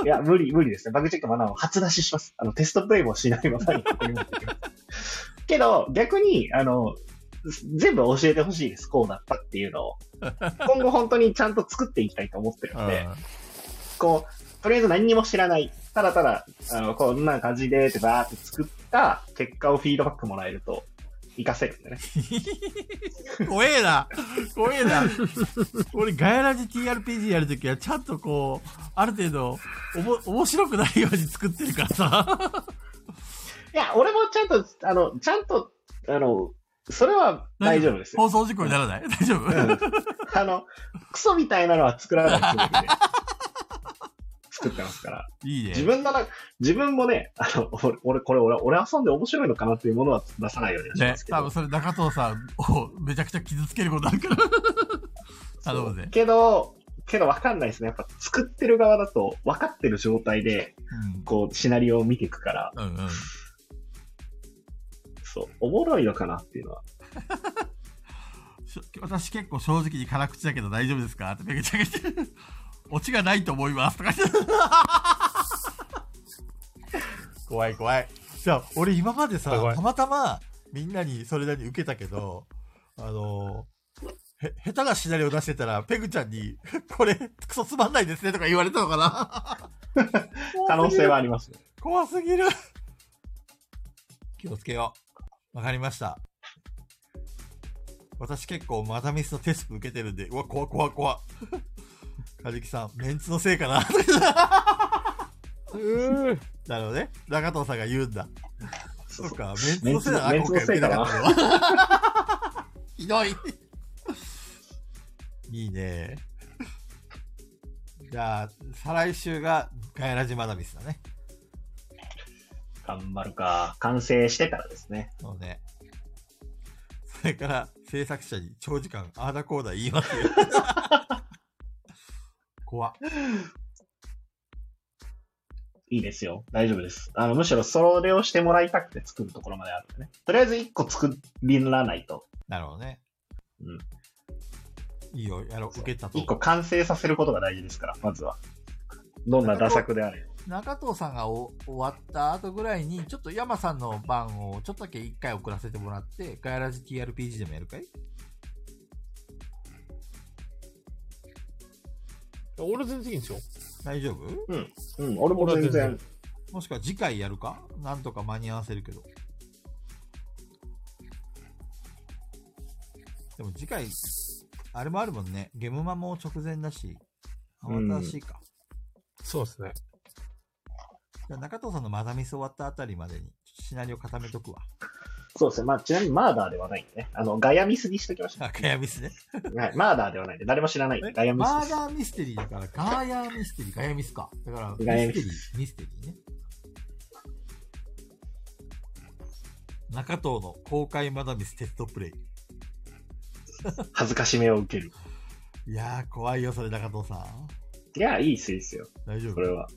C: いや、無理、無理ですね。バグチェックもあの初出しします。あの、テストプレイもしないままに送ります。けど、逆に、あの、全部教えてほしいです。こうだったっていうのを。今後本当にちゃんと作っていきたいと思ってる
A: う
C: ので、
A: ん。
C: こう、とりあえず何にも知らない。ただただ、あの、こんな感じでってバーって作った結果をフィードバックもらえると、活かせるんでね。
A: 怖えな怖えな俺、ガヤラジ TRPG やるときは、ちゃんとこう、ある程度、おも、面白くなるように作ってるからさ。
C: いや、俺もちゃんと、あの、ちゃんと、あの、それは大丈夫です
A: 放
C: よ。
A: 送事故にならない大丈夫
C: うんあの、クソみたいなのは作らないつもりで。作ってますから。
A: いいね。
C: 自分のな、自分もね、あの、俺、俺これ、俺、俺遊んで面白いのかなっていうものは出さないようにはし
A: ね
C: ます、け
A: 多
C: ど。
A: 分それ中藤さんをめちゃくちゃ傷つけることあるから。頼むぜ。
C: けど、けど分かんないですね。やっぱ作ってる側だと分かってる状態で、こう、シナリオを見ていくから、
A: うん。うんうん。
C: そう、おもろいのかなっていうのは。
A: しょ私結構正直に辛口だけど大丈夫ですかってめぐちゃくちゃ。オチがないと思いますとか言って怖い怖い。じゃあ、俺今までさ
F: 怖い、
A: たまたまみんなにそれなりに受けたけど、あのへ、下手なシナリオ出してたら、ペグちゃんに、これ、クソつまんないですねとか言われたのかな
C: 可能性はあります。
A: 怖すぎる気をつけようわかりました私結構マダミスのテスト受けてるんでうわ怖怖怖 カジキさん、メンツのせいかな。
F: うん。
A: なるほどね。中藤さんが言うんだ。そっか、メンツのせいだな、
C: メン
A: 今回受
C: ツのせ
A: け
C: い
A: なか
C: かな
A: ったのは。 ひどい。 いいね。じゃあ、再来週がガヤラジマダミスだね。
C: 頑張るか。完成してからですね。
A: そうね。それから、制作者に長時間、あーだこーだ言い ますよ。怖っ
C: いいですよ。大丈夫です。あの、むしろそれをしてもらいたくて作るところまであるんでね。とりあえず一個作りならないと。
A: なるほどね。
C: うん
A: いいよ、やろう、受けたと
C: 一。個完成させることが大事ですから、まずは。どんな打作であれ。
A: 中藤さんがお終わった後ぐらいに、ちょっと山さんの番をちょっとだけ一回送らせてもらって、ガヤラジ TRPG でもやるかい
F: 俺全然いいんですよ。
A: 大丈夫
C: うん、俺も全然。
A: もしくは次回やるかなんとか間に合わせるけど。でも次回、あれもあるもんね。ゲムマも直前だし、慌ただしいか。
F: そうですね。
A: じゃあ中藤さんのマダミス終わったあたりまでに、シナリオ固めとくわ。
C: そうですね。まあ、ちなみにマーダーではないんでね。あの、ガヤミスにしときました。
A: あ、ガヤミスね。
C: はい。マーダーではないんで、誰も知らないんで、ガヤミス
A: マー
C: です。
A: ダーミステリーだから、ガーヤーミステリー、ガヤミスか。だから、ミ
C: ガヤ
A: ス
C: ミ
A: テ
C: ス
A: リー、ミステリーね。中藤の公開マダミステストプレイ。
C: 恥ずかしめを受ける。
A: いやー、怖いよ、それ中藤さん。
C: いや、いいっすよ、いいっすよ。
A: 大丈夫
C: これは。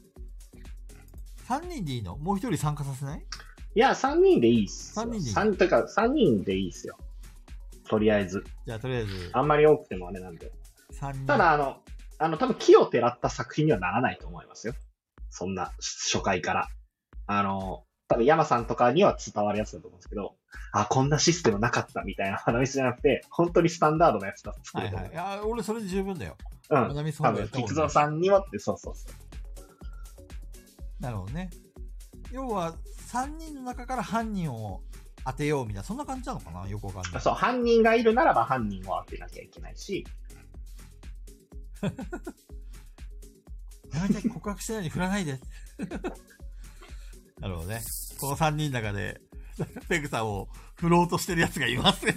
A: ?3 人でいいのもう1人参加させない
C: いや、3人でいいっすよ。
A: 三人でいい
C: 三というか、3人でいいっすよ。とりあえず。
A: じゃあ、とりあえず、
C: あんまり多くてもあれなんで。
A: 3人。
C: ただ、あの、あの、多分木をてらった作品にはならないと思いますよ。そんな、し初回から。あの、多分山さんとかには伝わるやつだと思うんですけど、あ、こんなシステムなかったみたいな話じゃなくて、本当にスタンダードなやつだと作
A: は
C: る
A: い
C: と
A: はい
C: 思う。
A: いや。俺、それで十分だよ。マ
C: うん。
A: ダミス
C: 多
A: 本部や
C: 分、
A: ったこと
C: 菊
A: ない
C: 蔵さんにはって、そうそうそう。
A: なるほどね。要は、3人の中から犯人を当てようみたいな、そんな感じなのかなよくわかんない。
C: そう、犯人がいるならば犯人を当てなきゃいけないし、
A: やめて、告白してないのに振らないで。 なるほどね。この3人の中で、ペグさんを振ろうとしてる奴がいますね。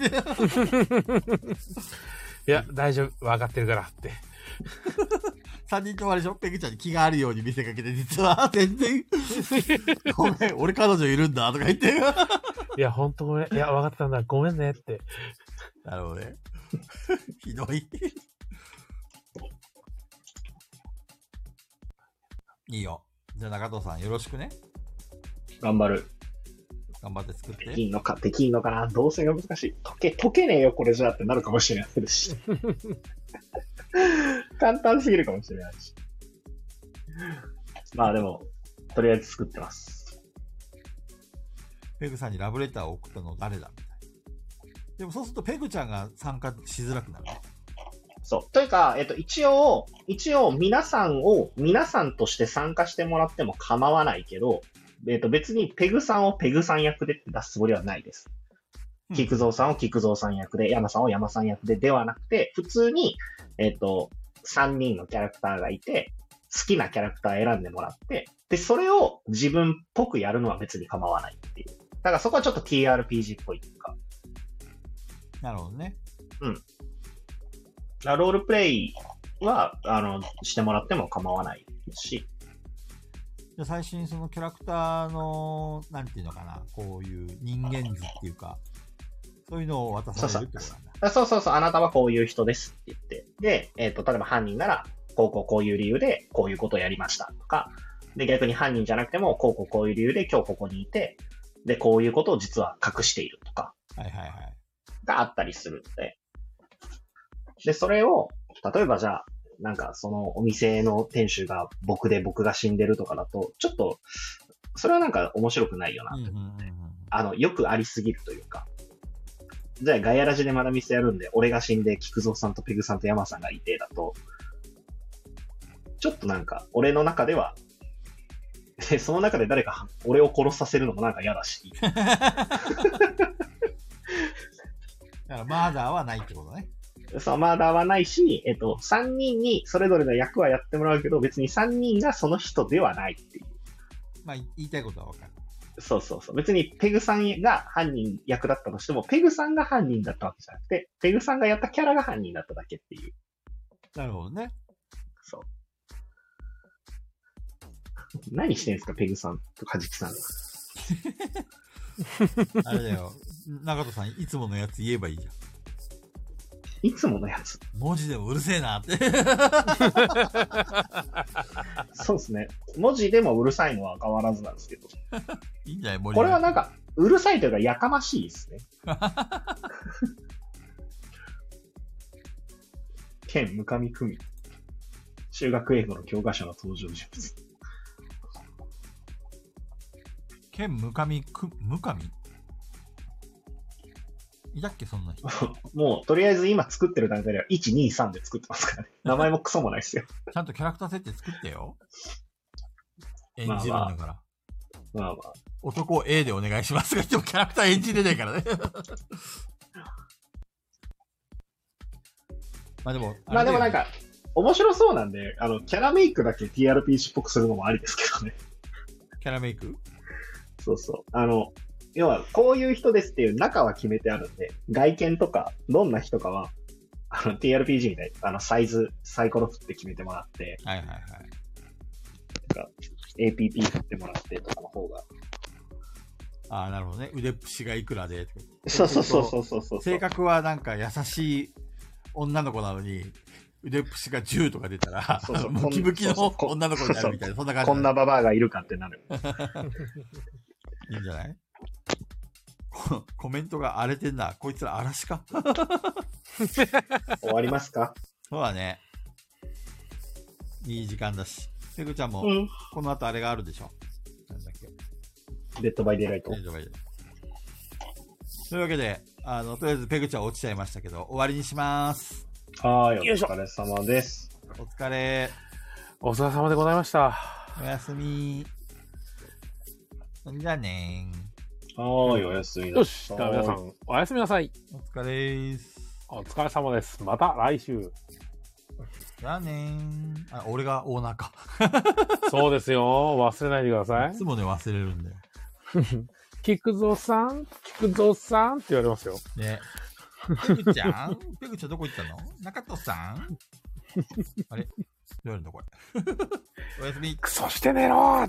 F: いや、大丈夫。分かってるからって。
A: 3人ともあれでしょペグちゃんに気があるように見せかけて、実は、 全然、ごめん、俺彼女いるんだ、とか言って。
F: いや、ほんとごめん。いや、分かってたんだ。ごめんねって。
A: なるほどね。 ひどい。いいよ。じゃあ中藤さんよろしくね。
C: 頑張る。
A: 頑張って作って
C: で。きんのか、できんのかな、動線が難しい。溶け、溶けねえよ、これじゃってなるかもしれないし。簡単すぎるかもしれないし。まあでも、とりあえず作ってます。
A: ペグさんにラブレターを送ったの誰だみたいな。でもそうするとペグちゃんが参加しづらくなる。
C: そう。というか、えっと、一応、一応、皆さんを、皆さんとして参加してもらっても構わないけど、えっと、別にペグさんをペグさん役でって出すつもりはないです。
A: うん
C: 菊蔵さんを菊蔵さん役で、山さんを山さん役でではなくて、普通に、えっ、と、3人のキャラクターがいて、好きなキャラクター選んでもらって、で、それを自分っぽくやるのは別に構わないっていう。だからそこはちょっと TRPG っぽいっていうか、
A: なるほどね。
C: ロールプレイは、あの、してもらっても構わないし、
A: じゃあ最新そのキャラクターの、なんていうのかな、こういう人間図っていうか、そういうのを渡されるってことなんだ。
C: あそうそうそう、あなたはこういう人ですって言って、で、えっ、と、例えば犯人なら、こうこうこういう理由で、こういうことをやりましたとか、で、逆に犯人じゃなくても、こうこうこういう理由で今日ここにいて、で、こういうことを実は隠しているとか、
A: はいはいはい。
C: があったりするので。で、それを、例えばじゃあ、なんかそのお店の店主が僕で僕が死んでるとかだと、ちょっと、それはなんか面白くないよな
A: う
C: と
A: んうんうん
C: あの、よくありすぎるというか。じゃあ、ガヤラジでまだミスやるんで、俺が死んで、菊蔵さんとペグさんと山さんがいて、だと、ちょっとなんか、俺の中では、 でその中で誰か俺を殺させるのもなんか嫌だし、
A: だからマーダーはないってことね。
C: そう、まだはないし、えっと、3人にそれぞれの役はやってもらうけど、別に3人がその人ではないっていう。
A: まあ、い言いたいことはわかる。
C: そうそうそう。別にペグさんが犯人役だったとしても、ペグさんが犯人だったわけじゃなくて、ペグさんがやったキャラが犯人だっただけっていう。
A: なるほどね。
C: そう。何してんすか、ペグさんとカジキさん。
A: あれだよ。 中戸さん、いつものやつ言えばいいじゃん。
C: いつものやつ。
A: 文字でもうるせえなって。
C: そうですね。文字でもうるさいのは変わらずなんですけど。
A: いいんじゃない森
C: これはなんか、うるさいというか、やかましいです ね。剣、向上久美。中学英語の教科書の登場人物。
A: 剣向上く、向上いたっけ、そんな人。ち
C: もう、とりあえず今作ってる段階では、1、2、3で作ってますから ね。名前もクソもないですよ。
A: ゃんとキャラクター設定作ってよ。演じるんだから。
C: まあまあ。
A: 男を A でお願いしますが、でもキャラクター演じれないからね。 まあでも、
C: まあでもなん
A: れだよね、
C: か、面白そうなんで、あの、キャラメイクだけ TRPG っぽくするのもありですけどね。
A: キャラメイク
C: そうそう。あの、要は、こういう人ですっていう中は決めてあるんで、外見とか、どんな人かは、あの、TRPG みたいに、あの、サイズ、サイコロ振って決めてもらって、
A: はいはいはい。
C: APP 振ってもらってとかの方が。
A: ああ、なるほどね。腕っぷしがいくらで。
C: そうそうそうそうそうそう。
A: 性格はなんか優しい女の子なのに、腕っぷしが10とか出たら
C: そうそ、う
A: ムキムキの
C: こんそうそうこ
A: 女の子になるみたいな、そんな感じ
C: こんなババアがいるかってなる。
A: いいんじゃないこコメントが荒れてんな。こいつら嵐か
C: 終わりますか
A: そうだね。いい時間だし。ペグちゃんも、
C: うん。
A: この後あれがあるでしょ。なんだっけ。
C: デッドバイデイライト。
A: 大丈夫大丈夫というわけで、あの、とりあえずペグちゃん落ちちゃいましたけど、終わりにします。
C: はーい、
F: よ
C: お
F: いしょ
C: 疲れ様です。
A: お疲れ。
F: お疲れ様でございました。
A: おやすみ。そんじゃあね
C: はーい、おやすみなさい。
F: よし、じゃあ皆さん、おやすみなさい。
A: ーん。お疲れーす。
F: お疲れ様です。また来週。
A: じゃあねーん。あ、俺がオーナーか。
F: そうですよ。忘れないでくだ さ
A: い
F: い
A: つ。もね、忘れるんだよ。
F: 菊蔵さん、菊蔵さんって言われますよ。
A: ね。ペグちゃんペグちゃんどこ行ったの中戸さんあれどうやるんだこれ。おやすみ。
F: クソして寝ろー